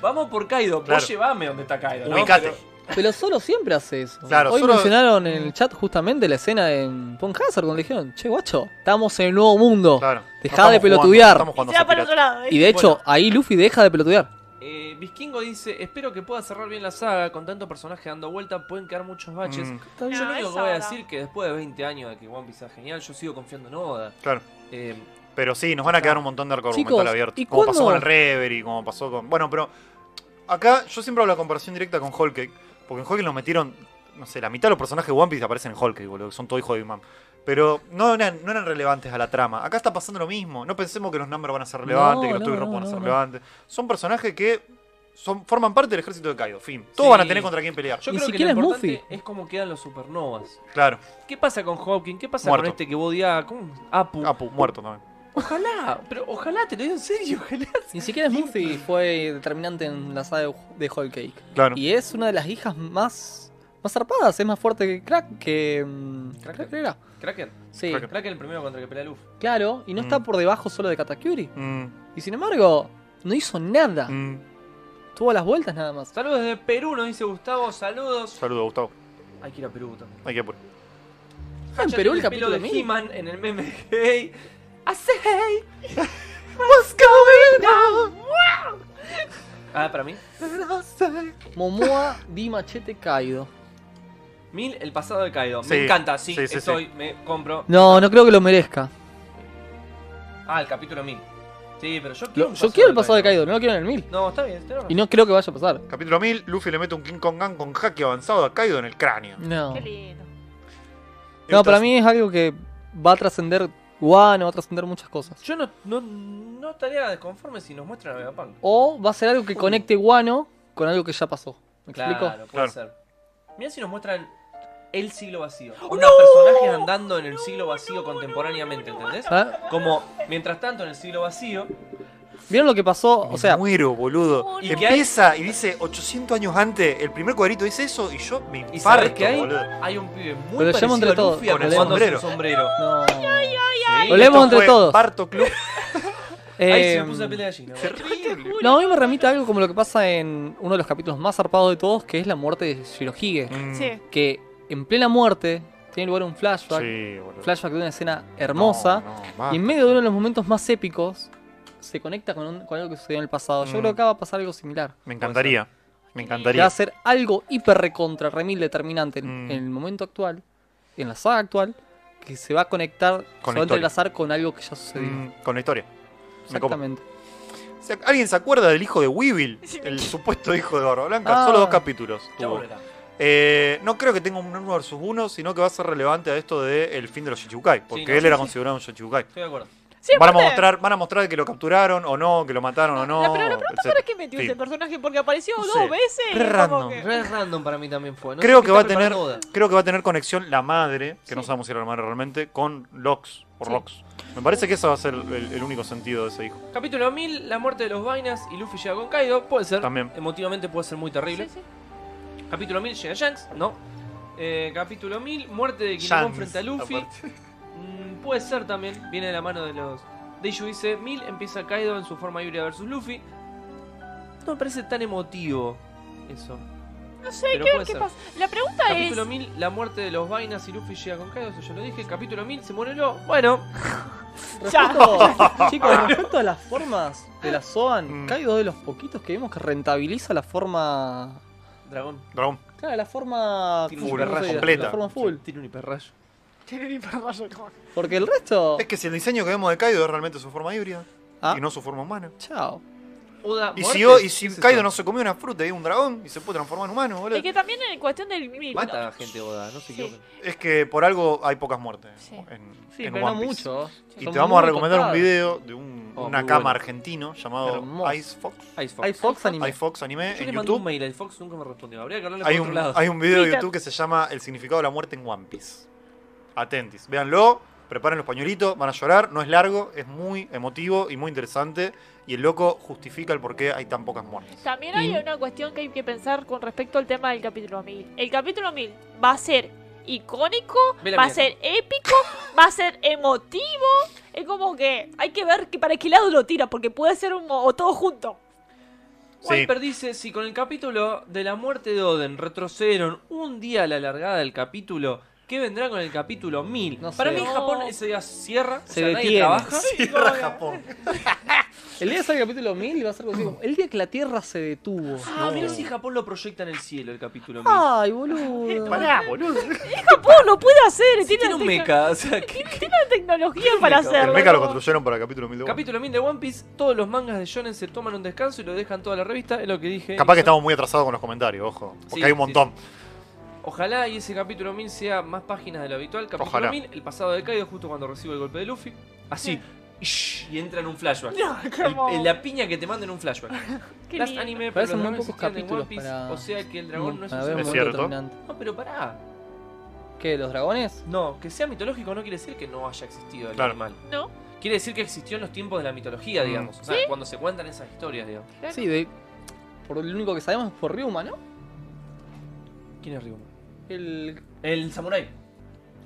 Speaker 2: vamos por Kaido,
Speaker 3: Claro.
Speaker 2: vos llevame donde está Kaido. ¿no?
Speaker 3: Ubicate.
Speaker 2: Pero-
Speaker 1: Pero solo siempre hace eso.
Speaker 3: Claro,
Speaker 1: Hoy
Speaker 3: Zoro-
Speaker 1: mencionaron en el chat justamente la escena en Pon Hazard cuando le dijeron, che, guacho, estamos en el nuevo mundo.
Speaker 3: Claro.
Speaker 1: Dejá
Speaker 3: No
Speaker 1: de
Speaker 3: estamos jugando,
Speaker 1: pelotudear.
Speaker 3: no estamos
Speaker 4: Y
Speaker 3: jugando
Speaker 4: se
Speaker 3: a
Speaker 4: va para
Speaker 3: piratas.
Speaker 4: otro lado. ¿eh?
Speaker 1: Y de hecho,
Speaker 2: Bueno.
Speaker 1: ahí Luffy deja de pelotudear.
Speaker 2: eh, Viskingo dice, espero que pueda cerrar bien la saga, con tanto personaje dando vuelta pueden quedar muchos baches.
Speaker 3: Mm,
Speaker 1: Está bien.
Speaker 2: Yo lo
Speaker 4: No,
Speaker 2: único
Speaker 4: es
Speaker 2: que voy a
Speaker 4: Oda.
Speaker 2: decir que después de 20 años de que One Piece sea genial, yo sigo confiando en Oda.
Speaker 3: claro.
Speaker 2: Eh,
Speaker 3: Pero sí, nos van a quedar un montón de arco
Speaker 1: Chicos,
Speaker 3: argumental abierto.
Speaker 1: ¿y
Speaker 3: como
Speaker 1: cuándo?
Speaker 3: pasó con el Reverie, como pasó con. Bueno, pero. Acá yo siempre hago la comparación directa con Whole Cake. Porque en Whole Cake nos metieron. No sé, la mitad de los personajes de One Piece aparecen en Whole Cake, boludo. que Son todos hijos de Big Mom. Pero no eran, no eran relevantes a la trama. Acá está pasando lo mismo. No pensemos que los Number van a ser relevantes,
Speaker 1: No,
Speaker 3: que los
Speaker 1: no,
Speaker 3: Tugger no,
Speaker 1: no,
Speaker 3: van a
Speaker 1: no,
Speaker 3: ser
Speaker 1: no.
Speaker 3: relevantes. Son personajes que son, forman parte del ejército de Kaido. Fin. Todos
Speaker 2: Sí.
Speaker 3: van a tener contra quién pelear.
Speaker 2: yo
Speaker 1: Ni
Speaker 2: creo que lo
Speaker 1: siquiera es
Speaker 2: importante
Speaker 1: Luffy.
Speaker 2: es cómo quedan los supernovas.
Speaker 3: Claro.
Speaker 2: ¿Qué pasa con Hawking? ¿Qué pasa
Speaker 3: Muerto.
Speaker 2: con este que vos odiás? ¿Cómo? Apu.
Speaker 3: Apu, muerto también.
Speaker 2: Ojalá, pero ojalá, te lo digo en serio, ojalá.
Speaker 1: Ni siquiera Smoothie fue determinante en la saga de- de Whole Cake.
Speaker 3: Claro.
Speaker 1: Y es una de las hijas más, más zarpadas, es más fuerte que Crack, que... mm,
Speaker 2: Cracker.
Speaker 1: Cracker era.
Speaker 2: Kraken.
Speaker 1: Sí,
Speaker 3: Cracker.
Speaker 2: Kraken el primero contra el que pelea Luffy.
Speaker 1: claro, y no está
Speaker 3: Mm.
Speaker 1: por debajo solo de Katakuri.
Speaker 3: Mm,
Speaker 1: Y sin embargo, no hizo nada,
Speaker 3: mm.
Speaker 1: tuvo las vueltas nada más.
Speaker 2: Saludos desde Perú, nos dice Gustavo. Saludos.
Speaker 3: Saludos, Gustavo.
Speaker 2: Hay que ir a Perú también.
Speaker 3: Hay que apurar.
Speaker 1: Ah, en
Speaker 2: Ya
Speaker 1: Perú
Speaker 2: tiene
Speaker 1: el capítulo
Speaker 2: pelo
Speaker 1: de
Speaker 2: de
Speaker 1: mí.
Speaker 2: He-Man en el meme. Hey, I say, what's going on? Ah, para mí.
Speaker 1: Momoa di machete Kaido.
Speaker 2: Mil, el pasado de Kaido.
Speaker 3: Sí,
Speaker 2: me encanta, sí,
Speaker 3: sí, sí,
Speaker 2: estoy, me compro.
Speaker 1: No, no creo que lo merezca.
Speaker 2: Ah, el capítulo 1000. Sí, pero yo quiero,
Speaker 1: Lo-
Speaker 2: un
Speaker 1: yo quiero el pasado de Kaido, no lo quiero en el 1000.
Speaker 2: No, está bien, está bien.
Speaker 1: Y no creo que vaya a pasar.
Speaker 3: Capítulo 1000, Luffy le mete un King Kong Gun con jaque avanzado a Kaido en el cráneo.
Speaker 1: No.
Speaker 4: Qué lindo.
Speaker 1: No, para mí es algo que va a trascender Guano, va a trascender muchas cosas.
Speaker 2: Yo no, no, no estaría desconforme si nos muestran a Vegapunk.
Speaker 1: O va a ser algo que conecte Guano con algo que ya pasó. ¿Me explico?
Speaker 2: Claro, puede
Speaker 3: Claro.
Speaker 2: ser. Mirá si nos muestran el siglo vacío. Unos personajes andando en el siglo vacío contemporáneamente, ¿entendés?
Speaker 1: ¿Ah?
Speaker 2: Como, mientras tanto, en el siglo vacío,
Speaker 1: ¿Vieron lo que pasó?
Speaker 3: Me
Speaker 1: O sea,
Speaker 3: muero, boludo.
Speaker 4: Oh,
Speaker 3: Y
Speaker 2: no.
Speaker 3: empieza y dice 800 años antes. El primer cuadrito dice eso y yo me
Speaker 2: ¿Y sabes
Speaker 3: infarto,
Speaker 2: qué hay?
Speaker 3: boludo.
Speaker 2: Hay un pibe
Speaker 1: Pero
Speaker 2: muy parecido
Speaker 1: llamo entre
Speaker 2: a
Speaker 1: todos.
Speaker 2: Luffy
Speaker 3: Con el
Speaker 2: armando
Speaker 3: sombrero.
Speaker 2: su sombrero.
Speaker 1: no.
Speaker 2: Sí.
Speaker 1: Lo leemos
Speaker 3: Esto
Speaker 1: entre
Speaker 3: fue
Speaker 1: todos.
Speaker 3: Parto
Speaker 1: *laughs*
Speaker 3: Club.
Speaker 2: Ahí se
Speaker 1: Em,
Speaker 2: me puso la piel de gallina. boludo.
Speaker 3: Terrible.
Speaker 1: No, a mí me remite a algo como lo que pasa en uno de los capítulos más zarpados de todos, que es la muerte de Shirohige.
Speaker 3: Mm,
Speaker 4: Sí.
Speaker 1: Que en plena muerte tiene lugar un flashback.
Speaker 3: Sí, boludo.
Speaker 1: Flashback de una escena hermosa.
Speaker 3: No, no, basta.
Speaker 1: Y en medio de uno de los momentos más épicos, se conecta con, un- con algo que sucedió en el pasado. Yo
Speaker 3: Mm.
Speaker 1: creo que acá va a pasar algo similar.
Speaker 3: Me encantaría. Me
Speaker 1: Que va
Speaker 3: encantaría.
Speaker 1: a ser algo hiper recontra, remil determinante en,
Speaker 3: Mm.
Speaker 1: en el momento actual, en la saga actual, que se va a conectar, se
Speaker 3: Con la
Speaker 1: va a
Speaker 3: historia.
Speaker 1: entrelazar con algo que ya sucedió.
Speaker 3: Mm, con la historia. Me copa.
Speaker 1: Exactamente.
Speaker 3: ¿Se- ¿Alguien se acuerda del hijo de Weevil?
Speaker 4: Sí.
Speaker 3: El supuesto hijo de Barba Blanca.
Speaker 1: Ah.
Speaker 3: Solo dos capítulos.
Speaker 2: Ya
Speaker 3: tuvo.
Speaker 2: volverá.
Speaker 3: Eh, no creo que tenga un 1 versus 1, sino que va a ser relevante a esto del fin de los Shichibukai. Porque
Speaker 2: no,
Speaker 3: él
Speaker 2: sí,
Speaker 3: era
Speaker 2: sí.
Speaker 3: considerado un Shichibukai.
Speaker 2: Estoy de acuerdo.
Speaker 4: Sí,
Speaker 3: Van a,
Speaker 4: aparte-
Speaker 3: mostrar, van a mostrar que lo capturaron o no, que lo mataron o no.
Speaker 4: La, pero la pregunta
Speaker 3: etcétera.
Speaker 4: para qué metió
Speaker 3: Sí.
Speaker 4: este personaje, porque apareció
Speaker 3: No
Speaker 4: dos
Speaker 3: sé,
Speaker 4: veces. y
Speaker 3: re
Speaker 4: es como
Speaker 3: random,
Speaker 4: que-
Speaker 2: Re random para mí también fue. No sé
Speaker 3: creo
Speaker 2: qué
Speaker 3: que va a
Speaker 2: está
Speaker 3: tener
Speaker 2: preparando Oda.
Speaker 3: creo que va a tener conexión la madre que no
Speaker 4: Sí.
Speaker 3: sabemos si era la madre realmente con Lox o
Speaker 4: Sí.
Speaker 3: Rox me parece que ese va a ser el, el único sentido de ese hijo
Speaker 2: Capítulo 1000, la muerte de los Vainas y Luffy llega con Kaido. Puede ser,
Speaker 3: También.
Speaker 2: emotivamente puede ser muy terrible.
Speaker 4: Sí, sí.
Speaker 2: Capítulo 1000, llega Shanks, no. Eh, capítulo 1000, muerte de Kinemon
Speaker 3: Shanks,
Speaker 2: frente a Luffy.
Speaker 3: aparte.
Speaker 2: Mm, puede ser también, viene de la mano de los. Deiju dice: 1000 empieza Kaido en su forma híbrida versus Luffy. No me parece tan emotivo eso.
Speaker 4: No sé,
Speaker 2: Pero
Speaker 4: ¿qué,
Speaker 2: puede
Speaker 4: qué
Speaker 2: ser.
Speaker 4: pasa? La pregunta es.
Speaker 2: Capítulo 1000, la muerte de los vainas y Luffy llega con Kaido, eso ya lo dije. Capítulo 1000, se muere Lo. Bueno,
Speaker 1: Respecto, chicos, respecto a las formas de la SOAN,
Speaker 3: Mm.
Speaker 1: Kaido de los poquitos que vemos que rentabiliza la forma.
Speaker 2: dragón.
Speaker 3: dragón
Speaker 1: Claro, la forma.
Speaker 2: Full,
Speaker 1: ¿cómo se dice?
Speaker 3: completa.
Speaker 1: La forma full.
Speaker 2: Tiene un hiperrayo.
Speaker 1: Porque el
Speaker 2: Oh.
Speaker 1: resto.
Speaker 3: es que si el diseño que vemos de Kaido es realmente su forma híbrida
Speaker 1: Ah.
Speaker 3: y no su forma humana
Speaker 1: Chao.
Speaker 2: Oda,
Speaker 3: y
Speaker 2: muertes,
Speaker 3: si, yo- y si
Speaker 2: ¿qué es
Speaker 3: Kaido
Speaker 2: eso?
Speaker 3: no se comió una fruta y un dragón y se puede transformar en humano boludo.
Speaker 4: Y que también en cuestión del. mil-
Speaker 2: Mata a gente Oda, no se
Speaker 4: Sí.
Speaker 2: equivoquen.
Speaker 3: es que por algo hay pocas muertes
Speaker 4: Sí.
Speaker 3: en,
Speaker 1: Sí,
Speaker 3: en
Speaker 1: pero no
Speaker 3: One Piece.
Speaker 1: mucho.
Speaker 3: y
Speaker 1: Son
Speaker 3: te vamos a
Speaker 1: muy
Speaker 3: recomendar un
Speaker 1: contadas.
Speaker 3: video de un
Speaker 2: Oh,
Speaker 3: una
Speaker 2: muy
Speaker 3: cama
Speaker 2: bueno.
Speaker 3: argentino llamado
Speaker 1: Hermoso.
Speaker 3: Ice Fox
Speaker 2: Ice Fox.
Speaker 1: Hay Fox anime.
Speaker 3: Ice Fox anime
Speaker 2: Yo le
Speaker 3: en
Speaker 2: mandé un
Speaker 3: YouTube
Speaker 2: mail al Fox, nunca me respondió. Habría que hablarle por
Speaker 3: Hay
Speaker 2: otro
Speaker 3: un,
Speaker 2: lado.
Speaker 3: hay un video de
Speaker 4: Twitter.
Speaker 3: YouTube que se llama El significado de la muerte en One Piece. Atentis, véanlo, preparen los pañuelitos, van a llorar, no es largo, es muy emotivo y muy interesante. Y el loco justifica el por qué hay tan pocas muertes.
Speaker 4: También hay
Speaker 1: Y-
Speaker 4: una cuestión que hay que pensar con respecto al tema del capítulo 1000. El capítulo 1000 va a ser icónico,
Speaker 2: Ve la
Speaker 4: va a
Speaker 2: mierda.
Speaker 4: ser épico, va a ser emotivo. Es como que hay que ver que para qué lado lo tira, porque puede ser un, mo- o todo junto.
Speaker 3: Sí.
Speaker 2: Wiper dice, si con el capítulo de la muerte de Oden retrocedieron un día a la largada del capítulo, ¿qué vendrá con el capítulo 1000?
Speaker 1: No sé.
Speaker 2: Para mí
Speaker 4: No.
Speaker 2: Japón ese día cierra, o
Speaker 1: Se
Speaker 2: sea, nadie
Speaker 1: detiene.
Speaker 2: trabaja.
Speaker 3: Cierra Japón.
Speaker 1: El día de salir el capítulo 1000 va a ser algo así como, El día que la Tierra se detuvo.
Speaker 2: Ah, mirá si Japón lo proyecta en el cielo el capítulo 1000.
Speaker 1: Ay, boludo.
Speaker 3: Pará, boludo.
Speaker 4: Japón lo puede hacer,
Speaker 2: Sí,
Speaker 4: tiene,
Speaker 2: tiene
Speaker 4: la
Speaker 2: un
Speaker 4: tecno-
Speaker 2: mecha, o *laughs* sea, que-
Speaker 4: tiene la tecnología para
Speaker 2: mecha, el
Speaker 4: hacerlo.
Speaker 3: El mecha lo
Speaker 4: ¿no?
Speaker 3: construyeron para el capítulo 1000 de One Piece.
Speaker 2: Capítulo 1000 de One Piece, todos los mangas de shonen se toman un descanso y lo dejan toda la revista, es lo que dije.
Speaker 3: Capaz que
Speaker 2: Hizo.
Speaker 3: estamos muy atrasados con los comentarios, ojo. Porque
Speaker 2: Sí,
Speaker 3: hay un
Speaker 2: sí,
Speaker 3: montón.
Speaker 2: Ojalá y ese capítulo 1000 sea más páginas de lo habitual. Capítulo
Speaker 3: Ojalá.
Speaker 2: 1000, el pasado de Kaido justo cuando recibe el golpe de Luffy. Así. ish, Y entra en un flashback.
Speaker 4: como-
Speaker 2: El- el- la piña que te manda en un flashback.
Speaker 4: Qué
Speaker 2: Las
Speaker 4: lindo.
Speaker 2: anime, pero
Speaker 1: Parecen
Speaker 2: los
Speaker 1: muy
Speaker 2: dragones
Speaker 1: pocos
Speaker 2: existían en One
Speaker 1: capítulos
Speaker 2: Piece,
Speaker 1: para-
Speaker 2: O sea que el dragón no es un
Speaker 1: Para ver un
Speaker 3: Es
Speaker 2: ser-
Speaker 1: momento
Speaker 3: cierto.
Speaker 1: determinante.
Speaker 2: No, pero pará.
Speaker 1: ¿Qué? ¿Los dragones?
Speaker 2: No, que sea mitológico no quiere decir que no haya existido el
Speaker 3: Claro.
Speaker 2: animal.
Speaker 4: ¿No?
Speaker 2: Quiere decir que existió en los tiempos de la mitología,
Speaker 3: Mm.
Speaker 2: digamos. O sea, cuando se cuentan esas historias, digamos.
Speaker 4: Claro.
Speaker 1: Sí, de. Por lo único que sabemos es por Ryuma, ¿no?
Speaker 2: ¿Quién es Ryuma?
Speaker 1: El,
Speaker 2: El samurái.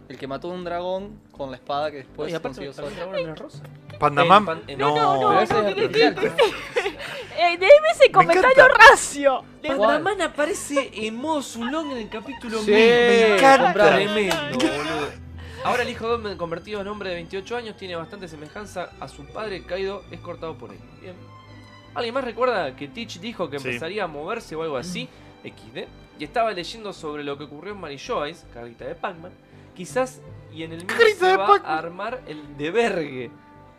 Speaker 1: el que mató a un dragón con la espada que después
Speaker 2: y aparte
Speaker 1: consiguió
Speaker 2: el
Speaker 1: solo.
Speaker 2: dragón era rosa.
Speaker 3: Pandaman.
Speaker 2: El pan- el-
Speaker 4: No, no, no,
Speaker 1: Pero
Speaker 4: no,
Speaker 1: ese es
Speaker 4: no,
Speaker 1: el
Speaker 4: que le-
Speaker 1: original.
Speaker 4: eh, deme ese comentario
Speaker 3: encanta.
Speaker 4: racio. Le-
Speaker 1: Guau.
Speaker 2: Pandaman aparece en modo Zulong en el capítulo
Speaker 1: Sí,
Speaker 2: 1000. Me encanta.
Speaker 3: compralo.
Speaker 2: Tremendo,
Speaker 1: *laughs*
Speaker 2: boludo. Ahora el hijo de Oden, convertido en hombre de 28 años, tiene bastante semejanza a su padre Kaido, es cortado por él. Bien. ¿Alguien más recuerda que Teach dijo que
Speaker 3: Sí.
Speaker 2: empezaría a moverse o algo así? XD. Y estaba leyendo sobre lo que ocurrió en Mary Joyce, carrita de Pac-Man. Quizás y en el mismo
Speaker 3: Carita
Speaker 2: se
Speaker 3: de
Speaker 2: va
Speaker 3: Pac-Man.
Speaker 2: a armar el de vergue.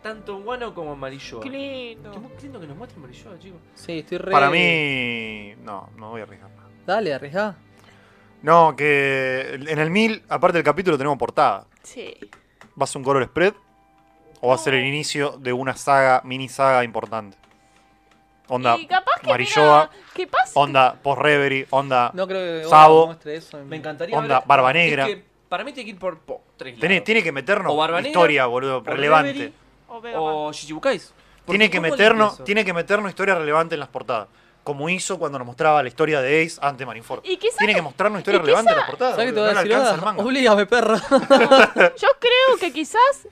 Speaker 2: Tanto en Wano como en Mary Joyce.
Speaker 4: Qué lindo.
Speaker 2: Qué muy lindo que nos muestren Mary Joyce, chicos.
Speaker 1: Sí, estoy re.
Speaker 3: Para mí. No, no voy a arriesgar nada.
Speaker 1: Dale, arriesgá.
Speaker 3: No, que en el 1000, aparte del capítulo, tenemos portada.
Speaker 4: Sí.
Speaker 3: ¿Va a ser un color spread? ¿O va a ser el inicio de una saga, mini saga importante? Onda,
Speaker 4: y capaz que
Speaker 3: Marilloa,
Speaker 4: mira, que pase
Speaker 3: onda post-reverie, onda...
Speaker 1: No creo que
Speaker 3: Sabo.
Speaker 1: Oda muestre eso. en-
Speaker 2: Me encantaría
Speaker 3: Onda,
Speaker 2: ver-
Speaker 3: Barba
Speaker 2: es
Speaker 3: Negra.
Speaker 2: que para mí tiene que ir por, po- tres
Speaker 3: Tiene,
Speaker 2: lados.
Speaker 3: tiene que meternos
Speaker 2: O Barba Negra,
Speaker 3: historia, boludo,
Speaker 2: o
Speaker 3: relevante.
Speaker 2: Reverie,
Speaker 4: o Vega Man.
Speaker 2: O Shichibukais. Porque
Speaker 3: Tiene que,
Speaker 2: ¿cómo
Speaker 3: meternos,
Speaker 2: limpia eso?
Speaker 3: tiene que meternos historia relevante en las portadas. Como hizo cuando nos mostraba la historia de Ace antes de Marineford.
Speaker 4: Y quizás
Speaker 3: Tiene que mostrarnos historia
Speaker 4: y
Speaker 3: relevante en
Speaker 4: quizá-
Speaker 3: las portadas.
Speaker 1: ¿Sabes qué te
Speaker 3: boludo,
Speaker 1: voy a
Speaker 3: no le
Speaker 1: decir
Speaker 3: alcanza
Speaker 1: ahora?
Speaker 3: el manga.
Speaker 1: Oblígame,
Speaker 3: *laughs*
Speaker 1: perra.
Speaker 4: Yo creo que quizás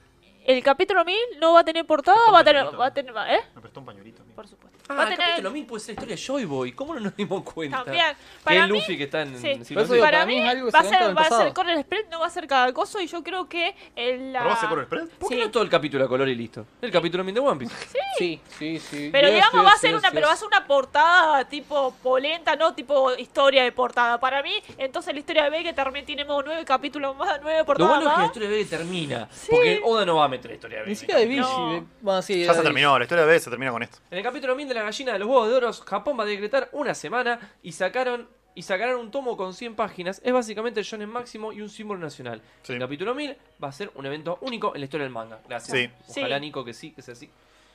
Speaker 4: el capítulo 1000 no va a tener portada, va a tener. Va a tener ¿Eh?
Speaker 3: Me prestó un pañuelito. amigo.
Speaker 4: Por supuesto. va
Speaker 2: Ah,
Speaker 4: a
Speaker 2: el
Speaker 4: tener.
Speaker 2: capítulo 1000 puede ser la historia de Joy Boy. ¿Cómo no nos dimos cuenta?
Speaker 4: También.
Speaker 2: Que
Speaker 4: Para
Speaker 2: es
Speaker 4: mí,
Speaker 2: Luffy que está en.
Speaker 4: sí,
Speaker 1: Por
Speaker 2: Silver
Speaker 1: eso
Speaker 2: Surfer.
Speaker 1: digo,
Speaker 4: para
Speaker 1: para mí
Speaker 4: mí
Speaker 1: es algo que
Speaker 4: va a
Speaker 1: se lanza
Speaker 4: ser,
Speaker 1: del
Speaker 4: va a ser
Speaker 1: pasado.
Speaker 4: Corner Spread, no va a ser cada coso. Y yo creo que el. La...
Speaker 3: ¿Pero va a ser con el spread?
Speaker 2: ¿Por qué
Speaker 4: Sí.
Speaker 2: no todo el capítulo a color y listo? El capítulo 1000 de One Piece.
Speaker 1: Sí, sí, sí.
Speaker 4: Pero
Speaker 1: Yes,
Speaker 4: digamos,
Speaker 1: yes,
Speaker 4: va a ser
Speaker 1: yes,
Speaker 4: una, pero
Speaker 1: yes.
Speaker 4: va a ser una portada tipo polenta, no tipo historia de portada. Para mí, entonces la historia de Beck también tenemos nueve capítulos más, nueve
Speaker 2: Lo
Speaker 4: portadas
Speaker 2: bueno es que la
Speaker 4: más.
Speaker 2: historia de Bebe termina. Porque Oda no va a meter la historia de Bebe.
Speaker 1: Ni siquiera de Vichy.
Speaker 4: No.
Speaker 3: ¿eh?
Speaker 1: de- Bueno, sí,
Speaker 3: Ya
Speaker 1: era
Speaker 3: se
Speaker 1: de-
Speaker 3: terminó, la historia de B se termina con esto.
Speaker 2: En el capítulo 1000 de la gallina de los huevos de oro, Japón va a decretar una semana y sacaron y sacarán un tomo con 100 páginas. Es básicamente el shonen máximo y un símbolo nacional.
Speaker 3: Sí.
Speaker 2: El capítulo 1000 va a ser un evento único en la historia del manga. Gracias.
Speaker 4: Sí.
Speaker 2: Ojalá
Speaker 4: Sí.
Speaker 2: Nico que sí, que sea así.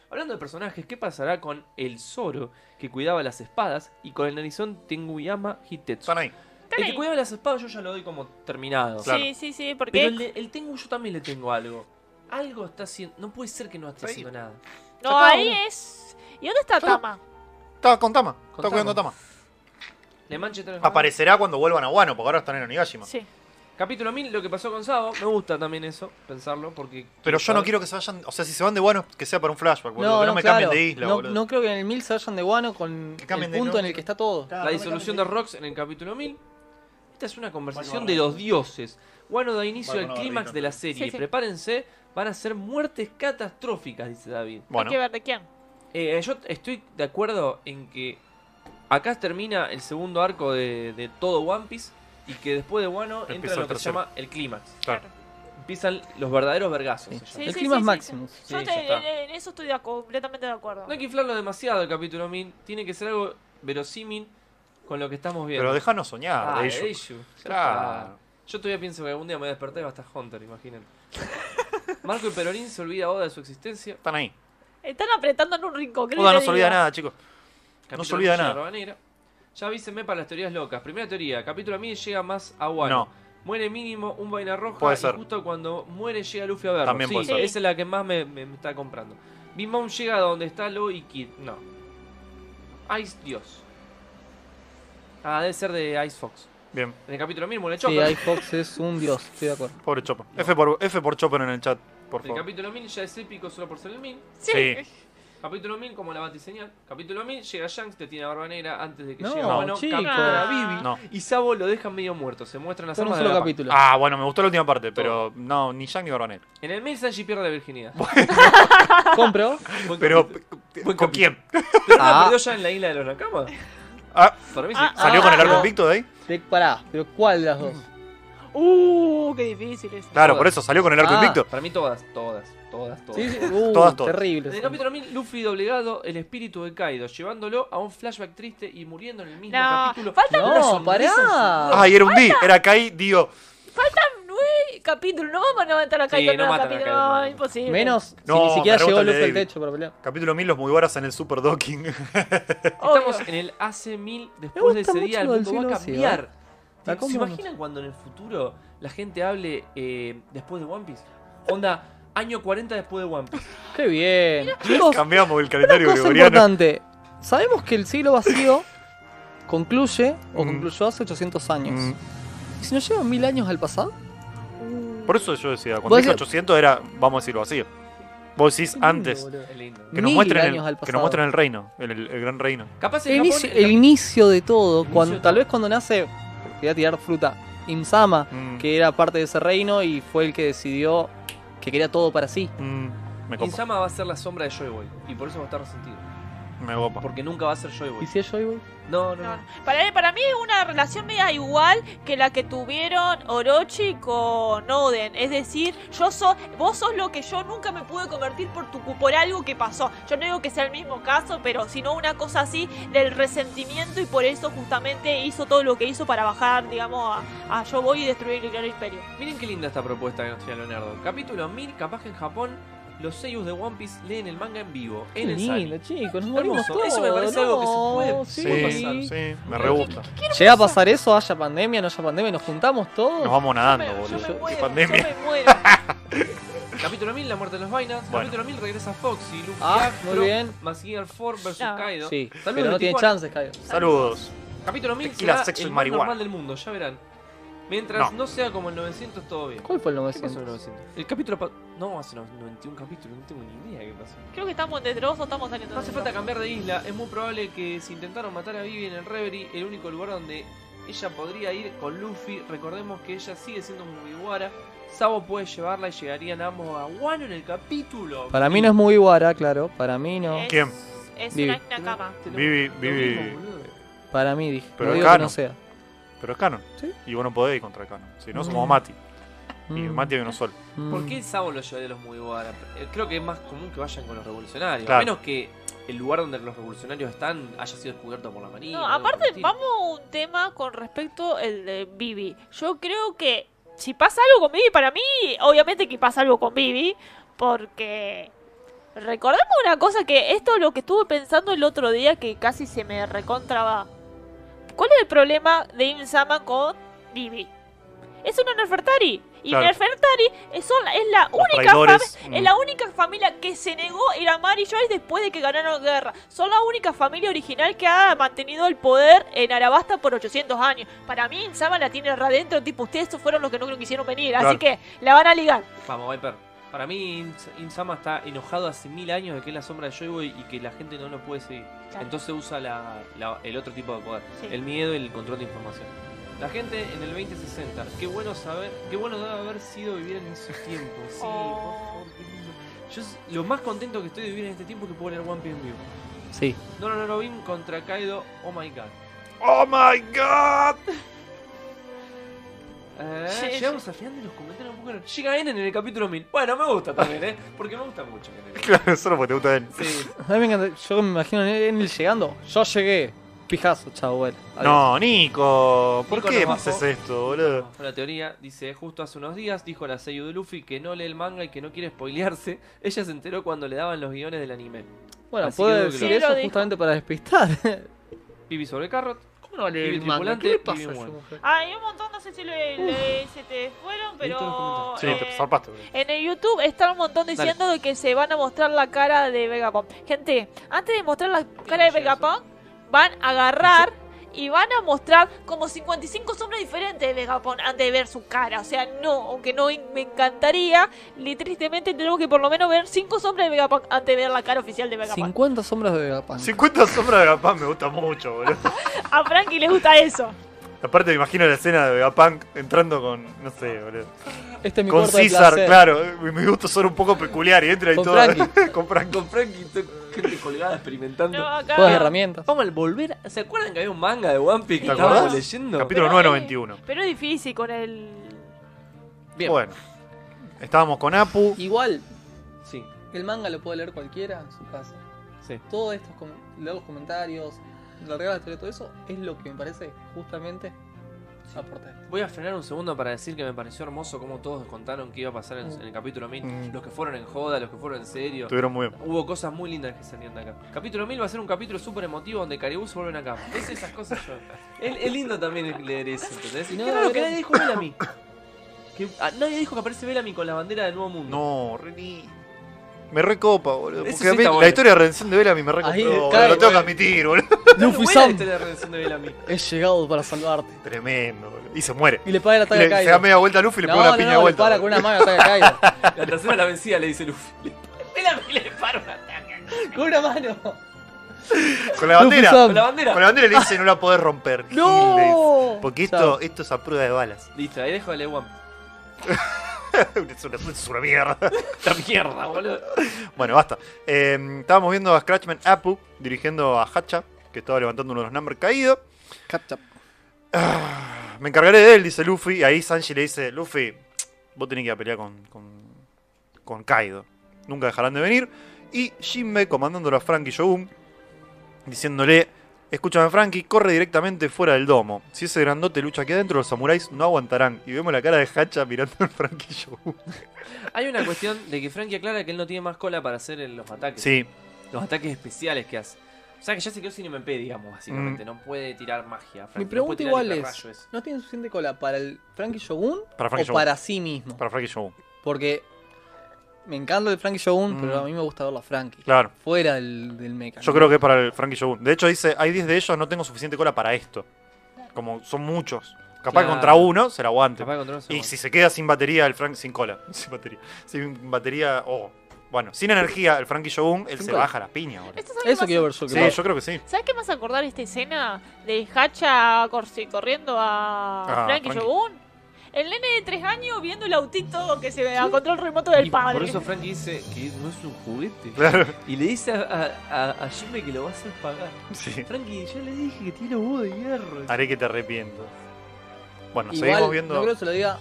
Speaker 2: Hablando de personajes, ¿qué pasará con el Zoro que cuidaba las espadas y con el narizón Tenguyama Hitetsu?
Speaker 3: Están ahí.
Speaker 2: El
Speaker 4: ahí.
Speaker 2: que cuidaba las espadas yo ya lo doy como terminado.
Speaker 3: Claro.
Speaker 4: Sí, sí, sí, porque
Speaker 2: Pero el, de- el Tengu yo también le tengo algo. Algo está haciendo. No puede ser que no esté
Speaker 3: Sí.
Speaker 2: haciendo nada.
Speaker 4: no
Speaker 3: Sacá,
Speaker 4: ahí
Speaker 3: boludo.
Speaker 4: es. ¿Y dónde está
Speaker 3: Sacá.
Speaker 4: Tama?
Speaker 3: Estaba con Tama. Estaba
Speaker 2: Tama.
Speaker 3: cuidando a Tama.
Speaker 2: Le manche tres
Speaker 3: Aparecerá cuando vuelvan a Wano, porque ahora están en Onigashima.
Speaker 4: Sí.
Speaker 2: Capítulo 1000, lo que pasó con Sabo. Me gusta también eso, pensarlo, porque.
Speaker 3: Pero yo no
Speaker 2: saber-
Speaker 3: quiero que se vayan. O sea, si se van de Wano, que sea para un flashback, boludo.
Speaker 1: No,
Speaker 3: que
Speaker 1: no,
Speaker 3: no me
Speaker 1: claro.
Speaker 3: cambien de isla,
Speaker 1: no,
Speaker 3: boludo.
Speaker 1: no creo que en el 1000 se vayan de guano con
Speaker 3: Que
Speaker 1: el
Speaker 3: cambien de
Speaker 1: punto en
Speaker 3: nombre.
Speaker 1: el que está todo.
Speaker 2: La disolución de Rox en el capítulo 1000. Esta es una conversación
Speaker 3: Bueno,
Speaker 2: de
Speaker 3: bueno.
Speaker 2: los dioses. Bueno, da inicio
Speaker 3: Bueno,
Speaker 2: al
Speaker 3: no,
Speaker 2: clímax
Speaker 3: Rita.
Speaker 2: de la serie.
Speaker 4: Sí, sí.
Speaker 2: Prepárense, van a ser muertes catastróficas, dice David.
Speaker 3: Bueno,
Speaker 4: Hay que ver de quién.
Speaker 2: Eh, yo estoy de acuerdo en que acá termina el segundo arco de, de todo One Piece y que después de Wano entra
Speaker 3: Empieza
Speaker 2: lo
Speaker 3: el
Speaker 2: que se
Speaker 3: tercero.
Speaker 2: llama el clímax.
Speaker 3: claro.
Speaker 2: Empiezan los verdaderos vergazos.
Speaker 1: Sí.
Speaker 2: se
Speaker 4: Sí,
Speaker 2: llama.
Speaker 1: el
Speaker 4: sí,
Speaker 1: clima
Speaker 4: sí,
Speaker 1: es
Speaker 4: sí,
Speaker 1: máximo.
Speaker 4: Yo
Speaker 2: Sí,
Speaker 4: te- eh,
Speaker 2: ya está.
Speaker 4: en, en eso estoy de acu- completamente de acuerdo.
Speaker 2: No hay que inflarlo demasiado el capítulo 1000. Tiene que ser algo verosímil con lo que estamos viendo.
Speaker 3: Pero déjanos soñar,
Speaker 2: Ah,
Speaker 3: de
Speaker 2: de
Speaker 3: ello.
Speaker 2: Eiju. Ya
Speaker 3: Claro.
Speaker 2: está. Yo todavía pienso que algún día me voy a despertar y va a estar Hunter, imagínate. *laughs* Marco y Perorín se olvida Oda de su existencia.
Speaker 3: Están ahí.
Speaker 4: Están apretando en un rincón. ¿qué
Speaker 3: Oda
Speaker 4: te
Speaker 3: no se olvida
Speaker 4: digo?
Speaker 3: nada, chicos. No se
Speaker 2: Capítulo
Speaker 3: olvida
Speaker 2: de
Speaker 3: nada.
Speaker 2: La Rabanera. Ya avísenme para las teorías locas. Primera teoría, capítulo 1000 llega más a Wano.
Speaker 3: No.
Speaker 2: Muere mínimo un vaina roja
Speaker 3: Puede
Speaker 2: y
Speaker 3: ser.
Speaker 2: justo cuando muere llega Luffy a verlo.
Speaker 3: También
Speaker 2: sí,
Speaker 3: puede
Speaker 4: ser.
Speaker 2: esa es la que más me, me- me está comprando. Big Mom llega a donde está Lo y Kid. No. Ice Dios. Ah, debe ser de Ice Fox.
Speaker 3: Bien.
Speaker 2: En el capítulo 1000 muere
Speaker 1: Sí,
Speaker 2: Chopper.
Speaker 1: hay Fox es un dios, estoy de acuerdo.
Speaker 3: Pobre Chopper. F, por, F por Chopper en el chat, por
Speaker 2: El
Speaker 3: favor.
Speaker 2: capítulo 1000 ya es épico solo por ser el 1000.
Speaker 3: Sí.
Speaker 4: *laughs*
Speaker 2: Capítulo 1000 como la batiseñal. Capítulo 1000 llega Shanks, te tiene a barba negra antes de que
Speaker 1: No,
Speaker 2: llegue Wano.
Speaker 1: chico.
Speaker 4: Ah.
Speaker 2: captura a Vivi.
Speaker 3: No.
Speaker 2: Y Sabo lo dejan medio muerto. Se muestran las
Speaker 1: Fue en un
Speaker 2: armas de
Speaker 1: solo
Speaker 2: la
Speaker 1: capítulo.
Speaker 3: Ah, bueno, me gustó la última parte, pero no, ni Jack ni Barbanet.
Speaker 2: paz. En el 1000 Sanji pierde la virginidad.
Speaker 3: Ah. *laughs*
Speaker 1: Compro.
Speaker 2: Buen
Speaker 3: Pero,
Speaker 2: capítulo.
Speaker 3: ¿con
Speaker 2: capítulo.
Speaker 3: quién?
Speaker 2: Pero no la
Speaker 1: Ah.
Speaker 2: perdió ya en la isla de los Nakama.
Speaker 3: Ah,
Speaker 2: Para mí sí.
Speaker 4: Ah,
Speaker 3: ¿Salió con el arco
Speaker 4: ah.
Speaker 3: invicto de ahí?
Speaker 1: Te pará, pero ¿cuál de las dos?
Speaker 3: Mm.
Speaker 4: Uh, qué difícil es.
Speaker 3: Claro,
Speaker 2: Todas.
Speaker 3: por eso, salió con el arco
Speaker 1: Ah.
Speaker 3: invicto.
Speaker 2: Para mí todas, todas, todas, todas.
Speaker 1: Sí, sí. Uh,
Speaker 3: Todas, todas.
Speaker 1: Terrible.
Speaker 2: En el
Speaker 1: eso.
Speaker 2: capítulo 1000, Luffy doblegado el espíritu de Kaido, llevándolo a un flashback triste y muriendo en el mismo
Speaker 4: No,
Speaker 2: capítulo.
Speaker 4: falta
Speaker 2: Con
Speaker 1: No,
Speaker 2: una sonrisa
Speaker 1: pará.
Speaker 2: en su rostro.
Speaker 3: Ah, y era un D, era Kai, digo.
Speaker 4: Nueve capítulos. No vamos a levantar acá
Speaker 2: Sí,
Speaker 4: y con
Speaker 2: no
Speaker 4: nueve
Speaker 2: matan a
Speaker 4: capítulos.
Speaker 2: Kaido.
Speaker 4: No, imposible.
Speaker 1: Menos
Speaker 3: No,
Speaker 1: si ni siquiera
Speaker 3: me
Speaker 1: llegó
Speaker 3: gusta el
Speaker 1: Luffy
Speaker 3: de
Speaker 1: al
Speaker 3: David.
Speaker 1: techo para pelear.
Speaker 3: Capítulo 1000, los Mugiwaras en el Super Docking.
Speaker 2: Estamos
Speaker 4: Obvio.
Speaker 2: en el hace 1000 después de
Speaker 1: gusta
Speaker 2: ese día el
Speaker 1: mucho lo
Speaker 2: mundo
Speaker 1: del
Speaker 2: va a
Speaker 1: siglo XI, ¿eh?
Speaker 2: cambiar.
Speaker 1: Está
Speaker 2: ¿Se
Speaker 1: cómodo.
Speaker 2: imaginan cuando en el futuro la gente hable eh, después de One Piece? Onda, año 40 después de One
Speaker 1: *laughs*
Speaker 2: Piece.
Speaker 1: Qué bien. Chicos,
Speaker 3: *laughs* Cambiamos el calendario
Speaker 1: cosa
Speaker 3: gregoriano.
Speaker 1: importante. Sabemos que el siglo vacío concluye o
Speaker 3: Mm.
Speaker 1: concluyó hace 800 años.
Speaker 3: Mm,
Speaker 1: ¿Y si nos llevan mil años al pasado?
Speaker 3: Mm. Por eso yo decía, cuando
Speaker 1: Vos
Speaker 3: dije
Speaker 1: decís-
Speaker 3: 800 era, vamos a decirlo así. Vos decís
Speaker 1: Qué lindo,
Speaker 3: antes.
Speaker 1: boludo.
Speaker 2: Es lindo.
Speaker 3: Que nos,
Speaker 1: Mil
Speaker 3: muestren
Speaker 1: años
Speaker 3: el,
Speaker 1: al
Speaker 3: que nos
Speaker 1: pasado.
Speaker 3: muestren el reino, el, el gran reino.
Speaker 2: Capaz
Speaker 1: El
Speaker 2: en
Speaker 1: inicio,
Speaker 2: Japón, el
Speaker 1: el inicio de todo,
Speaker 2: inicio
Speaker 1: cuando,
Speaker 2: de
Speaker 1: tal
Speaker 2: todo.
Speaker 1: vez cuando nace, voy a tirar fruta, Insama,
Speaker 3: Mm,
Speaker 1: que era parte de ese reino y fue el que decidió que quería todo para sí.
Speaker 3: mm, me
Speaker 2: cap- *laughs*
Speaker 3: copa.
Speaker 2: Insama va a ser la sombra de Joy Boy. Y por eso va a estar resentido.
Speaker 3: Me copa.
Speaker 2: Porque nunca va a ser Joy Boy.
Speaker 1: ¿Y si es Joy Boy?
Speaker 2: No, no,
Speaker 4: No, no.
Speaker 2: no.
Speaker 4: Para, para mí es una relación media igual que la que tuvieron Orochi con Oden. Es decir, yo so, vos sos lo que yo nunca me pude convertir por tu cu- por algo que pasó. Yo no digo que sea el mismo caso, pero sino una cosa así del resentimiento y por eso justamente hizo todo lo que hizo para bajar, digamos, a, a Yo Voy y destruir el Gran Imperio.
Speaker 2: Miren qué linda esta propuesta que nos tiene Leonardo. Capítulo 1000, capaz que en Japón los seiyus de One Piece leen el manga en vivo. En
Speaker 1: Qué
Speaker 2: el
Speaker 1: lindo,
Speaker 2: Sani.
Speaker 1: chicos, nos morimos
Speaker 2: Hermoso,
Speaker 1: todos.
Speaker 2: eso me parece algo que se
Speaker 1: no,
Speaker 2: puede-
Speaker 1: sí.
Speaker 2: puede
Speaker 3: sí,
Speaker 2: pasar.
Speaker 3: sí, me re gusta.
Speaker 1: Llega a pasar eso, haya pandemia, no haya pandemia, nos juntamos todos.
Speaker 3: Nos vamos nadando,
Speaker 4: Pero yo me
Speaker 3: boludo. Qué
Speaker 4: muero, yo
Speaker 3: pandemia.
Speaker 4: me muero.
Speaker 2: Capítulo 1000, la muerte de los vainas.
Speaker 3: Bueno.
Speaker 2: Capítulo 1000 regresa Foxy, Luffy,
Speaker 1: Ah,
Speaker 2: Afro,
Speaker 1: muy bien.
Speaker 2: Mazinger 4 vs
Speaker 4: No.
Speaker 2: Kaido.
Speaker 1: Sí,
Speaker 2: También
Speaker 1: pero no
Speaker 2: los
Speaker 1: tiene
Speaker 2: 24.
Speaker 1: chances, Kaido.
Speaker 3: Saludos.
Speaker 2: Capítulo 1000
Speaker 3: Tequila,
Speaker 2: será
Speaker 3: sexo y
Speaker 2: el más
Speaker 3: marihuana.
Speaker 2: normal del mundo, ya verán. Mientras no.
Speaker 3: No.
Speaker 2: sea como el 900 todo bien.
Speaker 1: ¿Cuál fue el
Speaker 2: ¿Qué pasó en el
Speaker 1: 900?
Speaker 2: 900? El capítulo pa- No, hace no- 91 capítulos, no tengo ni idea qué pasó.
Speaker 4: Creo que estamos en Dressrosa, estamos saliendo
Speaker 2: No
Speaker 4: de
Speaker 2: hace falta
Speaker 4: Dressrosa.
Speaker 2: cambiar de isla, es muy probable que si intentaron matar a Vivi en el Reverie, el único lugar donde ella podría ir con Luffy, recordemos que ella sigue siendo un Mugiwara, Sabo puede llevarla y llegarían ambos a Wano en el capítulo.
Speaker 1: Para mí no es muy guara, claro. Para mí no.
Speaker 4: Es-
Speaker 3: ¿Quién?
Speaker 4: Es
Speaker 1: Vivi.
Speaker 4: una Nakama.
Speaker 2: Tenemos
Speaker 3: Vivi-
Speaker 2: lo
Speaker 3: Vivi-
Speaker 2: mismo, boludo.
Speaker 1: Para mí dije.
Speaker 3: Pero
Speaker 1: no digo
Speaker 3: acá
Speaker 1: que no
Speaker 3: no.
Speaker 1: sea.
Speaker 3: Pero es Canon.
Speaker 1: Sí.
Speaker 3: Y vos no podés ir contra Canon. Si no,
Speaker 1: Mm.
Speaker 3: somos Mati. Y
Speaker 1: Mm,
Speaker 3: Mati hay uno solo.
Speaker 1: mm.
Speaker 2: ¿Por qué Sabo lo llevaría a los Mugiwara? Eh, Creo que es más común que vayan con los revolucionarios,
Speaker 3: Claro.
Speaker 2: a menos que el lugar donde los revolucionarios están haya sido descubierto por la marina.
Speaker 4: No,
Speaker 2: algo por el
Speaker 4: aparte,
Speaker 2: estilo.
Speaker 4: vamos a un tema con respecto al de Vivi. Yo creo que si pasa algo con Vivi, para mí, obviamente que pasa algo con Vivi, porque recordemos una cosa que esto es lo que estuve pensando el otro día que casi se me recontraba. ¿Cuál es el problema de Insama con Vivi? Es una Nefertari. Y
Speaker 3: Claro.
Speaker 4: Nefertari es, son- es la única fam-
Speaker 3: traidores,
Speaker 4: es
Speaker 3: mm.
Speaker 4: la única familia que se negó a ir a Mary Joyce después de que ganaron guerra. Son la única familia original que ha mantenido el poder en Arabasta por 800 años. Para mí, Insama la tiene re adentro. Tipo, ustedes fueron los que no quisieron venir. Así
Speaker 3: Claro.
Speaker 4: que la van a ligar.
Speaker 2: Vamos, Viper. Para mí, Ins- Insama está enojado hace mil años de que es la sombra de Joy-Boy y que la gente no lo puede seguir.
Speaker 4: Claro.
Speaker 2: Entonces usa la- la- el otro tipo de poder,
Speaker 4: Sí.
Speaker 2: el miedo y el control de información. La gente en el 2060, qué bueno saber, qué bueno debe haber sido vivir en esos tiempos. Sí,
Speaker 4: Oh.
Speaker 2: por favor, qué lindo. Yo s- lo más contento que estoy de vivir en este tiempo es que puedo leer One Piece en vivo.
Speaker 1: Sí.
Speaker 2: No, no, no, no, Bim contra Kaido, oh my god.
Speaker 3: ¡Oh my god! *laughs*
Speaker 2: Eh,
Speaker 4: Sí,
Speaker 2: llegamos al final de los comentarios un poco. Llega Eren en el capítulo 1000. Bueno, me gusta también, ¿eh? Porque me gusta mucho. Eren.
Speaker 3: Claro, solo porque te gusta él.
Speaker 2: Sí.
Speaker 1: A mí me encanta. Yo me imagino en él llegando. Yo llegué. Pijazo, chao, bueno. Adiós.
Speaker 3: No, Nico, ¿por
Speaker 2: Nico
Speaker 3: qué
Speaker 2: nos
Speaker 3: me haces
Speaker 2: bajó.
Speaker 3: esto, boludo?
Speaker 2: Bajo La teoría dice, justo hace unos días dijo la seiyuu de Luffy que no lee el manga y que no quiere spoilearse. *laughs* Ella se enteró cuando le daban los guiones del anime.
Speaker 1: Bueno,
Speaker 2: Así
Speaker 1: puedo
Speaker 2: que dudo que
Speaker 1: decir
Speaker 4: lo- Sí,
Speaker 1: eso
Speaker 4: lo dijo.
Speaker 1: justamente para despistar.
Speaker 2: Vivi sobre Carrot.
Speaker 1: ¿Cómo *laughs* no
Speaker 2: Vivi tripulante, Vivi en Wano.
Speaker 4: Hay un montón, no sé si le- le- se te fueron,
Speaker 2: todos los
Speaker 4: pero.
Speaker 2: comentarios.
Speaker 3: Sí,
Speaker 4: eh,
Speaker 3: te zarpaste, boludo.
Speaker 4: En el YouTube está un montón diciendo de que se van a mostrar la cara de Vegapunk. Gente, antes de mostrar la cara de
Speaker 2: llega eso?
Speaker 4: Vegapunk, van a agarrar y van a mostrar como 55 sombras diferentes de Vegapunk antes de ver su cara. O sea, no, aunque no in- me encantaría, li- tristemente tenemos que por lo menos ver 5 sombras de Vegapunk antes de ver la cara oficial de Vegapunk.
Speaker 1: 50 sombras de Vegapunk.
Speaker 3: 50 sombras de Vegapunk me gusta mucho, boludo.
Speaker 4: A Frankie le gusta eso.
Speaker 3: Aparte me imagino la escena de Vegapunk entrando con, no sé, boludo.
Speaker 1: Este es mi
Speaker 3: Con
Speaker 1: cuarto de
Speaker 3: César,
Speaker 1: placer.
Speaker 3: claro. Mi mi gusto son un poco peculiar y entra y
Speaker 1: Con
Speaker 3: todo.
Speaker 1: Frankie.
Speaker 3: *laughs* con Frankie.
Speaker 2: Con Frankie, gente colgada experimentando.
Speaker 4: No, acá.
Speaker 1: Todas las herramientas.
Speaker 2: Vamos al volver. ¿Se acuerdan que había un manga de One Piece que
Speaker 3: ¿Te
Speaker 2: estábamos
Speaker 3: acordás?
Speaker 2: leyendo?
Speaker 3: Capítulo
Speaker 4: Pero,
Speaker 3: 991.
Speaker 4: Pero es difícil con el.
Speaker 2: Bien.
Speaker 3: Bueno. Estábamos con Apu.
Speaker 1: Igual,
Speaker 2: Sí,
Speaker 1: el manga lo puede leer cualquiera en su casa.
Speaker 2: sí.
Speaker 1: Todos estos com- leer los comentarios, la regla de historia, todo eso, es lo que me parece justamente aportar.
Speaker 2: Voy a frenar un segundo para decir que me pareció hermoso como todos contaron que iba a pasar en, en el capítulo 1000.
Speaker 3: Mm.
Speaker 2: Los que fueron en joda, los que fueron en serio.
Speaker 3: Estuvieron muy bien.
Speaker 2: Hubo cosas muy lindas que salieron de acá. Capítulo 1000 va a ser un capítulo súper emotivo donde Caribú se vuelven acá. Es esas cosas yo. Es, es lindo también leer eso, ¿entendés? Y
Speaker 1: No,
Speaker 2: qué raro que
Speaker 1: era-
Speaker 2: nadie dijo *coughs* Bellamy. Que, ah, nadie dijo que aparece Bellamy con la bandera del Nuevo Mundo.
Speaker 3: No, Reni. Me recopa, boludo.
Speaker 2: Eso
Speaker 3: Porque
Speaker 2: sí
Speaker 3: a mí
Speaker 2: está
Speaker 3: la
Speaker 2: bueno.
Speaker 3: historia de redención de Bellamy me recopó.
Speaker 1: Ahí
Speaker 3: boludo,
Speaker 1: cae,
Speaker 3: Lo tengo que
Speaker 1: bueno.
Speaker 3: admitir, boludo. *laughs*
Speaker 2: No
Speaker 1: Luffy
Speaker 2: buena la
Speaker 1: Sam,
Speaker 2: historia de la redención de Bellamy.
Speaker 1: he llegado para salvarte.
Speaker 3: Tremendo, boludo. Y se muere.
Speaker 1: Y le paga el ataque
Speaker 3: Le-
Speaker 1: a Kaido.
Speaker 3: se da media vuelta a Luffy y le
Speaker 1: no,
Speaker 3: pone una
Speaker 1: no,
Speaker 3: piña
Speaker 1: no,
Speaker 3: de
Speaker 1: le
Speaker 3: vuelta.
Speaker 1: para con una mano ataca a Kaido.
Speaker 3: *laughs*
Speaker 2: La tercera la vencida, le dice Luffy. *laughs* Bellamy le para un ataque.
Speaker 1: con una mano.
Speaker 3: Con la bandera.
Speaker 1: Luffy Sam.
Speaker 2: Con la bandera.
Speaker 3: Con la bandera le dice no la
Speaker 1: *laughs*
Speaker 3: podés romper. Gil, le dice.
Speaker 1: No.
Speaker 3: Porque
Speaker 1: Chao.
Speaker 3: esto, esto es a prueba de balas. *laughs*
Speaker 2: Listo, ahí dejo a Lewan.
Speaker 3: es, una, es una mierda. *laughs*
Speaker 2: La mierda, boludo.
Speaker 3: bueno, basta. Eh, estábamos viendo a Scratchman Apu dirigiendo a Hacha, que estaba levantando uno de los number caído. Me encargaré de él, dice Luffy. Y ahí Sanji le dice, Luffy, vos tenés que ir a pelear con, con, con Kaido. Nunca dejarán de venir. Y Jinbe comandándolo a Frankie Shogun, diciéndole, escúchame Frankie, corre directamente fuera del domo. Si ese grandote lucha aquí adentro, los samuráis no aguantarán. Y vemos la cara de Hacha mirando a Frankie Shogun.
Speaker 2: Hay una cuestión de que Frankie aclara que él no tiene más cola para hacer los ataques.
Speaker 3: Sí,
Speaker 2: Los ataques especiales que hace. O sea que ya se quedó sin MP, digamos, básicamente. No puede tirar magia. Frankie.
Speaker 1: Mi
Speaker 2: No
Speaker 1: pregunta
Speaker 2: puede tirar
Speaker 1: igual
Speaker 2: el
Speaker 1: es,
Speaker 2: rayo ese.
Speaker 1: ¿no tiene suficiente cola para el Frankie Shogun
Speaker 3: para
Speaker 1: o
Speaker 3: Frankie Shogun.
Speaker 1: para sí mismo?
Speaker 3: Para Frankie Shogun.
Speaker 1: Porque me encanta el Frankie Shogun,
Speaker 3: Mm.
Speaker 1: pero a mí me gusta verlo a Frankie.
Speaker 3: Claro.
Speaker 1: Fuera del, del mecha.
Speaker 3: Yo creo que es para el Frankie Shogun. De hecho, dice, hay 10 de ellos, no tengo suficiente cola para esto. Como son muchos. Capaz
Speaker 2: Claro.
Speaker 3: contra uno se la aguante.
Speaker 2: Capaz encontramos
Speaker 3: Y
Speaker 2: uno.
Speaker 3: si se queda sin batería, el Frank. Sin cola. *laughs* Sin batería. Sin batería. Oh. Bueno, sin energía, el Frankie Shogun, él
Speaker 1: Sin
Speaker 3: se
Speaker 1: cola.
Speaker 3: baja la piña ahora.
Speaker 4: Esto es algo
Speaker 1: Eso
Speaker 4: más-
Speaker 1: quiero ver yo. que
Speaker 3: Sí,
Speaker 1: va.
Speaker 3: yo creo que sí.
Speaker 4: ¿Sabes qué me hace acordar esta escena de Hacha corsi- corriendo a
Speaker 3: Ah,
Speaker 4: Frankie
Speaker 3: Frankie.
Speaker 4: Shogun? El nene de tres años viendo el autito que se ve a control remoto del
Speaker 2: Y
Speaker 4: padre.
Speaker 2: Por eso Frankie dice que no es un juguete.
Speaker 3: Claro. *laughs*
Speaker 2: Y le dice a, a, a- a Jimmy que lo va a hacer pagar.
Speaker 3: Sí.
Speaker 2: Frankie, yo le dije que tiene huevo de hierro.
Speaker 3: Haré que te arrepientas. Bueno,
Speaker 1: Igual,
Speaker 3: seguimos viendo.
Speaker 1: No
Speaker 3: No,
Speaker 1: creo que se lo diga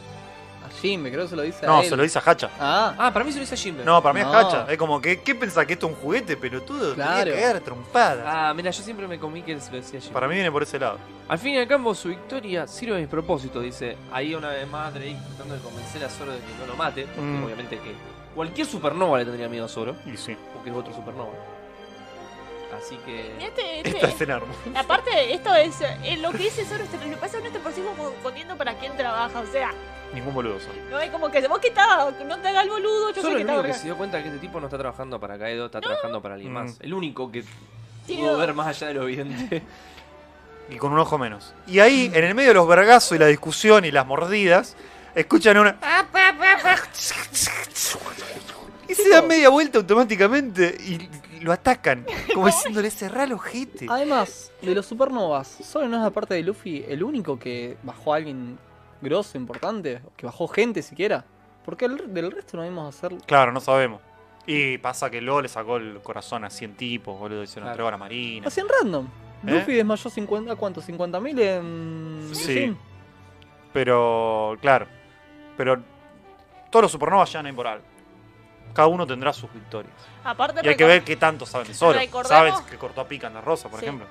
Speaker 1: a Jim, creo que se lo dice a él.
Speaker 3: se lo dice a Hacha.
Speaker 1: Ah,
Speaker 2: Ah, para mí se lo dice a Jimmy.
Speaker 3: No, para mí
Speaker 1: No.
Speaker 3: es Hacha. Es como que, ¿qué pensás que esto es un juguete, pelotudo? Tenía
Speaker 1: Claro. Ah.
Speaker 3: que cagar a trompadas.
Speaker 2: Ah, mira, yo siempre me comí que se lo decía a Jimmy.
Speaker 3: Para mí viene por ese lado.
Speaker 2: Al fin y al cabo, su victoria sirve a mis propósitos, dice. Ahí una vez más Drake tratando de convencer a Zoro de que no lo mate. Porque
Speaker 3: Mm.
Speaker 2: obviamente que cualquier supernova le tendría miedo a Zoro.
Speaker 1: *laughs*
Speaker 3: Y sí.
Speaker 2: Porque es otro supernova. Así
Speaker 4: Y
Speaker 2: que...
Speaker 4: este- este-
Speaker 3: Esta escena hermosa.
Speaker 4: aparte, esto es eh, lo que dice Zoro, este, lo que pasa es que no te persigo confundiendo para quién trabaja. O sea,
Speaker 3: Ningún boludo. son.
Speaker 4: no es como que vos que estás, no te hagas el boludo,
Speaker 2: Zoro
Speaker 4: yo sé
Speaker 2: es
Speaker 4: que
Speaker 2: el
Speaker 4: estaba
Speaker 2: único que se dio cuenta de que este tipo no está trabajando para Kaido, está trabajando para alguien
Speaker 3: Mm.
Speaker 2: más. El único que
Speaker 4: Tío.
Speaker 2: pudo ver más allá de lo
Speaker 4: *laughs*
Speaker 2: evidente.
Speaker 3: Y con un ojo menos. Y ahí, en el medio de los vergazos y la discusión y las mordidas, escuchan una. Y se dan media vuelta automáticamente y lo
Speaker 4: *laughs*
Speaker 3: atacan. Como diciéndole, cerrá el ojete.
Speaker 1: además de los supernovas, Solo no es aparte de Luffy el único que bajó a alguien grosso, importante, o que bajó gente siquiera. Porque el- del resto no vimos hacer
Speaker 3: Claro, no sabemos. Y pasa que LO le sacó el corazón a 100 tipos, boludo. Hicieron
Speaker 2: Claro.
Speaker 3: tres horas marinas.
Speaker 1: Así en random.
Speaker 3: ¿Eh?
Speaker 1: Luffy desmayó 50, ¿cuánto? 50.000 en...
Speaker 3: Sí.
Speaker 1: Shin.
Speaker 3: Pero, claro. Pero todos los supernovas llegan a Imporal. Cada uno tendrá sus victorias.
Speaker 4: Aparte,
Speaker 3: Y hay que
Speaker 4: recor-
Speaker 3: ver qué tanto saben de Zoro.
Speaker 4: Recordemos-
Speaker 3: Sabes que cortó a Pica en la rosa, por
Speaker 4: Sí.
Speaker 3: ejemplo.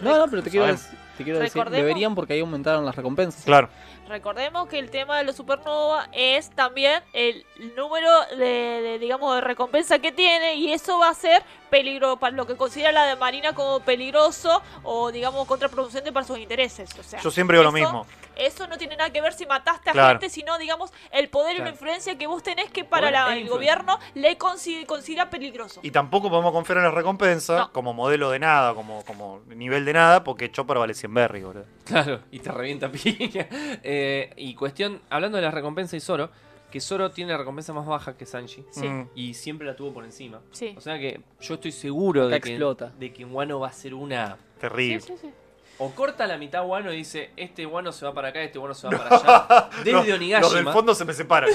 Speaker 1: No, no, pero te quiero,
Speaker 3: Sabemos.
Speaker 1: dec- te quiero decir,
Speaker 4: Recordemos-
Speaker 1: deberían porque ahí aumentaron las recompensas.
Speaker 3: Claro.
Speaker 4: recordemos que el tema de los supernova es también el número de, de, digamos, de recompensa que tiene y eso va a ser peligro para lo que considera la de Marina como peligroso o, digamos, contraproducente para sus intereses. O sea,
Speaker 3: Yo siempre digo lo
Speaker 4: eso-
Speaker 3: mismo.
Speaker 4: Eso no tiene nada que ver si mataste a
Speaker 3: Claro.
Speaker 4: gente, sino, digamos, el poder y
Speaker 2: Claro.
Speaker 4: la influencia que vos tenés que para
Speaker 2: Poder
Speaker 4: la-
Speaker 2: e
Speaker 4: el
Speaker 2: influencia.
Speaker 4: gobierno le consi- considera peligroso.
Speaker 3: Y tampoco podemos confiar en las recompensas
Speaker 4: No.
Speaker 3: como modelo de nada, como, como nivel de nada, porque Chopper vale 100 berry, boludo.
Speaker 2: Claro, y te revienta piña. Eh, y cuestión, hablando de las recompensas y Zoro, que Zoro tiene la recompensa más baja que Sanji.
Speaker 4: Sí.
Speaker 3: Mm.
Speaker 2: Y siempre la tuvo por encima.
Speaker 4: Sí.
Speaker 2: O sea que yo estoy seguro de
Speaker 1: Acá
Speaker 2: que,
Speaker 1: explota.
Speaker 2: de que Wano va a ser una...
Speaker 3: Terrible.
Speaker 2: O corta la mitad Wano y dice, este Wano se va para acá, este Wano se va para
Speaker 3: *laughs*
Speaker 2: allá. *laughs* Desde
Speaker 3: Los- Los del
Speaker 2: Onigashima,
Speaker 3: fondo se
Speaker 2: *laughs*
Speaker 3: me separan.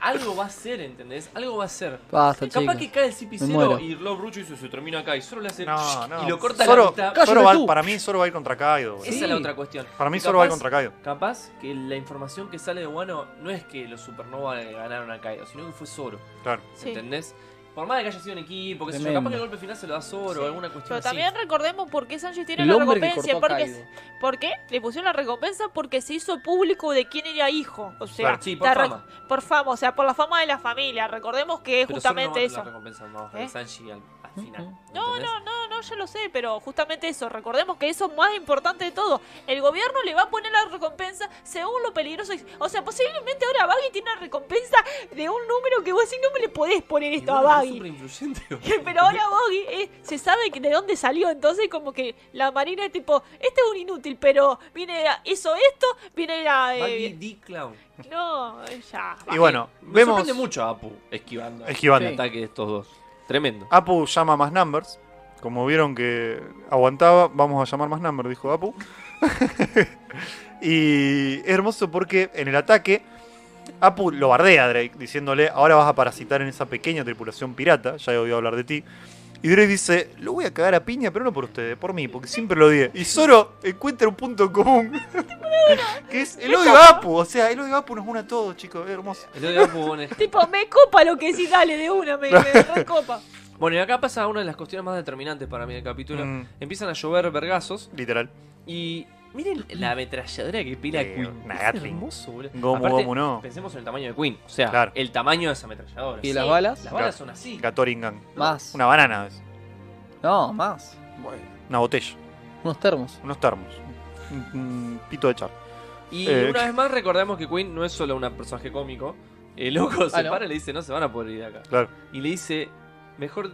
Speaker 2: algo va a ser, ¿entendés? Algo va a ser.
Speaker 1: Basta,
Speaker 2: Capaz
Speaker 1: chicos.
Speaker 2: que cae el
Speaker 1: Me muero.
Speaker 2: CP0 y Rob Rucho dice, se termina acá. Y Zoro le hace...
Speaker 3: No, no.
Speaker 2: Y lo corta
Speaker 3: Zoro-
Speaker 2: la mitad.
Speaker 1: Cállate
Speaker 3: Zoro va-
Speaker 1: tú.
Speaker 3: para mí Zoro va a ir contra Kaido. boludo.
Speaker 2: Esa es la otra cuestión.
Speaker 3: Para mí
Speaker 2: Y
Speaker 3: Zoro va a ir
Speaker 2: capaz-
Speaker 3: contra Kaido.
Speaker 2: Capaz que la información que sale de Wano no es que los Supernova le ganaron a Kaido, sino que fue Zoro.
Speaker 3: Claro.
Speaker 4: Sí.
Speaker 2: ¿Entendés? Por más de que haya sido un equipo, que sé yo,
Speaker 1: Tremendo.
Speaker 2: capaz que el golpe final se lo da Zoro
Speaker 4: Sí.
Speaker 2: o alguna cuestión
Speaker 4: Pero
Speaker 2: así.
Speaker 4: también recordemos por qué Sanji tiene
Speaker 1: El
Speaker 4: la
Speaker 1: hombre que cortó
Speaker 4: recompensa.
Speaker 1: a Kaido.
Speaker 4: Porque, ¿Por qué? Le pusieron la recompensa porque se hizo público de quién era hijo. O sea,
Speaker 3: Claro,
Speaker 2: sí, por
Speaker 4: la
Speaker 2: fama.
Speaker 4: re- por fama, o sea, por la fama de la familia. Recordemos que es
Speaker 2: Pero
Speaker 4: justamente
Speaker 2: Zoro no
Speaker 4: eso.
Speaker 2: va a tener la recompensa más baja de
Speaker 4: ¿Eh?
Speaker 2: Sanji al, al final.
Speaker 4: No,
Speaker 2: ¿entendés?
Speaker 4: no, no, no, ya lo sé, pero justamente eso, recordemos que eso es más importante de todo. El gobierno le va a poner la recompensa según lo peligroso. es. O sea, posiblemente ahora Baggy tiene una recompensa de un número que vos así no me le podés poner
Speaker 2: Y
Speaker 4: esto a
Speaker 2: Wano fue
Speaker 4: Baggy.
Speaker 2: súper
Speaker 4: *laughs*
Speaker 2: influyente.
Speaker 4: Pero ahora Boggy eh, se sabe que de dónde salió, entonces como que la marina es tipo, este es un inútil, pero viene a- hizo esto, viene a... eh,
Speaker 2: Baggy D. Clown.
Speaker 4: no, eh, ya.
Speaker 3: Y bueno,
Speaker 2: Me
Speaker 3: vemos.
Speaker 2: sorprende mucho a Apu esquivando el
Speaker 3: Esquivando.
Speaker 1: Sí.
Speaker 2: ataque de estos dos. Tremendo.
Speaker 3: Apu llama más numbers. Como vieron que aguantaba, vamos a llamar más numbers, dijo Apu. *laughs* y es hermoso porque en el ataque, Apu lo bardea a Drake, diciéndole, ahora vas a parasitar en esa pequeña tripulación pirata, ya he oído hablar de ti. Y Drake dice, lo voy a cagar a piña, pero no por ustedes, por mí, porque siempre lo odié. Y Zoro encuentra un punto en común, *laughs* que es el odio a Apu. O sea, el odio a Apu nos une a todos, chicos, es hermoso.
Speaker 2: El odio de Apu, bueno, es-
Speaker 4: Tipo, me copa lo que sí, dale de una,
Speaker 3: *laughs*
Speaker 4: me, me recopa.
Speaker 2: Bueno, y acá pasa una de las cuestiones más determinantes para mí del capítulo.
Speaker 3: Mm.
Speaker 2: Empiezan a llover vergazos
Speaker 3: Literal.
Speaker 2: y miren la ametralladora que pila
Speaker 3: Eh,
Speaker 2: Queen.
Speaker 3: una
Speaker 2: Es
Speaker 3: Gatling.
Speaker 2: hermoso, boludo.
Speaker 3: Gomu,
Speaker 2: Aparte,
Speaker 3: gomu, no.
Speaker 2: Pensemos en el tamaño de Queen, o sea,
Speaker 3: Claro.
Speaker 2: el tamaño de esa ametralladora.
Speaker 1: ¿Y
Speaker 4: Sí.
Speaker 1: las balas?
Speaker 2: Las balas son así.
Speaker 3: Gatoringan.
Speaker 1: Más.
Speaker 3: Una banana, es.
Speaker 1: No, más.
Speaker 3: una botella.
Speaker 1: Unos termos.
Speaker 3: Unos termos. Un, un pito de char.
Speaker 2: Y
Speaker 3: Eh,
Speaker 2: una vez más recordemos que Queen no es solo un personaje cómico, El loco se
Speaker 1: Ah, ¿no?
Speaker 2: para y le dice, no se van a poder ir de acá.
Speaker 3: Claro.
Speaker 2: Y le dice, mejor...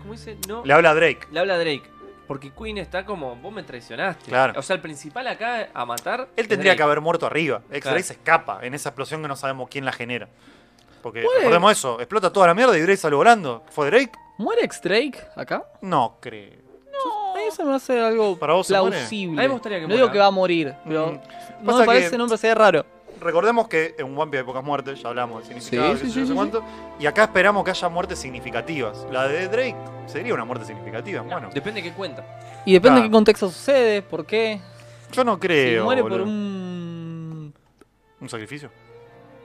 Speaker 2: ¿Cómo dice? No...
Speaker 3: Le habla a Drake.
Speaker 2: Le habla Drake. Porque Queen está como, vos me traicionaste.
Speaker 3: Claro.
Speaker 2: O sea, el principal acá a matar...
Speaker 3: Él
Speaker 2: es
Speaker 3: tendría que
Speaker 2: Drake.
Speaker 3: haber muerto arriba. Ex
Speaker 2: Claro.
Speaker 3: Drake se escapa en esa explosión que no sabemos quién la genera. Porque
Speaker 1: Puede-
Speaker 3: recordemos eso, explota toda la mierda y Drake sale volando. ¿Fue Drake?
Speaker 1: ¿Muere ex Drake acá?
Speaker 3: No creo.
Speaker 4: No.
Speaker 1: A mí se me hace algo
Speaker 3: Para vos se muere.
Speaker 1: plausible.
Speaker 2: A mí me gustaría que
Speaker 1: no digo
Speaker 2: muera.
Speaker 1: que va a morir, pero
Speaker 3: Mm.
Speaker 1: no
Speaker 3: Pasa
Speaker 1: me
Speaker 3: que-
Speaker 1: parece, no me parece raro.
Speaker 3: Recordemos que en Wampi hay pocas muertes, ya hablamos del significado,
Speaker 1: Sí,
Speaker 3: qué
Speaker 1: sí,
Speaker 3: sé yo,
Speaker 1: sí,
Speaker 3: no sé
Speaker 1: sí,
Speaker 3: cuánto. Y acá esperamos que haya muertes significativas. La de Drake sería una muerte significativa. Bueno,
Speaker 2: Depende de qué cuenta.
Speaker 1: Y depende de
Speaker 3: Claro.
Speaker 1: qué contexto sucede, por qué.
Speaker 3: yo no creo.
Speaker 1: si muere
Speaker 3: boludo.
Speaker 1: por un.
Speaker 3: ¿Un sacrificio?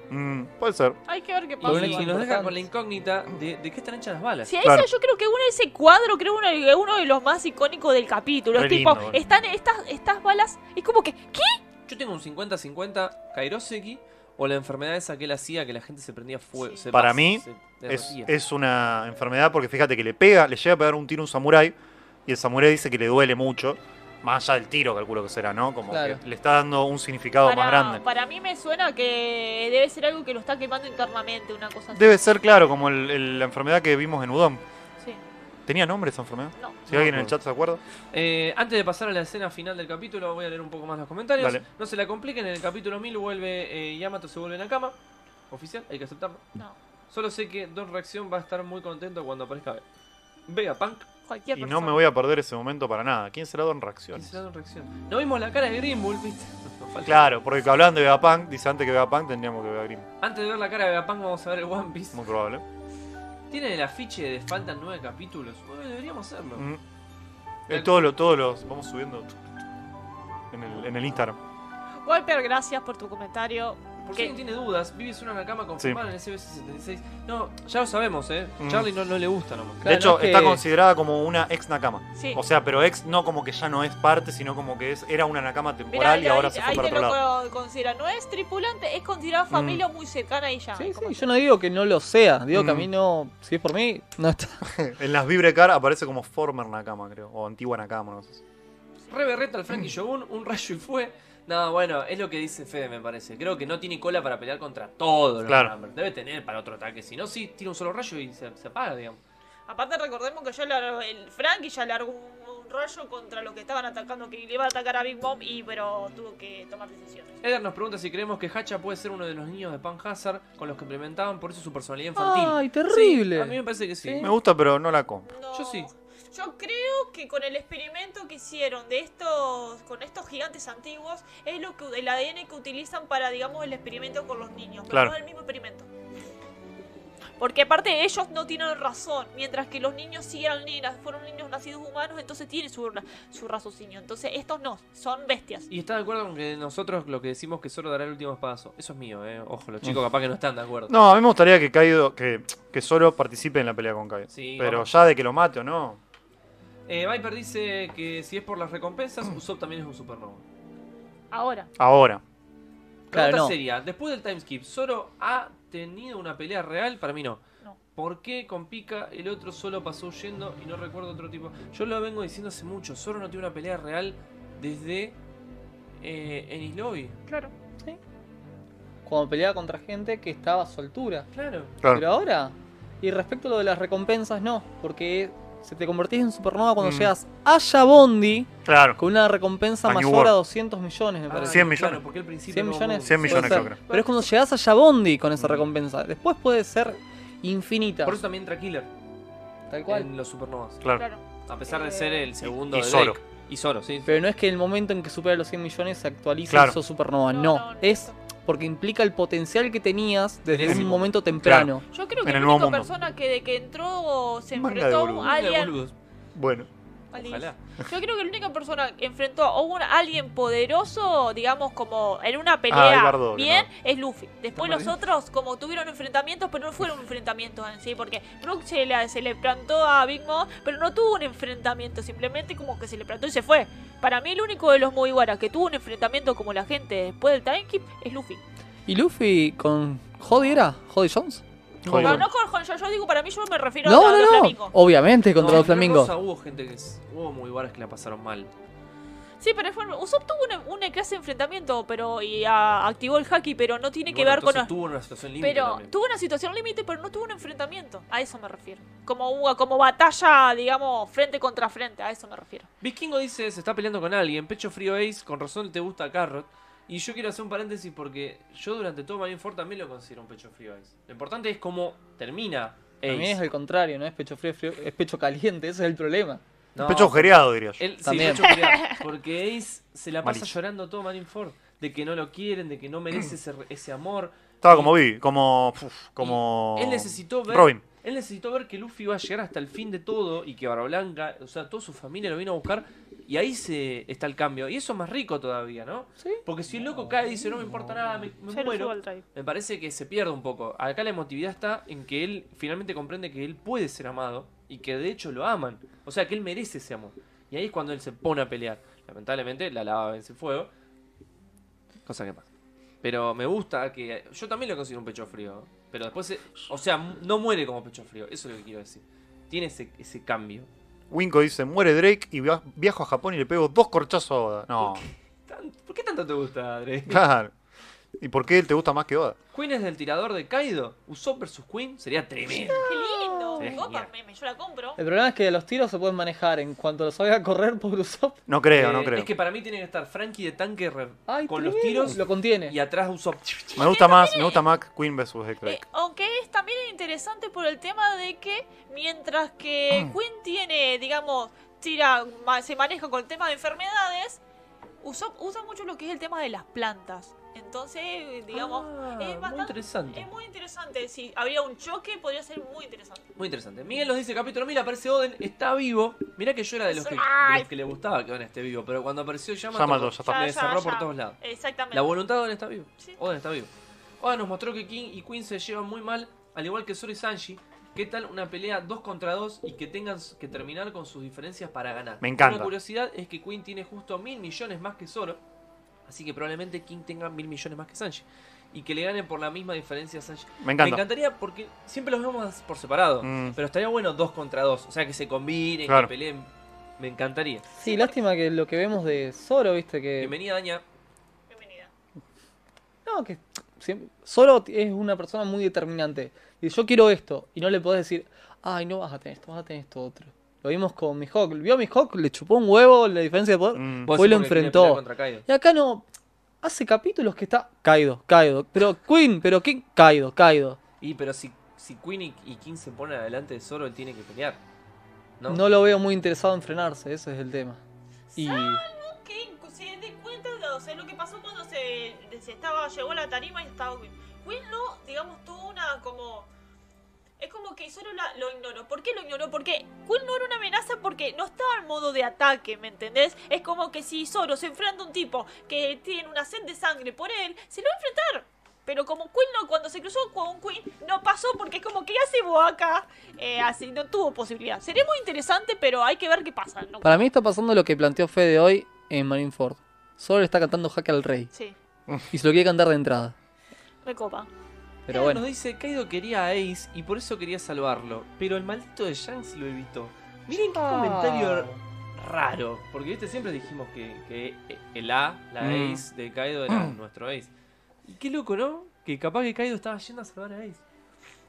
Speaker 3: Mm, puede ser.
Speaker 4: Hay que ver qué
Speaker 2: Y,
Speaker 1: Bueno,
Speaker 4: pasa.
Speaker 1: es
Speaker 2: y nos deja
Speaker 1: importante.
Speaker 2: con la incógnita de, de qué están hechas las balas.
Speaker 4: Si a
Speaker 3: Claro.
Speaker 4: esa yo creo que uno ese cuadro, creo uno, es uno de los más icónicos del capítulo.
Speaker 3: Re
Speaker 4: es tipo,
Speaker 3: lindo, boludo.
Speaker 4: están estas, estas balas, es como que, ¿qué?
Speaker 2: Yo tengo un 50-50 Kairoseki o la enfermedad esa que él hacía que la gente se prendía fuego.
Speaker 4: Sí.
Speaker 2: se-
Speaker 3: Para
Speaker 2: se-
Speaker 3: mí,
Speaker 2: se
Speaker 3: Es,
Speaker 2: derretía.
Speaker 3: es una enfermedad porque fíjate que le pega, le llega a pegar un tiro a un samurái y el samurái dice que le duele mucho. Más allá del tiro, calculo que será, ¿no? Como
Speaker 1: Claro.
Speaker 3: que le está dando un significado más grande.
Speaker 4: para mí me suena que debe ser algo que lo está quemando internamente, una cosa así.
Speaker 3: Debe ser, claro, como el- el- la enfermedad que vimos en Udon.
Speaker 4: Sí,
Speaker 3: ¿Tenía nombre esa enfermedad?
Speaker 4: no.
Speaker 3: Si alguien en el chat se acuerda.
Speaker 2: Eh, antes de pasar a la escena final del capítulo, voy a leer un poco más los comentarios.
Speaker 3: Dale.
Speaker 2: No se la compliquen, en el capítulo 1000 vuelve eh, Yamato, se vuelve en la cama. Oficial, hay que aceptarlo.
Speaker 4: No,
Speaker 2: Solo sé que Don Reacción va a estar muy contento cuando aparezca Vegapunk.
Speaker 4: cualquier
Speaker 3: Y no
Speaker 4: persona.
Speaker 3: me voy a perder ese momento para nada. ¿Quién será Don
Speaker 2: ¿Quién
Speaker 3: Reacciones?
Speaker 2: será Don Reacción? No vimos la cara de Green Bull, ¿viste? *laughs* Nos falta.
Speaker 3: Claro, porque hablaban de Vegapunk, dice antes que Vegapunk tendríamos que ver a Grimm.
Speaker 2: Antes de ver la cara de Vegapunk, vamos a ver el One Piece.
Speaker 3: Muy probable.
Speaker 2: ¿Tiene el afiche de faltan nueve capítulos? Bueno, deberíamos hacerlo.
Speaker 3: Mm. Eh, todos los, todos los vamos subiendo en el, en el Instagram.
Speaker 4: Walper, gracias por tu comentario.
Speaker 2: Por
Speaker 4: ¿Qué?
Speaker 2: si alguien tiene dudas, vives una Nakama confirmada en el CBC76. No, ya lo sabemos, ¿eh?
Speaker 3: Mm.
Speaker 2: Charlie no, no le gusta nomás.
Speaker 1: Claro,
Speaker 3: De hecho,
Speaker 1: no es que-
Speaker 3: está considerada como una ex Nakama.
Speaker 4: Sí.
Speaker 3: O sea, pero ex no como que ya no es parte, sino como que es era una Nakama temporal y
Speaker 4: ahí-
Speaker 3: ahora se fue
Speaker 4: ahí
Speaker 3: para
Speaker 4: te
Speaker 3: otro
Speaker 4: lo
Speaker 3: lado. Mm.
Speaker 4: co- considera. No es tripulante, es considerado familia muy cercana y
Speaker 2: Ah,
Speaker 4: ya.
Speaker 1: Sí,
Speaker 4: como
Speaker 1: sí,
Speaker 4: que-
Speaker 1: yo no digo que no lo sea. Digo que a
Speaker 3: Mm.
Speaker 1: mí no. Si es por mí, no está.
Speaker 3: En las Vibrecar aparece como former Nakama, creo. O antigua Nakama, no sé.
Speaker 2: Re berreta al Frankie Shogun, un rayo y fue. No, bueno, es lo que dice Fede, me parece. Creo que no tiene cola para pelear contra todos los
Speaker 3: Claro.
Speaker 2: Ramblers. Debe tener para otro ataque. Si no, sí, tira un solo rayo y se, se apaga, digamos.
Speaker 4: Aparte recordemos que yo largo- el Frankie ya largó un, un rayo contra los que estaban atacando, que le iba a atacar a Big Mom y pero tuvo que tomar decisiones.
Speaker 2: Edgar nos pregunta si creemos que Hacha puede ser uno de los niños de Pan Hazard con los que implementaban, por eso su personalidad infantil.
Speaker 1: ¡Ay,
Speaker 2: Sí, a
Speaker 1: terrible!
Speaker 2: mí me parece que sí.
Speaker 1: Sí.
Speaker 3: Me gusta, pero no la compro.
Speaker 4: No,
Speaker 2: Yo sí.
Speaker 4: Yo creo que con el experimento que hicieron de estos con estos gigantes antiguos es lo que el ADN que utilizan para digamos el experimento con los niños, pero
Speaker 3: Claro.
Speaker 4: no el mismo experimento. Porque aparte ellos no tienen razón, mientras que los niños sí eran niñas, fueron niños nacidos humanos, entonces tienen su, ra- su raciocinio. Entonces estos no, son bestias.
Speaker 2: Y está de acuerdo con que nosotros lo que decimos que solo dará el último paso. Eso es mío, eh. Ojo, los chicos capaz que no están de acuerdo.
Speaker 3: No, a mí me gustaría que Kaido, que, que solo participe en la pelea con Kaido.
Speaker 2: Sí,
Speaker 3: pero
Speaker 2: vamos.
Speaker 3: ya de que lo mate o no.
Speaker 2: Eh, Viper dice que si es por las recompensas,
Speaker 1: Mm.
Speaker 2: Usopp también es un supernova.
Speaker 4: Ahora.
Speaker 3: Ahora.
Speaker 1: Claro,
Speaker 2: Pregunta
Speaker 1: no.
Speaker 2: seria, después del timeskip, ¿Zoro ha tenido una pelea real? Para mí no.
Speaker 4: No.
Speaker 2: ¿Por qué con Pika el otro solo pasó huyendo y no recuerdo otro tipo? Yo lo vengo diciendo hace mucho, Zoro no tiene una pelea real desde eh, Enies Lobby.
Speaker 4: Claro.
Speaker 1: Cuando peleaba contra gente que estaba a su altura.
Speaker 2: Claro.
Speaker 3: Claro.
Speaker 1: Pero ahora. Y respecto a lo de las recompensas, no. Porque se te convertís en supernova cuando
Speaker 3: Mm.
Speaker 1: llegas a Yabondi
Speaker 3: claro.
Speaker 1: con una recompensa
Speaker 3: A New
Speaker 1: mayor a
Speaker 3: World.
Speaker 1: 200 millones,
Speaker 2: Ah,
Speaker 1: me parece.
Speaker 3: 100
Speaker 2: Claro,
Speaker 3: millones.
Speaker 2: porque al principio
Speaker 1: 100
Speaker 2: no-
Speaker 1: millones.
Speaker 3: 100 millones,
Speaker 1: Puede
Speaker 3: creo
Speaker 1: ser. Pero es cuando llegas a Yabondi con esa
Speaker 3: Mm.
Speaker 1: recompensa. Después puede ser infinita.
Speaker 2: Por eso también entra Killer
Speaker 1: Tal cual.
Speaker 2: en los supernovas.
Speaker 3: Claro.
Speaker 4: Claro.
Speaker 2: A pesar de ser
Speaker 4: Eh,
Speaker 2: el segundo
Speaker 3: y
Speaker 2: de
Speaker 3: Zoro.
Speaker 2: Drake. Y Zoro, sí.
Speaker 1: Pero no es que el momento en que supera los 100 millones se actualiza
Speaker 3: Claro.
Speaker 1: y sos supernova.
Speaker 4: No,
Speaker 1: No,
Speaker 4: no, no.
Speaker 1: es porque implica el potencial que tenías desde
Speaker 2: Tenés
Speaker 1: un
Speaker 2: un-
Speaker 1: momento temprano.
Speaker 4: Yo creo que
Speaker 3: En
Speaker 4: la
Speaker 3: el nuevo mundo.
Speaker 4: única persona que de que entró se
Speaker 3: Manga de
Speaker 4: enfrentó a
Speaker 3: boludos.
Speaker 4: un
Speaker 2: Manga de
Speaker 4: alien.
Speaker 2: boludos.
Speaker 3: Bueno.
Speaker 4: alien.
Speaker 2: Ojalá.
Speaker 4: Yo creo que la única persona que enfrentó a un alien poderoso, digamos, como en una
Speaker 3: Ah,
Speaker 4: pelea
Speaker 3: el Bardo, que
Speaker 4: bien, es Luffy.
Speaker 2: ¿Está
Speaker 4: Después los
Speaker 2: perdido?
Speaker 4: otros, como tuvieron enfrentamientos, pero no fueron enfrentamientos en sí, porque Brook se le, se le plantó a Big Mom, pero no tuvo un enfrentamiento, simplemente como que se le plantó y se fue. Para mí, el único de los Mugiwara que tuvo un enfrentamiento como la gente después del Time Keep es Luffy.
Speaker 1: ¿Y Luffy con Jody era? ¿Jody Jones?
Speaker 3: Jody
Speaker 4: No,
Speaker 3: Bueno.
Speaker 4: no con Hon- yo, yo digo, para mí, yo me refiero
Speaker 1: No,
Speaker 4: a los
Speaker 1: no, no.
Speaker 4: Flamingos.
Speaker 1: Obviamente contra
Speaker 2: No,
Speaker 1: los
Speaker 2: en Dressrosa
Speaker 1: flamingos.
Speaker 2: Hubo gente que. s- Hubo muy que la pasaron mal.
Speaker 4: Sí, pero fue, Usopp tuvo una, una clase de enfrentamiento pero y ah, activó el haki, pero no tiene
Speaker 2: Y
Speaker 4: que
Speaker 2: bueno,
Speaker 4: ver con...
Speaker 2: entonces Tuvo una situación límite.
Speaker 4: Pero
Speaker 2: también.
Speaker 4: tuvo una situación límite, pero no tuvo un enfrentamiento. A eso me refiero. Como, una- como batalla, digamos, frente contra frente. A eso me refiero.
Speaker 2: Vikingo dice, se está peleando con alguien, pecho frío Ace, con razón te gusta Carrot. Y yo quiero hacer un paréntesis porque yo durante todo Marineford también lo considero un pecho frío Ace. Lo importante es cómo termina
Speaker 1: Para mí es
Speaker 2: Ace.
Speaker 1: el contrario, no es pecho frío, frío- es pecho caliente, ese es el problema.
Speaker 2: No,
Speaker 3: Pecho agujereado, diría yo.
Speaker 2: él- sí,
Speaker 1: También.
Speaker 2: pecho frío, porque Ace se la pasa
Speaker 3: Malísimo.
Speaker 2: llorando todo Marineford. De que no lo quieren, de que no
Speaker 3: *clears throat*
Speaker 2: merece ese, ese amor.
Speaker 3: Estaba como vi, como. uf, como.
Speaker 2: eh. Él necesitó ver.
Speaker 3: Robin.
Speaker 2: Él necesitó ver que Luffy iba a llegar hasta el fin de todo y que Barba Blanca, o sea, toda su familia lo vino a buscar y ahí se está el cambio. Y eso es más rico todavía, ¿no?
Speaker 1: Sí.
Speaker 2: Porque si el loco cae y dice, no me importa nada, me, me
Speaker 4: Ya lo subo
Speaker 2: muero,
Speaker 4: al drive.
Speaker 2: me parece que se pierde un poco. Acá la emotividad está en que él finalmente comprende que él puede ser amado y que de hecho lo aman. O sea, que él merece ese amor. Y ahí es cuando él se pone a pelear. Lamentablemente, la lava vence el fuego. Cosa que pasa. Pero me gusta que. Yo también lo considero un pecho frío. Pero después. se- o sea, m- no muere como pecho frío. Eso es lo que quiero decir. Tiene ese, ese cambio.
Speaker 3: Winko dice: muere Drake y via- viajo a Japón y le pego dos corchazos a Oda. No.
Speaker 2: Tan- ¿Por qué tanto te gusta,
Speaker 3: *laughs*
Speaker 2: Dre?
Speaker 3: Claro. ¿Y por qué él te gusta más que Oda?
Speaker 2: Queen es del tirador de Kaido. Usopp versus Queen sería tremendo.
Speaker 4: ¡Qué lindo!
Speaker 2: Sería
Speaker 4: Copa,
Speaker 2: genial.
Speaker 4: meme, yo la compro. Eh,
Speaker 1: El problema es que los tiros se pueden manejar en cuanto los haga correr por Usopp.
Speaker 3: No creo,
Speaker 2: Eh,
Speaker 3: no creo.
Speaker 2: Es que para mí tiene que estar Frankie de tanque re-
Speaker 1: Ay,
Speaker 2: con los
Speaker 1: tremendo.
Speaker 2: tiros
Speaker 1: Lo contiene.
Speaker 2: y atrás Usopp.
Speaker 3: Me gusta más, me gusta más Queen vs Drake.
Speaker 4: Eh, aunque es también interesante por el tema de que mientras
Speaker 2: *clears throat*
Speaker 4: que Quinn tiene, digamos, tira, ma- se maneja con el tema de enfermedades, Usopp usa mucho lo que es el tema de las plantas. Entonces, digamos,
Speaker 2: Ah,
Speaker 4: es
Speaker 2: muy
Speaker 4: bastante...
Speaker 2: interesante.
Speaker 4: Es muy interesante, si habría un choque podría ser muy interesante.
Speaker 2: Muy interesante. Miguel nos dice, capítulo, mira, aparece Oden, está vivo. Mirá que yo era de los que, de
Speaker 4: Ay.
Speaker 2: los que le gustaba que Oden esté vivo, pero cuando apareció Yamato,
Speaker 3: Yamato, ya está.
Speaker 2: me
Speaker 4: Ya, ya,
Speaker 2: cerró por
Speaker 4: ya.
Speaker 2: todos lados.
Speaker 4: Exactamente.
Speaker 2: La voluntad de Oden está vivo.
Speaker 4: Sí.
Speaker 2: Oden está vivo. Oden nos mostró que King y Queen se llevan muy mal, al igual que Zoro y Sanji. ¿Qué tal una pelea 2 contra 2 y que tengan que terminar con sus diferencias para ganar?
Speaker 3: Me encanta.
Speaker 2: Una curiosidad es que Queen tiene justo mil millones más que Zoro, así que probablemente King tenga mil millones más que Sanji. Y que le ganen por la misma diferencia a Sanji.
Speaker 3: Me encanta.
Speaker 2: Me encantaría porque siempre los vemos por separado.
Speaker 3: Mm.
Speaker 2: Pero estaría bueno dos contra dos. O sea, que se combinen,
Speaker 3: Claro.
Speaker 2: que peleen. Me encantaría.
Speaker 1: Sí, lástima que lo que vemos de Zoro, viste, que.
Speaker 2: Bienvenida, Daña.
Speaker 3: Mm.
Speaker 4: Bienvenida.
Speaker 1: No, que. siempre- Zoro es una persona muy determinante. Y yo quiero esto. Y no le podés decir, ay, no vas a tener esto, vas a tener esto otro. Lo vimos con Mihawk. ¿Vio a Mihawk? Le chupó un huevo la diferencia de poder.
Speaker 3: Mm.
Speaker 1: Fue y lo
Speaker 2: Porque quiere
Speaker 1: enfrentó.
Speaker 2: pelear contra Kaido.
Speaker 1: Y acá no. Hace capítulos que está. Kaido, Kaido. Pero Queen, pero ¿quién? Kaido, Kaido.
Speaker 2: Y pero si, si Queen y, y King se ponen adelante de Zoro, él tiene que pelear. ¿No?
Speaker 1: No lo veo muy interesado en frenarse, ese es el tema. Y.
Speaker 4: que incu- se dé cuenta de o sea, lo que pasó cuando se, se estaba llegó a la tarima y estaba Will. Will no, digamos, tuvo una como es como que solo la- lo ignoró. ¿Por qué lo ignoró? Porque Quill no era una amenaza porque no estaba en modo de ataque, ¿me entendés? Es como que si Zoro se enfrenta a un tipo que tiene una sed de sangre por él, se lo va a enfrentar. Pero como Quill no, cuando se cruzó con Queen, no pasó porque es como que ya se boaca. eh, así no tuvo posibilidad. Sería muy interesante, pero hay que ver qué pasa. ¿no?
Speaker 1: Para mí está pasando lo que planteó Fede hoy en Marineford. Zoro le está cantando Jaque al Rey.
Speaker 4: Sí,
Speaker 1: Y se lo quiere cantar de entrada.
Speaker 4: me copa.
Speaker 1: Pero
Speaker 2: Kaido
Speaker 1: bueno.
Speaker 2: Nos dice, Kaido quería a Ace y por eso quería salvarlo. Pero el maldito de Shanks lo evitó. Miren qué comentario raro. Porque viste, siempre dijimos que, que el A, la
Speaker 3: Mm.
Speaker 2: Ace de Kaido era nuestro Ace. Y qué loco, ¿no? Que capaz que Kaido estaba yendo a salvar a Ace.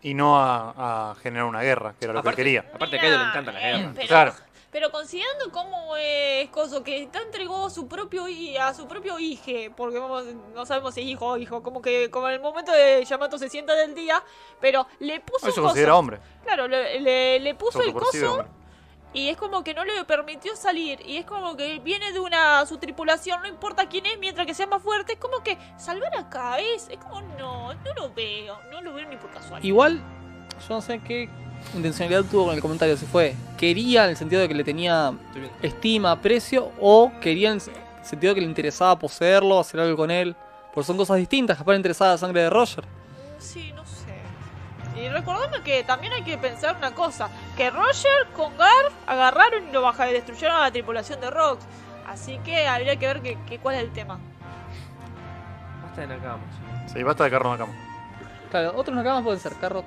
Speaker 3: Y no a, a generar una guerra, que era lo
Speaker 2: Aparte-
Speaker 3: que quería.
Speaker 2: Aparte a
Speaker 4: Mira,
Speaker 2: Kaido le encantan las
Speaker 4: eh,
Speaker 2: guerras.
Speaker 4: pero-
Speaker 3: Claro.
Speaker 4: Pero considerando cómo es Coso, que está entregó su propio hi- a su propio hijo, porque vamos, no sabemos si es hijo o hijo, como que como en el momento de Yamato se sienta del día, pero le puso
Speaker 3: Eso se
Speaker 4: un
Speaker 3: considera
Speaker 4: coso.
Speaker 3: hombre.
Speaker 4: Claro, le, le- le puso el
Speaker 3: Autopercibe
Speaker 4: coso
Speaker 3: hombre.
Speaker 4: y es como que no le permitió salir. Y es como que viene de una su tripulación, no importa quién es, mientras que sea más fuerte, es como que salvar acá es, es como no, no lo veo, no lo veo ni por casualidad.
Speaker 1: Igual, yo no sé qué intencionalidad tuvo con el comentario. Si fue quería en el sentido de que le tenía
Speaker 2: Estoy bien.
Speaker 1: estima, aprecio, o quería en el sen- sentido de que le interesaba poseerlo, hacer algo con él. Porque son cosas distintas. Capaz le interesaba la sangre de Roger.
Speaker 4: Sí, no sé. Y recordame que también hay que pensar una cosa, que Roger con Garf agarraron y lo bajaron, destruyeron a la tripulación de Rocks. Así que habría que ver que, que cuál es el tema.
Speaker 2: Basta de Nakamas.
Speaker 3: Sí, basta de carro en la cama.
Speaker 1: Claro, otros nakamas pueden ser Carrot.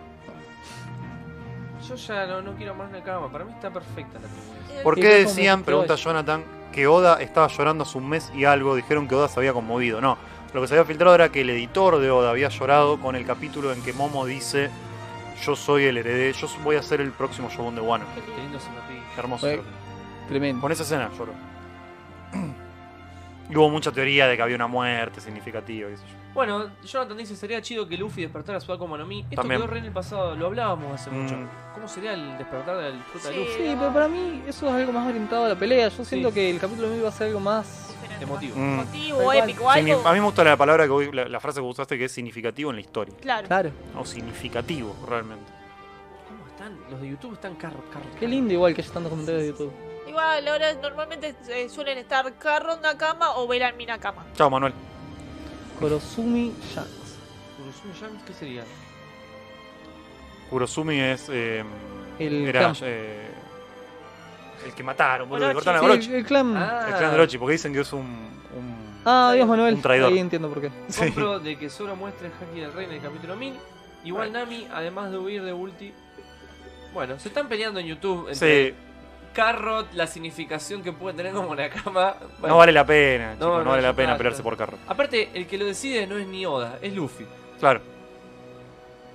Speaker 2: Yo ya no, no quiero más Nakama. Para mí está perfecta la tripulación.
Speaker 3: ¿Por
Speaker 1: Sí,
Speaker 3: qué
Speaker 1: yo como
Speaker 3: decían,
Speaker 1: creo
Speaker 3: pregunta
Speaker 1: eso.
Speaker 3: Jonathan, que Oda estaba llorando hace un mes y algo, dijeron que Oda se había conmovido. No, lo que se había filtrado era que el editor de Oda había llorado con el capítulo en que Momo dice, yo soy el heredero, yo voy a ser el próximo Shogun de Wano.
Speaker 4: Qué
Speaker 2: Qué
Speaker 4: lindo.
Speaker 2: lindo Sonopí.
Speaker 3: Qué hermoso.
Speaker 1: Bueno. Tremendo.
Speaker 3: Con esa escena lloro. Y hubo mucha teoría de que había una muerte significativa, qué sé yo.
Speaker 2: Bueno, Jonathan dice, sería chido que Luffy despertara a su como no mi. Esto
Speaker 3: También.
Speaker 2: quedó re en el pasado, lo hablábamos hace
Speaker 3: Mm.
Speaker 2: mucho. ¿Cómo sería el despertar del fruta
Speaker 4: Sí.
Speaker 2: de Luffy?
Speaker 1: Sí, pero para mí eso es algo más orientado a la pelea. Yo siento
Speaker 2: Sí.
Speaker 1: que el capítulo mío va a ser algo más.
Speaker 4: Diferente.
Speaker 2: Emotivo.
Speaker 3: Mm.
Speaker 4: Emotivo,
Speaker 1: Tal cual.
Speaker 4: épico,
Speaker 3: Signi-
Speaker 4: algo.
Speaker 3: A mí me gusta la palabra que vos- la, la frase que usaste que es significativo en la historia.
Speaker 4: Claro.
Speaker 1: Claro.
Speaker 3: O significativo, realmente.
Speaker 2: ¿Cómo están? Los de YouTube están carros, carros.
Speaker 1: Qué lindo igual que haya tantos comentarios de YouTube.
Speaker 4: Igual ahora normalmente eh, suelen estar Carron Nakama o Beran Minakama.
Speaker 3: Chao, Manuel.
Speaker 1: Korosumi Shanks.
Speaker 2: Kurosumi Yang, ¿Qué sería?
Speaker 3: Kurosumi es. eh,
Speaker 1: El
Speaker 3: era,
Speaker 1: clan.
Speaker 3: eh, el que mataron, boludo. que
Speaker 4: Orochi,
Speaker 3: cortaron a
Speaker 1: Sí,
Speaker 3: Orochi.
Speaker 1: el, el clan. Ah,
Speaker 3: Mm. El clan de Orochi, porque dicen que es un. un-
Speaker 1: Dios Manuel.
Speaker 3: Un traidor.
Speaker 1: Ahí entiendo por qué.
Speaker 3: Sí.
Speaker 2: Compro de que Zoro muestre el Haki del Rey en el capítulo 1000. Igual
Speaker 3: Ay.
Speaker 2: Nami, además de huir de Ulti... Bueno, se están peleando en YouTube entre
Speaker 3: Sí,
Speaker 2: Carrot, la significación que puede tener como una cama.
Speaker 3: no vale la pena, chicos, no,
Speaker 2: no,
Speaker 3: vale
Speaker 2: ya
Speaker 3: la pena
Speaker 2: está,
Speaker 3: pelearse
Speaker 2: ya.
Speaker 3: por carro.
Speaker 2: Aparte, el que lo decide no es ni Oda, es Luffy.
Speaker 3: Claro.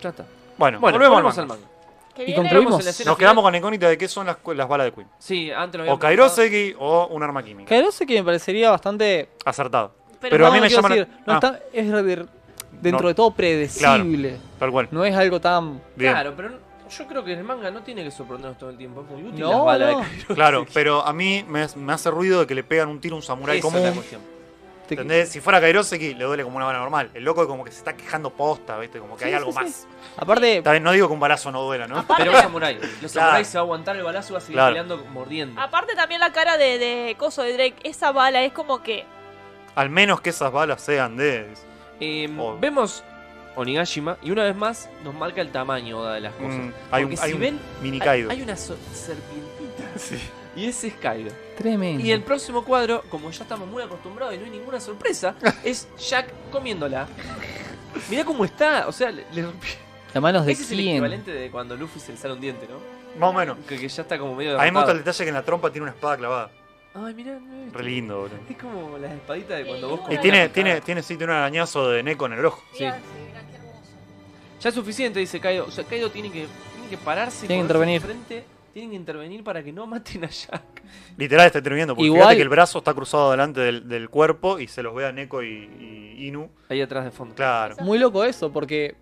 Speaker 2: Ya está.
Speaker 3: Bueno,
Speaker 2: Bueno,
Speaker 3: volvemos al
Speaker 2: volvemos
Speaker 3: manga.
Speaker 2: al manga.
Speaker 4: Que
Speaker 1: Y
Speaker 4: viene-
Speaker 1: concluimos.
Speaker 2: Estamos en la escena
Speaker 3: Nos
Speaker 2: final.
Speaker 3: quedamos con la incógnita de qué son las, cu- las balas de Queen.
Speaker 2: Sí, antes lo
Speaker 3: O
Speaker 2: habíamos comentado.
Speaker 3: Kairoseki o un arma química.
Speaker 1: Kairose que me parecería bastante.
Speaker 3: Acertado.
Speaker 4: Pero,
Speaker 3: Pero a
Speaker 4: no,
Speaker 3: mí me
Speaker 1: quiero
Speaker 3: llama la-
Speaker 1: decir, no
Speaker 3: Ah.
Speaker 1: está- es de- dentro
Speaker 3: No.
Speaker 1: de todo predecible.
Speaker 3: Tal cual.
Speaker 1: No es algo tan.
Speaker 2: *laughs*
Speaker 3: Bien.
Speaker 2: Claro, pero no- yo creo que el manga no tiene que sorprendernos todo el tiempo. Es muy útil
Speaker 1: No,
Speaker 2: las balas
Speaker 1: no.
Speaker 2: de
Speaker 3: *laughs*
Speaker 2: Kairos.
Speaker 3: Claro, pero a mí me, me hace ruido de que le pegan un tiro a un samurái
Speaker 2: Esa es la
Speaker 3: común.
Speaker 2: cuestión.
Speaker 1: te-
Speaker 3: ¿Entendés? Si fuera Kairoseki, le duele como una bala normal. El loco como que se está quejando posta, ¿viste? Como que
Speaker 1: Sí,
Speaker 3: hay algo
Speaker 1: sí, sí.
Speaker 3: más.
Speaker 1: Aparte,
Speaker 3: Tal vez no digo que un balazo no duela, ¿no?
Speaker 4: Aparte-
Speaker 2: Pero un samurái. Los samuráis
Speaker 3: Claro.
Speaker 2: se va a aguantar el balazo y va a seguir
Speaker 3: Claro.
Speaker 2: peleando mordiendo.
Speaker 1: Ah.
Speaker 4: Aparte también la cara de, de Coso de Drake, esa bala es como que...
Speaker 3: Al menos que esas balas sean de.
Speaker 2: Eh,
Speaker 3: Oh.
Speaker 2: Vemos Onigashima y una vez más nos marca el tamaño Oda, de las cosas.
Speaker 3: Mm, hay un,
Speaker 2: Porque
Speaker 3: hay
Speaker 2: si
Speaker 3: un
Speaker 2: ven,
Speaker 3: mini
Speaker 2: hay-
Speaker 3: Kaido.
Speaker 2: Hay, una so-
Speaker 3: *laughs*
Speaker 2: serpientita. Y ese es Kaido.
Speaker 1: tremendo.
Speaker 2: Y el próximo cuadro, como ya estamos muy acostumbrados y no hay ninguna
Speaker 3: *laughs*
Speaker 2: sorpresa, es Jack comiéndola. Mirá cómo está, o sea, le- le rompió-
Speaker 1: ¿La manos de
Speaker 2: Ese es el
Speaker 1: quién?
Speaker 2: equivalente de cuando Luffy se le sale un diente, ¿no?
Speaker 3: Más o menos.
Speaker 2: Que, que ya está como medio
Speaker 3: A mí me gusta el
Speaker 2: derrotado.
Speaker 3: detalle que en la trompa tiene una espada clavada.
Speaker 2: Ay, mirá, no es-
Speaker 3: Re lindo, boludo.
Speaker 2: Es como las espaditas de cuando vos
Speaker 4: Y
Speaker 2: comés
Speaker 3: Y
Speaker 2: la
Speaker 3: tiene,
Speaker 2: picada.
Speaker 3: tiene, tiene, sí, tiene un arañazo de Neko en el ojo.
Speaker 2: Sí. Mirá, Ya es suficiente, dice Kaido. O sea, Kaido tiene que, tiene que pararse. y
Speaker 1: Tiene que
Speaker 2: correrse
Speaker 1: intervenir.
Speaker 2: de Frente. Tienen que intervenir para que no maten a Jack.
Speaker 3: Literal está interviniendo, porque
Speaker 1: Igual-
Speaker 3: fíjate que el brazo está cruzado delante del, del cuerpo y se los ve a Neko y, y Inu.
Speaker 2: Ahí atrás de fondo.
Speaker 3: Claro.
Speaker 1: Muy loco eso, porque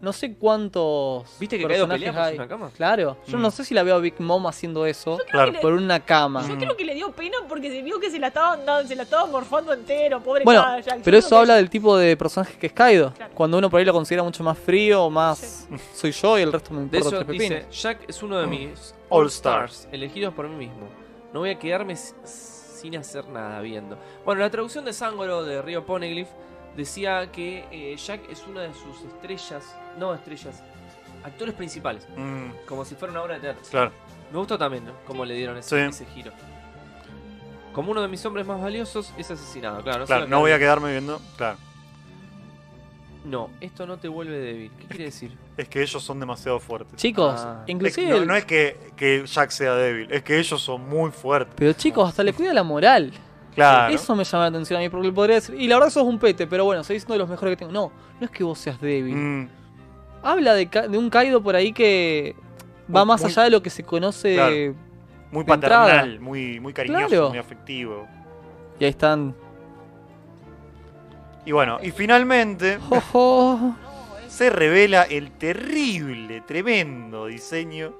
Speaker 1: no sé cuántos.
Speaker 2: ¿Viste que Kaido
Speaker 1: personajes
Speaker 2: pelea por
Speaker 1: hay.
Speaker 2: su Nakama?
Speaker 1: Claro, yo
Speaker 3: Mm.
Speaker 1: no sé si la veo a Big Mom haciendo eso
Speaker 3: Claro.
Speaker 1: por una cama.
Speaker 3: Mm.
Speaker 4: Yo creo que le dio pena porque se vio que se la estaba dando, se la estaba morfando entero, pobre
Speaker 1: Bueno,
Speaker 4: cara, Jack.
Speaker 1: pero
Speaker 4: Yo creo que-
Speaker 1: eso habla del tipo de personaje que es Kaido.
Speaker 4: Claro.
Speaker 1: Cuando uno por ahí lo considera mucho más frío o más
Speaker 3: *laughs*
Speaker 1: soy yo y el resto me
Speaker 2: De
Speaker 1: importa
Speaker 2: eso
Speaker 1: tres pepinos.
Speaker 2: dice: Jack es uno de mis
Speaker 3: Mm. All
Speaker 2: All Stars elegidos por mí mismo. No voy a quedarme s- sin hacer nada viendo. Bueno, la traducción de Sangoro de Río Poneglyph decía que eh, Jack es una de sus estrellas, no estrellas, actores principales.
Speaker 3: Mm,
Speaker 2: Como si fuera una obra de teatro.
Speaker 3: claro.
Speaker 2: Me gustó también, ¿no? Cómo le dieron ese,
Speaker 3: Sí.
Speaker 2: ese giro. Como uno de mis hombres más valiosos es asesinado, claro. se
Speaker 3: Claro,
Speaker 2: va
Speaker 3: no voy a
Speaker 2: quedar-
Speaker 3: quedarme viendo. Claro.
Speaker 2: No, esto no te vuelve débil. ¿Qué quiere decir?
Speaker 3: Es que ellos son demasiado fuertes.
Speaker 1: Chicos,
Speaker 2: Ah.
Speaker 3: Es que
Speaker 1: inclusive.
Speaker 3: no,
Speaker 1: el-
Speaker 3: no es que, que Jack sea débil, es que ellos son muy fuertes.
Speaker 1: Pero chicos, hasta le cuida la moral.
Speaker 3: Claro.
Speaker 1: Eso me llama la atención a mí, porque podría decir. Y la verdad, sos un pete, pero bueno, sois uno de los mejores que tengo. No, no es que vos seas débil.
Speaker 3: Mm,
Speaker 1: Habla de, Ka- de un Kaido por ahí que va
Speaker 3: Muy-
Speaker 1: más
Speaker 3: Oh, muy-
Speaker 1: allá de lo que se conoce.
Speaker 3: Claro. muy
Speaker 1: De entrada.
Speaker 3: paternal, muy, muy cariñoso,
Speaker 1: Claro.
Speaker 3: muy afectivo.
Speaker 1: Y ahí
Speaker 3: *laughs*
Speaker 1: están.
Speaker 3: Y bueno, y finalmente
Speaker 1: Ojo.
Speaker 4: No, es-
Speaker 3: se revela el terrible, tremendo diseño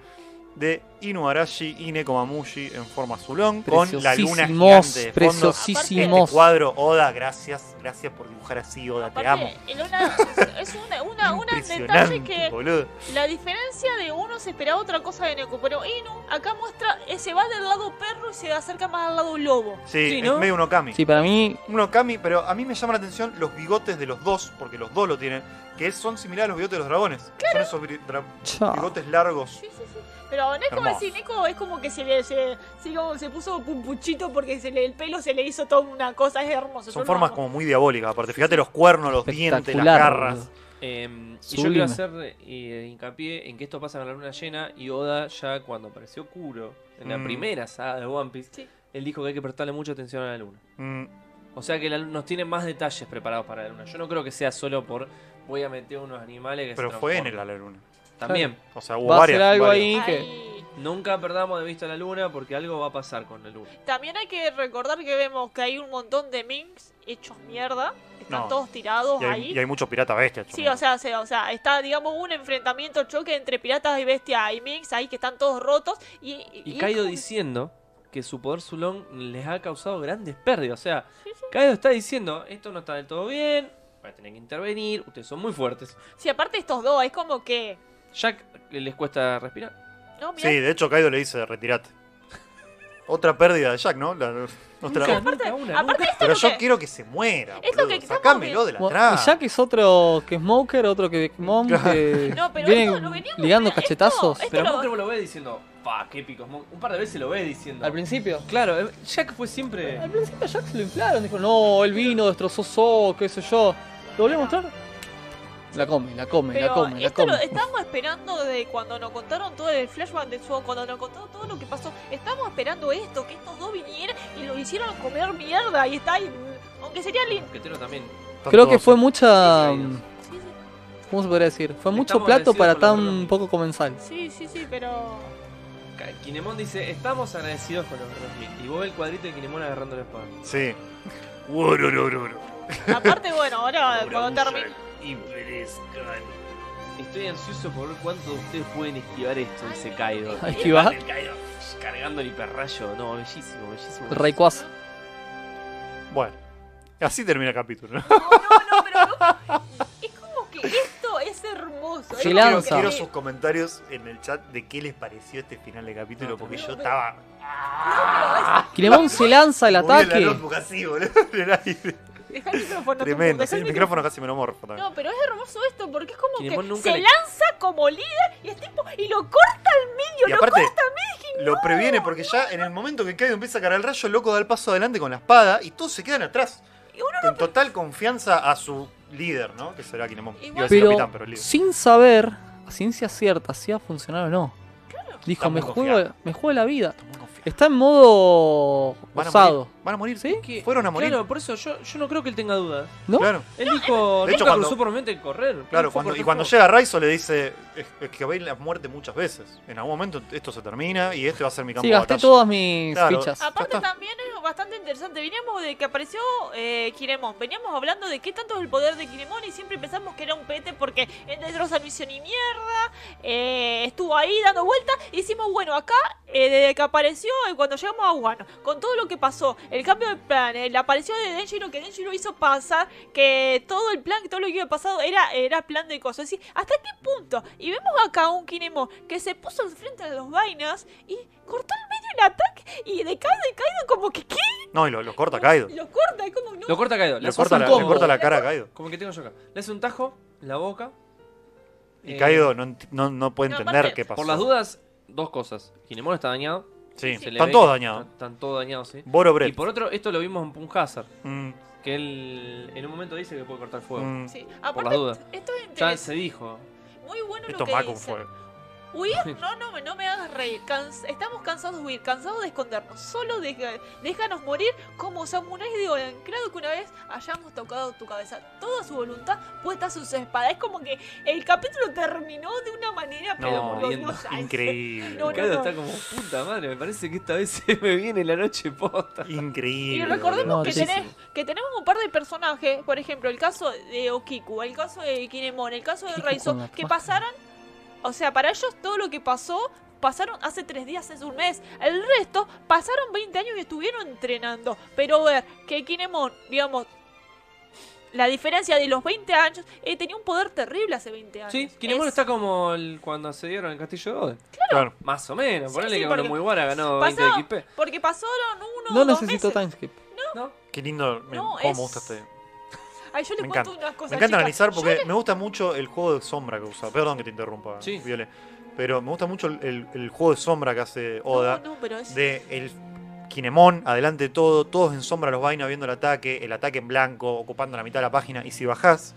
Speaker 3: de Inuarashi y Nekomamushi en forma zulón con la luna
Speaker 1: Preciosísimos,
Speaker 3: gigante de fondo.
Speaker 1: preciosísimos.
Speaker 3: Este cuadro, Oda, gracias, gracias por dibujar así, Oda, te amo.
Speaker 4: Aparte, el una- es una, una, una detalle
Speaker 3: Impresionante,
Speaker 4: que
Speaker 3: boludo.
Speaker 4: la diferencia de uno se esperaba otra cosa de Neko, pero Inu acá muestra, eh, se va del lado perro y se acerca más al lado lobo.
Speaker 3: Sí,
Speaker 2: Sí, ¿no?
Speaker 3: es medio un Okami.
Speaker 1: Sí, para mí.
Speaker 3: Un Okami, pero a mí me llama la atención los bigotes de los dos, porque los dos lo tienen, que son similares a los bigotes de los dragones. Son esos bri- dra-
Speaker 1: Chao.
Speaker 3: bigotes largos.
Speaker 4: Sí, sí, sí. Pero Neko,
Speaker 3: Hermoso.
Speaker 4: sí, Neko es como que se le se, sí, como se puso pumpuchito porque se le, el pelo se le hizo toda una cosa, es hermoso. yo
Speaker 3: Son
Speaker 4: lo
Speaker 3: formas
Speaker 4: amo.
Speaker 3: como muy diabólicas, aparte. Fíjate los cuernos, los dientes, las
Speaker 1: Espectacular.
Speaker 3: garras.
Speaker 1: boludo.
Speaker 2: Em, y yo
Speaker 1: Sublime.
Speaker 2: quiero hacer eh, hincapié en que esto pasa con la luna llena y Oda ya cuando apareció Kuro en la
Speaker 3: Mm.
Speaker 2: primera saga de One Piece,
Speaker 4: Sí.
Speaker 2: él dijo que hay que prestarle mucha atención a la luna.
Speaker 3: Mm,
Speaker 2: O sea que la luna- nos tiene más detalles preparados para la luna. Yo no creo que sea solo por voy a meter unos animales que se
Speaker 3: pero fue en el
Speaker 2: transforman.
Speaker 3: a la luna.
Speaker 2: También.
Speaker 3: O sea, hubo
Speaker 1: Va a ser
Speaker 3: varias.
Speaker 1: algo ahí
Speaker 3: varias.
Speaker 1: que...
Speaker 4: Ay,
Speaker 2: Nunca perdamos de vista la luna porque algo va a pasar con la luna.
Speaker 4: También hay que recordar que vemos que hay un montón de minks hechos mierda. Están
Speaker 3: No.
Speaker 4: todos tirados
Speaker 3: Y hay,
Speaker 4: ahí.
Speaker 3: y hay muchos piratas bestias.
Speaker 4: Sí, o sea, se- o sea, está, digamos, un enfrentamiento, choque entre piratas y bestias y minks ahí que están todos rotos. Y, y-
Speaker 2: Y
Speaker 4: y
Speaker 2: Kaido
Speaker 4: es como-
Speaker 2: diciendo que su poder Zulong les ha causado grandes pérdidas. O sea,
Speaker 4: Sí, sí.
Speaker 2: Kaido está diciendo, esto no está del todo bien, van a tener que intervenir, ustedes son muy fuertes.
Speaker 4: Sí, aparte estos dos, es como que...
Speaker 2: Jack eh, les cuesta respirar.
Speaker 4: No, mirá,
Speaker 3: Sí, de hecho Kaido le dice, retirate. Otra pérdida de Jack, ¿no? La- otra-
Speaker 2: Nunca, nunca una,
Speaker 4: aparte
Speaker 2: nunca.
Speaker 3: Pero
Speaker 4: es lo
Speaker 3: yo
Speaker 4: que-
Speaker 3: quiero que se muera,
Speaker 4: es lo
Speaker 3: boludo.
Speaker 4: que estamos
Speaker 3: Sacámelo de la
Speaker 1: Bueno,
Speaker 3: trama.
Speaker 1: y Jack es otro que Smoker, otro que Big
Speaker 3: *laughs*
Speaker 1: Mom, que
Speaker 4: No, pero
Speaker 1: viene
Speaker 4: esto lo
Speaker 1: ligando
Speaker 4: veníamos viendo-
Speaker 1: cachetazos.
Speaker 4: esto-
Speaker 2: Pero
Speaker 4: lo-
Speaker 2: Monker lo ve diciendo, pa, qué picos. Mon-". Un par de veces lo ve diciendo.
Speaker 1: Al principio.
Speaker 2: Claro, eh, Jack fue siempre...
Speaker 1: Al principio a Jack se lo inflaron, dijo, no, él vino, destrozó So, qué sé yo. ¿Lo volví a mostrar? La come, la come, la
Speaker 4: Pero
Speaker 1: come, la
Speaker 4: esto
Speaker 1: come.
Speaker 4: lo estábamos esperando de cuando nos contaron todo el flashback de Zuo, cuando nos contaron todo lo que pasó. Estábamos esperando esto, que estos dos vinieran y lo hicieron comer mierda y está ahí. Aunque sería lindo.
Speaker 2: Monquetero también.
Speaker 3: Están
Speaker 1: Creo que
Speaker 3: todos-
Speaker 1: fue mucha... mm,
Speaker 2: Um.
Speaker 4: Sí, sí,
Speaker 1: ¿Cómo se podría decir? Fue
Speaker 2: Le
Speaker 1: mucho
Speaker 2: estamos
Speaker 1: plato
Speaker 2: agradecidos
Speaker 1: para
Speaker 2: por la
Speaker 1: tan
Speaker 2: colonia.
Speaker 1: poco comensal. *laughs*
Speaker 4: sí, sí, sí, pero.
Speaker 2: Ka- Kinemon dice, estamos agradecidos con los Rosmin. Y vos ves el cuadrito de Kinemon agarrando la espada.
Speaker 3: Sí. Uororororo.
Speaker 4: Aparte, bueno, ahora cuando termine.
Speaker 2: Y perezcan. Estoy ansioso por ver cuánto de ustedes pueden esquivar esto, dice Kaido.
Speaker 1: ¿A esquivar?
Speaker 2: *laughs* El Kaido cargando el hiperrayo. No, bellísimo, bellísimo.
Speaker 1: Rayquaza.
Speaker 3: Bueno, así termina el capítulo. ¿no?
Speaker 4: No, no, no, pero no. Es como que esto es hermoso. es
Speaker 1: Sí,
Speaker 4: como
Speaker 3: Quiero,
Speaker 1: lanza.
Speaker 4: que-
Speaker 3: quiero sus comentarios en el chat de qué les pareció este final de capítulo,
Speaker 2: No,
Speaker 3: porque
Speaker 2: no,
Speaker 3: yo
Speaker 4: pero-
Speaker 3: estaba.
Speaker 1: Kinemon se lanza el
Speaker 3: moviendo la
Speaker 1: ataque.
Speaker 3: notebook así, boludo, en el aire.
Speaker 4: Dejá el micrófono. Tucu,
Speaker 3: Tremendo.
Speaker 4: dejá
Speaker 3: Sí, el
Speaker 4: micrófono.
Speaker 3: micrófono casi me lo morfo también.
Speaker 4: No, pero es hermoso esto porque es como
Speaker 2: Kinemon
Speaker 4: que
Speaker 2: nunca
Speaker 4: se
Speaker 2: le-
Speaker 4: lanza como líder y es tipo y lo corta al medio,
Speaker 3: y
Speaker 4: lo
Speaker 3: aparte,
Speaker 4: corta al
Speaker 3: lo previene porque ya en el momento que Kaido empieza a cargar el rayo, el loco da el paso adelante con la espada y todos se quedan atrás.
Speaker 4: Y uno
Speaker 3: Con total confianza a su líder, ¿no? Que será Kinemon.
Speaker 4: Igual-
Speaker 3: Iba a decir
Speaker 1: Pero
Speaker 3: capitán, pero el líder.
Speaker 1: sin saber, a ciencia cierta, si va a funcionar o no. Dijo,
Speaker 3: Está muy
Speaker 1: me juego,
Speaker 3: confiado.
Speaker 1: me juego la vida.
Speaker 3: Está muy confiado.
Speaker 1: Está en modo
Speaker 3: Van a
Speaker 1: osado.
Speaker 3: morir. Van a morir.
Speaker 1: ¿Sí?
Speaker 2: Que-
Speaker 3: Fueron a morir.
Speaker 2: Claro, por eso yo, yo no creo que él tenga dudas.
Speaker 1: ¿No?
Speaker 3: Claro.
Speaker 2: Él dijo,
Speaker 3: De hecho,
Speaker 2: nunca
Speaker 3: cuando-
Speaker 2: cruzó por mi mente el correr.
Speaker 3: Claro,
Speaker 2: Él fue
Speaker 3: cuando-
Speaker 2: correr
Speaker 3: y cuando
Speaker 2: por-
Speaker 3: llega Raizo le dice, "Es- es que veis la muerte muchas veces. En algún momento esto se termina y este va a ser mi campo
Speaker 1: Sí,
Speaker 3: de
Speaker 1: gasté
Speaker 3: batalla.
Speaker 1: todas mis
Speaker 3: Claro.
Speaker 1: fichas.
Speaker 3: Ah,
Speaker 4: Aparte
Speaker 3: Ya está.
Speaker 4: también es bastante interesante. Veníamos de que apareció eh, Kiremon. Veníamos hablando de qué tanto es el poder de Kiremon y siempre pensamos que era un pete porque es destroza misión y mierda. eh, estuvo ahí dando vueltas. Y decimos, bueno, acá eh, desde que apareció y cuando llegamos a Wano, con todo lo que pasó, el cambio de plan, eh, la aparición de Denjiro, que Denjiro hizo pasar, que todo el plan, que todo lo que había pasado era, era plan de cosas. Es decir, ¿hasta qué punto? Y vemos acá un Kiremon que se puso enfrente de los vainas y cortó el medio el ataque y de Kaido y Kaido como que ¿qué?
Speaker 3: No, y lo, lo corta a Kaido.
Speaker 4: Lo corta, es como no.
Speaker 2: Lo corta Kaido. Le
Speaker 3: Le corta,
Speaker 2: corta
Speaker 1: un
Speaker 3: la, le
Speaker 1: combo.
Speaker 3: corta la cara a Kaido.
Speaker 2: Como que tengo yo acá. Le hace un tajo en la boca.
Speaker 3: Y
Speaker 2: Eh,
Speaker 3: Kaido no, ent- no, no puede
Speaker 4: No,
Speaker 3: entender
Speaker 4: aparte,
Speaker 3: qué pasó.
Speaker 2: Por las dudas, dos cosas. Kinemon está dañado.
Speaker 3: Sí,
Speaker 4: sí,
Speaker 2: se le
Speaker 3: están
Speaker 2: ve
Speaker 3: todos
Speaker 2: que-
Speaker 3: dañados.
Speaker 2: Están todos dañados, sí.
Speaker 3: Boro
Speaker 2: Y
Speaker 3: Brett.
Speaker 2: por otro, esto lo vimos en Punhazard.
Speaker 3: Mm,
Speaker 2: Que él en un momento dice que puede cortar fuego.
Speaker 3: mm.
Speaker 4: Sí.
Speaker 2: Por
Speaker 4: Aparte,
Speaker 2: las dudas.
Speaker 4: esto es
Speaker 2: Ya
Speaker 4: interesante.
Speaker 2: se dijo.
Speaker 4: Muy bueno
Speaker 3: Esto
Speaker 4: lo
Speaker 3: es
Speaker 4: que
Speaker 3: Mac un
Speaker 4: dice. *laughs*
Speaker 3: fuego.
Speaker 2: *laughs*
Speaker 4: Huir, no, no, me- no me hagas reír. Cans- estamos cansados de huir, cansados de escondernos. Solo deja- déjanos morir como samuráis de Oren. Creo que una vez hayamos tocado tu cabeza. Toda su voluntad puesta a sus espadas. Es como que el capítulo terminó de una manera
Speaker 3: No,
Speaker 4: pero
Speaker 2: muriendo.
Speaker 4: gloriosa. Es-
Speaker 3: Increíble.
Speaker 4: No, no,
Speaker 2: Kaido
Speaker 4: no.
Speaker 2: está como puta madre. Me parece que esta vez *laughs* se me viene la noche posta.
Speaker 3: Increíble.
Speaker 4: Y recordemos
Speaker 1: No,
Speaker 4: que,
Speaker 1: sí,
Speaker 4: tenés- que tenemos un par de personajes, por ejemplo, el caso de Okiku, el caso de Kinemon, el caso de
Speaker 1: Kiku
Speaker 4: Raizo,
Speaker 1: con la
Speaker 4: que
Speaker 1: máscara.
Speaker 4: pasaron, o sea, para ellos todo lo que pasó, pasaron hace tres días, hace un mes. El resto pasaron 20 años y estuvieron entrenando. Pero ver que Kinemon, digamos, la diferencia de los 20 años, eh, tenía un poder terrible hace 20 años.
Speaker 2: Sí, Kinemon
Speaker 4: Es-
Speaker 2: está como el- cuando asediaron el castillo de Oden.
Speaker 3: Claro.
Speaker 2: Más o menos.
Speaker 4: Sí,
Speaker 2: Ponele
Speaker 4: sí,
Speaker 2: que con
Speaker 4: porque-
Speaker 2: muy buena ganó
Speaker 4: Pasó-
Speaker 2: 20 de XP.
Speaker 4: Porque pasaron uno
Speaker 1: No
Speaker 4: o dos
Speaker 1: necesito
Speaker 4: meses.
Speaker 1: timeskip.
Speaker 2: ¿No?
Speaker 3: Qué lindo. Me,
Speaker 4: No,
Speaker 3: cómo me
Speaker 4: es-
Speaker 3: gusta este.
Speaker 4: Ay, yo les
Speaker 3: Me
Speaker 4: cuento
Speaker 3: encanta.
Speaker 4: unas cosas.
Speaker 3: me encanta
Speaker 4: chicas.
Speaker 3: analizar
Speaker 4: Yo
Speaker 3: porque me gusta mucho el juego de sombra que usa. Perdón que te interrumpa,
Speaker 2: Sí.
Speaker 3: Viole. Pero me gusta mucho el, el- el juego de sombra que hace
Speaker 4: no,
Speaker 3: Oda.
Speaker 4: no, pero es-
Speaker 3: de el Kinemon, adelante de todo, todos en sombra los vainas viendo el ataque, el ataque en blanco, ocupando la mitad de la página, y si bajás,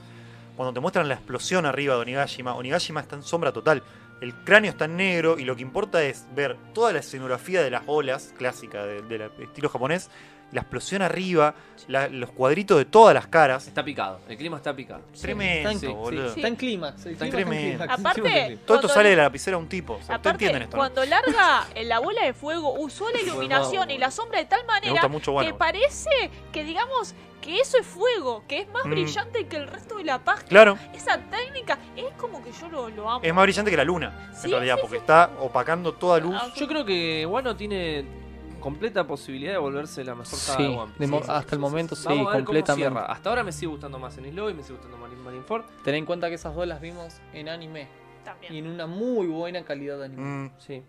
Speaker 3: cuando te muestran la explosión arriba de Onigashima, Onigashima está en sombra total. El cráneo está en negro y lo que importa es ver toda la escenografía de las olas clásica de- del estilo japonés, la explosión arriba, la- los cuadritos de todas las caras.
Speaker 2: Está picado, el clima está picado.
Speaker 3: Tremendo,
Speaker 2: sí, sí.
Speaker 3: boludo.
Speaker 4: Sí.
Speaker 5: Está en clímax. el
Speaker 2: Está en
Speaker 5: clima
Speaker 3: clímax.
Speaker 5: clímax.
Speaker 4: Aparte,
Speaker 3: Todo
Speaker 4: cuando-
Speaker 3: esto sale de la lapicera a un tipo. o sea, ustedes entienden
Speaker 4: Aparte,
Speaker 3: esto. ¿no?
Speaker 4: cuando larga eh, la bola de fuego, usó la iluminación y la sombra de tal
Speaker 3: Me
Speaker 4: manera
Speaker 3: gusta mucho
Speaker 4: que
Speaker 3: bueno.
Speaker 4: parece que digamos que eso es fuego, que es más
Speaker 3: Mm.
Speaker 4: brillante que el resto de la página.
Speaker 3: Claro,
Speaker 4: Esa técnica es como que yo lo, lo amo.
Speaker 3: es más brillante que la luna,
Speaker 4: Sí,
Speaker 3: en realidad,
Speaker 4: sí,
Speaker 3: porque está opacando toda luz.
Speaker 4: Ah,
Speaker 2: Yo creo que Wano tiene completa posibilidad de volverse la mejor saga de
Speaker 1: Sí,
Speaker 2: One Piece.
Speaker 1: de mo-
Speaker 4: Sí, sí,
Speaker 1: hasta
Speaker 4: sí,
Speaker 1: el momento
Speaker 4: sí,
Speaker 1: sí,
Speaker 4: sí.
Speaker 2: Vamos a ver cómo
Speaker 1: completamente.
Speaker 2: cierra. Hasta ahora me sigue gustando más en Islo y me sigue gustando más en Marineford.
Speaker 1: Ten en cuenta que esas dos las vimos en anime
Speaker 3: Eh,
Speaker 1: y
Speaker 4: También.
Speaker 1: en una muy buena calidad de anime.
Speaker 3: Mm,
Speaker 2: Sí.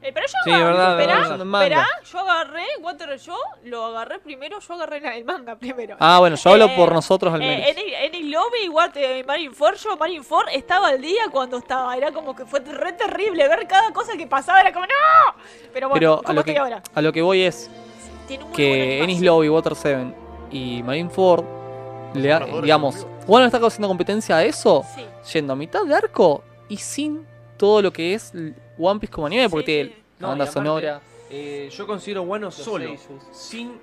Speaker 4: Eh, pero yo
Speaker 2: Sí,
Speaker 4: agarré,
Speaker 2: verdad,
Speaker 4: esperá,
Speaker 2: verdad,
Speaker 1: verdad. Manga.
Speaker 4: esperá, yo agarré, Water yo lo agarré primero, yo agarré la- el manga primero.
Speaker 1: Ah, bueno, yo hablo
Speaker 4: Eh,
Speaker 1: por nosotros al menos.
Speaker 4: Eh, en, el, en el lobby, igual te- Marineford, yo Marineford estaba al día cuando estaba. Era como que fue re terrible ver cada cosa que pasaba. Era como, ¡No! Pero bueno,
Speaker 1: Pero a
Speaker 4: ¿cómo
Speaker 1: lo,
Speaker 4: estoy
Speaker 1: que,
Speaker 4: ahora?
Speaker 1: a lo que voy es
Speaker 4: Tiene muy
Speaker 1: que
Speaker 4: buena
Speaker 1: Ennis
Speaker 4: animación.
Speaker 1: Lobby, Water 7 y Marineford, le ha-
Speaker 3: Los jugadores
Speaker 1: digamos,
Speaker 3: son
Speaker 1: Wano está haciendo competencia a eso,
Speaker 4: Sí.
Speaker 1: yendo a mitad de arco y sin todo lo que es l- One Piece como anime, porque
Speaker 4: Sí,
Speaker 1: tiene
Speaker 4: sí.
Speaker 1: la
Speaker 2: No,
Speaker 1: banda
Speaker 2: y aparte,
Speaker 1: sonora.
Speaker 2: Eh, yo considero Wano
Speaker 1: los
Speaker 2: solo,
Speaker 1: seiyus.
Speaker 2: sin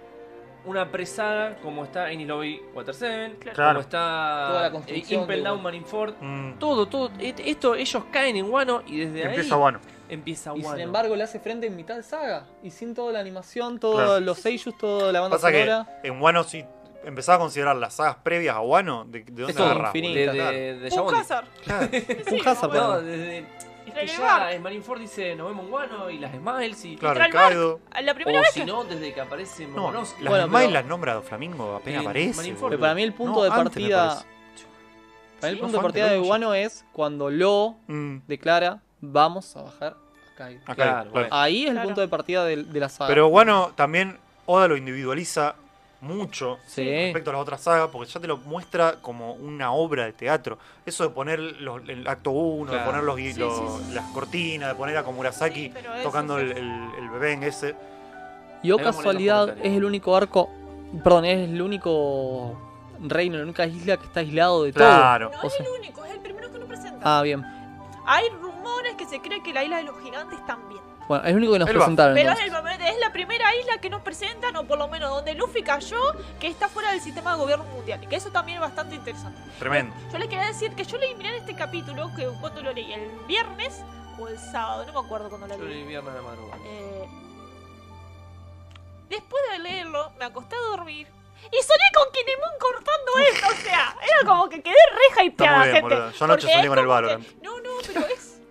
Speaker 2: una presada como está Any Lobby Water 7,
Speaker 4: Claro.
Speaker 3: Claro.
Speaker 2: como está
Speaker 1: Toda la
Speaker 2: eh,
Speaker 1: construcción
Speaker 2: Impel
Speaker 1: de
Speaker 2: Down
Speaker 1: Wano.
Speaker 2: Marineford.
Speaker 3: mm.
Speaker 2: Todo, todo. Et- Esto, ellos caen en Wano y desde
Speaker 3: Empieza
Speaker 2: ahí
Speaker 3: Ah, bueno.
Speaker 2: empieza
Speaker 1: Y
Speaker 2: Wano.
Speaker 1: sin embargo le hace frente en mitad de saga. Y sin toda la animación, todos
Speaker 3: Claro.
Speaker 1: los seiyus, toda la banda
Speaker 3: Pasa que
Speaker 1: sonora.
Speaker 3: en Wano sí empezás a considerar las sagas previas a Wano, ¿de, de dónde
Speaker 1: Es todo
Speaker 3: agarrás?
Speaker 1: infinito.
Speaker 2: de,
Speaker 3: boludo? Claro.
Speaker 2: de, de Jabón.
Speaker 4: Punkazar.
Speaker 3: Claro.
Speaker 4: Sí,
Speaker 1: Un hazard,
Speaker 2: No,
Speaker 1: perdón.
Speaker 2: desde. Es que ya
Speaker 4: Renegar.
Speaker 2: en Marineford dice nos vemos en Wano y las Smiles y.
Speaker 3: Claro,
Speaker 4: Literal
Speaker 3: el Kaido.
Speaker 4: La primera
Speaker 2: O
Speaker 4: vez
Speaker 2: si
Speaker 4: que.
Speaker 2: no, desde que aparece
Speaker 3: No, las
Speaker 2: Momonosuke.
Speaker 1: Bueno,
Speaker 3: demás
Speaker 1: pero-
Speaker 3: las nombra Doflamingo apenas
Speaker 2: En
Speaker 3: aparece.
Speaker 2: Marineford.
Speaker 3: boludo.
Speaker 1: Pero para mí el punto
Speaker 3: No,
Speaker 1: de
Speaker 3: antes me
Speaker 1: partida.
Speaker 3: parece.
Speaker 1: Para mí el
Speaker 3: Sí,
Speaker 1: punto de
Speaker 3: no, antes,
Speaker 1: partida de
Speaker 3: no, yo-
Speaker 1: Wano es cuando Lo
Speaker 3: Mm,
Speaker 1: declara vamos a bajar a Kaido.
Speaker 3: acá,
Speaker 2: Claro,
Speaker 3: claro.
Speaker 2: bueno.
Speaker 1: Ahí es el
Speaker 4: Claro.
Speaker 1: punto de partida de, de la saga.
Speaker 3: Pero Wano también Oda lo individualiza mucho
Speaker 1: sí.
Speaker 3: respecto a las otras sagas, porque ya te lo muestra como una obra de teatro. Eso de poner los- el acto 1,
Speaker 2: Claro.
Speaker 3: de poner los, gui-
Speaker 4: Sí,
Speaker 3: los-
Speaker 4: sí, sí.
Speaker 3: las cortinas, de poner a Komurasaki
Speaker 4: Sí, pero eso
Speaker 3: tocando
Speaker 4: sí.
Speaker 3: el, el, el bebé en ese.
Speaker 1: Y oh
Speaker 2: Ahí vamos a leer los
Speaker 1: casualidad
Speaker 2: comentarios.
Speaker 1: es el único arco. Perdón, es el único reino, la única isla que está aislado de
Speaker 3: Claro.
Speaker 4: No
Speaker 1: Oh, O
Speaker 4: es
Speaker 1: sea-
Speaker 4: el único, es el primero que no
Speaker 1: todo.
Speaker 4: presenta.
Speaker 1: Ah, bien.
Speaker 4: Hay rumores que se cree que la isla de los gigantes también.
Speaker 1: Bueno, es el único que nos
Speaker 3: Él va.
Speaker 1: presentaron.
Speaker 4: Pero es,
Speaker 1: entonces.
Speaker 4: el momento- es la primera isla que nos presentan, o por lo menos donde Luffy cayó, que está fuera del sistema de gobierno mundial. Y que eso también es bastante interesante.
Speaker 3: Tremendo.
Speaker 4: Yo les quería decir que yo leí mirar este capítulo, que cuando lo leí, el viernes o el sábado, no me acuerdo cuando lo
Speaker 2: Yo leí
Speaker 4: leí.
Speaker 2: viernes de madrugada.
Speaker 4: Eh, después de leerlo, me acosté a dormir. Y soñé con Kinemon
Speaker 3: *laughs*
Speaker 4: cortando esto, o sea, era como que quedé re
Speaker 3: Está
Speaker 4: hypeada,
Speaker 3: muy bien,
Speaker 4: gente.
Speaker 3: boludo. Yo anoche
Speaker 4: Porque
Speaker 3: soñé
Speaker 4: es
Speaker 3: con el
Speaker 4: como
Speaker 3: Valorant.
Speaker 4: que- No, no, pero es. *laughs*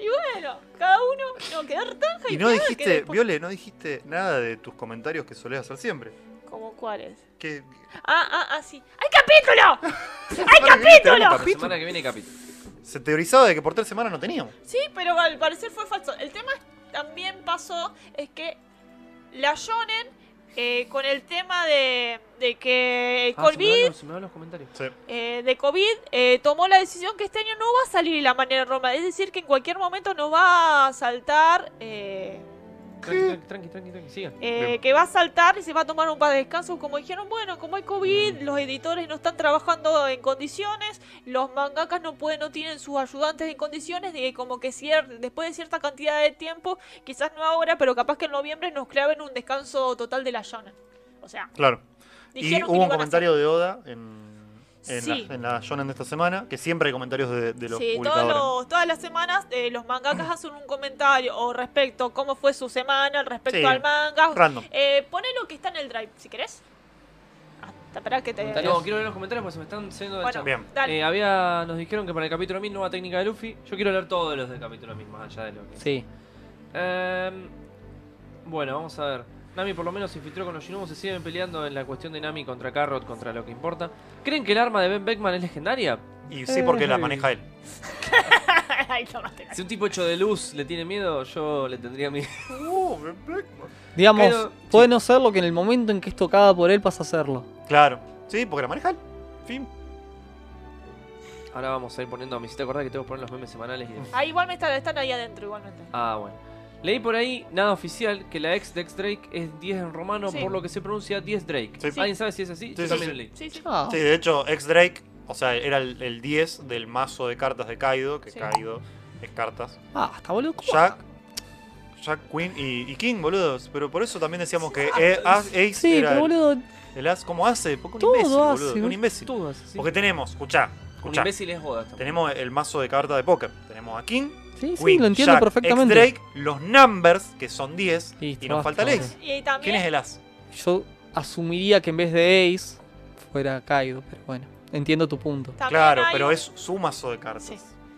Speaker 4: Y bueno, cada uno. No, quedé tan hypeada
Speaker 3: Y no
Speaker 4: que
Speaker 3: dijiste,
Speaker 4: después-
Speaker 3: Viole, no dijiste nada de tus comentarios que solés hacer siempre.
Speaker 4: ¿Cómo cuáles?
Speaker 3: Que,
Speaker 4: Ah, ah, ah, sí. ¡Hay capítulo! ¡Hay
Speaker 2: Para
Speaker 4: capítulo! Eh,
Speaker 2: la semana que viene, capítulo. Ah,
Speaker 3: se teorizaba de que por tres semanas no teníamos.
Speaker 4: Sí, pero al parecer fue falso. El tema también pasó es que la Shonen, eh, con el tema de, de que
Speaker 2: Ah, se me
Speaker 4: COVID,
Speaker 2: van los- se me van los comentarios.
Speaker 3: Sí.
Speaker 4: eh, de COVID eh, tomó la decisión que este año no va a salir la manera Roma. Es decir, que en cualquier momento nos va a saltar. eh,
Speaker 2: Tranqui, tranqui, tranqui, tranqui, sigan.
Speaker 4: eh,
Speaker 3: Bien.
Speaker 4: que va a saltar y se va a tomar un par de descansos. Como dijeron, bueno, como hay
Speaker 3: Mm.
Speaker 4: COVID, los editores no están trabajando en condiciones, los mangakas no pueden, no tienen sus ayudantes en condiciones, de como que cier- después de cierta cantidad de tiempo, quizás no ahora, pero capaz que en noviembre nos claven un descanso total de la zona. O sea,
Speaker 3: Claro. y
Speaker 4: dijeron que
Speaker 3: hubo un
Speaker 4: lo iban a hacer.
Speaker 3: comentario de Oda en, en,
Speaker 4: Sí.
Speaker 3: la, en la Shonen de esta semana, que siempre hay comentarios de, de los
Speaker 4: Sí, todos
Speaker 3: publicadores.
Speaker 4: los- todas las semanas eh, los
Speaker 3: *clears throat*
Speaker 4: mangakas hacen un comentario o respecto a cómo fue su semana, respecto
Speaker 3: Sí.
Speaker 4: al manga.
Speaker 3: Random.
Speaker 4: Eh, poné lo que está en el drive, si querés. Hasta para que te...
Speaker 1: Comentarios.
Speaker 2: No, quiero leer los comentarios porque se me están yendo del
Speaker 4: Bueno,
Speaker 2: chat.
Speaker 3: Bien.
Speaker 4: dale.
Speaker 2: Eh, había, nos dijeron que para el capítulo 1000 nueva técnica de Luffy. Yo quiero leer todos los del capítulo 1000, más allá de lo que.
Speaker 1: Sí.
Speaker 2: Em, bueno, vamos a ver. Nami por lo menos se infiltró con los Shinobu, se siguen peleando en la cuestión de Nami contra Carrot, contra lo que importa. ¿Creen que el arma de Ben Beckman es legendaria?
Speaker 3: Y sí, porque la maneja él.
Speaker 4: *laughs* Ahí tomaste la-
Speaker 2: Si un tipo hecho de luz le tiene miedo, yo le tendría miedo. *laughs*
Speaker 3: Uh,
Speaker 1: Digamos,
Speaker 2: Pero-
Speaker 1: puede no ser lo que en el momento en que es tocada por él pasa a serlo.
Speaker 3: Claro. Sí, porque la maneja él. Fin.
Speaker 2: Ahora vamos a ir poniendo, me hiciste acordar que tengo que poner los memes semanales y demás.
Speaker 4: Ah, igual me están, están ahí adentro, igualmente.
Speaker 2: Ah, bueno. Leí por ahí, nada oficial, que la ex de ex Drake es 10 en romano,
Speaker 4: Sí.
Speaker 2: por lo que se pronuncia 10 Drake.
Speaker 3: Sí.
Speaker 2: ¿Alguien sabe si es así? Yo
Speaker 3: sí,
Speaker 2: también
Speaker 3: sí.
Speaker 2: lo leí.
Speaker 4: Sí, sí.
Speaker 1: Ah,
Speaker 3: Sí, de hecho, ex Drake, o sea, era el, el 10 del mazo de cartas de Kaido, que
Speaker 4: Sí.
Speaker 3: Kaido es cartas.
Speaker 1: Ah, está boludo. ¿cómo?
Speaker 3: Jack, Jack Queen y, y King, boludos. Pero por eso también decíamos que eh, As- Ace
Speaker 1: Sí,
Speaker 3: era
Speaker 1: pero
Speaker 3: el- E
Speaker 1: boludo.
Speaker 3: el As. ¿Cómo hace? Porque un
Speaker 1: Todo
Speaker 3: imbécil,
Speaker 1: hace,
Speaker 3: boludo.
Speaker 1: boludo.
Speaker 3: Un imbécil.
Speaker 2: Tú, así, sí.
Speaker 3: Porque tenemos, escuchá,
Speaker 2: Un
Speaker 3: escuchá.
Speaker 2: imbécil es joda. también.
Speaker 3: Tenemos el mazo de cartas de póker. Tenemos a King,
Speaker 1: Sí, sí,
Speaker 3: Queen,
Speaker 1: lo entiendo
Speaker 3: Jack,
Speaker 1: perfectamente.
Speaker 3: X-Drake, los numbers, que son 10,
Speaker 1: Listo,
Speaker 3: y nos
Speaker 1: basta,
Speaker 3: falta el Ace.
Speaker 1: basta.
Speaker 4: Y
Speaker 3: ¿Quién
Speaker 4: también
Speaker 3: es el As?
Speaker 1: Yo asumiría que en vez de Ace fuera Kaido, pero bueno, entiendo tu punto.
Speaker 4: También
Speaker 3: Claro,
Speaker 4: hay
Speaker 3: pero
Speaker 4: un-
Speaker 3: es su mazo de cartas.
Speaker 4: Sí.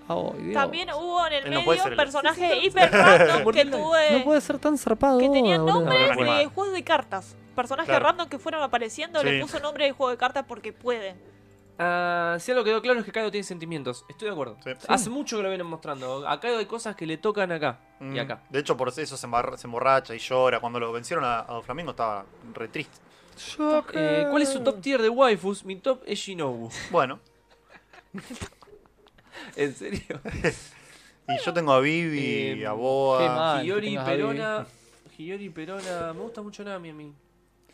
Speaker 1: Ay, Dios.
Speaker 4: También hubo en el
Speaker 3: Él no puede
Speaker 4: medio
Speaker 3: ser el-
Speaker 4: personajes hiper random
Speaker 2: ¿Por
Speaker 4: que
Speaker 2: qué?
Speaker 4: tuve.
Speaker 1: No puede ser tan zarpado.
Speaker 4: que tenían
Speaker 1: ahora, boludo. Eh,
Speaker 3: No,
Speaker 4: nombres
Speaker 3: no, no, no.
Speaker 4: de juegos de cartas. Personajes
Speaker 3: Claro.
Speaker 4: random que fueron apareciendo, le
Speaker 3: Sí.
Speaker 4: puso nombre de juego de cartas porque pueden.
Speaker 2: Ah, si algo quedó claro es que Kaido tiene sentimientos. Estoy de acuerdo.
Speaker 3: Sí.
Speaker 2: Hace mucho que lo vienen mostrando. A Kaido hay cosas que le tocan acá
Speaker 3: Mm.
Speaker 2: y acá.
Speaker 3: De hecho, por eso se, embar- se emborracha y llora. Cuando lo vencieron a, a Flamingo estaba re triste.
Speaker 2: Eh, ¿Cuál es su top tier de waifus? Mi top es Shinobu. *laughs*
Speaker 3: Bueno,
Speaker 2: ¿En serio?
Speaker 3: y yo tengo a Vivi,
Speaker 2: Eh,
Speaker 3: a
Speaker 1: qué
Speaker 3: Boa.
Speaker 1: mal. Ah, que
Speaker 2: Hiyori
Speaker 1: tengas a
Speaker 2: Perona. Hiyori Perona. Me gusta mucho Nami a mí.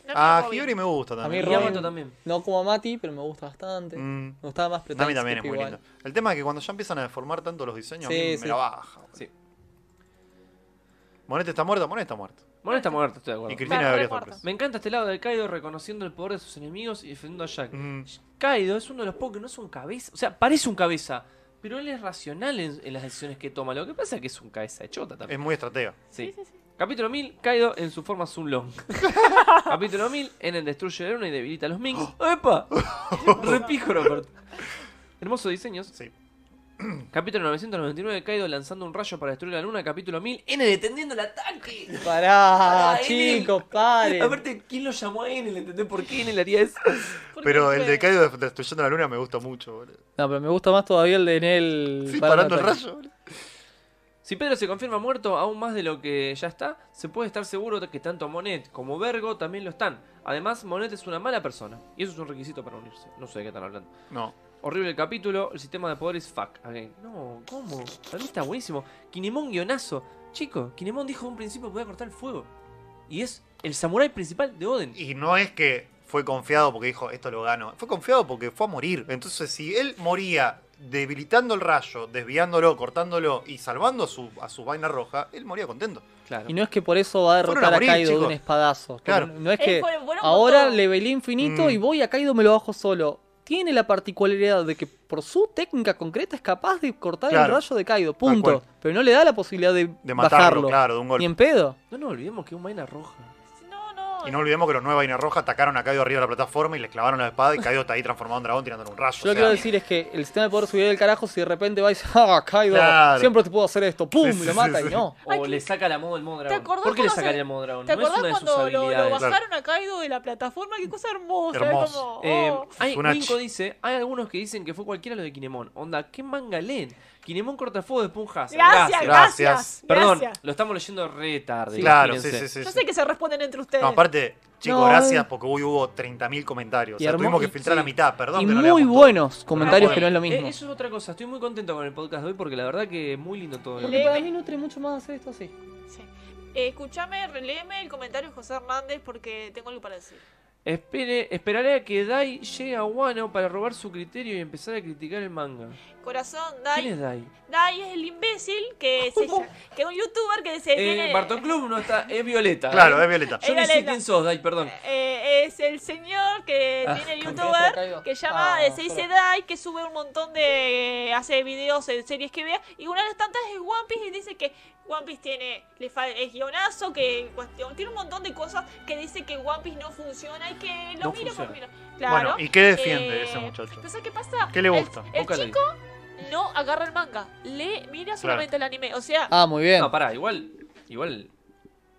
Speaker 4: No
Speaker 3: Ah,
Speaker 4: como
Speaker 3: Hiyori me gusta
Speaker 1: A mí
Speaker 2: Y
Speaker 3: también.
Speaker 1: Robin.
Speaker 2: Yamato también.
Speaker 1: No como a Mati, pero me gusta bastante.
Speaker 3: Mm.
Speaker 1: Me gustaba más, pero
Speaker 3: Nami
Speaker 1: Thanks
Speaker 3: también es
Speaker 1: Keep
Speaker 3: muy
Speaker 1: igual.
Speaker 3: lindo. El tema es que cuando ya empiezan a deformar tanto los diseños, a
Speaker 1: Sí,
Speaker 3: mí
Speaker 1: sí.
Speaker 3: me la baja.
Speaker 2: Sí.
Speaker 3: Monete está muerta, Monete está muerta.
Speaker 2: Bueno, está muerto, estoy de
Speaker 3: Y
Speaker 2: acuerdo.
Speaker 3: Cristina
Speaker 4: Está re
Speaker 3: debería estar
Speaker 4: muerta.
Speaker 3: presa.
Speaker 2: Me encanta este lado de Kaido reconociendo el poder de sus enemigos y defendiendo a Jack.
Speaker 3: Mm.
Speaker 2: Kaido es uno de los pocos que no es un cabeza. O sea, parece un cabeza, pero él es racional en, en las decisiones que toma. Lo que pasa es que es un cabeza de chota
Speaker 3: Es
Speaker 2: también.
Speaker 3: muy estratega.
Speaker 2: Sí. Capítulo 1000, Kaido en su forma
Speaker 3: *laughs*
Speaker 2: Sunlong. Capítulo 1000, Eren destruye a la luna y debilita a los Minks.
Speaker 3: *laughs*
Speaker 2: ¡Epa! Repijo, Robert. Hermosos diseños.
Speaker 3: Sí.
Speaker 2: Capítulo 999, Kaido lanzando un rayo para destruir la luna. Capítulo 1000, Eren deteniendo el ataque.
Speaker 1: Pará,
Speaker 4: Ah,
Speaker 2: Pará,
Speaker 1: chicos,
Speaker 2: Enel.
Speaker 1: paren.
Speaker 2: Aparte, ¿quién lo llamó a Enel? ¿Entendés por qué Enel haría eso?
Speaker 4: Porque
Speaker 3: Pero el de
Speaker 4: pueden.
Speaker 3: Kaido destruyendo la luna me gusta mucho, boludo.
Speaker 1: No, pero me gusta más todavía el de Enel.
Speaker 3: Sí,
Speaker 1: parando
Speaker 3: parando el
Speaker 1: ataque.
Speaker 3: rayo, boludo.
Speaker 2: Si Pedro se confirma muerto aún más de lo que ya está, se puede estar seguro de que tanto Monet como Vergo también lo están. Además, Monet es una mala persona. Y eso es un requisito para unirse. No sé de qué están hablando.
Speaker 3: No.
Speaker 2: Horrible el capítulo, el sistema de poderes fuck again. No, ¿cómo? Para mí está buenísimo. Kinemon guionazo. Chico, Kinemon dijo en un principio que podía cortar el fuego. Y es el samurái principal de Oden.
Speaker 3: Y no es que fue confiado porque dijo, esto lo gano. Fue confiado porque fue a morir. Entonces, si él moría debilitando el rayo, desviándolo, cortándolo y salvando a su, a su vaina roja, él moría contento.
Speaker 2: Claro.
Speaker 1: Y no es que por eso va a
Speaker 3: Fueron
Speaker 1: derrotar a,
Speaker 3: a morir,
Speaker 1: Kaido de un
Speaker 3: chicos.
Speaker 1: espadazo.
Speaker 3: Claro.
Speaker 1: No es
Speaker 4: Él
Speaker 1: que
Speaker 4: fue- fueron
Speaker 1: ahora
Speaker 4: con todo.
Speaker 1: levelé infinito
Speaker 3: Mm.
Speaker 1: y voy a Kaido me lo bajo solo. Tiene la particularidad de que por su técnica concreta es capaz de cortar el
Speaker 3: Claro.
Speaker 1: rayo de Kaido,
Speaker 3: cual.
Speaker 1: punto. Pero no le da la posibilidad de,
Speaker 3: De matarlo,
Speaker 1: bajarlo.
Speaker 3: claro, de un
Speaker 1: Ni
Speaker 3: golpe.
Speaker 1: en pedo.
Speaker 2: No nos olvidemos que es un vaina roja.
Speaker 4: No, no.
Speaker 3: Y no olvidemos que los nueve vainas rojas atacaron a Kaido arriba de la plataforma y le clavaron la espada y Kaido está ahí transformado en dragón tirándole un rayo.
Speaker 1: Yo lo
Speaker 3: o
Speaker 1: que quiero
Speaker 3: sea,
Speaker 1: decir es que el sistema de poder subir del carajo si de repente va y dice, *laughs* ah, Kaido,
Speaker 3: Claro.
Speaker 1: siempre te puedo hacer esto, pum,
Speaker 3: Sí,
Speaker 1: y
Speaker 3: sí,
Speaker 1: lo mata
Speaker 3: sí,
Speaker 1: y no.
Speaker 2: O le saca la moda del modo dragón.
Speaker 4: acordás
Speaker 2: ¿Por qué le
Speaker 4: cuando se-
Speaker 2: sacaría el modo dragón?
Speaker 4: ¿Te
Speaker 2: no es
Speaker 4: acordás
Speaker 2: una de sus
Speaker 4: cuando lo, lo
Speaker 2: habilidades.
Speaker 4: bajaron a Kaido de la plataforma? ¡Qué cosa hermosa!
Speaker 3: Hermoso.
Speaker 4: Como,
Speaker 2: Eh,
Speaker 4: oh.
Speaker 2: hay,
Speaker 3: Una
Speaker 2: Winko
Speaker 3: ch-
Speaker 2: dice, hay algunos que dicen que fue cualquiera lo de Kinemon. Onda, ¿qué manga leen? Kinemon corta fuego después un Hazard.
Speaker 4: Gracias, gracias.
Speaker 3: gracias.
Speaker 2: Perdón,
Speaker 4: gracias.
Speaker 2: lo estamos leyendo re tarde.
Speaker 3: claro, sí,
Speaker 2: imagínense.
Speaker 3: sí, sí.
Speaker 4: Yo
Speaker 3: sí.
Speaker 4: sé que se responden entre ustedes.
Speaker 3: No, aparte, chicos,
Speaker 1: No,
Speaker 3: gracias
Speaker 1: eh.
Speaker 3: porque hoy hubo 30.000 comentarios.
Speaker 1: Y
Speaker 3: O sea,
Speaker 1: hermo-
Speaker 3: tuvimos que
Speaker 1: y-
Speaker 3: filtrar la
Speaker 2: sí.
Speaker 3: mitad, perdón.
Speaker 1: y
Speaker 3: que no
Speaker 1: muy
Speaker 3: leamos todo.
Speaker 1: buenos
Speaker 3: Pero no
Speaker 1: comentarios que no
Speaker 3: podemos.
Speaker 1: es lo
Speaker 2: Eh,
Speaker 1: mismo.
Speaker 2: eso es otra cosa. Estoy muy contento con el podcast de hoy porque la verdad que es muy lindo todo. lo
Speaker 1: Porque
Speaker 2: que-
Speaker 1: para mí nutre mucho más hacer esto así.
Speaker 4: Sí. Eh, escuchame, reléeme el comentario de José Hernández porque tengo algo para decir.
Speaker 2: Espere, esperaré a que Dai llegue a Wano para robar su criterio y empezar a criticar el manga.
Speaker 4: Corazón,
Speaker 2: ¿Quién
Speaker 4: Dai.
Speaker 2: es Dai?
Speaker 4: Dai es el imbécil que, se,
Speaker 2: ¿Cómo?
Speaker 4: que es un youtuber que se
Speaker 2: Eh,
Speaker 4: tiene-
Speaker 2: Barton Club no está, es Violeta.
Speaker 3: Claro, es Violeta.
Speaker 2: Yo
Speaker 4: Eh,
Speaker 2: ni sé
Speaker 4: Violeta.
Speaker 2: quién sos, Dai, perdón.
Speaker 4: Eh, es el señor que
Speaker 2: Ah,
Speaker 4: tiene el
Speaker 1: cambiaste a
Speaker 4: youtuber
Speaker 1: Kaido.
Speaker 4: que llama,
Speaker 1: Ah,
Speaker 4: eh, se dice
Speaker 1: solo.
Speaker 4: Dai, que sube un montón de. eh, hace videos de series que vea. Y una de las tantas es One Piece y dice que One Piece tiene. Le fa- es guionazo, que cuestión- tiene un montón de cosas que dice que One Piece no funciona y que lo
Speaker 2: No
Speaker 4: mira por
Speaker 2: funciona.
Speaker 4: mira. Claro.
Speaker 3: Bueno, ¿y qué defiende
Speaker 4: Eh,
Speaker 3: ese muchacho?
Speaker 4: pero ¿sabes qué pasa?
Speaker 3: ¿Qué le
Speaker 4: El-
Speaker 3: gusta?
Speaker 4: El,
Speaker 2: Búscala ahí.
Speaker 4: chico no agarra el manga, lee, mira solamente el anime. O sea,
Speaker 1: Ah, muy bien.
Speaker 2: No, pará, igual. Igual.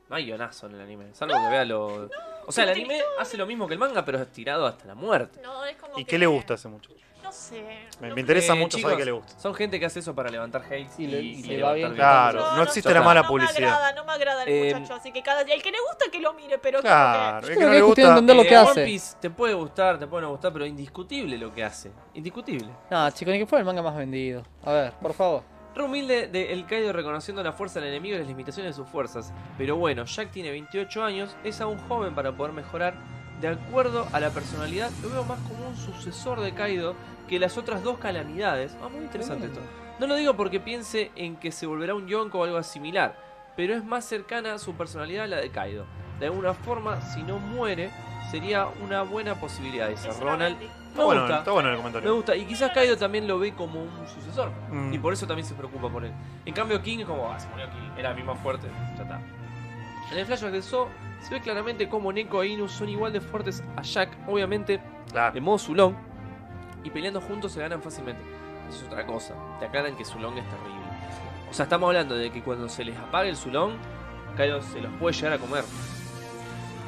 Speaker 2: No hay guionazo en el anime. Salvo que vea lo. o sea, el
Speaker 4: no
Speaker 2: anime hace lo mismo que el manga, pero estirado hasta la muerte.
Speaker 4: no es como.
Speaker 3: ¿Y
Speaker 4: que-
Speaker 3: qué le gusta a ese muchacho?
Speaker 4: No sé.
Speaker 3: Me,
Speaker 4: no
Speaker 3: me interesa
Speaker 2: Eh,
Speaker 3: mucho saber
Speaker 2: chicos,
Speaker 3: qué le gusta.
Speaker 2: Son gente que hace eso para levantar hate y,
Speaker 1: Y le-
Speaker 2: y
Speaker 1: y le
Speaker 2: levantar
Speaker 1: va bien.
Speaker 2: videos.
Speaker 3: Claro,
Speaker 4: No,
Speaker 3: no,
Speaker 4: no,
Speaker 3: existe
Speaker 2: ya
Speaker 3: la
Speaker 2: está.
Speaker 3: mala
Speaker 4: No me
Speaker 3: publicidad.
Speaker 4: agrada, no me agrada el
Speaker 2: Eh,
Speaker 4: muchacho, así que cada el que le gusta que lo mire, pero como
Speaker 3: Claro,
Speaker 1: Yo
Speaker 3: es que
Speaker 1: creo
Speaker 3: no
Speaker 1: que
Speaker 3: le
Speaker 1: es cuestión de
Speaker 3: gusta.
Speaker 1: entender lo que
Speaker 2: Eh,
Speaker 1: hace.
Speaker 2: One Piece te puede gustar, te puede no gustar, pero es indiscutible lo que hace. Indiscutible.
Speaker 1: No, chicos, ni que fuera el manga más vendido. A ver, por favor.
Speaker 2: Re humilde de El Kaido reconociendo la fuerza del enemigo y las limitaciones de sus fuerzas. Pero bueno, Jack tiene 28 años, es aún joven para poder mejorar. De acuerdo a la
Speaker 1: Mm.
Speaker 2: personalidad, lo veo más como un sucesor de Kaido que las otras dos calamidades. Ah, muy interesante esto. No lo digo porque piense en que se volverá un yonko o algo similar, pero es más cercana a su personalidad a la de Kaido. De alguna forma, si no muere, sería una buena posibilidad esa.
Speaker 4: Es una
Speaker 2: Ronald,
Speaker 4: Bendy.
Speaker 2: me
Speaker 3: Está bueno,
Speaker 2: gusta.
Speaker 3: está bueno el
Speaker 2: Me
Speaker 3: comentario.
Speaker 2: gusta, y quizás Kaido también lo ve como un sucesor.
Speaker 3: Mm.
Speaker 2: Y por eso también se preocupa por él. En cambio, King es como, ah, se murió King, era mi más fuerte, ya está. En el flashback de So, se ve claramente cómo Neko e Inu son igual de fuertes a Jack, obviamente, de
Speaker 3: Claro.
Speaker 2: modo Zulong, y peleando juntos se ganan fácilmente. Eso es otra cosa, te aclaran que Zulong es terrible. O sea, estamos hablando de que cuando se les apague el Zulong, Kaido se los puede llegar a comer.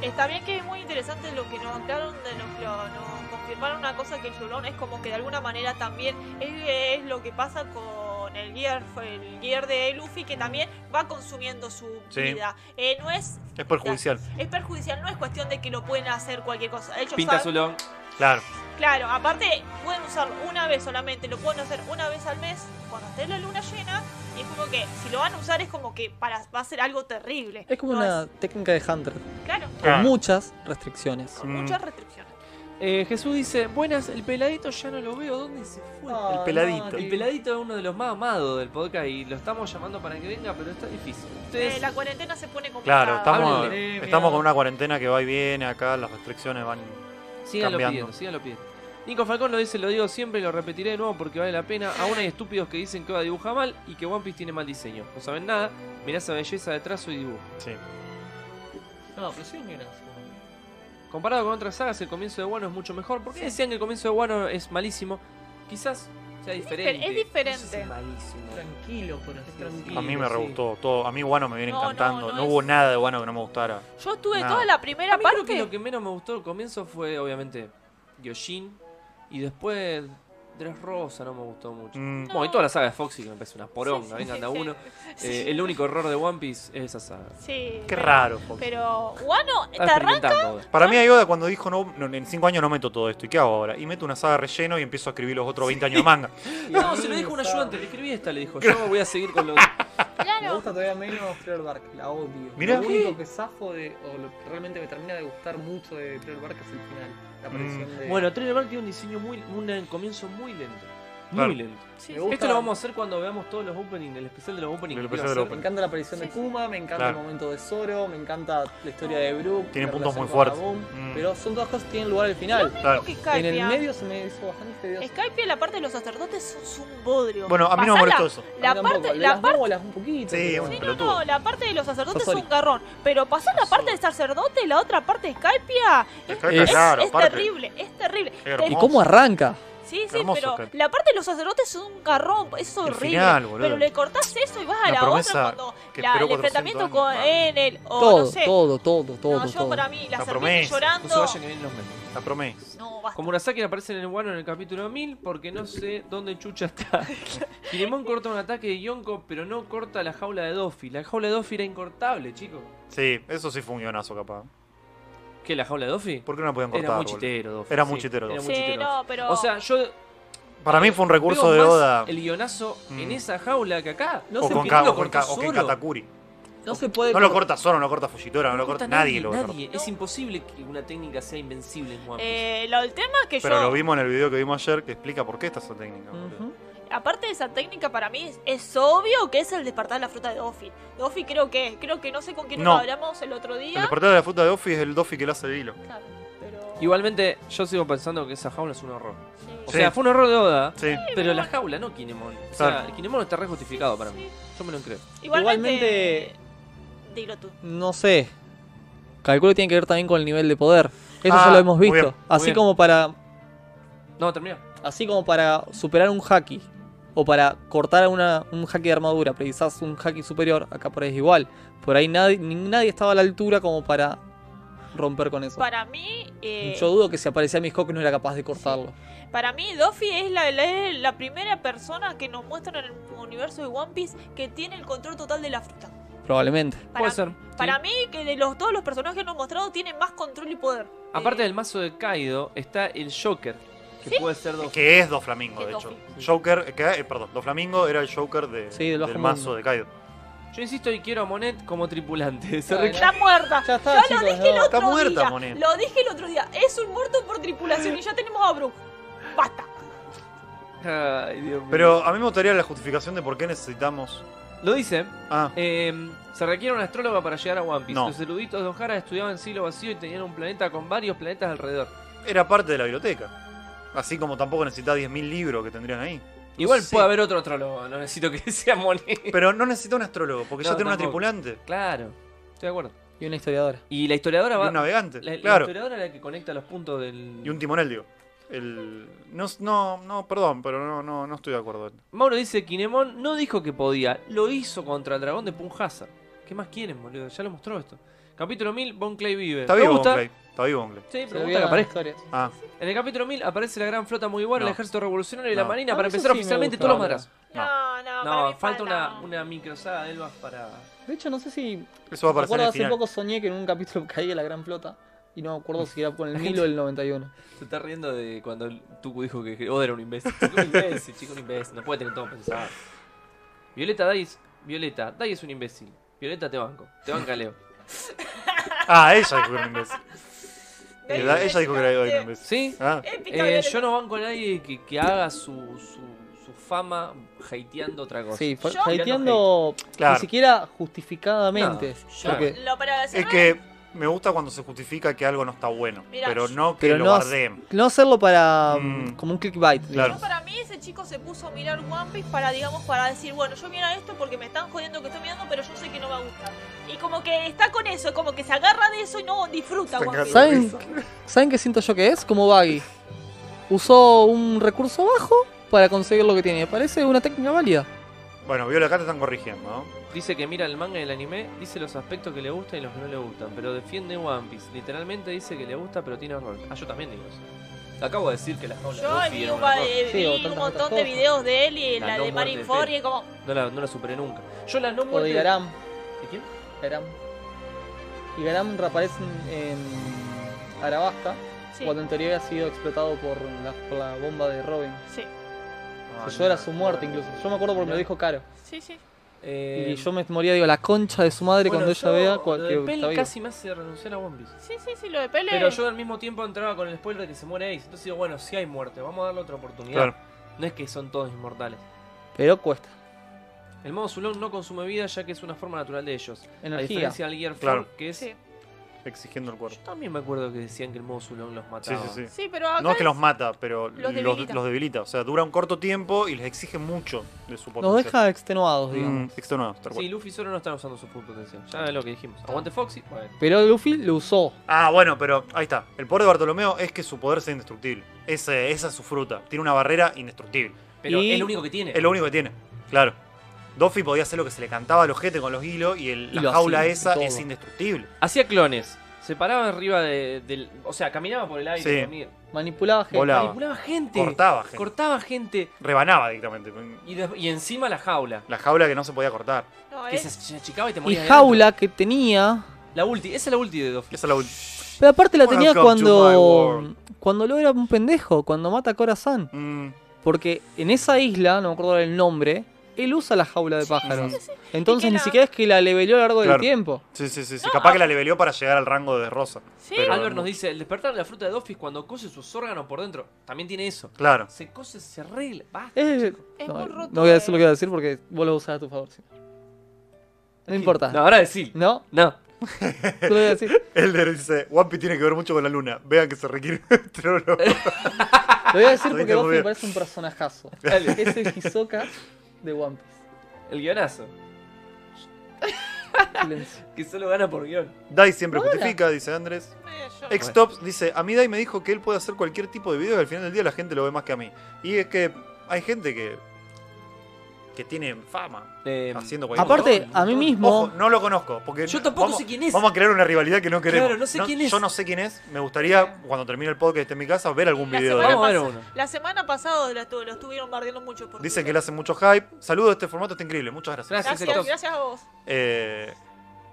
Speaker 4: Está bien que es muy interesante lo que nos aclararon, de nos, lo- nos confirmaron una cosa que el Yulon es como que de alguna manera también es, es lo que pasa con el gear, el gear de Luffy que también va consumiendo su
Speaker 3: Sí.
Speaker 4: vida. Eh, no es,
Speaker 3: Es perjudicial.
Speaker 4: es perjudicial, no es cuestión de que lo pueden hacer cualquier cosa. Ellos
Speaker 2: Pinta
Speaker 4: saben-
Speaker 2: Zulong,
Speaker 3: Claro.
Speaker 4: Claro, aparte pueden usarlo una vez solamente, lo pueden hacer una vez al mes cuando esté la luna llena y es como que si lo van a usar es como que para, va a ser algo terrible.
Speaker 1: Es como
Speaker 4: No
Speaker 1: una técnica de Hunter,
Speaker 4: claro,
Speaker 1: con
Speaker 3: Ah.
Speaker 1: muchas restricciones.
Speaker 4: con
Speaker 3: Mm.
Speaker 4: muchas restricciones.
Speaker 2: eh, Jesús dice, buenas, el peladito ya no lo veo, ¿dónde se fue?
Speaker 1: Ah,
Speaker 3: peladito.
Speaker 1: no,
Speaker 2: El
Speaker 1: que-
Speaker 2: peladito es uno de los más amados del podcast y lo estamos llamando para que venga, pero está difícil. Ustedes,
Speaker 4: Eh, la cuarentena se pone complicada.
Speaker 3: Claro, estamos,
Speaker 2: Háblenle.
Speaker 3: estamos con una cuarentena que va y viene acá, las restricciones van.
Speaker 2: síganlo
Speaker 3: cambiando.
Speaker 2: pidiendo, síganlo pidiendo. Nico Falcón lo dice, lo digo siempre y lo repetiré de nuevo porque vale la pena. Aún hay estúpidos que dicen que Oda dibuja mal y que One Piece tiene mal diseño. No saben nada, mirá esa belleza de trazo y dibujo.
Speaker 3: Sí.
Speaker 2: No, pero sí un guionazo. Comparado con otras sagas, el comienzo de Wano es mucho mejor. ¿Por qué decían que el comienzo de Wano es malísimo? Quizás sea diferente.
Speaker 4: es diferente.
Speaker 2: Tranquilo, por así
Speaker 3: A mí me re gustó todo. A mí Guano me viene
Speaker 4: No,
Speaker 3: encantando. No,
Speaker 4: no, no
Speaker 3: hubo
Speaker 4: es-
Speaker 3: nada de Guano que no me gustara.
Speaker 4: Ah, Yo estuve
Speaker 3: Nada.
Speaker 4: toda la primera
Speaker 2: A mí creo
Speaker 4: parte.
Speaker 2: que lo que menos me gustó al comienzo fue, obviamente, Gyojin. Y después, Dressrosa no me gustó mucho.
Speaker 3: Mm,
Speaker 4: No.
Speaker 2: Bueno, y toda la saga de Foxy que me parece una poronga,
Speaker 4: Sí, sí,
Speaker 2: vengan
Speaker 4: sí,
Speaker 2: de a
Speaker 4: sí.
Speaker 2: uno.
Speaker 4: Sí.
Speaker 2: Eh, el único error de One Piece es esa saga.
Speaker 4: Sí,
Speaker 3: Qué
Speaker 4: pero-
Speaker 3: raro. Fox.
Speaker 4: Pero Guano te
Speaker 2: Está
Speaker 4: arranca.
Speaker 2: experimentando. Oda.
Speaker 3: Para mí, Ayoda cuando dijo, no, no, en 5 años no meto todo esto. ¿Y qué hago ahora? Y meto una saga relleno y empiezo a escribir los otros 20 años de
Speaker 4: *laughs*
Speaker 3: manga.
Speaker 2: No, se lo dijo un ayudante, le escribí esta, le dijo, yo voy a seguir con lo de...
Speaker 5: Me
Speaker 4: Claro.
Speaker 5: gusta todavía menos Thriller Bark, la odio.
Speaker 3: Mirá.
Speaker 5: lo único que zafo de, o lo que realmente me termina de gustar mucho de Thriller Bark es el final. La
Speaker 3: Mm.
Speaker 5: aparición de.
Speaker 2: Bueno, Trailer Park tiene un diseño muy, un eh, comienzo muy lento. Muy
Speaker 3: Claro.
Speaker 2: lento.
Speaker 5: Me
Speaker 4: Sí, sí.
Speaker 5: gusta.
Speaker 2: Esto lo vamos a hacer cuando veamos todos los openings, el especial de los openings. que iba
Speaker 3: El
Speaker 2: a
Speaker 3: especial de los
Speaker 2: hacer.
Speaker 5: me encanta la aparición
Speaker 4: Sí,
Speaker 5: de
Speaker 4: sí.
Speaker 5: Kuma, me encanta
Speaker 3: Claro.
Speaker 5: el momento de Zoro, me encanta la historia de Brook.
Speaker 3: Tiene
Speaker 5: la
Speaker 3: puntos
Speaker 5: relación
Speaker 3: muy
Speaker 5: con
Speaker 3: fuertes.
Speaker 5: Laboom,
Speaker 3: Mm.
Speaker 5: Pero son todas cosas que tienen lugar al final.
Speaker 3: Claro.
Speaker 4: que
Speaker 5: En el
Speaker 4: Skypiea.
Speaker 5: medio se me hizo bastante tedioso.
Speaker 4: Skypiea, la parte de los sacerdotes es un bodrio.
Speaker 3: Bueno, a mí no me
Speaker 4: Pasala-
Speaker 3: molestó eso.
Speaker 5: A
Speaker 4: La
Speaker 5: mí tampoco,
Speaker 4: parte,
Speaker 5: el de
Speaker 4: la
Speaker 5: las
Speaker 4: parte,
Speaker 5: bolas un poquito.
Speaker 3: Sí,
Speaker 5: pero
Speaker 3: bueno.
Speaker 4: sí,
Speaker 5: bueno.
Speaker 4: no,
Speaker 3: pelotudo.
Speaker 4: no, la parte de los sacerdotes es
Speaker 5: Sasori.
Speaker 4: un garrón. Pero pasar la parte del sacerdote y la otra parte de Skypiea
Speaker 3: Skypiea,
Speaker 4: es,
Speaker 3: claro,
Speaker 4: es
Speaker 3: aparte.
Speaker 4: terrible, es terrible.
Speaker 3: Qué hermoso.
Speaker 1: ¿Y cómo arranca?
Speaker 4: Sí, sí,
Speaker 3: Hermoso,
Speaker 4: pero
Speaker 3: Skype.
Speaker 4: la parte de los sacerdotes es un garrón, es horrible.
Speaker 3: final, boludo.
Speaker 4: pero le cortás eso y vas a
Speaker 3: Una
Speaker 4: la
Speaker 3: promesa
Speaker 4: otra cuando
Speaker 3: que
Speaker 4: la-
Speaker 3: esperó
Speaker 4: el
Speaker 3: 400
Speaker 4: enfrentamiento
Speaker 3: años.
Speaker 4: con
Speaker 3: Mal.
Speaker 4: Enel o
Speaker 1: todo,
Speaker 4: no sé.
Speaker 1: todo, todo, todo,
Speaker 4: no, yo
Speaker 1: todo.
Speaker 4: para mí, la,
Speaker 3: La
Speaker 4: serpiente
Speaker 3: promesa.
Speaker 4: llorando.
Speaker 2: No se vayan que vienen los memes.
Speaker 3: La promesa.
Speaker 4: No, basta.
Speaker 2: Como Urasaki aparece en el Wano en el capítulo 1000 porque no sé dónde Chucha está. Kinemon corta un ataque de Yonko, pero no corta la jaula de Doffy. La jaula de Doffy era incortable, chicos.
Speaker 3: Sí, eso sí fue un guionazo, capaz.
Speaker 2: ¿Qué, la jaula de Doffy?
Speaker 3: ¿Por qué no la podían cortar?
Speaker 2: Era muy
Speaker 3: boludo?
Speaker 2: chitero, Doffy.
Speaker 3: Era muy chitero,
Speaker 2: era
Speaker 3: Doffy.
Speaker 2: muy
Speaker 4: Sí,
Speaker 2: chitero.
Speaker 4: no, pero.
Speaker 2: O sea, yo
Speaker 3: Para mí fue un recurso
Speaker 2: veo
Speaker 3: de
Speaker 2: más
Speaker 3: Oda.
Speaker 2: el guionazo en
Speaker 3: Mm.
Speaker 2: esa jaula que acá. No
Speaker 3: o,
Speaker 2: sé
Speaker 3: con
Speaker 2: por qué
Speaker 3: Ka-
Speaker 2: no lo
Speaker 3: o con
Speaker 2: corta
Speaker 3: Ka- o con
Speaker 2: Zoro.
Speaker 3: Katakuri.
Speaker 1: No se puede.
Speaker 3: No lo corta Zoro, no lo corta Fujitora, no lo corta nadie. lo va a cortar.
Speaker 2: nadie. Es imposible que una técnica sea invencible en One Piece.
Speaker 4: eh, lo- el tema que
Speaker 3: Pero
Speaker 4: yo.
Speaker 3: lo vimos en el video que vimos ayer que explica por qué está esa técnica. boludo.
Speaker 1: Ujú.
Speaker 4: Aparte de esa técnica, para mí es, es obvio que es el despertar de la fruta de Doffy. Doffy creo que es. Creo que no sé con quién
Speaker 3: No.
Speaker 4: nos hablamos el otro
Speaker 3: El
Speaker 4: día.
Speaker 3: despertar de la fruta de Doffy es el Doffy que le hace de hilo.
Speaker 4: Claro, pero.
Speaker 2: Igualmente, yo sigo pensando que esa jaula es un horror.
Speaker 4: sí.
Speaker 2: O
Speaker 3: Sí.
Speaker 2: sea, fue un horror de Oda,
Speaker 3: Sí.
Speaker 2: pero la jaula, no Kinemon. O sea,
Speaker 3: Claro.
Speaker 2: Kinemon está re justificado para mí. Yo me lo creo.
Speaker 4: Igualmente. Dilo tú.
Speaker 1: No sé. Calculo que tiene que ver también con el nivel de poder. Eso
Speaker 3: Ah,
Speaker 1: ya lo hemos
Speaker 3: muy
Speaker 1: visto.
Speaker 3: bien, muy
Speaker 1: así
Speaker 2: bien.
Speaker 1: como para.
Speaker 2: No, termina.
Speaker 1: Así como para superar un haki. O para cortar una, un haki de armadura. Pero quizás un haki superior. Acá por ahí es igual. Por ahí nadie, ni- nadie estaba a la altura como para romper con eso.
Speaker 4: Para mí. eh,
Speaker 1: Yo dudo que si aparecía Mihawk no era capaz de cortarlo.
Speaker 4: Para mí, Doffy es la, la- es la primera persona que nos muestra en el universo de One Piece que tiene el control total de la fruta.
Speaker 1: Probablemente.
Speaker 4: Para,
Speaker 2: Puede ser.
Speaker 4: para
Speaker 2: sí.
Speaker 4: mí, que de los todos los personajes que nos han mostrado tienen más control y poder.
Speaker 2: Aparte
Speaker 4: Eh,
Speaker 2: del mazo de Kaido, está el Joker, que puede ser dos.
Speaker 3: Que es Doflamingo,
Speaker 4: Que
Speaker 3: de
Speaker 4: es
Speaker 3: hecho.
Speaker 4: Doflamingo.
Speaker 3: Joker, que, eh, perdón, Doflamingo era el Joker de,
Speaker 1: Sí, del bajo
Speaker 3: del
Speaker 1: mundo.
Speaker 3: mazo de Kaido.
Speaker 2: Yo insisto y quiero a Monet como tripulante. *laughs* Se
Speaker 5: Bueno.
Speaker 2: requiere-
Speaker 4: Está muerta.
Speaker 1: Ya está,
Speaker 4: Yo lo
Speaker 1: chicos,
Speaker 4: dije
Speaker 1: ya.
Speaker 4: el otro
Speaker 3: Está muerta,
Speaker 4: día.
Speaker 3: Monet.
Speaker 4: Lo dije el otro día. Es un muerto por tripulación y ya tenemos a Brook. Basta.
Speaker 2: Ay, Dios mío.
Speaker 3: Pero a mí me gustaría la justificación de por qué necesitamos.
Speaker 2: Lo dice.
Speaker 3: Ah,
Speaker 2: eh, se requiere una astróloga para llegar a One Piece.
Speaker 3: No.
Speaker 2: Los eruditos de O'Hara estudiaban siglo vacío y tenían un planeta con varios planetas alrededor.
Speaker 3: era parte de la biblioteca. Así como tampoco necesitaba 10.000 libros que tendrían ahí.
Speaker 2: Igual
Speaker 3: Sí.
Speaker 2: puede haber otro astrólogo, no necesito que *laughs* sea Moni.
Speaker 3: Pero no necesita un astrólogo, porque
Speaker 2: No,
Speaker 3: ya tiene
Speaker 2: tampoco.
Speaker 3: una tripulante
Speaker 2: Claro, estoy de acuerdo.
Speaker 1: Y una historiadora.
Speaker 2: Y la historiadora
Speaker 3: y
Speaker 2: va.
Speaker 3: un navegante.
Speaker 2: la, la
Speaker 3: claro.
Speaker 2: historiadora es la que conecta los puntos del.
Speaker 3: Y un timonel, digo. El... No, no, no, perdón, pero no, no, no estoy de acuerdo.
Speaker 2: Mauro dice: Kinemon no dijo que podía, lo hizo contra el dragón de Punjazar. ¿Qué más quieren, boludo? Ya lo mostró esto. Capítulo 1000, Bon Clay vive.
Speaker 3: Está
Speaker 2: Me
Speaker 3: vivo
Speaker 2: gusta.
Speaker 3: Bonkley. Está vivo Bonkley.
Speaker 2: Sí,
Speaker 1: Se
Speaker 2: pero me
Speaker 1: lo
Speaker 2: gusta
Speaker 1: vi
Speaker 2: que
Speaker 1: en las
Speaker 2: aparezca.
Speaker 1: historias.
Speaker 3: Ah,
Speaker 2: En el capítulo 1000 aparece la gran flota muy buena,
Speaker 3: No.
Speaker 2: el ejército revolucionario y la
Speaker 3: No.
Speaker 2: marina
Speaker 1: Ah,
Speaker 2: para
Speaker 1: eso
Speaker 2: empezar
Speaker 1: sí me
Speaker 2: oficialmente
Speaker 1: gusta,
Speaker 2: todos los
Speaker 1: boludo.
Speaker 2: madrazos.
Speaker 4: No, no, para
Speaker 2: No,
Speaker 4: mí
Speaker 2: falta una, una microsada de Elbas para.
Speaker 1: De hecho, no sé si.
Speaker 3: eso va
Speaker 1: ¿te
Speaker 3: a aparecer en
Speaker 1: acuerdas?
Speaker 3: el
Speaker 1: Hace
Speaker 3: final.
Speaker 1: poco soñé que en un capítulo *laughs* caía la gran flota. Y no me acuerdo si era con el
Speaker 2: La
Speaker 1: 1000
Speaker 2: gente-
Speaker 1: o el 91.
Speaker 2: Se está riendo de cuando el Tuku dijo que Oda era un imbécil. Chico, un imbécil, chico, un imbécil. No puede tener todo pensado. Violeta, Dai es. Violeta, Dai es un imbécil. Violeta, te banco. Te banca Leo.
Speaker 3: Ah, ella dijo que era un imbécil.
Speaker 4: Dai
Speaker 3: Ella-
Speaker 4: es
Speaker 3: ella dijo que era
Speaker 4: gigante.
Speaker 3: un imbécil.
Speaker 2: ¿Sí?
Speaker 3: Ah,
Speaker 4: *laughs* Épica
Speaker 2: Eh,
Speaker 4: violencia.
Speaker 2: yo no banco a nadie que, que haga su, su, su fama hateando otra cosa.
Speaker 1: Sí, fue
Speaker 4: Yo-
Speaker 1: hateando
Speaker 3: Claro.
Speaker 1: ni siquiera justificadamente.
Speaker 2: yo-
Speaker 1: porque,
Speaker 4: Lo para
Speaker 3: Es
Speaker 4: cerrar,
Speaker 3: que me gusta cuando se justifica que algo no está bueno,
Speaker 4: Mirá,
Speaker 3: pero no que
Speaker 1: pero
Speaker 3: lo
Speaker 1: no-
Speaker 3: bardeen.
Speaker 1: No hacerlo para.
Speaker 3: Mm.
Speaker 1: um, como un clickbait. digamos.
Speaker 3: Claro.
Speaker 4: yo para mí ese chico se puso a mirar One Piece para, digamos, para decir, bueno, yo miro esto porque me están jodiendo que estoy mirando, pero yo sé que no me gusta. Y como que está con eso, como que se agarra de eso y no disfruta
Speaker 3: Se
Speaker 4: One
Speaker 3: agarra.
Speaker 4: Piece.
Speaker 1: ¿Saben, ¿Saben qué siento yo que es? Como Baggy. Usó un recurso bajo para conseguir lo que tiene. Parece una técnica válida.
Speaker 3: Bueno, Viola, acá te están corrigiendo, ¿no?
Speaker 2: Dice que mira el manga y el anime, dice los aspectos que le gustan y los que no le gustan, pero defiende One Piece. Literalmente dice que le gusta, pero tiene error. Ah, yo también digo eso. Acabo de decir que la jaula de
Speaker 4: Yo
Speaker 2: Luffy
Speaker 4: vi,
Speaker 2: era
Speaker 4: un,
Speaker 2: un error.
Speaker 4: eh,
Speaker 1: Sí,
Speaker 4: vi
Speaker 1: o
Speaker 4: un
Speaker 1: tantas
Speaker 4: montón
Speaker 1: otras
Speaker 4: de
Speaker 1: cosas.
Speaker 4: videos de él y
Speaker 2: La
Speaker 4: la,
Speaker 2: no
Speaker 4: de
Speaker 2: muerte
Speaker 4: Marineford
Speaker 2: de
Speaker 4: y es como,
Speaker 2: No la, no la superé nunca. Yo la no
Speaker 1: O
Speaker 2: muerte.
Speaker 1: de Garam.
Speaker 2: ¿De quién?
Speaker 1: Garam. Y Garam reaparece en, en Arabasta.
Speaker 4: sí,
Speaker 1: Cuando en teoría había sido explotado por la, por la bomba de Robin.
Speaker 4: sí,
Speaker 2: Ah,
Speaker 1: Se
Speaker 2: no,
Speaker 1: llora su muerte
Speaker 2: no.
Speaker 1: incluso. Yo me acuerdo porque me lo dijo Caro.
Speaker 4: sí, sí.
Speaker 2: Eh,
Speaker 1: Y yo me moría, digo, la concha de su madre
Speaker 2: bueno,
Speaker 1: cuando
Speaker 2: yo-
Speaker 1: ella vea cua-
Speaker 2: lo de
Speaker 1: que
Speaker 2: Pell
Speaker 1: está vivo.
Speaker 2: casi me hace renunciar a One Piece.
Speaker 4: Sí, sí, sí, lo de Pele.
Speaker 2: Pero yo al mismo tiempo entraba con el spoiler de que se muere Ace. Entonces digo, bueno, si hay muerte, vamos a darle otra oportunidad.
Speaker 3: Claro.
Speaker 2: No es que son todos inmortales.
Speaker 1: Pero cuesta.
Speaker 2: El modo Zulon no consume vida ya que es una forma natural de ellos. A
Speaker 1: Energía.
Speaker 2: diferencia del Gear 4,
Speaker 3: Claro.
Speaker 2: que es...
Speaker 4: Sí.
Speaker 3: Exigiendo el
Speaker 2: Yo
Speaker 3: cuerpo.
Speaker 2: también me acuerdo que decían que el modo Zulon los
Speaker 3: Sí,
Speaker 2: mataba.
Speaker 3: sí, sí.
Speaker 4: Sí, pero acá
Speaker 3: No es que los mata, pero
Speaker 4: Los
Speaker 3: los
Speaker 4: debilita.
Speaker 3: debilita. los debilita. O sea, dura un corto tiempo y les exige mucho de su potencial.
Speaker 1: Nos deja extenuados, digamos.
Speaker 3: Mm, extenuados, tal cual.
Speaker 2: Sí, Luffy solo no están usando su full potencial. Ya es lo que dijimos. Aguante Foxy. Bueno.
Speaker 1: Pero Luffy lo usó.
Speaker 3: Ah, bueno, pero ahí está. El poder de Bartolomeo es que su poder sea indestructible. Ese- esa es su fruta. Tiene una barrera indestructible.
Speaker 2: Pero
Speaker 1: Y-
Speaker 2: es lo único que tiene.
Speaker 3: Es lo único que tiene. Claro. Doffy podía hacer lo que se le cantaba al ojete con los hilos y, el-
Speaker 1: Y
Speaker 3: la
Speaker 1: lo
Speaker 3: jaula
Speaker 1: hacía,
Speaker 3: esa
Speaker 1: todo.
Speaker 3: es indestructible.
Speaker 2: Hacía clones. Se paraba arriba de- del... O sea, caminaba por el aire.
Speaker 3: Sí.
Speaker 2: dormía.
Speaker 1: Manipulaba gente.
Speaker 3: Volaba.
Speaker 2: Manipulaba gente.
Speaker 3: Cortaba, gente.
Speaker 2: Cortaba gente.
Speaker 3: Rebanaba directamente.
Speaker 2: Y, des- y encima la jaula.
Speaker 3: La jaula que no se podía cortar.
Speaker 4: no,
Speaker 2: Que
Speaker 4: es-
Speaker 2: se- se achicaba y te
Speaker 1: Y
Speaker 2: morías. de
Speaker 1: jaula que tenía.
Speaker 2: dentro. La ulti. Esa es la ulti de Doffy.
Speaker 3: Esa es la última.
Speaker 1: Pero aparte la tenía
Speaker 3: Welcome to my
Speaker 1: cuando.
Speaker 3: world.
Speaker 1: Cuando lo era un pendejo, cuando mata a Corazán.
Speaker 3: Mm,
Speaker 1: Porque en esa isla, no me acuerdo ahora el nombre, él usa la jaula de pájaros.
Speaker 4: Y
Speaker 1: Entonces
Speaker 4: que
Speaker 1: ni
Speaker 4: la-
Speaker 1: siquiera es que la leveleó a lo largo del
Speaker 3: Claro.
Speaker 1: tiempo.
Speaker 3: sí, sí, sí. sí. Capaz que la leveleó para llegar al rango de Rosa.
Speaker 4: sí,
Speaker 3: Pero-
Speaker 2: Albert nos dice, el despertar de la fruta de Doffy es cuando cose sus órganos por dentro. También tiene eso.
Speaker 3: Claro.
Speaker 2: Se cose, se arregla. Basta.
Speaker 1: Es-
Speaker 4: Es
Speaker 1: no,
Speaker 4: muy
Speaker 1: no
Speaker 4: roto,
Speaker 1: voy a decir
Speaker 4: eh.
Speaker 1: lo que voy a decir porque vos lo usás a tu favor. sí. No importa.
Speaker 2: No,
Speaker 1: No.
Speaker 2: ahora decir.
Speaker 1: ¿No?
Speaker 2: No.
Speaker 1: Lo voy a decir.
Speaker 3: Elder dice, One Piece tiene que ver mucho con la luna. Vean que se requiere *laughs* un trolo.
Speaker 1: Lo voy a decir
Speaker 3: Lo
Speaker 1: porque
Speaker 3: dije muy
Speaker 1: Buffy me
Speaker 3: bien.
Speaker 1: parece un personajazo.
Speaker 2: Dale,
Speaker 1: Es el Hisoka de One Piece.
Speaker 2: el guionazo.
Speaker 1: Silencio.
Speaker 2: Que solo gana por guión.
Speaker 3: Dai siempre
Speaker 1: Hola.
Speaker 3: justifica, dice Andrés.
Speaker 4: eh, yo-
Speaker 3: Xtops dice, a mí Dai me dijo que él puede hacer cualquier tipo de video y al final del día la gente lo ve más que a mí. Y es que hay gente que que tiene fama
Speaker 2: Eh,
Speaker 3: haciendo cualquier
Speaker 1: Aparte,
Speaker 2: montón,
Speaker 1: a mí
Speaker 2: un montón.
Speaker 1: mismo.
Speaker 3: Ojo, no lo conozco, porque
Speaker 2: Yo
Speaker 3: no-
Speaker 2: tampoco
Speaker 3: vamos-
Speaker 2: sé quién es.
Speaker 3: Vamos a crear una rivalidad que no queremos.
Speaker 2: Claro, no sé quién es.
Speaker 3: Yo no sé quién es. Me gustaría, cuando termine el podcast y esté en mi casa, ver algún
Speaker 4: La
Speaker 3: video de
Speaker 4: semana
Speaker 3: él.
Speaker 2: Vamos a ver
Speaker 4: pas-
Speaker 2: uno.
Speaker 4: La semana pasada lo, estu- lo estuvieron bardeando mucho por
Speaker 3: Dicen que
Speaker 4: Twitter.
Speaker 3: le hacen mucho hype. Saludos, este formato está increíble. Muchas gracias.
Speaker 2: Gracias.
Speaker 4: Gracias,
Speaker 2: hacen sectos.
Speaker 4: gracias a vos.
Speaker 3: Eh,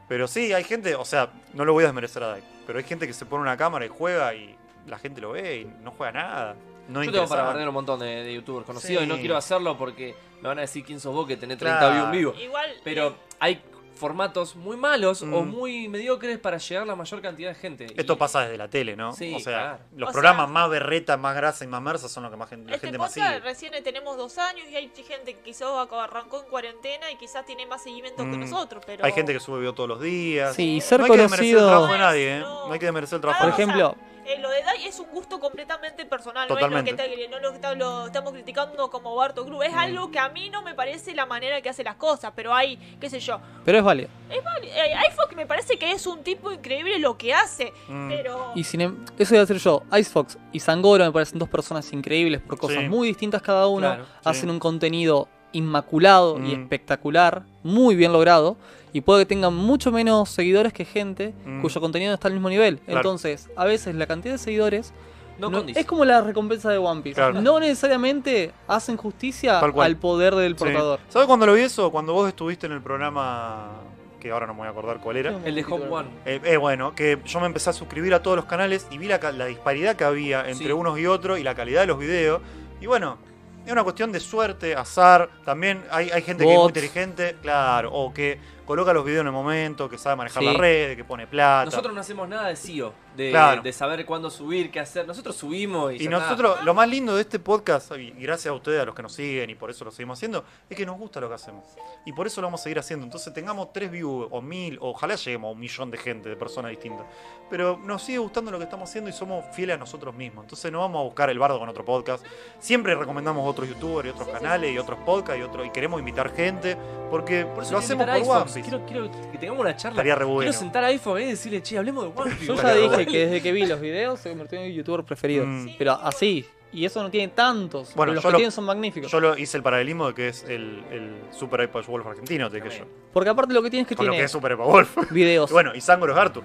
Speaker 3: pero sí, hay gente, o sea, no lo voy a desmerecer a Dai, pero hay gente que se pone una cámara y juega y la gente lo ve y no juega nada. No
Speaker 2: Yo tengo para bardear
Speaker 3: interesa.
Speaker 2: un montón de, de youtubers conocidos y
Speaker 3: Sí.
Speaker 2: no quiero hacerlo porque me van a decir quién sos vos que tenés 30
Speaker 3: Claro.
Speaker 2: views en vivo.
Speaker 4: Igual. eh,
Speaker 2: Pero hay formatos muy malos o
Speaker 3: Mm.
Speaker 2: muy mediocres para llegar a la mayor cantidad de gente. Y-
Speaker 3: Esto pasa desde la tele, ¿no?
Speaker 2: Sí,
Speaker 3: o sea,
Speaker 2: claro.
Speaker 3: los
Speaker 4: O
Speaker 3: programas
Speaker 4: sea-
Speaker 3: más berreta, más grasa y más mersa son los que más gente, la
Speaker 4: Este
Speaker 3: gente más
Speaker 4: podcast
Speaker 3: sigue.
Speaker 4: recién tenemos dos años y hay gente que quizás arrancó en cuarentena y quizás tiene más seguimiento que
Speaker 3: Mm.
Speaker 4: nosotros, pero...
Speaker 3: Hay gente que sube video todos los días.
Speaker 1: Sí,
Speaker 4: No
Speaker 1: ser
Speaker 3: no hay que demerecer el
Speaker 1: conocido.
Speaker 3: trabajo de nadie, ¿eh?
Speaker 4: No.
Speaker 3: No hay que demerecer el
Speaker 4: Nada
Speaker 3: trabajo
Speaker 1: Por
Speaker 4: o
Speaker 3: de nadie.
Speaker 1: ejemplo,
Speaker 4: Eh, lo de Dai es un gusto completamente personal, no es lo que, te- no lo, que está- lo estamos criticando como Barto Gru,
Speaker 3: Mm.
Speaker 4: es algo que a mí no me parece la manera que hace las cosas, pero hay, qué sé yo,
Speaker 1: pero es válido.
Speaker 4: eh, hay folk que me parece que es un tipo increíble lo que hace,
Speaker 3: Mm.
Speaker 4: pero...
Speaker 1: Y sin em- eso voy a hacer yo. Icefox y Sangoro me parecen dos personas increíbles por cosas
Speaker 3: Sí.
Speaker 1: muy distintas cada uno.
Speaker 2: Claro,
Speaker 3: sí.
Speaker 1: Hacen un contenido inmaculado y
Speaker 3: Mm.
Speaker 1: espectacular, muy bien logrado. Y puede que tengan mucho menos seguidores que gente
Speaker 3: Mm.
Speaker 1: cuyo contenido no está al mismo nivel.
Speaker 3: Claro.
Speaker 1: Entonces, a veces la cantidad de seguidores
Speaker 2: No,
Speaker 1: no-
Speaker 2: condice.
Speaker 1: es como la recompensa de One Piece.
Speaker 3: Claro.
Speaker 1: No necesariamente hacen justicia
Speaker 3: Tal cual.
Speaker 1: al poder del
Speaker 3: Sí.
Speaker 1: portador.
Speaker 3: ¿Sabes cuándo lo vi eso? Cuando vos estuviste en el programa, que ahora no me voy a acordar cuál era.
Speaker 2: El de Home One.
Speaker 3: Eh, eh, bueno, que yo me empecé a suscribir a todos los canales y vi la, ca- la disparidad que había entre
Speaker 2: Sí.
Speaker 3: unos y otros y la calidad de los videos. Y bueno, es una cuestión de suerte, azar. También hay, hay gente que es muy
Speaker 1: Bots.
Speaker 3: inteligente, claro, o que coloca los videos en el momento, que sabe manejar
Speaker 1: Sí.
Speaker 3: la red, que pone plata.
Speaker 2: Nosotros no hacemos nada de SEO, de,
Speaker 3: Claro.
Speaker 2: de saber cuándo subir, qué hacer. Nosotros subimos y,
Speaker 3: y
Speaker 2: ya
Speaker 3: nosotros, lo más lindo de este podcast, y gracias a ustedes, a los que nos siguen y por eso lo seguimos haciendo, es que nos gusta lo que hacemos. Y por eso lo vamos a seguir haciendo. Entonces tengamos tres views o mil, o ojalá lleguemos a un millón de gente, de personas distintas. Pero nos sigue gustando lo que estamos haciendo y somos fieles a nosotros mismos. Entonces no vamos a buscar el bardo con otro podcast. Siempre recomendamos otros youtubers y otros canales y otros podcasts y, otros y queremos invitar gente porque
Speaker 2: está. Por eso quiero
Speaker 3: lo hacemos
Speaker 2: invitar a
Speaker 3: por
Speaker 2: iPhone.
Speaker 3: One Piece.
Speaker 2: Quiero, quiero que tengamos una charla.
Speaker 3: Estaría re bueno.
Speaker 2: Quiero sentar a iPhone eh, y decirle, che, hablemos de One Piece.
Speaker 1: Yo ya
Speaker 3: Claro.
Speaker 1: dije que desde que vi los videos se convirtió en mi youtuber preferido.
Speaker 3: Mm.
Speaker 4: Sí,
Speaker 1: Pero
Speaker 4: tipo,
Speaker 1: así, y eso no tiene tantos. pero
Speaker 3: Bueno,
Speaker 1: los
Speaker 3: yo
Speaker 1: que
Speaker 3: lo-
Speaker 1: tienen son magníficos.
Speaker 3: Yo lo hice el paralelismo de que es el, el Super iPad Wolf argentino, de que yo.
Speaker 1: Porque aparte lo que tienes que
Speaker 3: Con lo
Speaker 1: tiene
Speaker 3: que es Super iPad Wolf.
Speaker 1: videos.
Speaker 3: Y *laughs* bueno, y Sangro es Arthur.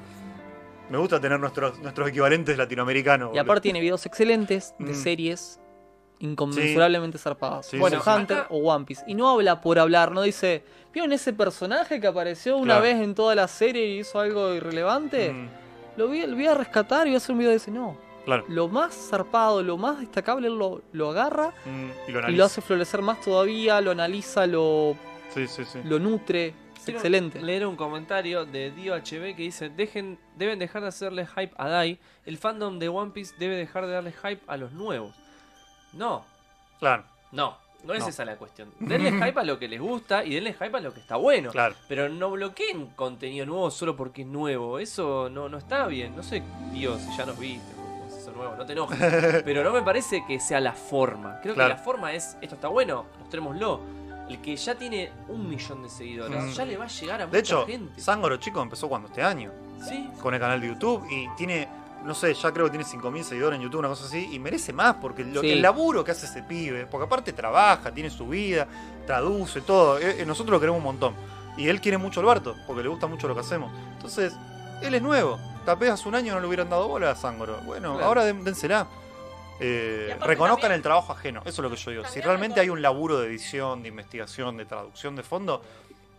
Speaker 3: Me gusta tener nuestros, nuestros equivalentes latinoamericanos.
Speaker 1: y
Speaker 3: boludo.
Speaker 1: aparte tiene videos excelentes de
Speaker 3: Mm.
Speaker 1: series inconmensurablemente zarpadas.
Speaker 3: Sí,
Speaker 1: bueno,
Speaker 2: sí, sí.
Speaker 1: Hunter
Speaker 2: Acá-
Speaker 1: o One Piece. Y no habla por hablar, no dice, ¿vieron ese personaje que apareció una
Speaker 3: Claro.
Speaker 1: vez en toda la serie y hizo algo irrelevante?
Speaker 3: Mm,
Speaker 1: Lo, voy, lo voy a rescatar y voy a hacer un video de ese. No,
Speaker 3: claro.
Speaker 1: lo más zarpado, lo más destacable, él lo, lo agarra
Speaker 3: Mm, y lo
Speaker 1: y lo
Speaker 3: analiza.
Speaker 1: hace florecer más todavía, lo analiza, lo,
Speaker 3: Sí, sí, sí.
Speaker 1: lo nutre. Es
Speaker 2: Quiero
Speaker 1: excelente.
Speaker 2: Leer un comentario de Dio HB que dice: Dejen, Deben dejar de hacerle hype a Dai. El fandom de One Piece debe dejar de darle hype a los nuevos. No,
Speaker 3: Claro,
Speaker 2: no, no es
Speaker 3: No.
Speaker 2: esa la cuestión. Denle hype a lo que les gusta y denle hype a lo que está bueno.
Speaker 3: claro.
Speaker 2: Pero no bloqueen contenido nuevo solo porque es nuevo. Eso no, no está bien. No sé, Dios, si ya nos viste. ¿cómo es Eso nuevo, no te
Speaker 3: *laughs*
Speaker 2: enojes. Pero no me parece que sea la forma. Creo
Speaker 3: Claro.
Speaker 2: que la forma es: esto está bueno, mostrémoslo. El que ya tiene un millón de seguidores,
Speaker 3: Mm.
Speaker 2: ya le va a llegar a
Speaker 3: De
Speaker 2: mucha
Speaker 3: hecho,
Speaker 2: gente.
Speaker 3: Sangro, chico, empezó cuando este año.
Speaker 2: Sí.
Speaker 3: Con el canal de YouTube y tiene, no sé, ya creo que tiene 5.000 seguidores en YouTube, una cosa así. Y merece más porque lo-
Speaker 1: Sí.
Speaker 3: el laburo que hace ese pibe, porque aparte trabaja, tiene su vida, traduce, todo. Eh, eh, nosotros lo queremos un montón. Y él quiere mucho a Alberto, porque le gusta mucho lo que hacemos. Entonces, él es nuevo. Tal vez hace un año no le hubieran dado bola a Sangoro. Bueno,
Speaker 2: Claro.
Speaker 3: ahora den- dénsela. Eh,
Speaker 4: Y aparte
Speaker 3: reconozcan
Speaker 4: también-
Speaker 3: el trabajo ajeno, eso es lo que yo digo. Si
Speaker 4: También
Speaker 3: realmente
Speaker 4: recon-
Speaker 3: hay un laburo de edición, de investigación, de traducción de fondo,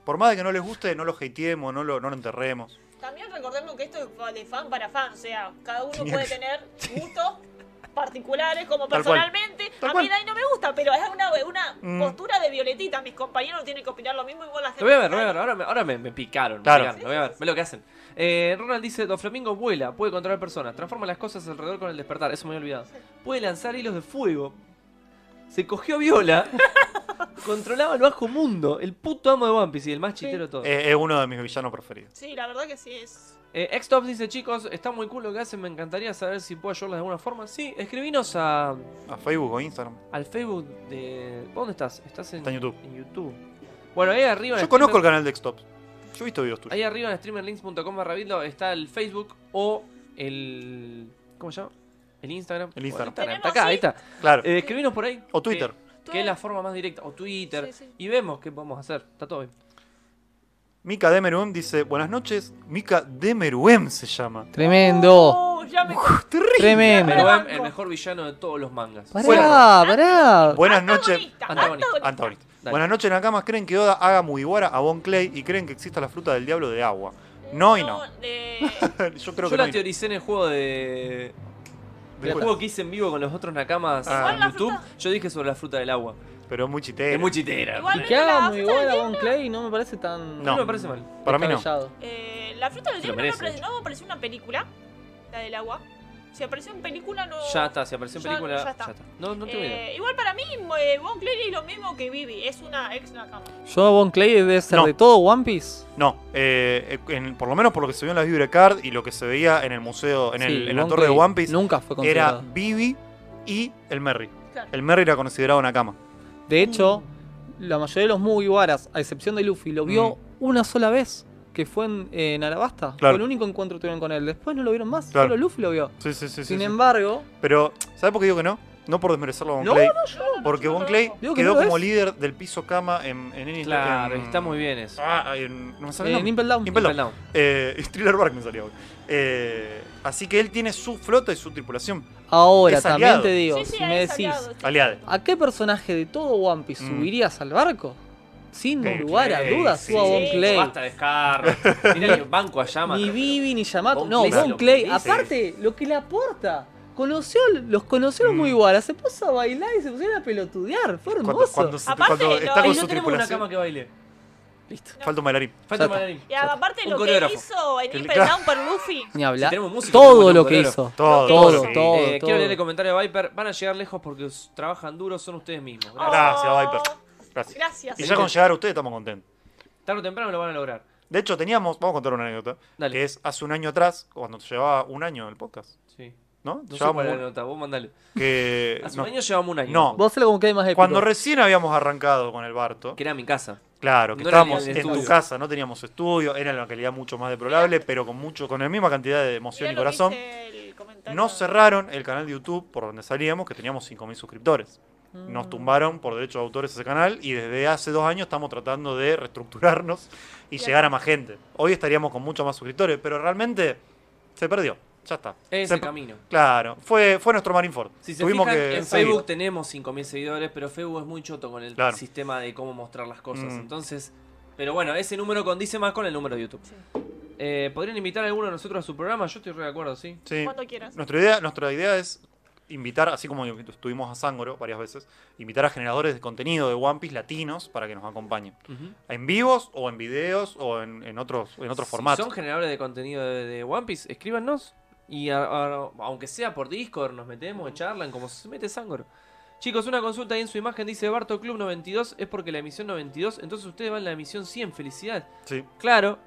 Speaker 3: por más de que no les guste, no lo hateemos, no lo, no lo enterremos.
Speaker 4: También recordemos que esto es de fan para fan, o sea, cada uno
Speaker 3: Tenía
Speaker 4: puede
Speaker 3: que-
Speaker 4: tener gustos particulares, como
Speaker 3: Tal cual.
Speaker 4: personalmente,
Speaker 3: Tal
Speaker 4: a
Speaker 3: cual.
Speaker 4: mí Dai no me gusta, pero es una, una
Speaker 3: Mm.
Speaker 4: postura de violetita, mis compañeros tienen que opinar lo mismo y vos la gente...
Speaker 2: Lo voy a ver, lo voy a ver. Ahora me, ahora me, me picaron. me
Speaker 3: Claro.
Speaker 2: picaron, lo voy a ver. Ve lo que hacen. Eh, Ronald dice: Don Flamingo vuela, puede controlar personas, transforma las cosas alrededor con el despertar. Eso me había olvidado. Puede lanzar hilos de fuego. Se cogió a Viola. *laughs* controlaba el bajo mundo. El puto amo de One Piece y el más chitero de todo.
Speaker 3: Eh, es uno de mis villanos preferidos.
Speaker 4: Sí, la verdad que sí es...
Speaker 2: Eh, Xtops dice: Chicos, está muy cool lo que hacen. Me encantaría saber si puedo ayudarles de alguna forma. Sí, escribinos a,
Speaker 3: A Ah, Facebook o Instagram.
Speaker 2: al Facebook de. ¿Dónde estás? Estás en,
Speaker 3: Está en YouTube.
Speaker 2: en YouTube. Bueno, ahí arriba. en
Speaker 3: Yo
Speaker 2: el
Speaker 3: conozco el
Speaker 2: primer-
Speaker 3: canal de Xtops. Yo he visto videos tuyos.
Speaker 2: Ahí arriba en streamerlinks.com barra Bitlo está el Facebook o el. ¿Cómo se llama? El Instagram.
Speaker 3: El Instagram.
Speaker 2: Bueno,
Speaker 4: Tenemos
Speaker 2: Está acá, ahí está.
Speaker 3: Claro.
Speaker 2: Eh, escribinos por ahí.
Speaker 3: o Twitter.
Speaker 2: Que, que es la forma más directa. O Twitter.
Speaker 4: Sí, sí.
Speaker 2: Y vemos qué podemos hacer. Está todo bien.
Speaker 3: Mika Demeruem dice, buenas noches. Mika Demeruem se llama.
Speaker 1: Tremendo.
Speaker 4: Oh, ya me...
Speaker 3: Terrible.
Speaker 1: Tremendo.
Speaker 2: Pero
Speaker 4: Pero
Speaker 2: em,
Speaker 4: banco.
Speaker 2: el mejor villano de todos los mangas.
Speaker 1: Pará,
Speaker 3: Bueno.
Speaker 1: pará.
Speaker 3: Buenas noches.
Speaker 4: Antagonista,
Speaker 2: Antagonista.
Speaker 3: Antagonista.
Speaker 2: Dale.
Speaker 3: Buenas noches, Nakamas. ¿Creen que Oda haga Mugiwara a Bon Clay y creen que exista la fruta del diablo de agua? *laughs* No y no.
Speaker 4: eh,
Speaker 3: Yo
Speaker 2: Yo
Speaker 3: creo que
Speaker 2: la
Speaker 3: no.
Speaker 2: teoricé en el juego de. Del
Speaker 3: cuál?
Speaker 2: juego que hice en vivo con los otros nakamas
Speaker 3: Ah.
Speaker 2: en
Speaker 4: ¿Cuál la
Speaker 2: YouTube,
Speaker 4: fruta?
Speaker 2: yo dije sobre la fruta del agua.
Speaker 3: pero es muy chitero.
Speaker 2: Es muy chitera.
Speaker 4: Igual-
Speaker 1: Que haga muy
Speaker 4: Pero
Speaker 1: buena
Speaker 4: la fruta
Speaker 1: Von Clay no me parece tan.
Speaker 2: No
Speaker 3: No.
Speaker 2: me parece mal.
Speaker 3: Para mí no.
Speaker 1: descabellado.
Speaker 4: Eh, la fruta del
Speaker 2: Se lo
Speaker 4: tiempo no,
Speaker 2: merece,
Speaker 4: apare-
Speaker 2: de hecho.
Speaker 4: no apareció en una película, la del agua. Si apareció en película no...
Speaker 2: Ya está, si apareció en
Speaker 4: Ya-
Speaker 2: película.
Speaker 4: ya está.
Speaker 2: No, no te voy a
Speaker 4: Eh, igual para mí, eh, Von Clary es lo mismo que Vivi, es una ex Nakama.
Speaker 1: Yo a Von Clay debe ser
Speaker 3: No.
Speaker 1: de todo One Piece.
Speaker 3: No, eh, en- por lo menos por lo que se vio en la Vibra Card y lo que se veía en el museo, en, el-
Speaker 1: Sí,
Speaker 3: en la
Speaker 1: Von
Speaker 3: torre de
Speaker 1: Clay
Speaker 3: One Piece,
Speaker 1: Nunca fue
Speaker 3: era
Speaker 1: considerado.
Speaker 3: Vivi y el Merry.
Speaker 4: Claro.
Speaker 3: El Merry era considerado una cama.
Speaker 1: De hecho, la mayoría de los Mugiwaras, a excepción de Luffy, lo vio
Speaker 3: Mm.
Speaker 1: una sola vez, que fue en, en Alabasta. Fue
Speaker 3: Claro.
Speaker 1: el único encuentro que tuvieron con él. Después no lo vieron más,
Speaker 3: Claro.
Speaker 1: solo Luffy lo vio.
Speaker 3: Sí, sí, sí.
Speaker 1: Sin embargo,
Speaker 3: Pero, ¿sabes por qué digo que no? No por desmerecerlo a Von
Speaker 1: No,
Speaker 3: Clay.
Speaker 4: Yo no-
Speaker 3: porque
Speaker 4: yo no
Speaker 3: Von
Speaker 4: lo
Speaker 3: Clay
Speaker 4: conozco.
Speaker 1: Digo que
Speaker 3: quedó
Speaker 1: no lo
Speaker 3: como
Speaker 1: es.
Speaker 3: líder del piso cama en, en, en-
Speaker 2: Claro,
Speaker 3: en-
Speaker 2: está muy bien eso.
Speaker 3: Ah, en- no me sale el
Speaker 1: eh, en
Speaker 3: nombre.
Speaker 1: Impel Down.
Speaker 3: Impel Down.
Speaker 2: Perdón.
Speaker 3: Eh, *laughs* Thriller Bark me salió. Eh, así que él tiene su flota y su tripulación.
Speaker 1: Ahora,
Speaker 3: Es
Speaker 1: también
Speaker 3: aliado.
Speaker 1: te digo,
Speaker 4: Sí, sí,
Speaker 1: si
Speaker 4: ahí
Speaker 1: me
Speaker 4: es
Speaker 1: decís,
Speaker 4: aliado.
Speaker 3: Aliade.
Speaker 1: ¿a qué personaje de todo One Piece
Speaker 3: Mm.
Speaker 1: subirías al barco? Sin
Speaker 3: Von
Speaker 1: lugar a
Speaker 2: Clay,
Speaker 1: dudas,
Speaker 2: sí.
Speaker 1: suba Von
Speaker 4: Sí.
Speaker 1: Clay.
Speaker 2: Basta de
Speaker 3: *laughs*
Speaker 2: Scar. Mirá que banco a llama.
Speaker 1: Ni Vivi ni Yamato.
Speaker 2: Von
Speaker 1: no,
Speaker 2: Clay
Speaker 1: Von
Speaker 2: lo
Speaker 1: Clay.
Speaker 2: merece.
Speaker 1: Aparte, lo que le aporta. Conoció, los conocieron
Speaker 3: Mm.
Speaker 1: muy igual. Se puso a bailar y se pusieron a pelotudear. Fue hermoso.
Speaker 3: Cuando, cuando se-
Speaker 4: Aparte,
Speaker 3: cuando
Speaker 4: no,
Speaker 3: está
Speaker 4: ahí
Speaker 3: con
Speaker 2: Ay,
Speaker 3: su
Speaker 2: no tenemos una
Speaker 3: tripulación.
Speaker 2: cama que baile.
Speaker 1: Listo.
Speaker 3: Falta un bailarín.
Speaker 2: Falta
Speaker 1: Ya está.
Speaker 2: bailarín.
Speaker 4: Y aparte
Speaker 2: Un
Speaker 4: lo que
Speaker 2: coreógrafo.
Speaker 4: hizo en
Speaker 3: El-
Speaker 4: Impel
Speaker 3: claro.
Speaker 4: Down por Luffy.
Speaker 1: Ni hablar.
Speaker 2: tenemos músico,
Speaker 1: todo
Speaker 2: tenemos
Speaker 1: lo
Speaker 2: un
Speaker 1: que
Speaker 2: bolero.
Speaker 1: hizo.
Speaker 3: Todo,
Speaker 1: Todo,
Speaker 3: sí.
Speaker 1: todo.
Speaker 2: Eh, quiero leer el comentario de Viper. Van a llegar lejos porque s- trabajan duro, son ustedes mismos. Gracias.
Speaker 3: *laughs* Gracias,
Speaker 4: Oh,
Speaker 3: Viper. Gracias.
Speaker 4: Gracias.
Speaker 3: Y ya con llegar a ustedes estamos contentos.
Speaker 2: Tarde o temprano lo van a lograr.
Speaker 3: De hecho, teníamos, vamos a contar una anécdota,
Speaker 2: Dale.
Speaker 3: que es hace un año atrás, cuando llevaba un año el podcast,
Speaker 2: Sí.
Speaker 3: ¿no?
Speaker 2: No sé
Speaker 3: Llevábamos
Speaker 2: cuál es
Speaker 3: un-
Speaker 2: la nota, vos mandale.
Speaker 3: que,
Speaker 2: Hace
Speaker 3: no,
Speaker 2: un año llevamos un año.
Speaker 3: No.
Speaker 1: Vos hacelo como que hay más épico.
Speaker 3: Cuando recién habíamos arrancado con el Barto,
Speaker 2: Que era mi casa.
Speaker 3: claro, que
Speaker 2: no era
Speaker 3: estábamos
Speaker 2: ni
Speaker 3: en
Speaker 2: el
Speaker 3: tu
Speaker 2: estudio.
Speaker 3: casa, no teníamos estudio, era una calidad mucho más deplorable, pero con mucho, con la misma cantidad de emoción
Speaker 4: Mirá
Speaker 3: y
Speaker 4: lo que
Speaker 3: corazón.
Speaker 4: dice el comentario.
Speaker 3: Nos cerraron el canal de YouTube por donde salíamos, que teníamos 5.000 suscriptores.
Speaker 4: Mm.
Speaker 3: Nos tumbaron por derechos de autores ese canal y desde hace dos años estamos tratando de reestructurarnos y
Speaker 4: Bien.
Speaker 3: llegar a más gente. Hoy estaríamos con muchos más suscriptores, pero realmente se perdió. Ya está.
Speaker 2: Es
Speaker 3: Se
Speaker 2: el
Speaker 3: per-
Speaker 2: camino.
Speaker 3: Claro, fue, fue nuestro Marineford.
Speaker 2: Si se
Speaker 3: Tuvimos
Speaker 2: fijan,
Speaker 3: que
Speaker 2: en
Speaker 3: seguir.
Speaker 2: Facebook tenemos 5.000 seguidores, pero Facebook es muy choto con el
Speaker 3: Claro.
Speaker 2: sistema de cómo mostrar las cosas.
Speaker 3: Mm.
Speaker 2: Entonces, pero bueno, ese número condice más con el número de YouTube.
Speaker 4: Sí.
Speaker 2: Eh, ¿Podrían invitar a alguno de nosotros a su programa? Yo estoy re de acuerdo, sí.
Speaker 3: Sí.
Speaker 4: Cuando quieras.
Speaker 3: Nuestra idea, nuestra idea es invitar, así como estuvimos a Sangoro varias veces, invitar a generadores de contenido de One Piece latinos para que nos acompañen. En vivos o en videos o en, en otros, en otros
Speaker 2: Si
Speaker 3: formatos.
Speaker 2: son generadores de contenido de, de One Piece, escríbanos. Y a- a- aunque sea por Discord, nos metemos, charlan, como se mete Sangor. Chicos, una consulta ahí en su imagen dice Barto Club 92 es porque la emisión 92, entonces ustedes van a la emisión 100, felicidad.
Speaker 3: Sí.
Speaker 2: Claro.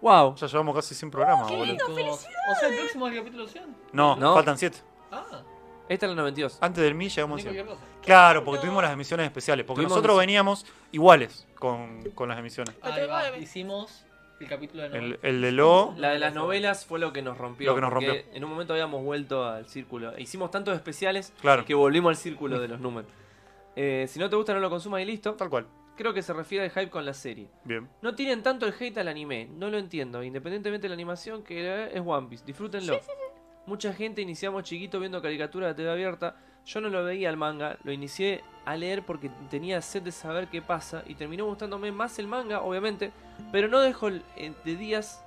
Speaker 2: Wow.
Speaker 3: Ya llevamos casi 100 programas, boludo.
Speaker 5: Chicos, O sea, el próximo es el capítulo 100.
Speaker 3: No,
Speaker 2: No.
Speaker 3: faltan 7.
Speaker 5: Ah,
Speaker 2: Esta es la 92.
Speaker 3: Antes del 1000
Speaker 5: no
Speaker 3: llegamos a
Speaker 5: es
Speaker 3: 100.
Speaker 5: cualquier cosa.
Speaker 3: Claro, porque
Speaker 4: No.
Speaker 3: tuvimos las emisiones especiales. Porque
Speaker 2: Tuvimos
Speaker 3: nosotros
Speaker 2: las-
Speaker 3: veníamos iguales con, con las emisiones.
Speaker 5: Ahí va,
Speaker 4: 39.
Speaker 5: hicimos el capítulo de
Speaker 3: El,
Speaker 5: novela.
Speaker 3: el de Lo.
Speaker 2: La de las novelas fue lo que nos rompió.
Speaker 3: Lo que nos
Speaker 2: porque
Speaker 3: rompió.
Speaker 2: En un momento habíamos vuelto al círculo. E Hicimos tantos especiales
Speaker 3: Claro,
Speaker 2: que volvimos al círculo de los números. Eh, si no te gusta, no lo consumas y listo.
Speaker 3: tal cual.
Speaker 2: Creo que se refiere al hype con la serie.
Speaker 3: Bien.
Speaker 2: No tienen tanto el hate al anime, no lo entiendo. Independientemente de la animación, que eh, es One Piece, disfrútenlo. Mucha gente iniciamos chiquito viendo caricaturas de TV abierta. Yo no lo veía al manga, lo inicié a leer porque tenía sed de saber qué pasa y terminó gustándome más el manga, obviamente, pero no dejo el- eh, de días.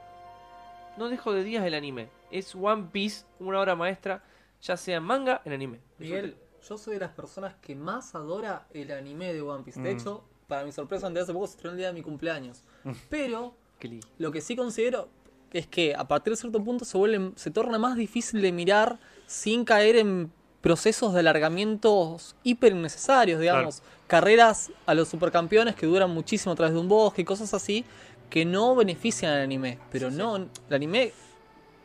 Speaker 2: No dejo de días el anime. Es One Piece, una obra maestra, ya sea en manga, en anime.
Speaker 1: Miguel, yo soy de las personas que más adora el anime de One Piece. De
Speaker 3: Mm.
Speaker 1: hecho, para mi sorpresa, antes hace poco se estrenó el día de mi cumpleaños. Pero
Speaker 2: Qué lindo.
Speaker 1: lo que sí considero es que a partir de cierto punto se vuelve, se torna más difícil de mirar sin caer en procesos de alargamientos hiper innecesarios, digamos. Carreras a los supercampeones que duran muchísimo a través de un bosque y cosas así que no benefician al anime. Pero no, el anime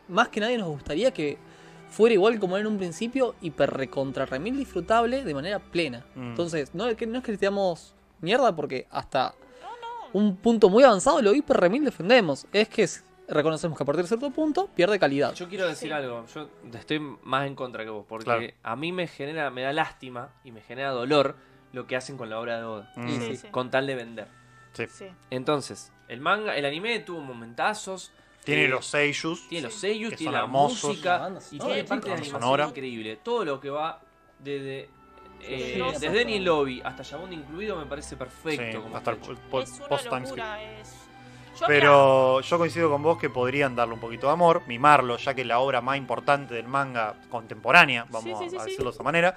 Speaker 1: más que nadie nos gustaría que fuera igual como era en un principio, hiper recontra remil disfrutable de manera plena.
Speaker 3: Mm.
Speaker 1: Entonces, no, es que- no es que le tiramos mierda porque hasta un punto muy avanzado lo hiper remil defendemos. Es que es- reconocemos que a partir de cierto punto pierde calidad.
Speaker 2: Yo quiero decir
Speaker 4: Sí.
Speaker 2: algo, yo estoy más en contra que vos, porque
Speaker 3: Claro.
Speaker 2: a mí me genera, me da lástima y me genera dolor lo que hacen con la obra de Oda,
Speaker 3: Mm.
Speaker 4: Sí, sí.
Speaker 2: con tal de vender.
Speaker 4: Sí.
Speaker 2: Entonces, el manga, el anime tuvo momentazos,
Speaker 3: Tiene
Speaker 2: Eh,
Speaker 3: los seiyus.
Speaker 2: tiene los
Speaker 4: Sí.
Speaker 2: sellos,
Speaker 3: Que
Speaker 2: tiene
Speaker 3: son
Speaker 2: la
Speaker 3: hermosos.
Speaker 1: La
Speaker 2: música
Speaker 1: banda
Speaker 2: y
Speaker 1: sonora,
Speaker 2: tiene
Speaker 1: chicos.
Speaker 2: parte de
Speaker 3: Banda
Speaker 2: animación
Speaker 3: sonora.
Speaker 2: increíble. Todo lo que va desde eh,
Speaker 4: Sí, grosso
Speaker 2: desde Ni
Speaker 4: todo.
Speaker 2: Lobby hasta Shabondi incluido me parece
Speaker 3: Sí,
Speaker 2: perfecto. como
Speaker 3: hasta el
Speaker 2: está hecho.
Speaker 3: po-
Speaker 4: es una
Speaker 3: post-timeskip.
Speaker 4: locura. Es... Yo, mirá,
Speaker 3: Pero yo coincido con vos que podrían darle un poquito de amor, mimarlo, ya que es la obra más importante del manga contemporánea, vamos
Speaker 4: Sí, sí, sí,
Speaker 3: a
Speaker 4: sí.
Speaker 3: decirlo de esa manera.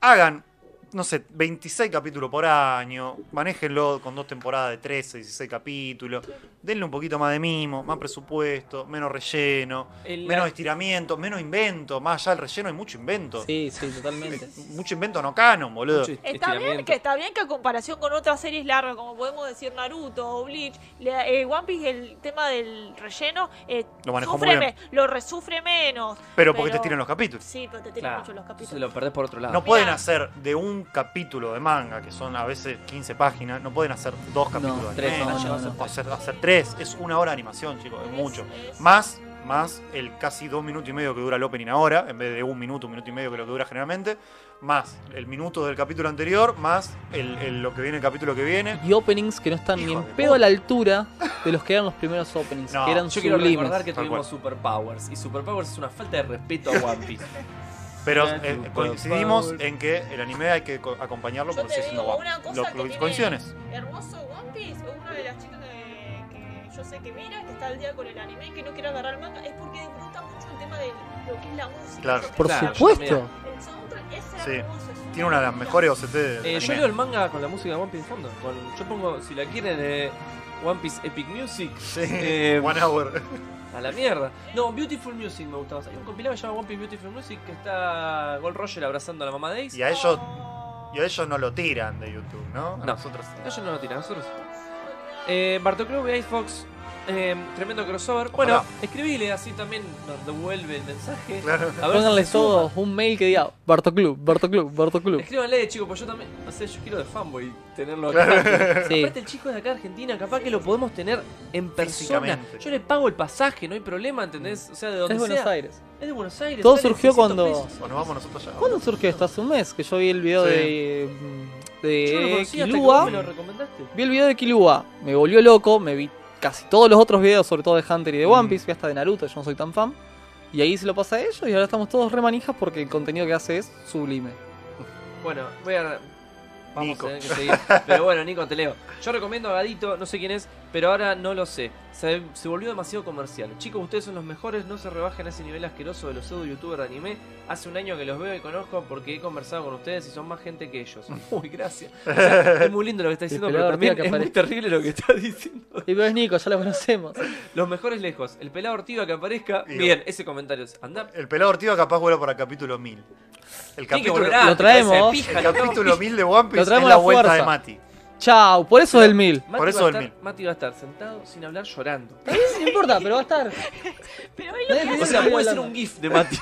Speaker 3: Hagan no sé, 26 capítulos por año, manéjenlo con dos temporadas de 13, 16 capítulos, denle un poquito más de mimo, más presupuesto, menos relleno,
Speaker 2: El-
Speaker 3: menos estiramiento, menos invento, más allá del relleno hay mucho invento.
Speaker 5: Sí, sí, totalmente.
Speaker 3: Mucho invento no canon, este. boludo.
Speaker 2: Mucho-
Speaker 4: Está bien,
Speaker 2: Estiramiento.
Speaker 4: que, está bien que en comparación con otras series largas, como podemos decir Naruto o Bleach, le- eh, One Piece, el tema del relleno, eh,
Speaker 3: Lo manejó muy
Speaker 4: sufre
Speaker 3: bien.
Speaker 4: me- lo resufre menos.
Speaker 3: Pero porque te
Speaker 4: pero-
Speaker 3: tiran los capítulos.
Speaker 4: Sí, pero te tiran
Speaker 2: Claro,
Speaker 4: mucho los
Speaker 2: entonces
Speaker 4: capítulos.
Speaker 2: lo perdés por otro lado.
Speaker 3: No pueden
Speaker 4: Mirá.
Speaker 3: hacer de un capítulo de manga, que son a veces 15 páginas, no pueden hacer dos capítulos de
Speaker 2: tres,
Speaker 3: anime,
Speaker 2: no, no,
Speaker 3: o
Speaker 2: no.
Speaker 3: Hacer, hacer tres, es una hora de animación, chicos, es
Speaker 4: Es-
Speaker 3: mucho.
Speaker 4: es-
Speaker 3: Más, más el casi dos minutos y medio que dura el opening ahora, en vez de un minuto, un minuto y medio que es lo que dura generalmente, más el minuto del capítulo anterior, más el, el- lo que viene el capítulo que viene.
Speaker 1: Y openings que no están ni
Speaker 3: Hijo
Speaker 1: en
Speaker 3: de
Speaker 1: pedo
Speaker 3: puta.
Speaker 1: a la altura de los que eran los primeros openings,
Speaker 3: No,
Speaker 1: que eran
Speaker 2: Yo quiero
Speaker 1: sublimes.
Speaker 2: recordar que
Speaker 3: Tal
Speaker 2: tuvimos superpowers. Y superpowers es una falta de respeto
Speaker 3: *laughs*
Speaker 2: a One Piece. Eh,
Speaker 3: Pero
Speaker 2: Ya,
Speaker 3: eh,
Speaker 2: tipo,
Speaker 3: coincidimos
Speaker 2: por favor.
Speaker 3: en que el anime hay que co- acompañarlo
Speaker 4: Yo
Speaker 3: porque
Speaker 4: te
Speaker 3: si no
Speaker 4: digo,
Speaker 3: va.
Speaker 4: una cosa
Speaker 3: Lo-
Speaker 4: que
Speaker 3: lo-
Speaker 4: tiene-
Speaker 3: Coincisiones.
Speaker 4: Hermoso One Piece, una de las chicas que, que yo sé que mira, que está al día con el anime, que no quiere agarrar manga, es porque disfruta mucho el tema de lo que es la música.
Speaker 3: Claro.
Speaker 4: Yo-
Speaker 1: Por
Speaker 2: Claro, yo
Speaker 1: supuesto.
Speaker 2: también.
Speaker 4: El soundtrack es
Speaker 3: Sí.
Speaker 4: hermoso. es
Speaker 3: Tiene una de las
Speaker 4: maravilla.
Speaker 3: mejores OCT del
Speaker 2: Eh, yo
Speaker 3: anime.
Speaker 2: leo el manga con la música de One Piece de fondo. Con- yo pongo, si la quieren, eh, One Piece Epic Music.
Speaker 3: Sí,
Speaker 2: eh,
Speaker 3: One Hour.
Speaker 2: A la mierda. No, Beautiful Music me gustaba. Hay un compilado que se llama One Piece Beautiful Music que está Gold Roger abrazando a la mamá de Ace.
Speaker 3: Y a ellos
Speaker 4: Oh.
Speaker 3: Y a ellos no lo tiran de YouTube, ¿no? A
Speaker 2: No.
Speaker 3: nosotros.
Speaker 2: No, yo no lo tiré, nosotros. Eh, Bartoclub y Ice Fox. eh, tremendo crossover.
Speaker 3: Ojalá.
Speaker 2: Bueno, escribile, así también nos devuelve el mensaje.
Speaker 3: Claro.
Speaker 2: A ver si
Speaker 1: Pónganle
Speaker 2: se suma.
Speaker 1: todos un mail que diga Bartoclub, Bartoclub, Bartoclub.
Speaker 2: Escríbanle, chicos, pues yo también. No sé, yo quiero de fanboy tenerlo acá.
Speaker 1: Sí.
Speaker 2: Aparte, el chico es de acá de Argentina, capaz que lo podemos tener en persona.
Speaker 3: Físicamente.
Speaker 2: Yo le pago el pasaje, no hay problema, ¿entendés? O sea, de donde
Speaker 1: Es Buenos
Speaker 2: sea.
Speaker 1: Aires.
Speaker 2: Es de Buenos Aires.
Speaker 1: Todo
Speaker 2: vale
Speaker 1: surgió
Speaker 2: 600
Speaker 1: cuando-
Speaker 2: pesos.
Speaker 3: Bueno, vamos nosotros ya.
Speaker 1: ¿Cuándo surgió esto? Hace un mes que yo vi el video
Speaker 3: Sí.
Speaker 1: de. mm,
Speaker 2: Yo no lo
Speaker 1: de
Speaker 2: conocía hasta que
Speaker 1: eh,
Speaker 2: vos
Speaker 1: Kilua.
Speaker 2: me lo recomendaste.
Speaker 1: Vi el video de Kilua, me volvió loco, me vi casi todos los otros videos, sobre todo de Hunter y de One
Speaker 3: Mm.
Speaker 1: Piece, vi hasta de Naruto, yo no soy tan fan. Y ahí se lo pasa a ellos y ahora estamos todos remanijas porque el contenido que hace es sublime.
Speaker 2: Bueno, voy a. Vamos
Speaker 3: Nico.
Speaker 2: a tener que seguir. Pero bueno, Nico, te leo. Yo recomiendo a Gadito, no sé quién es, pero ahora no lo sé. Se, se volvió demasiado comercial. Chicos, ustedes son los mejores, no se rebajen a ese nivel asqueroso de los pseudo youtubers de anime. Hace un año que los veo y conozco porque he conversado con ustedes y son más gente que
Speaker 3: *laughs*
Speaker 2: ellos. Uy, gracias. O sea, es muy lindo lo que está diciendo, pero
Speaker 1: Esperaba
Speaker 2: también
Speaker 1: que
Speaker 2: es muy
Speaker 1: aparezca.
Speaker 2: terrible lo que está diciendo.
Speaker 1: Y ves Nico, ya lo *laughs* conocemos.
Speaker 2: Los mejores lejos. El pelado Ortiga que aparezca.
Speaker 3: Digo.
Speaker 2: Bien, ese comentario. es- Andá.
Speaker 3: El pelado Ortiga capaz vuela para el capítulo 1000. El
Speaker 2: Tiene que
Speaker 3: capítulo,
Speaker 2: volver a-
Speaker 1: lo traemos.
Speaker 2: cabeza de pija,
Speaker 3: el
Speaker 2: lo
Speaker 3: capítulo 1000 de One
Speaker 1: Lo
Speaker 3: Piece es
Speaker 1: traemos
Speaker 3: la
Speaker 1: a
Speaker 3: vuelta
Speaker 1: fuerza.
Speaker 3: de Mati.
Speaker 1: Chao, por eso es el mil.
Speaker 2: Mati
Speaker 3: Por
Speaker 2: va
Speaker 3: eso
Speaker 2: a
Speaker 3: el
Speaker 2: estar-
Speaker 3: mil.
Speaker 2: Mati va a estar sentado sin hablar llorando.
Speaker 1: No importa, pero va a *laughs* estar.
Speaker 4: Pero es lo
Speaker 1: Nadie pidió
Speaker 2: O sea,
Speaker 1: que hable
Speaker 2: puede ser
Speaker 1: hablando.
Speaker 2: un GIF de Mati.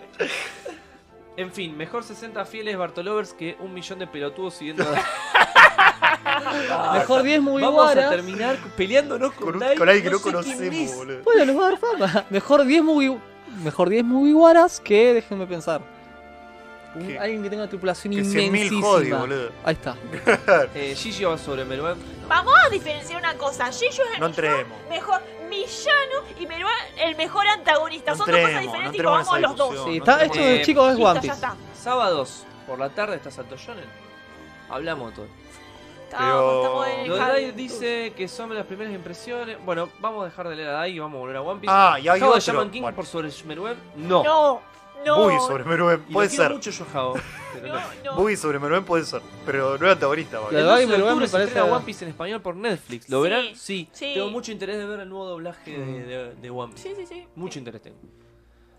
Speaker 2: *laughs* en fin, mejor 60 fieles Bartolovers que un millón de pelotudos siguiendo a...
Speaker 1: *laughs* Mejor 10 muy
Speaker 2: Vamos a
Speaker 1: guaras.
Speaker 2: terminar peleándonos con,
Speaker 3: Con, un,
Speaker 2: Dai,
Speaker 3: con alguien que no,
Speaker 2: sé quién
Speaker 3: conocemos,
Speaker 2: es.
Speaker 3: boludo.
Speaker 1: Bueno, nos va a dar fama. *laughs* Mejor 10 muy. Mejor 10 muy guaras que, déjenme pensar. Un-
Speaker 3: Que-
Speaker 1: alguien que tenga tripulación
Speaker 3: Que 100.000
Speaker 1: inmensísima.
Speaker 3: jodi, boludo.
Speaker 1: Ahí está.
Speaker 2: Eh, Gigi va sobre Meruán.
Speaker 4: Vamos a diferenciar una cosa. Gillo es el
Speaker 3: No entremos.
Speaker 4: mejor villano y Meruán el mejor antagonista.
Speaker 3: No
Speaker 4: Son dos cosas
Speaker 3: entremos, no
Speaker 4: diferentes y
Speaker 3: entremos en
Speaker 4: vamos
Speaker 3: esa
Speaker 4: los dos.
Speaker 3: discusión.
Speaker 1: Sí,
Speaker 3: no
Speaker 1: está,
Speaker 3: tenemos
Speaker 1: esto
Speaker 2: ni-
Speaker 1: de chicos es
Speaker 4: Listo,
Speaker 1: One
Speaker 4: ya
Speaker 1: Piece.
Speaker 4: está.
Speaker 2: Sábados por la tarde estás a Toyonen. Hablamos todo.
Speaker 4: Estamos- estamos en el
Speaker 2: Lo de
Speaker 4: jardín.
Speaker 2: Dai dice que son las primeras impresiones. Bueno, vamos a dejar de leer a Dai y vamos a volver a One Piece.
Speaker 3: Ah, y hay
Speaker 2: Jao de
Speaker 3: otro.
Speaker 2: Shaman King
Speaker 3: Bueno,
Speaker 2: por sobre Meruem. No.
Speaker 4: No, no.
Speaker 3: Buggy sobre Meruem,
Speaker 2: Y lo
Speaker 3: puede
Speaker 2: quiero
Speaker 3: ser.
Speaker 2: mucho yo,
Speaker 1: *laughs*
Speaker 2: Jao. Pero no.
Speaker 4: no, no.
Speaker 3: Buggy sobre Meruem puede ser. Pero no era antagonista, boludo.
Speaker 1: La
Speaker 2: El
Speaker 1: verdad
Speaker 2: 12
Speaker 1: que me
Speaker 2: de
Speaker 1: lo
Speaker 2: octubre
Speaker 1: me
Speaker 2: se
Speaker 1: parece-
Speaker 2: estrena One Piece en español por Netflix. ¿Lo
Speaker 4: Sí,
Speaker 2: verán? Sí.
Speaker 4: sí.
Speaker 2: Tengo mucho interés de ver el nuevo doblaje de, de- de One Piece.
Speaker 4: Sí, sí, sí.
Speaker 2: Mucho interés tengo.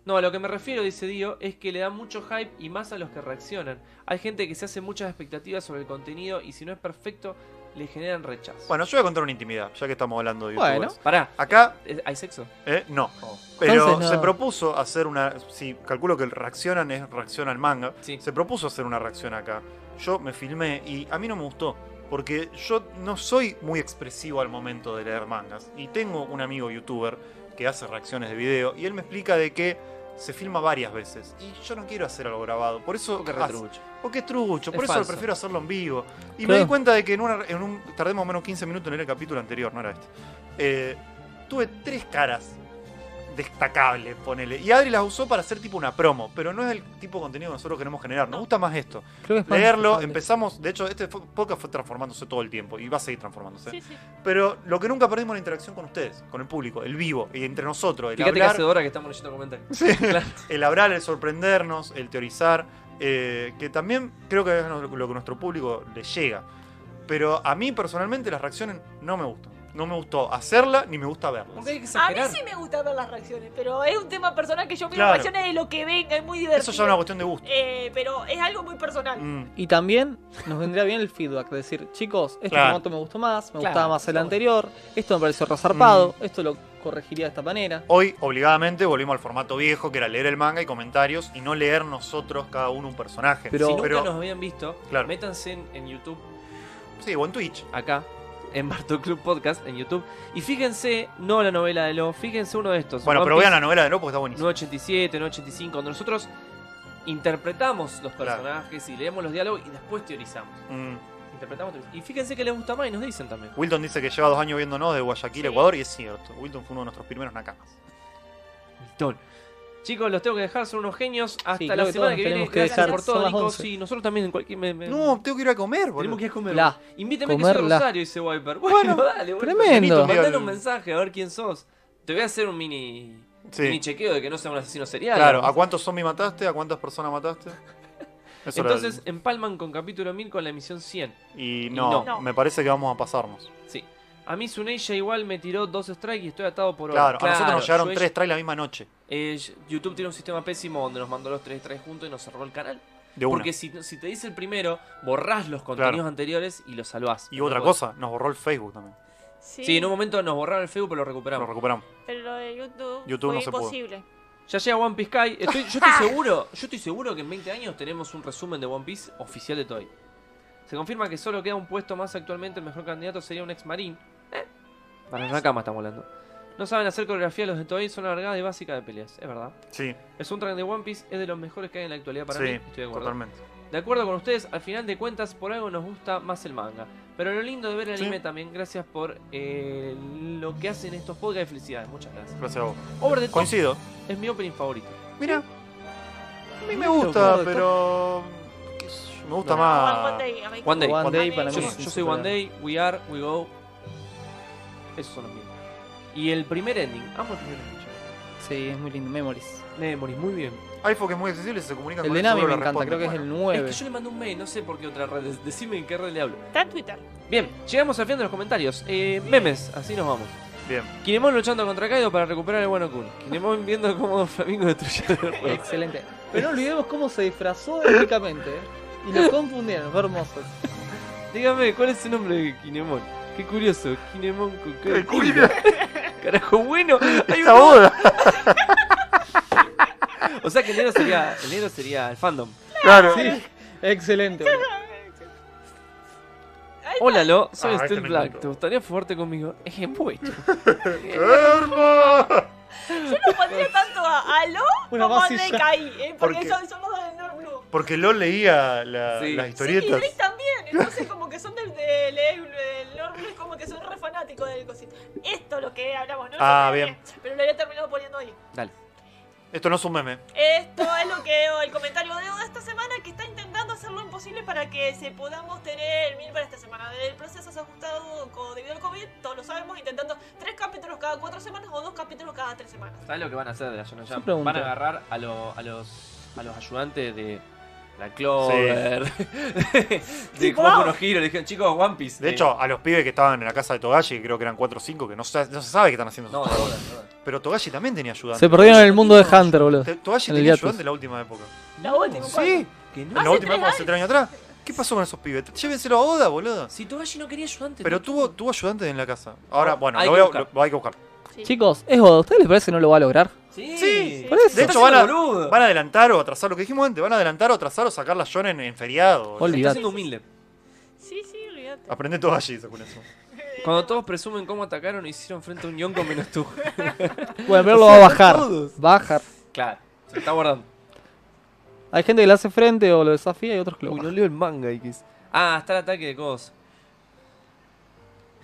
Speaker 2: No, a lo que me refiero, dice Dio, es que le da mucho hype y más a los que reaccionan. Hay gente que se hace muchas expectativas sobre el contenido y si no es perfecto, le generan rechazo.
Speaker 3: Bueno, yo voy a contar una intimidad, ya que estamos hablando de
Speaker 1: Bueno.
Speaker 3: YouTube.
Speaker 2: Pará,
Speaker 3: Acá
Speaker 2: ¿eh, ¿hay sexo?
Speaker 3: Eh, no.
Speaker 2: Oh.
Speaker 3: Pero
Speaker 1: Entonces,
Speaker 3: se
Speaker 1: no.
Speaker 3: propuso hacer una. Si calculo que el reaccionan es reacciona al manga.
Speaker 2: Sí.
Speaker 3: Se propuso hacer una reacción acá. Yo me filmé y a mí no me gustó. Porque yo no soy muy expresivo al momento de leer mangas. Y tengo un amigo youtuber que hace reacciones de video. Y él me explica de que se filma varias veces. Y yo no quiero hacer algo grabado. Por eso.
Speaker 2: Porque
Speaker 3: hace-
Speaker 2: retrucho.
Speaker 3: porque es trucho.
Speaker 2: Es
Speaker 3: Por eso
Speaker 2: falso.
Speaker 3: prefiero hacerlo en vivo. Y me
Speaker 1: Claro.
Speaker 3: di cuenta de que en, una- en un. Tardé más o menos 15 minutos en leer el capítulo anterior, no era este. Eh, tuve tres caras destacables, ponele. Y Adri las usó para hacer tipo una promo, pero no es el tipo de contenido que nosotros queremos generar. Nos gusta más esto.
Speaker 1: Creo que es más
Speaker 3: Leerlo,
Speaker 1: interesante.
Speaker 3: empezamos. De hecho, este fo- podcast fue transformándose todo el tiempo y va a seguir transformándose.
Speaker 4: Sí, sí.
Speaker 3: Pero lo que nunca perdimos es la interacción con ustedes, con el público, el vivo, y entre nosotros, el
Speaker 2: Fíjate que
Speaker 3: hablar,
Speaker 2: hace dos horas que estamos leyendo comentarios.
Speaker 3: el hablar, el sorprendernos, el teorizar. eh, que también creo que es lo lo que a nuestro público le llega. Pero a mí personalmente las reacciones no me gustan. No me gustó hacerla ni me gusta verlas.
Speaker 2: Porque hay que
Speaker 4: A mí
Speaker 2: exagerar.
Speaker 4: sí me gusta ver las reacciones, pero es un tema personal que yo miro
Speaker 3: Claro.
Speaker 4: reacciones de lo que venga, es muy divertido.
Speaker 3: Eso ya es una cuestión de gusto.
Speaker 4: Eh, pero es algo muy personal.
Speaker 3: Mm.
Speaker 1: Y también nos vendría bien el feedback, decir, chicos, este
Speaker 3: Claro.
Speaker 1: formato me gustó más, me
Speaker 2: Claro,
Speaker 1: gustaba más el
Speaker 2: está
Speaker 1: anterior, esto me pareció resarpado, esto lo corregiría de esta manera.
Speaker 3: Hoy, obligadamente, volvimos al formato viejo, que era leer el manga y comentarios, y no leer nosotros cada uno un personaje.
Speaker 1: Pero-
Speaker 2: si nunca
Speaker 3: pero-
Speaker 2: nos habían visto,
Speaker 3: Claro.
Speaker 2: métanse en, en YouTube,
Speaker 3: Sí, o en Twitch.
Speaker 2: acá, en Barto Club Podcast, en YouTube. Y fíjense, no la novela de Lo, fíjense uno de estos.
Speaker 3: Bueno,
Speaker 2: One
Speaker 3: pero
Speaker 2: Piece,
Speaker 3: vean la novela de no, porque está buenísima.
Speaker 2: 987, 985, donde nosotros interpretamos los personajes y leemos los diálogos y después teorizamos.
Speaker 3: Mm.
Speaker 2: Interpretamos, teorizamos. Y fíjense que les gusta más y nos dicen también.
Speaker 3: Wilton dice que lleva dos años viéndonos de Guayaquil,
Speaker 4: Sí.
Speaker 3: Ecuador, y es cierto. Wilton fue uno de nuestros primeros nakamas.
Speaker 2: Milton. Chicos, los tengo que dejar, son unos genios. Hasta
Speaker 1: creo
Speaker 2: la
Speaker 1: que todos
Speaker 2: semana
Speaker 1: nos
Speaker 2: que viene.
Speaker 1: tenemos que
Speaker 2: Gracias
Speaker 1: dejar,
Speaker 2: por
Speaker 1: son
Speaker 2: todo,
Speaker 1: las
Speaker 2: Nico.
Speaker 1: 11.
Speaker 2: Sí, nosotros también en cualquier. me- me-
Speaker 3: No, tengo que ir a comer, boludo.
Speaker 2: tenemos que ir a comer.
Speaker 1: La.
Speaker 2: Invítame que soy
Speaker 1: Comerla.
Speaker 2: Rosario, dice Wiper. Bueno, dale, boludo.
Speaker 1: Tremendo.
Speaker 2: Mandale un mensaje a ver quién sos. Te voy a hacer un mini,
Speaker 3: Sí.
Speaker 2: mini chequeo de que no sea un asesino serial.
Speaker 3: Claro, ¿a cuántos zombies mataste? ¿A cuántas personas mataste? Eso era el-
Speaker 2: Entonces empalman con capítulo 1000 con la emisión 100.
Speaker 3: Y
Speaker 2: no.
Speaker 3: no,
Speaker 4: No.
Speaker 3: me parece que vamos a pasarnos.
Speaker 2: Sí. A mí Suneya igual me tiró dos strikes y estoy atado por
Speaker 3: Claro,
Speaker 2: hora.
Speaker 3: a nosotros nos llegaron
Speaker 2: yo-
Speaker 3: tres trailers la misma noche.
Speaker 2: eh, YouTube tiene un sistema pésimo donde nos mandó los tres strikes juntos y nos cerró el canal.
Speaker 3: De una.
Speaker 2: Porque si, si te dice el primero, borrás los contenidos anteriores y los salvás.
Speaker 3: Y
Speaker 2: No
Speaker 3: otra
Speaker 2: podés.
Speaker 3: cosa, nos borró el Facebook también.
Speaker 4: Sí,
Speaker 2: Sí, en un momento nos borraron el Facebook, pero lo
Speaker 3: Lo
Speaker 2: recuperamos.
Speaker 3: recuperamos.
Speaker 4: pero lo de YouTube,
Speaker 3: YouTube
Speaker 4: fue
Speaker 3: no se pudo.
Speaker 4: imposible.
Speaker 2: Ya llega One Piece Sky. Estoy, yo estoy seguro, yo estoy seguro que en 20 años tenemos un resumen de One Piece oficial de Toy. Se confirma que solo queda un puesto más actualmente, el mejor candidato sería un ex marín. Eh, Para la cama estamos hablando. No saben hacer coreografía los de Toy, son largadas y básicas de peleas, es verdad.
Speaker 3: Sí,
Speaker 2: El soundtrack de One Piece es de los mejores que hay en la actualidad para
Speaker 3: sí,
Speaker 2: mí, estoy de acuerdo.
Speaker 3: totalmente.
Speaker 2: De acuerdo con ustedes, al final de cuentas, por algo nos gusta más el manga. Pero lo lindo de ver el
Speaker 3: Sí.
Speaker 2: anime también, gracias por eh, lo que hacen estos podcasts. Felicidades, muchas gracias.
Speaker 3: Gracias a vos.
Speaker 2: Over the Top
Speaker 3: Coincido.
Speaker 2: es mi opening favorito.
Speaker 3: Mira, a mí me
Speaker 1: Lindo,
Speaker 3: gusta,
Speaker 1: Over the
Speaker 3: pero. qué sé yo, Me gusta
Speaker 2: No.
Speaker 4: Ah,
Speaker 3: más.
Speaker 4: One Day, a mí-
Speaker 2: One Day.
Speaker 1: One Day
Speaker 4: One
Speaker 1: para
Speaker 4: Day.
Speaker 1: mí.
Speaker 2: Yo,
Speaker 4: Sí,
Speaker 1: es un
Speaker 2: yo soy
Speaker 1: super-
Speaker 2: One Day, We Are, We Go. Esos son los míos. Y el primer ending, amo el primer ending. chicos.
Speaker 1: Sí, es muy lindo. Memories.
Speaker 2: Memories, muy bien.
Speaker 3: iPhone que es muy accesible, se comunican
Speaker 1: El
Speaker 3: con
Speaker 1: de
Speaker 3: él,
Speaker 1: Nami
Speaker 3: seguro
Speaker 1: me
Speaker 3: le
Speaker 1: encanta, creo
Speaker 3: responden.
Speaker 1: que es el
Speaker 3: Bueno,
Speaker 1: 9.
Speaker 2: Es que yo le mandé un mail, no sé por qué otra red. *laughs* de- Decime en qué red le hablo.
Speaker 4: Está en Twitter.
Speaker 2: Bien, llegamos al final de los comentarios. Eh, memes, así nos vamos.
Speaker 3: Bien.
Speaker 2: Kinemon luchando contra Kaido para recuperar el Wano Kun. Kinemon viendo cómo *laughs* Flamingo destruye el juego.
Speaker 1: Excelente. Pero no olvidemos cómo se disfrazó únicamente. ¿eh? Y nos confundieron, fue hermoso.
Speaker 2: Dígame, ¿cuál es el nombre de Kinemon? Qué curioso, Kinemon con cara
Speaker 3: ¡Qué
Speaker 2: de
Speaker 3: culo!
Speaker 2: tibia. *laughs* Carajo, bueno, hay una-
Speaker 3: ¡Esta boda!
Speaker 2: O sea que el negro sería, el negro sería el fandom.
Speaker 3: Claro.
Speaker 1: Sí, *laughs* excelente. boludo.
Speaker 2: *laughs* Hola, Lo,
Speaker 3: Ah,
Speaker 2: soy
Speaker 3: este
Speaker 2: Steel
Speaker 3: me
Speaker 2: Black.
Speaker 3: encantó.
Speaker 2: ¿Te gustaría fumarte conmigo? *laughs* Es bueno.
Speaker 3: ¡Hermo!
Speaker 4: No pondría tanto a, a Lo
Speaker 1: Una
Speaker 4: como a
Speaker 1: vasilla.
Speaker 4: Dekai, eh, porque
Speaker 3: Porque-
Speaker 4: son, son los dos de Nerd Blue.
Speaker 3: Porque LOL leía la-
Speaker 2: Sí.
Speaker 3: las
Speaker 4: Sí, y
Speaker 3: historietas.
Speaker 4: Drake también, entonces como que son del, del, del Lord Blue, es como que son re fanáticos del cosito. Esto es lo que hablamos, ¿no?
Speaker 3: Ah,
Speaker 4: Lo que-
Speaker 3: bien.
Speaker 4: Pero lo había terminado poniendo ahí.
Speaker 2: Dale.
Speaker 3: Esto no es un meme.
Speaker 4: Esto es lo que o el comentario de Oda esta semana que está intentando hacer lo imposible para que se podamos tener el mil para esta semana. El proceso se ha ajustado co- debido al COVID, todos lo sabemos, intentando tres capítulos cada cuatro semanas o dos capítulos cada tres semanas.
Speaker 2: ¿Sabes lo que van a hacer de la Shonen
Speaker 1: Yo
Speaker 2: Jump?
Speaker 1: pregunto.
Speaker 2: Van a agarrar a, lo- a los, a los ayudantes de la Clover, *laughs* de
Speaker 4: Tipo,
Speaker 2: Boku no Hero. Le dijeron, chicos, One Piece.
Speaker 3: De
Speaker 2: eh,
Speaker 3: hecho, a los pibes que estaban en la casa de Togashi, que creo que eran 4 o 5, que no se, no se sabe qué están haciendo.
Speaker 2: No, de verdad, de verdad.
Speaker 3: Pero Togashi también tenía ayudante.
Speaker 1: Se perdieron en el mundo de Hunter, boludo.
Speaker 3: Te- Togashi
Speaker 1: en el
Speaker 3: tenía
Speaker 1: Yatus.
Speaker 3: ayudante en la última época.
Speaker 4: La última.
Speaker 3: Uh, Sí,
Speaker 2: Que no.
Speaker 3: en la última época, hace 3 años atrás. ¿Qué pasó con esos pibes? Llévenselo a Oda, boludo.
Speaker 2: Si Togashi no quería ayudante.
Speaker 3: Pero
Speaker 2: no-
Speaker 3: tuvo, tuvo ayudante en la casa. Ahora,
Speaker 2: No,
Speaker 3: bueno,
Speaker 2: hay
Speaker 3: lo
Speaker 2: que
Speaker 3: voy a-
Speaker 2: buscar.
Speaker 3: lo- hay que buscar.
Speaker 1: Chicos, es Oda, ¿a ustedes les parece que no lo va a lograr?
Speaker 2: Sí,
Speaker 3: Sí,
Speaker 2: por
Speaker 1: de
Speaker 2: eso.
Speaker 3: hecho,
Speaker 2: Está
Speaker 3: van a-
Speaker 2: siendo boludo.
Speaker 3: Van a adelantar o atrasar lo que dijimos antes. Van a adelantar o atrasar o sacar la Shonen en feriado.
Speaker 1: Ol-
Speaker 2: Está
Speaker 1: Olvidate.
Speaker 2: siendo humilde.
Speaker 4: Sí, sí, olvídate.
Speaker 3: Aprende Togashi, dice con eso.
Speaker 2: Cuando todos presumen cómo atacaron, hicieron frente a un Yonko menos tú.
Speaker 1: Bueno, pero lo *laughs* va a bajar. Bajar.
Speaker 2: *laughs* Claro, se está guardando.
Speaker 1: Hay gente que le hace frente o lo desafía y otros que lo
Speaker 2: Uy, no
Speaker 1: bajan.
Speaker 2: leo el manga, X. Ah, está el ataque de Cos.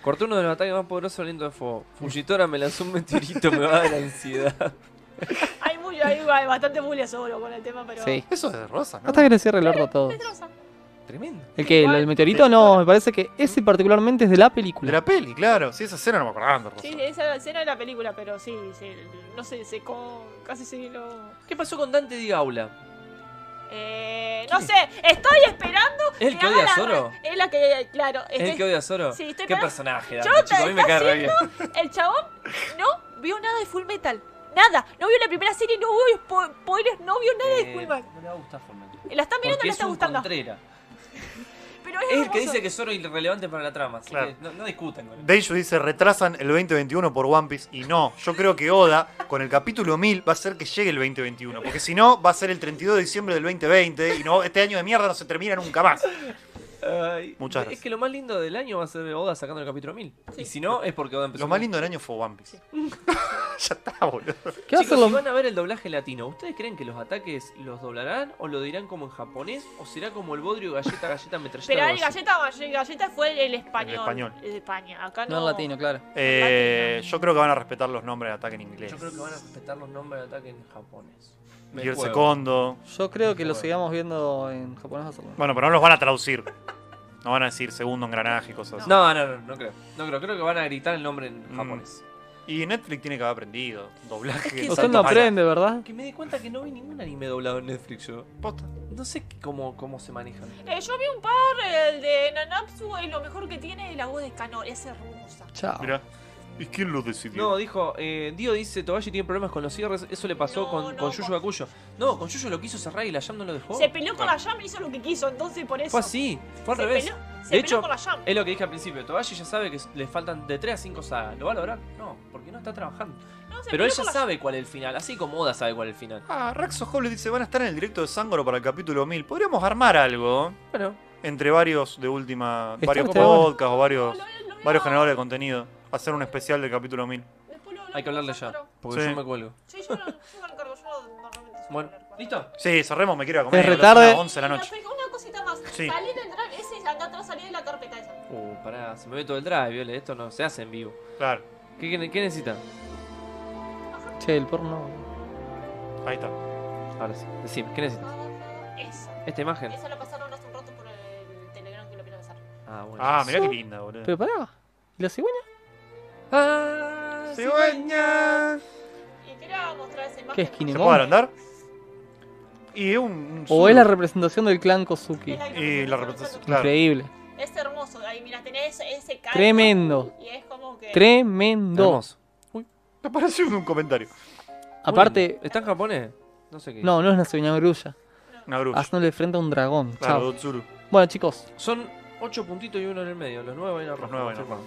Speaker 2: Corté uno de los ataques más poderosos aliento de fuego. Fujitora me lanzó un meteorito, me va a dar ansiedad.
Speaker 4: Hay, muy, hay hay bastante bullying solo con el tema, pero.
Speaker 1: Sí.
Speaker 3: Eso es de Rosa, ¿no?
Speaker 1: Hasta que le cierre el orto a todos.
Speaker 4: Destroza.
Speaker 2: Tremendo.
Speaker 1: ¿El que ¿El, del meteorito? No, me parece que ese particularmente es de la película.
Speaker 3: De la peli, claro. Sí, esa escena no me acordaba de Rosa.
Speaker 4: Sí, esa era la escena de la película, pero sí, sí, no sé, se co- casi se lo.
Speaker 2: ¿Qué pasó con Dante Di Gaula?
Speaker 4: Eh, no sé, estoy esperando.
Speaker 2: ¿Es el que odia
Speaker 4: haga
Speaker 2: a
Speaker 4: la
Speaker 2: Zoro?
Speaker 4: re- Es la que, claro.
Speaker 2: ¿Es el
Speaker 4: estoy-
Speaker 2: que odia a Zoro?
Speaker 4: Sí, estoy
Speaker 2: ¿Qué
Speaker 4: parada.
Speaker 2: personaje? Dante,
Speaker 4: Chota,
Speaker 2: chico, a mí me
Speaker 4: está
Speaker 2: cae re bien.
Speaker 4: El chabón no vio nada de Full Metal. Nada. No vio la primera serie, no vio spo- spoilers, *laughs* no vio nada de
Speaker 2: Eh,
Speaker 4: Full Metal.
Speaker 2: No le va a gustar Fullmetal.
Speaker 4: La está mirando,
Speaker 2: Porque
Speaker 4: le
Speaker 2: es
Speaker 4: está
Speaker 2: un
Speaker 4: gustando.
Speaker 2: contrera.
Speaker 4: Pero es,
Speaker 2: Es el que
Speaker 4: hermoso.
Speaker 2: dice que Zoro es irrelevante para la trama. Así
Speaker 3: Claro.
Speaker 2: que no, no discutan con él.
Speaker 3: Deiju dice, retrasan el 2021 por One Piece. Y no, yo creo que Oda, con el capítulo 1000, va a ser que llegue el 2021. Porque si no, va a ser el 32 de diciembre del 2020. Y no, este año de mierda no se termina nunca más.
Speaker 2: Ay,
Speaker 3: Muchas
Speaker 2: Es
Speaker 3: gracias.
Speaker 2: que lo más lindo del año va a ser Oda sacando el capítulo 1000.
Speaker 4: Sí.
Speaker 2: Y si no, es porque Oda empezó.
Speaker 3: Lo más lindo del año fue One Piece. *laughs* ya está, boludo.
Speaker 1: ¿Qué va a
Speaker 2: Chicos,
Speaker 1: hacer lo-
Speaker 2: si van a ver el doblaje latino, ¿ustedes creen que los ataques los doblarán o lo dirán como en japonés? ¿O será como el bodrio galleta, galleta, metralleta?
Speaker 4: Pero
Speaker 2: algo
Speaker 4: el
Speaker 2: así?
Speaker 4: galleta, galleta fue el, el español.
Speaker 3: español.
Speaker 4: El de España. Acá no.
Speaker 1: No en latino, claro.
Speaker 3: Eh, yo creo que van a respetar los nombres de ataque en inglés.
Speaker 2: Yo creo que van a respetar los nombres de ataque en japonés. Me
Speaker 3: Y el
Speaker 2: juego.
Speaker 3: segundo.
Speaker 1: Yo creo que lo sigamos viendo en japonés. o sea,
Speaker 3: Bueno, pero no los van a traducir. No van a decir segundo engranaje y cosas así.
Speaker 2: No, no, no, no creo. No creo, creo que van a gritar el nombre en
Speaker 3: Mm.
Speaker 2: japonés.
Speaker 3: Y Netflix tiene que haber aprendido. Doblaje.
Speaker 2: que-
Speaker 1: Usted
Speaker 3: salto
Speaker 1: no
Speaker 3: para-
Speaker 1: aprende, ¿verdad?
Speaker 2: Que me di cuenta que no vi ningún anime doblado en Netflix yo.
Speaker 3: Posta.
Speaker 2: No sé cómo, cómo se manejan.
Speaker 4: Eh, yo vi un par, el de Nanatsu, y lo mejor que tiene es la voz de Canor. Es hermosa.
Speaker 1: Chao.
Speaker 3: Mirá. ¿Y quién lo decidió?
Speaker 2: No, dijo, eh, Dio dice, Togashi tiene problemas con los cierres, eso le pasó
Speaker 4: No,
Speaker 2: con,
Speaker 4: no,
Speaker 2: con Yuyu
Speaker 4: con-
Speaker 2: Bakuyo. No, con Yuyu lo quiso cerrar y la Jam no lo dejó.
Speaker 4: Se peleó con la llama y hizo lo que quiso, entonces por eso.
Speaker 2: Oh, Fue así, fue al
Speaker 4: Se
Speaker 2: revés.
Speaker 4: peleó- se
Speaker 2: De
Speaker 4: peleó
Speaker 2: hecho, eh,
Speaker 4: con la llama.
Speaker 2: Es lo que dije al principio, Togashi ya sabe que le faltan de 3 a 5 sagas. ¿Lo va a lograr? No, porque no está trabajando.
Speaker 4: No,
Speaker 2: Pero
Speaker 4: se peleó
Speaker 2: él ya
Speaker 4: con la
Speaker 2: sabe cuál es el final, así como Oda sabe cuál es el final.
Speaker 3: Ah, Raxo Hobbs dice, van a estar en el directo de Sangoro para el capítulo 1000. Podríamos armar algo
Speaker 2: Bueno,
Speaker 3: entre varios de última,
Speaker 1: Está- este
Speaker 3: varios
Speaker 1: está bueno.
Speaker 3: podcasts o varios,
Speaker 4: llama. Lo- lo- lo-
Speaker 3: varios generadores de contenido. Hacer un especial del capítulo 1000.
Speaker 4: después lo- lo-
Speaker 2: hay que hablarle ya,
Speaker 4: pero-
Speaker 2: porque
Speaker 3: Sí.
Speaker 2: yo me cuelgo.
Speaker 4: Sí, yo no, yo no lo cargo, yo no- normalmente suelo
Speaker 2: Bueno,
Speaker 4: hablar con-
Speaker 2: ¿listo?
Speaker 3: Sí, cerremos, me quiero ir a comer.
Speaker 1: Es
Speaker 3: a las
Speaker 1: retarde.
Speaker 3: 11 de la noche.
Speaker 4: Una, una cosita más.
Speaker 3: Sí.
Speaker 4: Salí del drive, ese anda atrás, salí de la carpeta esa.
Speaker 2: Uh, pará, se me ve todo el drive, Viole, esto no se hace en vivo.
Speaker 3: Claro,
Speaker 2: ¿Qué, qué, qué necesitan?
Speaker 1: Che, el porno.
Speaker 3: ahí está.
Speaker 2: Ahora sí, decime, ¿qué necesitan?
Speaker 4: Esa.
Speaker 2: Esta imagen.
Speaker 4: Esa la pasaron hace un rato por el telegrama que lo quiero pasar.
Speaker 2: Ah, bueno.
Speaker 3: Ah, mirá qué linda, boludo.
Speaker 1: Pero pará. ¿Y la cigüeña?
Speaker 2: Ah, sí,
Speaker 3: ¡Cigüeña!
Speaker 4: Y quería mostrar esa imagen.
Speaker 1: ¿Qué es
Speaker 4: porque-
Speaker 3: ¿Se
Speaker 1: Kinemon?
Speaker 3: puede agrandar? Y es un... un
Speaker 1: ¿O es la
Speaker 3: sur-
Speaker 1: representación del clan Kozuki?
Speaker 4: Es
Speaker 3: Y la representación, claro.
Speaker 1: Increíble.
Speaker 4: Es hermoso, ahí mira, tenés ese caldo.
Speaker 1: Tremendo.
Speaker 4: Y es como que.
Speaker 1: Tremendo.
Speaker 2: Hermoso.
Speaker 3: Me pareció un comentario.
Speaker 1: Aparte,
Speaker 2: Bueno, ¿Está en japonés? No sé qué.
Speaker 1: no, no es la cigüeña grulla.
Speaker 3: Una bruja.
Speaker 1: Haciéndole frente a un dragón.
Speaker 3: Claro,
Speaker 1: Chao.
Speaker 3: Dotsuru.
Speaker 1: Bueno, chicos.
Speaker 2: Son 8 puntitos y uno en el medio. Los 9 van a rojo.
Speaker 3: nueve van a
Speaker 2: confirmado.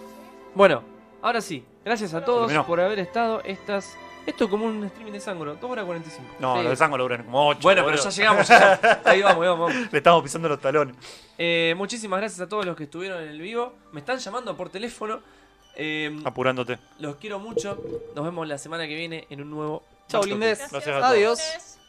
Speaker 2: Bueno, ahora sí. Gracias a todos
Speaker 3: Terminó.
Speaker 2: por haber estado. Estas. Esto es como un streaming de sangro. 2 horas 45.
Speaker 3: No,
Speaker 2: Sí.
Speaker 3: los de Sangoro duran como 8.
Speaker 2: Bueno, pero ya llegamos. ya llegamos. Ahí vamos, ahí vamos. vamos.
Speaker 3: Le estamos pisando los talones.
Speaker 2: Eh, muchísimas gracias a todos los que estuvieron en el vivo. Me están llamando por teléfono. Eh,
Speaker 3: Apurándote.
Speaker 2: los quiero mucho. Nos vemos la semana que viene en un nuevo.
Speaker 1: Chau,
Speaker 2: Bartok.
Speaker 1: lindes.
Speaker 3: Gracias a todos.
Speaker 1: Adiós.